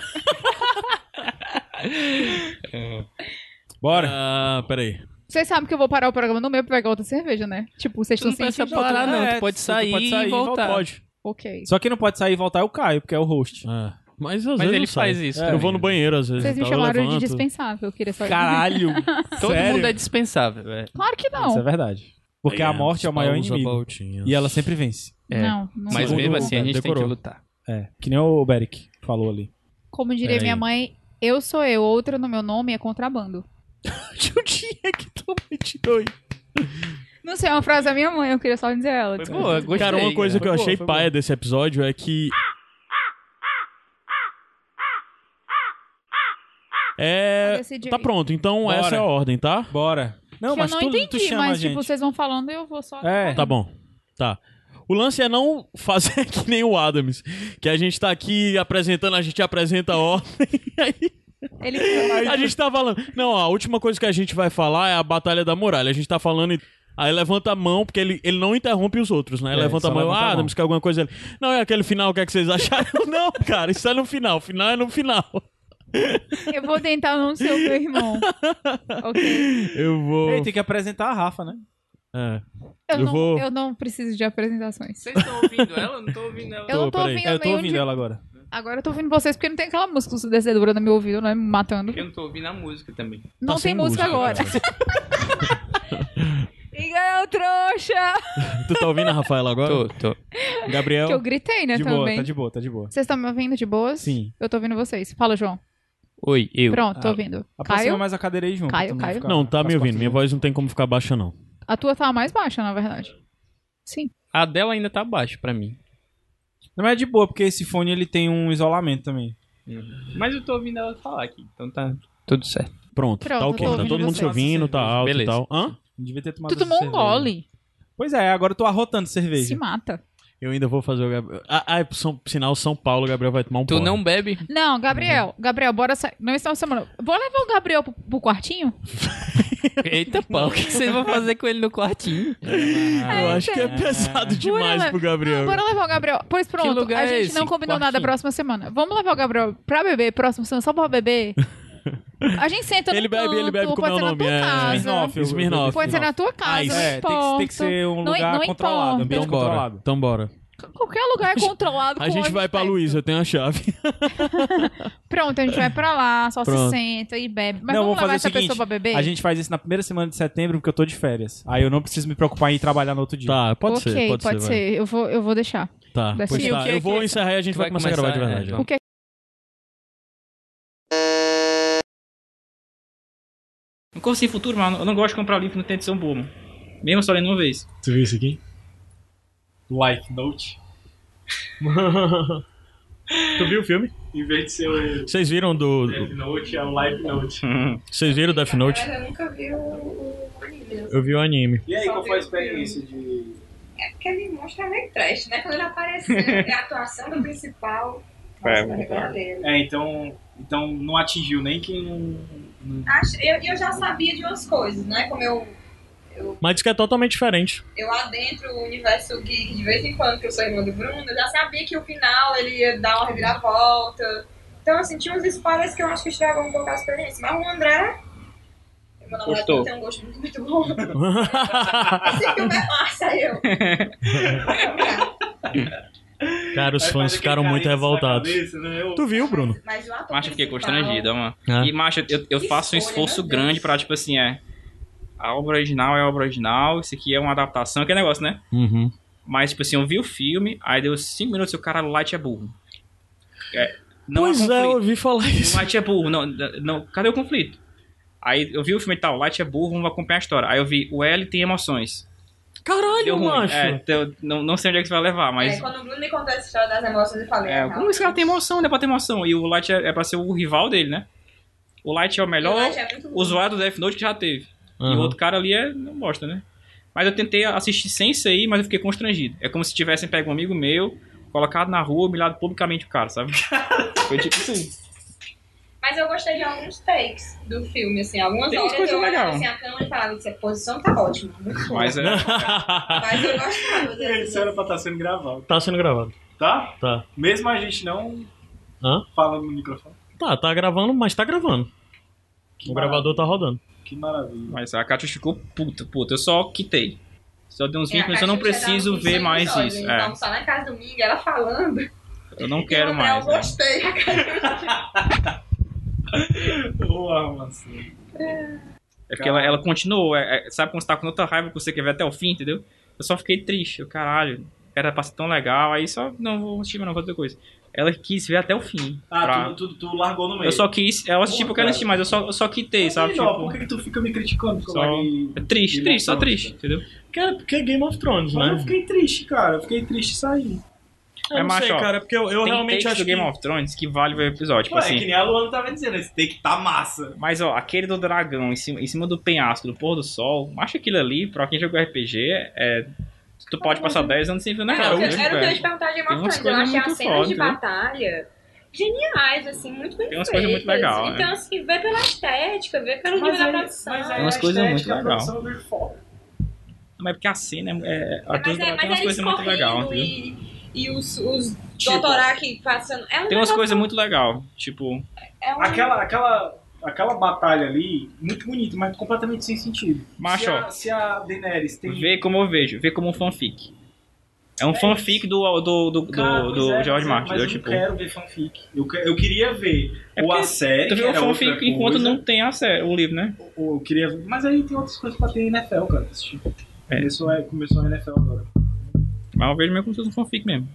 Speaker 18: É,
Speaker 1: Bora. Ah, peraí.
Speaker 17: Vocês sabem que eu vou parar o programa no meio pra pegar outra cerveja, né? Tipo, vocês estão
Speaker 18: não precisa
Speaker 17: sentindo.
Speaker 18: parar, não.
Speaker 1: É,
Speaker 18: Tu pode sair e voltar.
Speaker 3: Pode.
Speaker 17: Ok.
Speaker 3: Só quem não pode sair e voltar é o Caio, porque é o host.
Speaker 1: Mas às vezes eu saio. É, Eu
Speaker 3: também,
Speaker 1: vou no
Speaker 3: né?
Speaker 1: banheiro às vezes.
Speaker 17: Vocês me
Speaker 1: então eu
Speaker 17: chamaram de
Speaker 1: levanto.
Speaker 17: dispensável, eu queria só
Speaker 3: Caralho!
Speaker 18: Todo
Speaker 3: Sério?
Speaker 18: mundo é dispensável. É.
Speaker 17: Claro que não.
Speaker 3: Isso é verdade. Porque a
Speaker 18: Yeah,
Speaker 3: morte é o maior
Speaker 18: os
Speaker 3: inimigo.
Speaker 18: pautinhas.
Speaker 3: E ela sempre vence.
Speaker 18: É. Não, não Mas mesmo assim, a gente tem que lutar. É
Speaker 3: É, que nem o Beric falou ali.
Speaker 17: Como diria
Speaker 3: Peraí.
Speaker 17: minha mãe, eu sou eu, outra no meu nome é contrabando.
Speaker 1: Tinha que tomar de dois.
Speaker 17: Não sei, é uma frase da minha mãe, eu queria só dizer ela. desculpa.
Speaker 1: Cara, uma coisa que eu achei
Speaker 17: Foi boa,
Speaker 1: paia desse episódio é que.
Speaker 17: Vou
Speaker 1: É.
Speaker 17: decidir
Speaker 1: Tá
Speaker 17: aí.
Speaker 1: pronto, então
Speaker 3: Bora.
Speaker 1: essa é a ordem, tá?
Speaker 3: Bora.
Speaker 17: Que eu não entendi, mas tipo, vocês vão falando e eu vou só.
Speaker 3: É.
Speaker 1: Tá bom. Tá. O lance é não fazer que nem o Adams, que a gente tá aqui apresentando, a gente apresenta a ordem.
Speaker 17: Ele
Speaker 1: A gente tá falando. Não, a última coisa que a gente vai falar é a Batalha da Muralha. A gente tá falando. e- Aí levanta a mão, porque ele, ele não interrompe os outros, né?
Speaker 3: É,
Speaker 1: levanta a
Speaker 3: só
Speaker 1: mão,
Speaker 3: levanta a
Speaker 1: ah,
Speaker 3: mão.
Speaker 1: Adams, que alguma coisa ali. Não, é aquele final, o que é que vocês acharam? não, cara, isso é no final. O final é no final.
Speaker 17: Eu vou tentar não ser o meu irmão. ok.
Speaker 1: Eu vou.
Speaker 3: Ele tem que apresentar a Rafa, né?
Speaker 1: É.
Speaker 17: Eu,
Speaker 3: Eu
Speaker 17: não,
Speaker 3: vou-
Speaker 17: eu não preciso de apresentações. Vocês
Speaker 18: estão ouvindo ela? Eu não tô ouvindo ela.
Speaker 17: Eu não tô ouvindo
Speaker 3: É, Eu tô
Speaker 17: nenhum
Speaker 3: ouvindo
Speaker 17: de-
Speaker 3: ela agora.
Speaker 17: Agora eu tô ouvindo vocês porque não tem aquela música descedora no meu ouvido, né? Me
Speaker 3: Tá
Speaker 17: matando.
Speaker 18: Eu não tô ouvindo a música também.
Speaker 17: Não
Speaker 1: Tá
Speaker 17: tem música, agora. e ganhou trouxa!
Speaker 1: Tu tá ouvindo a Rafaela agora?
Speaker 18: Tô, tô.
Speaker 1: Gabriel.
Speaker 17: Que eu gritei, né,
Speaker 1: De boa,
Speaker 17: também.
Speaker 1: tá de boa, tá de boa.
Speaker 17: Vocês estão me ouvindo de boas?
Speaker 1: Sim.
Speaker 17: Eu tô ouvindo vocês. Fala, João.
Speaker 18: Oi, eu.
Speaker 17: Pronto, tô ouvindo.
Speaker 3: Aproxima
Speaker 17: Caio,
Speaker 3: mais Ah, a cadeira aí, João.
Speaker 17: Caio,
Speaker 3: pra todo mundo
Speaker 17: Caio.
Speaker 3: ficar-
Speaker 1: Não, tá me ouvindo. Minha voz não tem como ficar baixa, não.
Speaker 17: a tua tá mais baixa, na verdade. Sim.
Speaker 18: A dela ainda tá baixa pra mim.
Speaker 3: Não mas é de boa, porque esse fone ele tem um isolamento também.
Speaker 18: Mas eu tô ouvindo ela falar aqui. Então tá.
Speaker 1: Tudo certo. Pronto,
Speaker 18: Pronto,
Speaker 1: tá
Speaker 18: eu
Speaker 1: ok.
Speaker 18: tô
Speaker 1: Tá todo
Speaker 18: ouvindo
Speaker 1: mundo
Speaker 18: você.
Speaker 1: se ouvindo, tá alto e
Speaker 18: Beleza.
Speaker 1: tal. Hã?
Speaker 3: Devia ter tomado
Speaker 17: Tu tomou um
Speaker 3: cerveja.
Speaker 17: gole.
Speaker 3: Pois é, agora eu tô arrotando cerveja.
Speaker 17: Se mata.
Speaker 1: Eu ainda vou fazer o Gabriel. Ah, ah, são, sinal São Paulo, o Gabriel vai tomar um
Speaker 18: Tu
Speaker 1: porre.
Speaker 18: não bebe?
Speaker 17: Não, Gabriel, Gabriel, bora sair. Não é estamos semana. Vou levar o Gabriel pro, pro quartinho?
Speaker 18: Eita, pau, o que vocês vão fazer com ele no quartinho?
Speaker 1: Eu acho que é pesado demais
Speaker 17: então. levar-
Speaker 1: pro Gabriel.
Speaker 17: Não, bora levar o Gabriel. Pois pronto,
Speaker 18: lugar
Speaker 17: a
Speaker 18: é
Speaker 17: gente
Speaker 18: esse?
Speaker 17: não combinou
Speaker 18: Quartinho?
Speaker 17: nada próxima semana. Vamos levar o Gabriel pra beber próxima semana, só pra beber. A gente senta
Speaker 1: Ele
Speaker 17: no
Speaker 1: bebe, ele
Speaker 17: canto,
Speaker 1: bebe como
Speaker 17: pode
Speaker 1: é o
Speaker 17: ser na
Speaker 1: nome?
Speaker 17: tua
Speaker 1: É,
Speaker 17: casa.
Speaker 1: Smirnoff, eu- Smirnoff.
Speaker 17: Pode ser na tua casa,
Speaker 1: Ice.
Speaker 17: não
Speaker 1: É, tem que-
Speaker 17: importa.
Speaker 1: tem que ser um
Speaker 17: Não-
Speaker 1: lugar
Speaker 17: não
Speaker 1: controlado,
Speaker 17: importa.
Speaker 1: ambiente Então bora, controlado. Então bora.
Speaker 17: Qualquer lugar é controlado.
Speaker 1: A
Speaker 17: com
Speaker 1: gente
Speaker 17: ônibus.
Speaker 1: vai pra Luísa, eu tenho a chave.
Speaker 17: Pronto, a gente vai pra lá, só
Speaker 20: Pronto.
Speaker 17: se senta e bebe. Mas
Speaker 20: não,
Speaker 17: vamos
Speaker 20: vamos
Speaker 17: levar
Speaker 20: fazer
Speaker 17: essa
Speaker 20: o seguinte,
Speaker 17: pessoa pra beber?
Speaker 20: A gente faz isso na primeira semana de setembro, porque eu tô de férias. Aí eu não preciso me preocupar em ir trabalhar no outro dia.
Speaker 1: Tá,
Speaker 17: ok, pode ser. Eu vou, eu vou deixar.
Speaker 1: Tá,
Speaker 17: Dessa
Speaker 1: pois
Speaker 17: vez.
Speaker 1: tá. Eu vou encerrar e a gente vai começar né? a gravar de verdade.
Speaker 17: O que
Speaker 10: Não consigo em futuro, mano. Eu não gosto de comprar livro que não tem edição boa, mano. Mesmo só lendo uma vez.
Speaker 1: Tu viu isso aqui?
Speaker 20: Like, note.
Speaker 1: Tu viu o filme?
Speaker 3: Em vez de ser o
Speaker 1: Vocês viram do.
Speaker 3: Death Note, é o Life Note.
Speaker 1: Vocês viram o Death Note?
Speaker 3: eu nunca vi o anime.
Speaker 1: Eu vi o anime.
Speaker 3: E aí, qual foi a experiência de...
Speaker 21: É porque ele mostra meio trash, né? Quando ele apareceu, é a atuação do principal.
Speaker 3: É,
Speaker 21: verdadeiro.
Speaker 3: então, então não atingiu nem quem não... não-
Speaker 21: Acho- Eu, eu já sabia de umas coisas, né? Como eu,
Speaker 1: Mas diz que é totalmente diferente.
Speaker 21: eu adentro o universo geek de vez em quando, que eu sou irmã do Bruno, eu já sabia que o final ele ia dar uma reviravolta. Então, assim, tinha uns spoilers que eu acho que estragam um pouco a experiência. Mas o André, meu namorado
Speaker 10: Gostou.
Speaker 21: tem um gosto muito, muito bom. Esse filme é massa, eu.
Speaker 1: Cara, os fãs ficaram muito revoltados. Tu viu, Bruno?
Speaker 21: Mas o ator
Speaker 10: né? Macho, eu fiquei
Speaker 21: principal-
Speaker 10: constrangido, ó, mano.
Speaker 1: É.
Speaker 10: E, macho, eu, eu faço um esforço grande pra, tipo assim, é. A obra original é a obra original, isso aqui é uma adaptação, que é negócio, né?
Speaker 1: Uhum.
Speaker 10: Mas, tipo assim, eu vi o filme, aí deu 5 minutos e o cara Light é burro. É, não
Speaker 1: Pois
Speaker 10: há
Speaker 1: é, eu
Speaker 10: conflito.
Speaker 1: ouvi falar isso.
Speaker 10: O Light é burro, não, não, cadê o conflito? Aí eu vi o filme e tal, Light é burro, vamos acompanhar a história. Aí eu vi, o L tem emoções.
Speaker 1: Caralho,
Speaker 10: Deu ruim.
Speaker 21: macho.
Speaker 10: É, então, não, não sei onde é que você vai levar, mas...
Speaker 21: assim, É, quando o Bruno me contou essa história das emoções, eu falei...
Speaker 10: É,
Speaker 21: ah,
Speaker 10: como esse cara tem emoção, né? Pra ter emoção. E o Light é, é pra ser o rival dele, né? O Light é o melhor
Speaker 21: O Light é muito bom.
Speaker 10: usuário do Death Note que já teve. E
Speaker 1: Aham.
Speaker 10: o outro cara ali é não bosta, né? Mas eu tentei assistir sem isso aí, mas eu fiquei constrangido. É como se tivessem pego um amigo meu, colocado na rua, humilhado publicamente o cara, sabe? Foi tipo assim.
Speaker 21: Mas eu gostei de alguns takes do filme, assim, algumas
Speaker 10: Tem umas
Speaker 21: horas
Speaker 10: coisas
Speaker 21: eu olhava,
Speaker 10: legal.
Speaker 21: assim, a câmera e falava que a posição tá ótima, muito boa.
Speaker 10: Mas é.
Speaker 1: Né?
Speaker 21: Mas é eu gostava.
Speaker 3: Isso era pra estar sendo gravado,
Speaker 1: Tá sendo gravado.
Speaker 3: tá?
Speaker 1: Tá.
Speaker 3: Mesmo a gente não
Speaker 1: Hã?
Speaker 3: falando no microfone.
Speaker 1: Tá, tá gravando, mas tá gravando. O gravador tá rodando.
Speaker 3: Que maravilha.
Speaker 10: Mas a Kátia ficou puta, puta. Eu só quitei. Só deu uns
Speaker 21: É,
Speaker 10: 20
Speaker 21: a
Speaker 10: minutos, eu não
Speaker 21: Caixa já dava
Speaker 10: preciso
Speaker 21: uns
Speaker 10: ver
Speaker 21: cinco
Speaker 10: mais
Speaker 21: episódios,
Speaker 10: isso.
Speaker 21: né?
Speaker 10: É,
Speaker 21: Então, só na casa do Mig, ela falando.
Speaker 10: eu não quero
Speaker 21: André,
Speaker 10: mais. né?
Speaker 21: Eu gostei.
Speaker 3: Boa, Marcelo.
Speaker 10: É porque ela, ela continuou. é- é- sabe quando você tá com tanta raiva que você quer ver até o fim, entendeu? Eu só fiquei triste. Eu, caralho, era pra ser tão legal. Aí só, não, vou assistir, mas não, vou fazer outra coisa. Ela quis ver até o fim.
Speaker 3: Ah,
Speaker 10: pra-
Speaker 3: tu, tu, tu largou no meio.
Speaker 10: Eu só quis. é tipo Ela assistiu porque eu quero assistir, mas eu só, eu só quitei,
Speaker 3: é
Speaker 10: sabe?
Speaker 3: Melhor,
Speaker 10: Tipo,
Speaker 3: por que, que tu fica me criticando?
Speaker 10: só... É triste, triste,
Speaker 3: tá
Speaker 10: só triste, entendeu?
Speaker 1: Cara, porque é Game of Thrones,
Speaker 3: Mas
Speaker 1: né?
Speaker 3: eu fiquei triste, cara. Eu fiquei triste saindo.
Speaker 1: Eu não sei, cara, porque eu, eu
Speaker 10: É tem
Speaker 1: realmente
Speaker 10: takes
Speaker 1: acho
Speaker 10: do Game
Speaker 1: que...
Speaker 10: of Thrones que vale o episódio, tipo
Speaker 3: Ué,
Speaker 10: assim.
Speaker 3: é que nem a Luana tava dizendo, esse take tá massa.
Speaker 10: Mas ó, aquele do dragão em cima, em cima do penhasco, do pôr do sol, acho aquilo ali, pra quem jogou RPG, é. Tu pode passar 10 anos sem ver nada.
Speaker 21: Era o que Uhum. eu-
Speaker 10: entendeu?
Speaker 21: era o que eu ia te
Speaker 10: É.
Speaker 21: perguntar de
Speaker 10: Tem umas
Speaker 21: emoções. Eu
Speaker 10: coisas
Speaker 21: achei
Speaker 10: muito
Speaker 21: as cenas de
Speaker 10: foda, né?
Speaker 21: batalha geniais, assim, muito bem
Speaker 10: Tem umas coisas muito
Speaker 21: feitas.
Speaker 10: legal,
Speaker 21: Então,
Speaker 10: é.
Speaker 21: assim, vê pela estética, vê pelo nível da produção.
Speaker 10: mas aí Umas a coisas estética, muito a legal. produção Mas é porque a cena é. é a
Speaker 21: Mas,
Speaker 10: dos
Speaker 21: é, mas
Speaker 10: dragões tem umas
Speaker 21: eles
Speaker 10: coisas muito legais,
Speaker 21: correndo
Speaker 10: entendeu?
Speaker 21: e, e os, os
Speaker 10: Tipo,
Speaker 21: Dothraki passando... É um
Speaker 10: Tem umas
Speaker 21: negócio-
Speaker 10: coisas muito legais, tipo.
Speaker 21: é um-
Speaker 3: Aquela, aquela, aquela batalha ali, muito bonita, mas completamente sem sentido.
Speaker 10: Macho,
Speaker 3: se,
Speaker 10: ó.
Speaker 3: a, se a Daenerys tem...
Speaker 10: Vê como eu vejo, vê como um fanfic. É um fanfic do, do, do, do,
Speaker 3: Cara, pois
Speaker 10: do
Speaker 3: é, mas
Speaker 10: George
Speaker 3: é,
Speaker 10: Martin,
Speaker 3: mas
Speaker 10: entendeu?
Speaker 3: eu
Speaker 10: Tipo. É
Speaker 3: não quero ver fanfic. Eu, que- eu queria ver ou a
Speaker 10: porque
Speaker 3: série,
Speaker 10: Tu
Speaker 3: que
Speaker 10: vê o
Speaker 3: era outra
Speaker 10: fanfic
Speaker 3: coisa,
Speaker 10: enquanto não tem a série, o livro, né?
Speaker 3: ou eu queria ver... Mas aí tem outras coisas pra ter NFL, cara. assistir.
Speaker 10: É.
Speaker 3: Começou, a- começou a NFL agora.
Speaker 10: Mas eu vejo meio como se fosse um fanfic mesmo.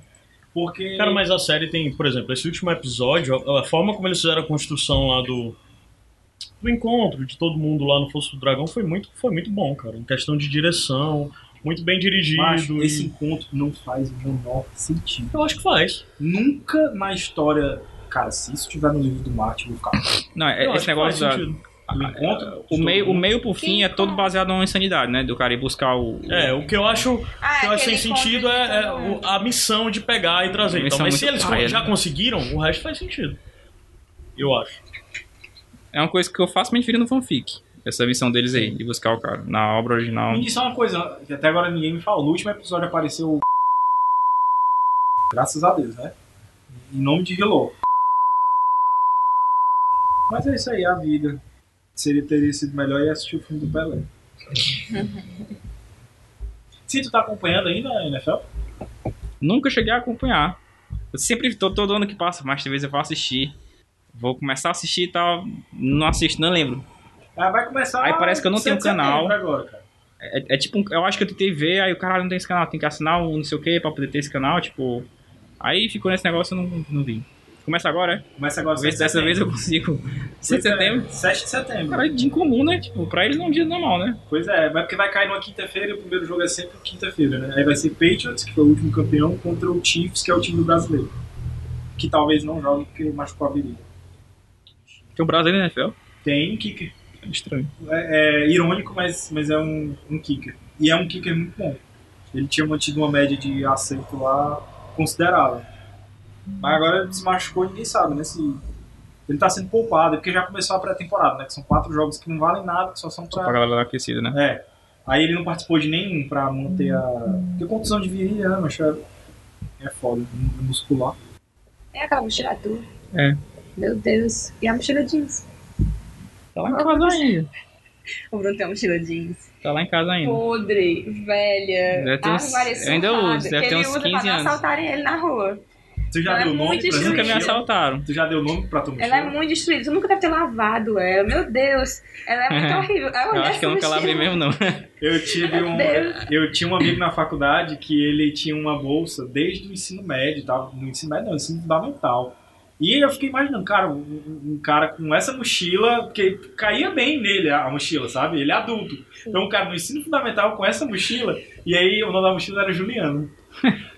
Speaker 3: Porque...
Speaker 1: Cara, mas a série tem, por exemplo, esse último episódio, a, a forma como eles fizeram a construção lá do do encontro de todo mundo lá no Fosso do Dragão foi muito, foi muito bom, cara. Em questão de direção, muito bem dirigido.
Speaker 3: Macho,
Speaker 1: e-
Speaker 3: esse encontro não faz o menor sentido.
Speaker 1: Eu acho que faz.
Speaker 3: Nunca na história. Cara, se isso tiver no livro do Martin, eu vou ficar.
Speaker 10: Não, é-
Speaker 3: Eu acho
Speaker 10: esse
Speaker 3: que faz
Speaker 10: negócio da,
Speaker 3: sentido.
Speaker 10: O meio, o meio por fim é todo baseado numa insanidade, né? Do cara ir buscar o.
Speaker 11: É, o que eu acho, o
Speaker 7: Ah,
Speaker 11: que eu acho sem sentido
Speaker 7: tá
Speaker 11: é, é o- a missão de pegar e trazer.
Speaker 10: Uma
Speaker 11: Então,
Speaker 10: missão
Speaker 11: mas se
Speaker 10: muito
Speaker 11: eles
Speaker 10: paia,
Speaker 11: já
Speaker 10: né?
Speaker 11: conseguiram, o resto faz sentido. Eu acho.
Speaker 10: É uma coisa que eu faço, mas vira no fanfic. Essa missão deles aí, de buscar o cara. Na obra original.
Speaker 3: Me diz só é uma coisa, que até agora ninguém me falou. No último episódio apareceu o. Graças a Deus, né? Em nome de Hello. Mas é isso aí, a vida. Seria, teria sido melhor ir assistir o filme do Pelé. Se tu tá acompanhando ainda, NFL?
Speaker 10: Nunca cheguei a acompanhar. Eu sempre tô todo ano que passa, mas talvez eu vou assistir. Vou começar a assistir e tal. Não assisto, não lembro.
Speaker 3: Ah, vai começar.
Speaker 10: Aí parece que eu não tenho
Speaker 3: 7 de setembro
Speaker 10: canal.
Speaker 3: Agora, cara.
Speaker 10: É, é tipo, um- eu acho que eu tentei ver, aí o caralho não tem esse canal, tem que assinar um não sei o que pra poder ter esse canal, tipo. Aí ficou nesse negócio eu não, não vi. Começa agora, é?
Speaker 3: Começa agora,
Speaker 10: Talvez
Speaker 3: 7 de
Speaker 10: dessa vez eu
Speaker 3: setembro.
Speaker 10: consigo.
Speaker 3: Pois
Speaker 10: 7 de
Speaker 3: é,
Speaker 10: setembro?
Speaker 3: 7 de setembro.
Speaker 10: Caralho, dia incomum, né? Tipo, pra eles não é um dia normal, né?
Speaker 3: Pois é, vai porque vai cair numa quinta-feira e o primeiro jogo é sempre quinta-feira, né? Aí vai ser Patriots, que foi o último campeão, contra o Chiefs, que é o time do brasileiro. Que talvez não jogue porque machucou a virilha.
Speaker 10: Tem um brasileiro na NFL?
Speaker 3: Tem kicker.
Speaker 10: Estranho.
Speaker 3: É, é irônico, mas, mas é um, um kicker. E é um kicker muito bom. Ele tinha mantido uma média de acerto lá considerável. Mas agora desmachucou, ninguém sabe, né? Se ele tá sendo poupado, porque já começou a pré-temporada, né? Que são quatro jogos que não valem nada, que só são
Speaker 10: Só pra
Speaker 3: pra.
Speaker 10: galera dar aquecida, né?
Speaker 3: É. Aí ele não participou de nenhum pra manter a. Porque contusão de virilha, né, mas é- é foda, é muscular.
Speaker 21: É aquela mochila azul.
Speaker 10: É.
Speaker 21: Meu Deus. E a mochila jeans?
Speaker 3: É.
Speaker 10: Tá lá em casa ainda.
Speaker 21: O Bruno tem uma mochila jeans.
Speaker 10: Tá lá em casa ainda.
Speaker 21: Podre, velha.
Speaker 10: Deve ter uns-
Speaker 21: armário
Speaker 10: eu ainda
Speaker 21: surrado,
Speaker 10: uso, deve
Speaker 21: que
Speaker 10: ter
Speaker 21: ele
Speaker 10: uns
Speaker 21: usa
Speaker 10: 15
Speaker 21: pra não
Speaker 10: anos.
Speaker 21: assaltarem ele na rua.
Speaker 3: Tu já
Speaker 21: Ela
Speaker 3: deu
Speaker 21: é
Speaker 3: o nome
Speaker 21: muito
Speaker 3: pra
Speaker 10: Nunca me
Speaker 3: mochila?
Speaker 10: assaltaram.
Speaker 3: Tu já deu o nome pra tua mochila?
Speaker 21: Ela é muito destruída. Tu nunca deve ter lavado ela. Meu Deus. Ela é muito horrível.
Speaker 10: Eu acho que eu nunca lavei mesmo, não.
Speaker 3: Eu tive um,
Speaker 21: Deus.
Speaker 3: eu tinha um amigo na faculdade que ele tinha uma bolsa desde o ensino médio, tava no ensino médio não, ensino fundamental. E eu fiquei imaginando, cara, um, um cara com essa mochila, porque caía bem nele a a mochila, sabe? Ele é adulto. Então um cara no ensino fundamental com essa mochila, e aí o nome da mochila era Juliana.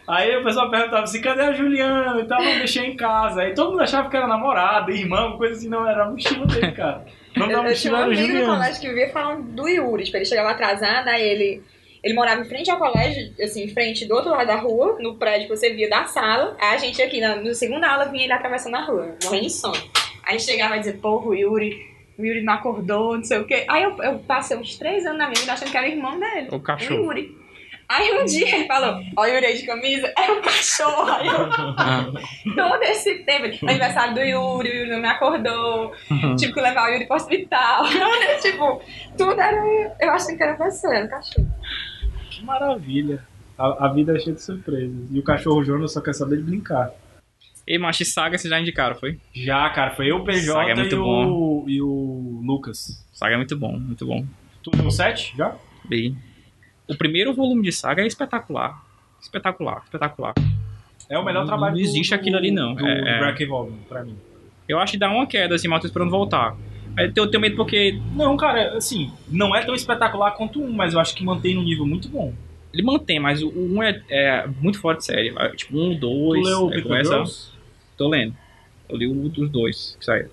Speaker 3: Aí o pessoal perguntava assim, cadê a Juliana? E tal, não deixei em casa. Aí todo mundo achava que era namorada, irmão, coisa assim, não, era a mochila dele, cara. O nome da
Speaker 21: Eu,
Speaker 2: é
Speaker 21: eu tinha um
Speaker 3: mochila era
Speaker 21: amigo no
Speaker 3: Juliana.
Speaker 21: colégio que vivia falando do Yuri. Tipo, ele chegava atrasado, aí ele... Ele morava em frente ao colégio, assim, em frente do outro lado da rua, no prédio que você via da sala. Aí a gente aqui, na, na segunda aula, vinha ele atravessando a rua, morrendo de sono. Aí a gente chegava e dizia, porra, o Yuri, o Yuri não acordou, não sei o quê. Aí eu, eu passei uns três anos na minha vida achando que era irmão dele.
Speaker 10: O cachorro.
Speaker 21: O Yuri. Aí um dia ele falou, ó, o Yuri aí de camisa, é o cachorro. Aí eu,
Speaker 10: Ah.
Speaker 21: todo esse tempo, ele, aniversário do Yuri, o Yuri não me acordou, tive que levar o Yuri pro hospital. tipo, tudo era. Eu achei que era pessoa, era um cachorro.
Speaker 3: Que maravilha. A, a vida é cheia de surpresas. E o cachorro Jonas só quer saber de brincar.
Speaker 10: E Machi Saga vocês já indicaram, foi?
Speaker 3: Já, cara, foi eu, PJ
Speaker 10: Saga é muito
Speaker 3: e,
Speaker 10: bom.
Speaker 3: o, e o Lucas.
Speaker 10: Saga é muito bom, muito bom.
Speaker 3: Tu deu 7 já?
Speaker 10: Bem. O primeiro volume de Saga é espetacular. Espetacular, espetacular.
Speaker 3: É o melhor trabalho
Speaker 10: Não
Speaker 3: do-
Speaker 10: existe aquilo ali, não.
Speaker 3: do
Speaker 10: é, é.
Speaker 3: Brack Evolve, pra mim.
Speaker 10: Eu acho que dá uma queda, assim, mas eu tô esperando voltar. Aí eu tenho medo porque.
Speaker 3: Não, cara, assim, não é tão espetacular quanto um, mas eu acho que mantém num nível muito bom.
Speaker 10: Ele mantém, mas o 1 um é, é muito fora de série. É, Tipo, um, dois.
Speaker 3: Tu leu o
Speaker 10: aí
Speaker 3: Pickle
Speaker 10: começa-
Speaker 3: Girls?
Speaker 10: Tô lendo. Eu li o dos dois que saíram.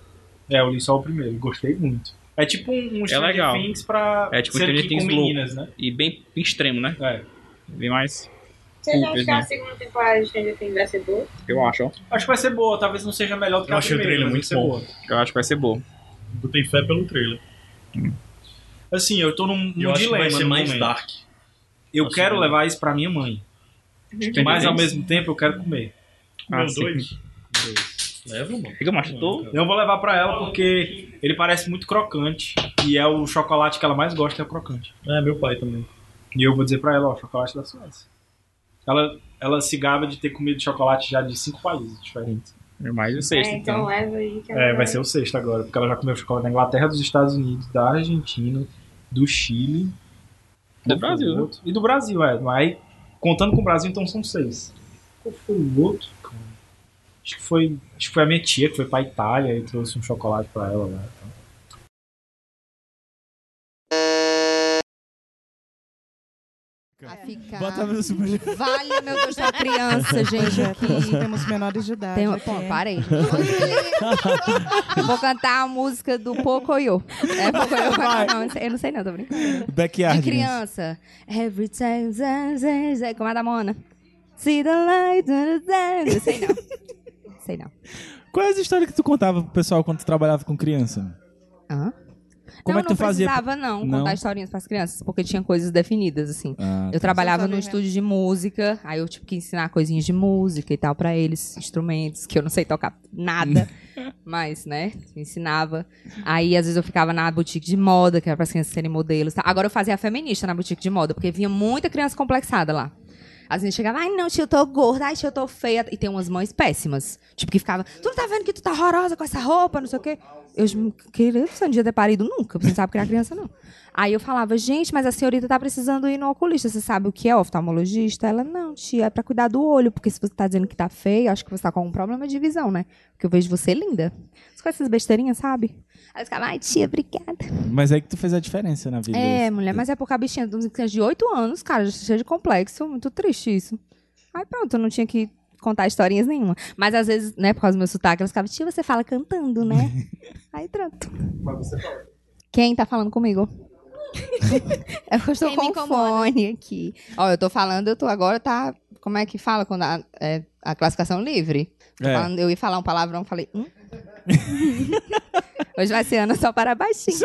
Speaker 3: É, eu li só o primeiro, gostei muito. É tipo um, um
Speaker 10: É
Speaker 3: Stranger
Speaker 10: legal.
Speaker 3: Things pra
Speaker 10: É tipo
Speaker 3: ser
Speaker 10: Stranger
Speaker 3: que
Speaker 10: Things
Speaker 3: com
Speaker 10: louco.
Speaker 3: meninas, né?
Speaker 10: E bem extremo, né?
Speaker 3: É.
Speaker 10: Bem mais.
Speaker 21: Vocês acham
Speaker 10: culpas,
Speaker 21: que a
Speaker 10: né?
Speaker 21: segunda temporada de Stranger Things vai ser boa?
Speaker 10: Eu acho, ó.
Speaker 3: Acho que vai ser boa, talvez não seja melhor do que
Speaker 10: Eu
Speaker 3: a
Speaker 10: achei o
Speaker 2: é
Speaker 3: primeira,
Speaker 10: trailer
Speaker 3: mas
Speaker 10: muito
Speaker 3: vai ser
Speaker 10: bom.
Speaker 3: boa.
Speaker 10: Eu acho que vai ser boa.
Speaker 3: Tu tem fé pelo trailer. Assim, eu tô num, num
Speaker 11: Eu acho que
Speaker 3: dilema.
Speaker 11: vai ser
Speaker 3: no
Speaker 11: mais
Speaker 3: momento.
Speaker 11: dark.
Speaker 3: Eu
Speaker 11: Nossa,
Speaker 3: quero
Speaker 11: né?
Speaker 3: levar isso pra minha mãe.
Speaker 11: Stranger
Speaker 3: Mas ao
Speaker 11: Things?
Speaker 3: mesmo tempo eu quero comer.
Speaker 11: Ah, Comeu sim. dois?
Speaker 3: Dois.
Speaker 11: Leva, mano.
Speaker 10: Fica macho, tô.
Speaker 3: Eu vou levar pra ela porque ele parece muito crocante. E é o chocolate que ela mais gosta, é o crocante.
Speaker 11: É, meu pai também.
Speaker 3: E eu vou dizer pra ela, ó, chocolate da Suécia. Ela, ela se gaba de ter comido chocolate já de cinco países diferentes.
Speaker 10: É mais o
Speaker 21: é, então, leva aí. Que
Speaker 3: É, vai ser o sexto agora, porque ela já comeu chocolate da Inglaterra, dos Estados Unidos, da Argentina, do Chile. Qual
Speaker 10: Do
Speaker 3: foi
Speaker 10: Brasil,
Speaker 3: o
Speaker 10: né?
Speaker 3: outro? E do Brasil, é. Aí, contando com o Brasil, então são seis. Qual foi o outro, cara? Acho que foi, acho que foi a minha tia que foi pra Itália e trouxe um chocolate pra ela lá. então.
Speaker 21: a ficar.
Speaker 3: É. Bota meus super-
Speaker 21: Vale, meu Deus, da criança, gente.
Speaker 7: Aqui
Speaker 21: Aqui.
Speaker 7: temos menores de idade.
Speaker 21: é. Tem... um-
Speaker 7: aqui.
Speaker 21: Pô, parei. Vou cantar a música do Pocoyo. É Pocoyo?
Speaker 3: Vai.
Speaker 21: Não, eu não sei- eu não sei não, tô brincando.
Speaker 3: Backyard.
Speaker 21: De criança. Every time, time, time, time. Como é da Mona? See the light, da, da, da. Eu Sei não. Sei não.
Speaker 3: Qual é a história que tu contava pro pessoal quando tu trabalhava com criança?
Speaker 21: Hã?
Speaker 3: Como
Speaker 21: não,
Speaker 3: é que tu
Speaker 21: não
Speaker 3: fazia?
Speaker 21: precisava não,
Speaker 3: Não?
Speaker 21: contar historinhas para as crianças, porque tinha coisas definidas assim.
Speaker 3: Ah,
Speaker 21: eu trabalhava
Speaker 7: Só
Speaker 21: num
Speaker 7: sabia.
Speaker 21: estúdio de música, aí eu tive que ensinar coisinhas de música e tal para eles, instrumentos que eu não sei tocar nada, mas né, ensinava. Aí às vezes eu ficava na boutique de moda, que era para as crianças serem modelos. tá? Agora eu fazia a feminista na boutique de moda, porque vinha muita criança complexada lá. Às vezes chegava, ai não, tia, eu tô gorda, ai tia, eu tô feia. E tem umas mães péssimas. Tipo, que ficava, tu não tá vendo que tu tá horrorosa com essa roupa, não sei o quê. né, Eu j- queria você não devia ter parido nunca, você não sabe criar criança, não. Aí eu falava, gente, mas a senhorita tá precisando ir no oculista, você sabe o que é oftalmologista? Ela, não, tia, é pra cuidar do olho, porque se você tá dizendo que tá feia, eu acho que você tá com algum problema de visão, né? Porque eu vejo você linda. Você conhece essas besteirinhas, sabe? Aí eu ficava, ai tia, obrigada.
Speaker 3: Mas é que tu fez a diferença na vida.
Speaker 21: É, mulher, mas é porque a bichinha de uns crianças de 8 anos, cara, cheia de complexo, muito triste isso. Aí pronto, eu não tinha que contar historinhas nenhuma. Mas às vezes, né, por causa do meu sotaque, elas ficavam, tia, você fala cantando, né? Aí pronto.
Speaker 19: Mas você fala.
Speaker 21: Quem tá falando comigo? é porque eu estou
Speaker 12: Quem me
Speaker 21: com o fone aqui. Ó, eu tô falando, eu tô agora, tá. Como é que fala quando a, é, a classificação livre? Tô
Speaker 3: É.
Speaker 21: falando- eu ia falar um palavrão, falei. Hum? Hoje vai ser Ana só para baixinhas.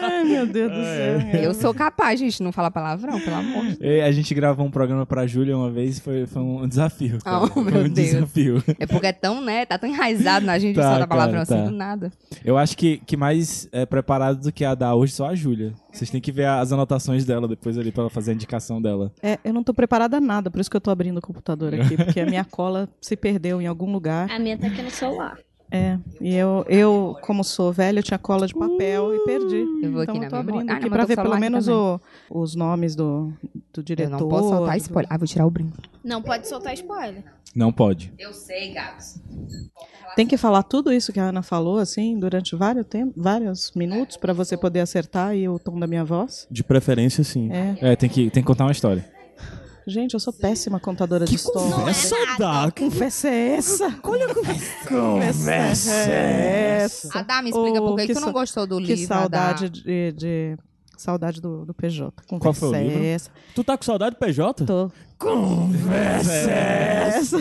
Speaker 7: Ai, meu Deus do céu. meu.
Speaker 21: Eu sou capaz, gente, não falar palavrão, pelo amor de Deus.
Speaker 3: E a gente gravou um programa pra Júlia uma vez e foi, foi um desafio. cara.
Speaker 21: Oh,
Speaker 3: foi
Speaker 21: meu
Speaker 3: um
Speaker 21: Deus.
Speaker 3: desafio.
Speaker 21: É porque é tão, né? Tá tão enraizado na gente de
Speaker 3: Tá,
Speaker 21: soltar palavrão
Speaker 3: cara,
Speaker 21: assim
Speaker 3: tá.
Speaker 21: do nada.
Speaker 3: Eu acho que, que mais é, preparado do que a da hoje só a Júlia. Vocês têm que ver as anotações dela depois ali pra ela fazer a indicação dela.
Speaker 7: É, eu não tô preparada a nada, por isso que eu tô abrindo o computador aqui, porque a minha cola se perdeu em algum lugar.
Speaker 12: A minha tá aqui no celular.
Speaker 7: É, e eu, eu como sou velha, eu tinha cola de papel e perdi.
Speaker 21: Eu vou
Speaker 7: então
Speaker 21: aqui
Speaker 7: eu
Speaker 21: na
Speaker 7: tô
Speaker 21: memória.
Speaker 7: abrindo
Speaker 21: Ah,
Speaker 7: aqui
Speaker 21: não,
Speaker 7: pra
Speaker 21: mas eu
Speaker 7: ver
Speaker 21: tô
Speaker 7: pelo
Speaker 21: falando
Speaker 7: menos
Speaker 21: aqui
Speaker 7: o- os nomes do, do diretor.
Speaker 21: não posso soltar spoiler. Ah, vou tirar o brinco.
Speaker 12: Não pode soltar spoiler.
Speaker 3: Não pode.
Speaker 12: Eu sei, gatos.
Speaker 7: Tem que falar tudo isso que a Ana falou, assim, durante vários, tempo, vários minutos, pra você poder acertar aí o tom da minha voz.
Speaker 3: De preferência, sim.
Speaker 7: É.
Speaker 3: É, tem, que, tem que contar uma história.
Speaker 7: Gente, eu sou péssima contadora de história.
Speaker 3: conversa Não é nada. dá?
Speaker 7: Que conversa é essa? Olha a conversa.
Speaker 3: Conversa
Speaker 21: é essa? Adá, me explica por que que tu Ah, não
Speaker 7: sa-
Speaker 21: gostou do
Speaker 7: Oh, Que
Speaker 21: livro, é
Speaker 7: saudade
Speaker 21: Adá.
Speaker 7: de... de- Saudade do, do PJ. Conversa
Speaker 3: Qual foi o
Speaker 7: é
Speaker 3: livro?
Speaker 7: essa?
Speaker 3: Tu tá com saudade do PJ?
Speaker 7: Tô.
Speaker 3: Conversa é essa?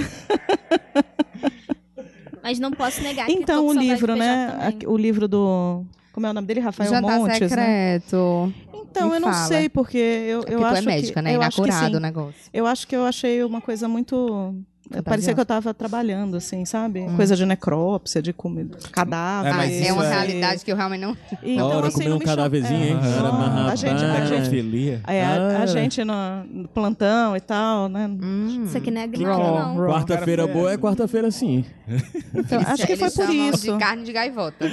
Speaker 12: Mas não posso negar que
Speaker 7: Então,
Speaker 12: É, tô com
Speaker 7: o
Speaker 12: saudade
Speaker 7: livro,
Speaker 12: de
Speaker 7: né? Aqui- O livro do... Como é o nome dele? Rafael
Speaker 21: Jantar
Speaker 7: Montes, né?
Speaker 21: tá secreto.
Speaker 7: Então,
Speaker 21: Me
Speaker 7: eu não
Speaker 21: fala.
Speaker 7: sei, porque eu,
Speaker 21: porque
Speaker 7: eu
Speaker 21: tu
Speaker 7: acho
Speaker 21: é médica,
Speaker 7: que,
Speaker 21: né?
Speaker 7: Eu acho que
Speaker 21: Inacurado
Speaker 7: sim.
Speaker 21: o negócio.
Speaker 7: Eu acho que eu achei uma coisa muito... Parecia
Speaker 21: Fantasiosa.
Speaker 7: que eu tava trabalhando, assim, sabe?
Speaker 21: Hum.
Speaker 7: Coisa de necrópsia, de comida, cadáver.
Speaker 21: Ah, mas é uma
Speaker 7: isso
Speaker 21: realidade que eu realmente não.
Speaker 7: Então,
Speaker 21: Ora,
Speaker 7: assim,
Speaker 21: comer
Speaker 7: não
Speaker 21: um
Speaker 7: me chama-
Speaker 21: cadáverzinho,
Speaker 7: é.
Speaker 21: hein? Era
Speaker 7: Não,
Speaker 21: mais
Speaker 7: a gente, a
Speaker 21: rapaz.
Speaker 7: gente,
Speaker 3: Pedofilia.
Speaker 7: é, a, a
Speaker 3: Ah.
Speaker 7: gente no, no plantão e tal, né?
Speaker 21: Hum.
Speaker 12: Isso aqui não é gringo,
Speaker 7: Raw,
Speaker 12: não.
Speaker 7: raw.
Speaker 1: Quarta-feira boa é quarta-feira sim.
Speaker 7: Então, acho que foi
Speaker 21: Eles
Speaker 7: por
Speaker 21: chamam
Speaker 7: isso.
Speaker 21: De carne de gaivota.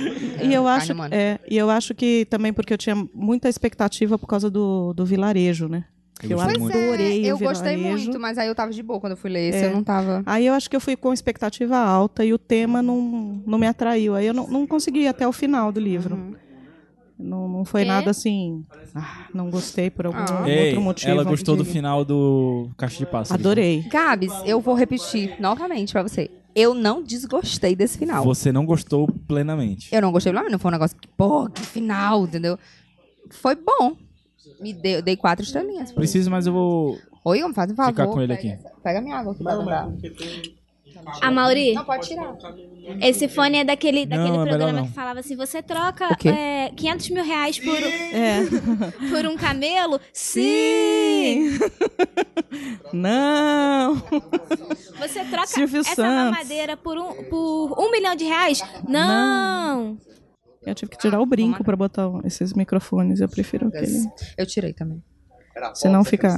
Speaker 7: E eu, acho,
Speaker 21: Carne humana.
Speaker 7: é, e eu acho que também porque eu tinha muita expectativa por causa do, do vilarejo, né? Que eu
Speaker 21: Pois é,
Speaker 7: adorei o
Speaker 21: eu gostei
Speaker 7: vilarejo.
Speaker 21: muito, mas aí eu tava de boa quando eu fui ler esse,
Speaker 7: É.
Speaker 21: eu não tava.
Speaker 7: Aí eu acho que eu fui com expectativa alta e o tema não, não me atraiu. Aí eu não, não consegui ir até o final do livro.
Speaker 21: Uhum.
Speaker 7: Não, não foi
Speaker 3: Quê?
Speaker 7: nada assim. ah, não gostei por algum
Speaker 3: Ei,
Speaker 7: Ah, um outro motivo.
Speaker 3: ela gostou do
Speaker 7: de-
Speaker 3: final do Caixa de então. Pássaros.
Speaker 21: Gabs, eu vou repetir novamente pra você. Eu não desgostei desse final.
Speaker 3: Você não gostou plenamente.
Speaker 21: Eu não gostei do não foi um negócio que, pô, que final, entendeu? Foi bom. Me deu, dei quatro estrelinhas.
Speaker 3: Preciso, mas eu vou
Speaker 21: Oi, homem, faz um favor.
Speaker 3: ficar com ele
Speaker 21: pega
Speaker 3: aqui.
Speaker 21: essa- Pega minha água aqui pra dar.
Speaker 12: A Ah, Mauri?
Speaker 21: Não, pode tirar.
Speaker 12: Esse fone é
Speaker 21: Não,
Speaker 12: daquele, daquele
Speaker 21: é melhor
Speaker 12: programa
Speaker 21: não.
Speaker 12: que falava assim: você troca
Speaker 21: O quê?
Speaker 12: é, 500 mil reais por, um,
Speaker 7: É.
Speaker 12: por um camelo? Sim!
Speaker 7: Não!
Speaker 12: Você troca
Speaker 7: Silvio
Speaker 12: essa
Speaker 7: Santos.
Speaker 12: mamadeira por um, por um milhão de reais? Não!
Speaker 7: Eu tive que tirar o brinco pra botar esses microfones. Eu prefiro aquele.
Speaker 21: Eu tirei também.
Speaker 7: Se não fica.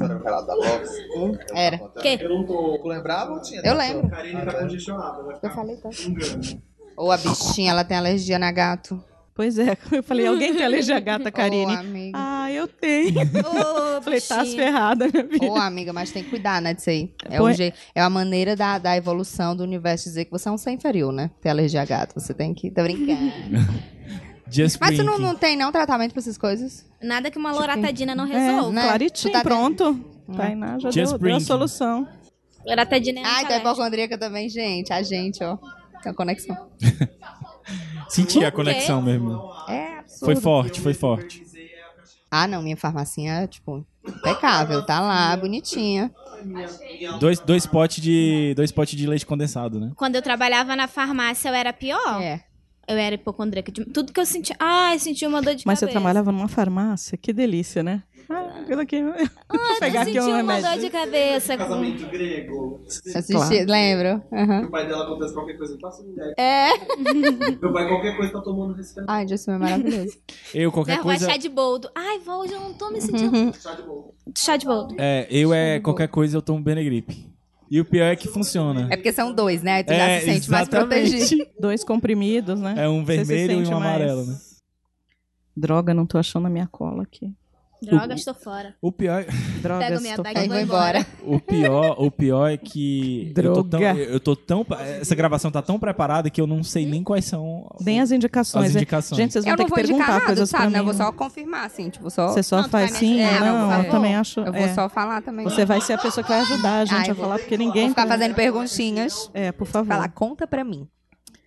Speaker 21: Era.
Speaker 12: Quê?
Speaker 21: Eu não tô... lembrava ou tinha? Eu lembro. Ah, tá. Eu falei tá. Ou a bichinha, ela tem alergia na gato.
Speaker 7: Pois é, eu falei, alguém tem alergia à gata, Karine? ah, eu tenho. falei, tá
Speaker 21: bichinha.
Speaker 7: ferrada, minha vida.
Speaker 21: Ô, amiga, mas tem que cuidar, né, disso aí. É,
Speaker 7: Pois-
Speaker 21: um je... é uma maneira da, da evolução do universo dizer que você é um ser inferior, né? Ter alergia a gato. Você tem que... Tá brincando.
Speaker 3: Just
Speaker 21: Mas tu não,
Speaker 3: Brinking.
Speaker 21: não tem não tratamento pra essas coisas?
Speaker 12: Nada que uma
Speaker 7: Tipo,
Speaker 12: loratadina
Speaker 7: é,
Speaker 12: não resolva.
Speaker 21: né?
Speaker 12: Claritinho,
Speaker 21: Tu
Speaker 12: pronto.
Speaker 21: Hum.
Speaker 12: Tainá
Speaker 3: já Just deu- deu a bring. solução.
Speaker 12: Loratadina
Speaker 21: Ah,
Speaker 12: é
Speaker 21: então é
Speaker 12: antialérgico.
Speaker 21: hipocondríaca também, gente. A gente, ó. Tem uma conexão.
Speaker 3: Senti a
Speaker 21: Por quê?
Speaker 3: conexão mesmo.
Speaker 21: É absurdo.
Speaker 3: Foi forte, foi forte.
Speaker 21: Ah, não. Minha farmacinha é, tipo, impecável. Tá lá, bonitinha.
Speaker 3: Dois, dois potes de dois potes de leite condensado, né?
Speaker 12: Quando eu trabalhava na farmácia, eu era pior.
Speaker 21: É.
Speaker 12: Eu era hipocondríaca. de- Tudo que eu sentia. Ah, eu sentia uma dor de
Speaker 7: Mas você
Speaker 12: cabeça.
Speaker 7: trabalhava numa farmácia? Que delícia, né? Ah, pelo aqui. Vou pegar
Speaker 12: Eu
Speaker 7: aqui
Speaker 12: sentia
Speaker 7: um
Speaker 12: uma dor
Speaker 7: remédio.
Speaker 12: de cabeça. com-
Speaker 2: grego.
Speaker 21: Assisti, lembro. Aham.
Speaker 2: O pai dela acontece qualquer coisa, eu faço ideia.
Speaker 21: É.
Speaker 2: Meu pai qualquer coisa tá tomando respirador.
Speaker 21: Ai, Justin é maravilhoso.
Speaker 3: Eu qualquer
Speaker 12: Vergonha,
Speaker 3: coisa
Speaker 12: chá de boldo. Ai, vó, hoje eu não tô me sentindo. chá de boldo. Chá de boldo.
Speaker 3: é, eu é qualquer coisa eu tomo Benegripe. E o pior é que funciona.
Speaker 21: É porque são dois, né? Aí tu já
Speaker 3: É,
Speaker 21: se sente
Speaker 3: exatamente.
Speaker 21: mais protegido.
Speaker 7: Dois comprimidos, né?
Speaker 3: É um
Speaker 7: Você se
Speaker 3: vermelho e
Speaker 7: sente
Speaker 3: um
Speaker 7: mais-
Speaker 3: amarelo, né?
Speaker 7: Droga, não tô achando a minha cola aqui.
Speaker 12: Droga, estou fora.
Speaker 3: O pior
Speaker 7: Droga,
Speaker 12: Pego minha
Speaker 7: estou
Speaker 12: bag e
Speaker 7: fora.
Speaker 12: vou embora.
Speaker 3: O pior, o pior é que eu tô, tão,
Speaker 7: Droga.
Speaker 3: eu tô tão- essa gravação tá tão preparada que eu não sei nem quais são
Speaker 7: Nem as indicações.
Speaker 3: As
Speaker 7: né?
Speaker 3: indicações.
Speaker 7: Gente, vocês vão
Speaker 21: eu
Speaker 7: ter
Speaker 21: não
Speaker 7: que
Speaker 21: vou indicar
Speaker 7: perguntar
Speaker 21: nada,
Speaker 7: coisas
Speaker 21: sabe?
Speaker 7: pra
Speaker 21: né?
Speaker 7: mim.
Speaker 21: Eu vou só confirmar, assim, tipo, só...
Speaker 7: Você só
Speaker 21: Não, tu
Speaker 7: faz
Speaker 21: vai me
Speaker 7: sim,
Speaker 21: ajudar,
Speaker 7: não,
Speaker 21: por
Speaker 7: eu
Speaker 21: favor.
Speaker 7: também acho-
Speaker 21: Eu vou
Speaker 7: é.
Speaker 21: só falar também.
Speaker 7: Você vai ser a pessoa que vai ajudar a gente
Speaker 21: Ah, eu
Speaker 7: a
Speaker 21: vou-
Speaker 7: falar, porque ninguém...
Speaker 21: Vou ficar fazendo perguntinhas.
Speaker 7: É, por favor.
Speaker 21: Falar, conta pra mim.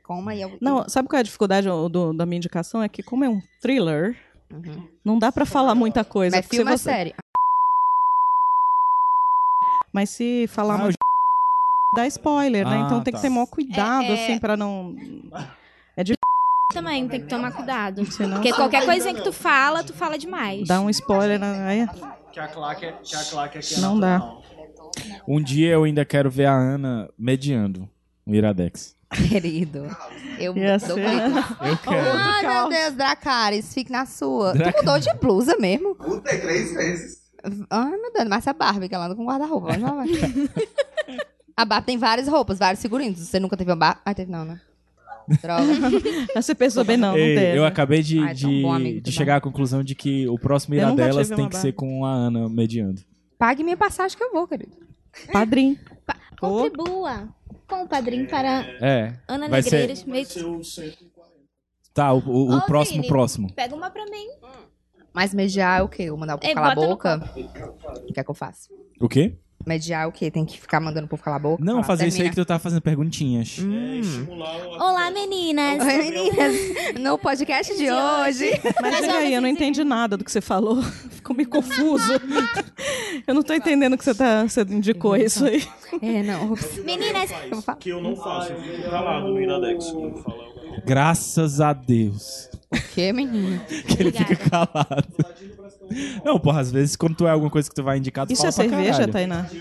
Speaker 21: Como aí eu...
Speaker 7: Não, sabe qual é a dificuldade ó, do- da minha indicação? É que como é um thriller, não dá pra falar muita coisa.
Speaker 21: Uhum. Mas
Speaker 7: porque
Speaker 21: filma
Speaker 7: você-
Speaker 21: série.
Speaker 7: Mas se falar
Speaker 21: Ah,
Speaker 7: muito, dá spoiler, né?
Speaker 21: Ah,
Speaker 7: Então tem
Speaker 21: tá.
Speaker 7: que ter maior cuidado,
Speaker 12: É, é.
Speaker 7: assim, pra não... É de
Speaker 12: Também tem que tomar cuidado.
Speaker 7: Senão-
Speaker 12: Porque qualquer coisinha que tu fala, tu fala demais.
Speaker 7: dar um spoiler, né? Aí-
Speaker 2: Que a claque, é- que a claque aqui é
Speaker 7: Não dá.
Speaker 2: natural.
Speaker 3: Um dia eu ainda quero ver a Ana mediando o Iradex.
Speaker 21: Querido. Eu
Speaker 7: Ia
Speaker 21: dou
Speaker 7: ser-
Speaker 21: clique.
Speaker 3: Eu quero.
Speaker 21: Ai, meu Deus, Dracarys, fique na sua. Tu mudou de blusa mesmo?
Speaker 8: Mudei três vezes.
Speaker 21: Ai, meu Deus, mas essa Barbie que ela anda com guarda-roupa. mas ela vai. A Barbie tem várias roupas, vários figurinos. Você nunca teve uma Barbie? Ah, teve não, né? Droga.
Speaker 7: Você pensou bem, não, não
Speaker 3: Ei,
Speaker 7: teve.
Speaker 3: eu acabei de,
Speaker 7: Ai, tão
Speaker 3: de-
Speaker 7: bom, amigo,
Speaker 3: de
Speaker 7: tá
Speaker 3: chegar à conclusão de que o próximo
Speaker 7: Eu nunca
Speaker 3: Iradelas
Speaker 7: tive
Speaker 3: tem
Speaker 7: uma
Speaker 3: que ser com a Ana mediando.
Speaker 21: Pague minha passagem que eu vou, querido.
Speaker 7: Padrinho.
Speaker 12: Contribua com o padrinho para
Speaker 7: um-
Speaker 3: É.
Speaker 12: Ana
Speaker 3: vai
Speaker 12: Negreiros.
Speaker 3: ser.
Speaker 12: meio-
Speaker 3: Tá, o, o- o
Speaker 12: Ô,
Speaker 3: próximo,
Speaker 12: Vini,
Speaker 3: próximo.
Speaker 12: Pega uma pra mim.
Speaker 21: Mas mediar é o quê? Eu mandar o povo
Speaker 12: É,
Speaker 21: calar a
Speaker 12: bota no
Speaker 21: boca? O que é que eu faço?
Speaker 3: O quê?
Speaker 21: Mediar é o quê? Tem que ficar mandando o povo calar a boca?
Speaker 3: Não,
Speaker 21: Falar,
Speaker 3: fazer isso aí que
Speaker 21: termina.
Speaker 3: tu tava fazendo perguntinhas.
Speaker 12: Olá, meninas.
Speaker 21: Oi, meninas. No podcast de hoje.
Speaker 7: Mas chega aí, eu não entendi nada do que você falou. Ficou meio confuso. Eu não tô entendendo o que você, tá, você indicou isso aí.
Speaker 21: É, não.
Speaker 12: Meninas.
Speaker 1: O que eu não faço, eu fico calado no Iradex quando fala alguma coisa.
Speaker 3: Graças a Deus.
Speaker 21: O quê, é menino?
Speaker 3: Que ele fica calado. Não, porra, às vezes quando tu é alguma coisa que tu vai indicar, tu
Speaker 7: Isso
Speaker 3: fala
Speaker 7: é
Speaker 3: pra
Speaker 7: cerveja,
Speaker 3: caralho.
Speaker 7: Tainá?
Speaker 12: Eu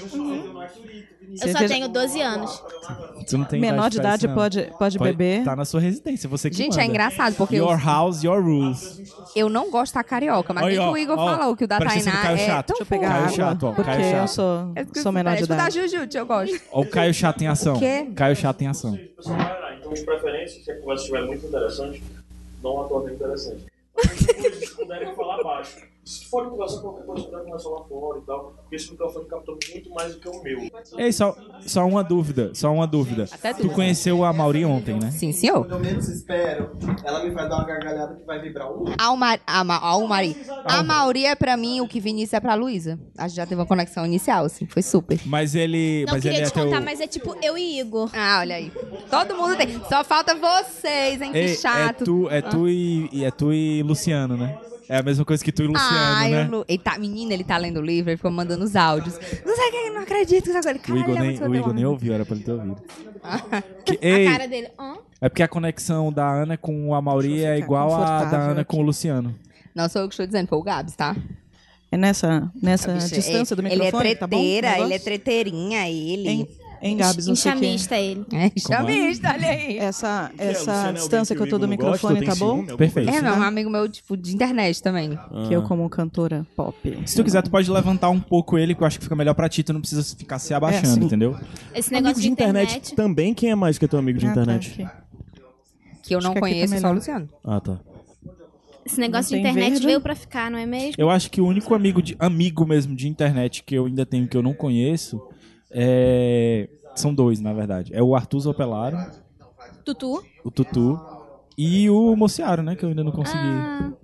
Speaker 12: só
Speaker 7: Cerveja-
Speaker 12: tenho 12 anos.
Speaker 3: Tu não tem idade
Speaker 7: Menor de
Speaker 3: pra
Speaker 7: idade
Speaker 3: isso, não.
Speaker 7: pode- pode beber.
Speaker 3: Tá na sua residência, você que
Speaker 21: Gente,
Speaker 3: manda.
Speaker 21: é engraçado, porque
Speaker 3: Your
Speaker 21: os-
Speaker 3: house, your rules.
Speaker 21: Eu não gosto da carioca, mas
Speaker 3: Olha,
Speaker 21: nem que
Speaker 3: ó,
Speaker 21: o Igor
Speaker 3: ó,
Speaker 21: falou que o da
Speaker 3: presta atenção no
Speaker 21: Tainá
Speaker 3: Caio
Speaker 21: é
Speaker 3: Chato.
Speaker 21: tão
Speaker 3: Deixa eu pegar
Speaker 21: fofo.
Speaker 3: Caio Chato, ó, Caio
Speaker 7: Porque eu
Speaker 3: Chato.
Speaker 7: sou,
Speaker 21: Escuta,
Speaker 7: sou menor de
Speaker 21: escuta
Speaker 7: idade.
Speaker 21: a Jujute, eu gosto.
Speaker 3: Ó, o Caio Chato em ação.
Speaker 21: O quê?
Speaker 3: Caio Chato em ação.
Speaker 1: Ah, então, de preferência, se a conversa estiver muito interessante, dá uma torre interessante. Mas depois, se puderem falar baixo. Se forem conversar é qualquer coisa, puderem conversar lá fora e tal, porque esse microfone captou muito mais do que o meu.
Speaker 3: Ei, só, só uma dúvida, só uma dúvida. tu conheceu a Mauri ontem, né?
Speaker 21: Sim, senhor.
Speaker 8: Quando eu menos espero, ela me vai dar uma gargalhada que vai vibrar o.
Speaker 21: Almari, Almari. A Mauri é pra mim o que Vinícius é pra Luísa. A gente já teve uma conexão inicial, assim, foi super.
Speaker 3: Mas ele.
Speaker 12: Não
Speaker 3: mas ele
Speaker 12: queria
Speaker 3: é
Speaker 12: te contar,
Speaker 3: teu...
Speaker 12: mas é tipo eu e Igor.
Speaker 21: Ah, olha aí. Todo mundo tem. Só falta vocês,
Speaker 12: tá
Speaker 21: hein? Que
Speaker 3: Ei,
Speaker 21: chato.
Speaker 3: É tu, é tu e, e- é tu e Luciano, né? É a mesma coisa que tu e Luciano,
Speaker 21: Ai,
Speaker 3: né?
Speaker 21: o Lu... ele tá, menina, ele tá lendo o livro, ele ficou mandando os áudios. Não sei quem, não acredito. que isso agora.
Speaker 3: O
Speaker 21: Caralho,
Speaker 3: Igor,
Speaker 21: ele é
Speaker 3: nem,
Speaker 21: muito
Speaker 3: o Igor
Speaker 21: conteúdo.
Speaker 3: nem ouviu, era pra ele ter ouvido.
Speaker 21: Ah.
Speaker 3: Que- ei,
Speaker 12: A cara dele. Hã?
Speaker 3: é porque a conexão da Ana com a Mauri é igual a da
Speaker 7: confortável
Speaker 3: Ana com o Luciano.
Speaker 21: Não sou eu que estou dizendo, foi o Gabs, tá?
Speaker 7: É nessa, nessa
Speaker 21: Bicho,
Speaker 7: distância
Speaker 21: é-
Speaker 7: do microfone,
Speaker 21: Ele é
Speaker 7: tá bom?
Speaker 21: treteira,
Speaker 7: O negócio?
Speaker 21: ele é treteirinha, ele.
Speaker 7: Hein, hein Gabs, você que-
Speaker 12: Enxamista ele.
Speaker 21: É, enxamista, olha aí.
Speaker 7: Essa,
Speaker 21: é?
Speaker 7: essa
Speaker 21: Luciana, é
Speaker 7: distância que eu tô do
Speaker 21: alguém que o Igor não gosta,
Speaker 7: microfone,
Speaker 21: tem
Speaker 7: tá bom?
Speaker 21: ciúme, É, não, um amigo meu, tipo, de internet também.
Speaker 12: Ah.
Speaker 7: Que eu, como cantora pop...
Speaker 3: Ah. Se tu quiser, tu pode levantar um pouco ele, que eu acho que fica melhor pra ti, tu não precisa ficar se
Speaker 7: É,
Speaker 3: abaixando,
Speaker 7: sim.
Speaker 3: entendeu?
Speaker 12: Esse
Speaker 21: Amigo
Speaker 12: negócio de
Speaker 21: de
Speaker 12: internet.
Speaker 21: internet.
Speaker 22: Também quem é mais que é teu amigo de
Speaker 21: Ah, tá,
Speaker 22: internet?
Speaker 21: Que eu não
Speaker 12: Acho que aqui
Speaker 21: conheço,
Speaker 12: também
Speaker 21: só o
Speaker 12: não.
Speaker 21: Luciano.
Speaker 22: Ah, tá.
Speaker 12: Esse negócio de
Speaker 7: Não tem
Speaker 12: internet
Speaker 7: verde.
Speaker 12: veio pra ficar, não é mesmo?
Speaker 3: Eu acho que o único amigo de amigo mesmo de internet que eu ainda tenho que eu não conheço é são dois, na verdade. É o Arthur Zopelara,
Speaker 12: Tutu.
Speaker 3: o Tutu E o Mociaro, né? Que eu ainda não consegui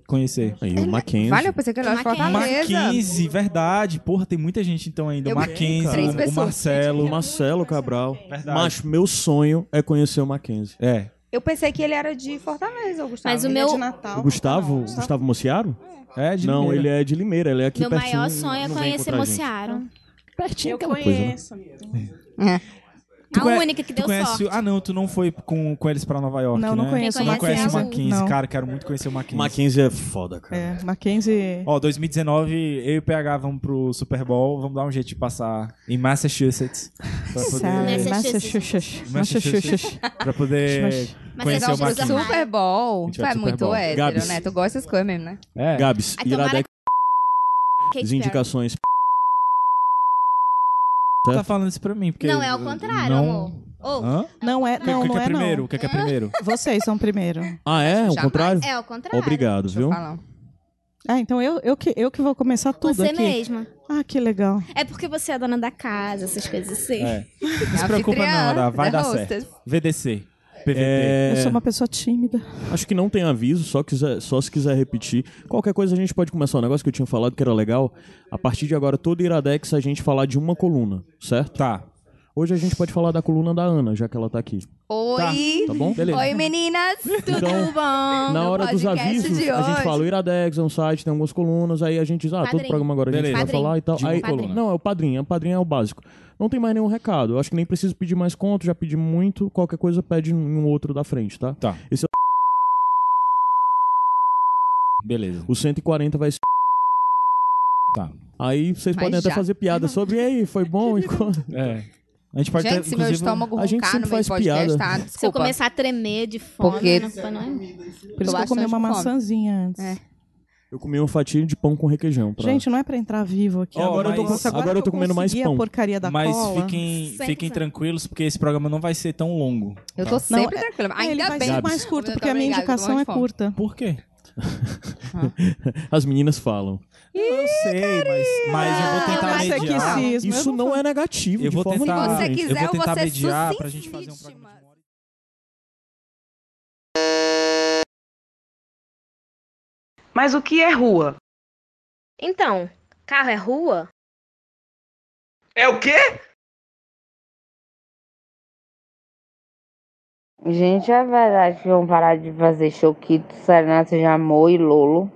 Speaker 3: conhecer.
Speaker 1: E o Mackenzie.
Speaker 21: Vale, eu pensei que era de Fortaleza.
Speaker 3: Mackenzie, verdade. Porra, tem muita gente então ainda. O
Speaker 21: Eu
Speaker 1: Quem,
Speaker 3: Mackenzie,
Speaker 1: cara?
Speaker 3: o- o Marcelo.
Speaker 1: O Marcelo Cabral. Macho, meu sonho é conhecer o Mackenzie.
Speaker 3: É.
Speaker 21: Eu pensei que ele era de Fortaleza, o Gustavo.
Speaker 12: Mas o
Speaker 21: Ele
Speaker 12: meu-
Speaker 21: é de Natal.
Speaker 1: O Gustavo, Gustavo Mociaro?
Speaker 3: É,
Speaker 1: de Não,
Speaker 3: Limeira.
Speaker 1: ele é de Limeira, ele é aqui
Speaker 12: Meu
Speaker 1: pertinho.
Speaker 12: maior sonho é
Speaker 1: não vem
Speaker 12: conhecer
Speaker 1: encontrar a gente.
Speaker 12: Mociaro.
Speaker 7: Ah, Pertinho
Speaker 12: eu
Speaker 3: conheço,
Speaker 12: É. A
Speaker 3: conhe-
Speaker 12: única que
Speaker 3: tu
Speaker 12: deu
Speaker 3: conhece
Speaker 12: sorte.
Speaker 3: o- Ah, não, tu não foi com, com eles pra Nova York, né?
Speaker 7: Não, não conheço
Speaker 3: Não
Speaker 7: Quem conhece
Speaker 3: conhece o
Speaker 7: é o-
Speaker 3: Mackenzie.
Speaker 7: não.
Speaker 3: Cara, quero muito conhecer o Mackenzie.
Speaker 1: Mackenzie é foda, cara.
Speaker 7: É, Mackenzie.
Speaker 3: Ó, 2019, eu e o PH vamos pro Super Bowl, vamos dar um jeito de passar em Massachusetts. Pra poder...
Speaker 7: Massachusetts.
Speaker 3: Massachusetts.
Speaker 7: Massachusetts.
Speaker 3: pra poder
Speaker 12: é
Speaker 21: Mas é
Speaker 3: conhecer o
Speaker 21: você gosta do
Speaker 3: Mackenzie.
Speaker 21: Super Bowl.
Speaker 3: A gente
Speaker 21: Tu
Speaker 3: vai
Speaker 21: é
Speaker 3: pro Super
Speaker 21: muito
Speaker 3: Bowl.
Speaker 21: hétero,
Speaker 1: Gabs.
Speaker 21: né? Tu gosta dessas coisas mesmo, né?
Speaker 3: É.
Speaker 1: Gabs,
Speaker 21: Ai, tomara
Speaker 1: Iradex, as indicações.
Speaker 3: Tu tá falando isso pra mim, porque...
Speaker 12: Não, é ao contrário,
Speaker 3: não...
Speaker 12: amor. Ou-
Speaker 3: Hã?
Speaker 7: Não é,
Speaker 3: Que-
Speaker 7: não,
Speaker 3: que é
Speaker 7: não é não.
Speaker 3: primeiro? O que que é primeiro?
Speaker 7: Vocês são primeiro.
Speaker 1: Ah, é? Ao
Speaker 7: Jamais.
Speaker 1: contrário?
Speaker 12: É, ao contrário.
Speaker 1: Obrigado, viu?
Speaker 7: Ah, então eu, eu, que, eu que vou começar tudo
Speaker 12: Você
Speaker 7: aqui.
Speaker 12: mesma.
Speaker 7: Ah, que legal.
Speaker 12: É porque você é a dona da casa, essas coisas assim. né,
Speaker 3: É. Não se preocupa não, Ara, vai dar certo. VDC. PVT.
Speaker 1: É,
Speaker 7: Eu sou uma pessoa tímida.
Speaker 1: Acho que não tem aviso, só, quiser, só se quiser repetir. Qualquer coisa a gente pode começar. O negócio que eu tinha falado que era legal. A partir de agora, todo Iradex a gente falar de uma coluna, certo?
Speaker 3: Tá.
Speaker 1: Hoje a gente pode falar da coluna da Ana, já que ela tá aqui.
Speaker 21: Oi!
Speaker 1: Tá, tá bom? Beleza.
Speaker 21: Oi, meninas! Tudo
Speaker 1: Então,
Speaker 21: bom?
Speaker 1: Na
Speaker 21: No
Speaker 1: hora dos
Speaker 21: podcast
Speaker 1: avisos,
Speaker 21: de
Speaker 1: a gente
Speaker 21: hoje.
Speaker 1: fala o Iradex, é um site, tem algumas colunas, aí a gente diz, ah, todo
Speaker 21: Padrim.
Speaker 1: programa agora a gente
Speaker 3: Beleza.
Speaker 1: vai
Speaker 3: Padrim.
Speaker 1: falar e tal.
Speaker 3: De uma
Speaker 1: Aí,
Speaker 3: coluna.
Speaker 1: não, é o padrinho, o padrinho é o básico. Não tem mais nenhum recado, eu acho que nem preciso pedir mais conto, já pedi muito, qualquer coisa pede em um outro da frente, tá?
Speaker 3: Tá.
Speaker 1: Esse é
Speaker 3: Beleza.
Speaker 1: o... o 140 vai ser...
Speaker 3: Tá.
Speaker 1: Aí vocês
Speaker 21: Mas
Speaker 1: podem até
Speaker 21: já.
Speaker 1: fazer piada sobre, e aí, foi bom? E co-
Speaker 3: É. A gente pode
Speaker 21: Gente,
Speaker 3: ter,
Speaker 21: se meu
Speaker 3: inclusive,
Speaker 21: estômago
Speaker 1: a gente
Speaker 21: roncar
Speaker 1: sempre
Speaker 21: no meio do
Speaker 1: faz
Speaker 21: podcast,
Speaker 1: piada.
Speaker 21: tá?
Speaker 1: Se eu
Speaker 21: Desculpa.
Speaker 12: Se eu começar a tremer de fome,
Speaker 21: Porque-
Speaker 12: não, foi, não é?
Speaker 7: Por isso que eu comi uma maçãzinha antes.
Speaker 1: Eu comi uma fatia de pão com requeijão. Pra...
Speaker 7: Gente, não é pra entrar vivo aqui.
Speaker 1: Ó, agora eu tô com- agora eu tô comendo mais
Speaker 7: consegui
Speaker 1: pão.
Speaker 7: a porcaria da
Speaker 3: mas
Speaker 7: cola.
Speaker 3: fiquem,
Speaker 7: Sempre
Speaker 3: fiquem
Speaker 7: tá.
Speaker 3: tranquilos, porque esse programa não vai ser tão longo.
Speaker 21: Eu
Speaker 3: tá?
Speaker 21: tô sempre
Speaker 7: é-
Speaker 21: tranquila.
Speaker 7: é, ele
Speaker 21: Ainda
Speaker 7: vai
Speaker 21: bem.
Speaker 7: ser mais curto,
Speaker 21: Eu
Speaker 7: porque a
Speaker 21: também,
Speaker 7: minha
Speaker 21: Gabi, tô
Speaker 7: indicação
Speaker 21: morrendo de
Speaker 7: é
Speaker 21: fome.
Speaker 7: curta.
Speaker 3: Por quê?
Speaker 1: As meninas falam.
Speaker 3: Eu sei, mas, Ah, mas é eu vou tentar
Speaker 1: é
Speaker 3: mediar.
Speaker 1: Isso não é negativo,
Speaker 3: Eu
Speaker 1: de
Speaker 3: vou
Speaker 1: forma
Speaker 3: tentar,
Speaker 1: nenhuma,
Speaker 3: eu
Speaker 1: gente.
Speaker 3: vou tentar mediar pra gente fazer um programa.
Speaker 9: Mas o que é rua? Então, carro é rua? É o quê?
Speaker 23: Gente, é verdade que vão parar de fazer Choquito, Serenata de Amor e Lolo.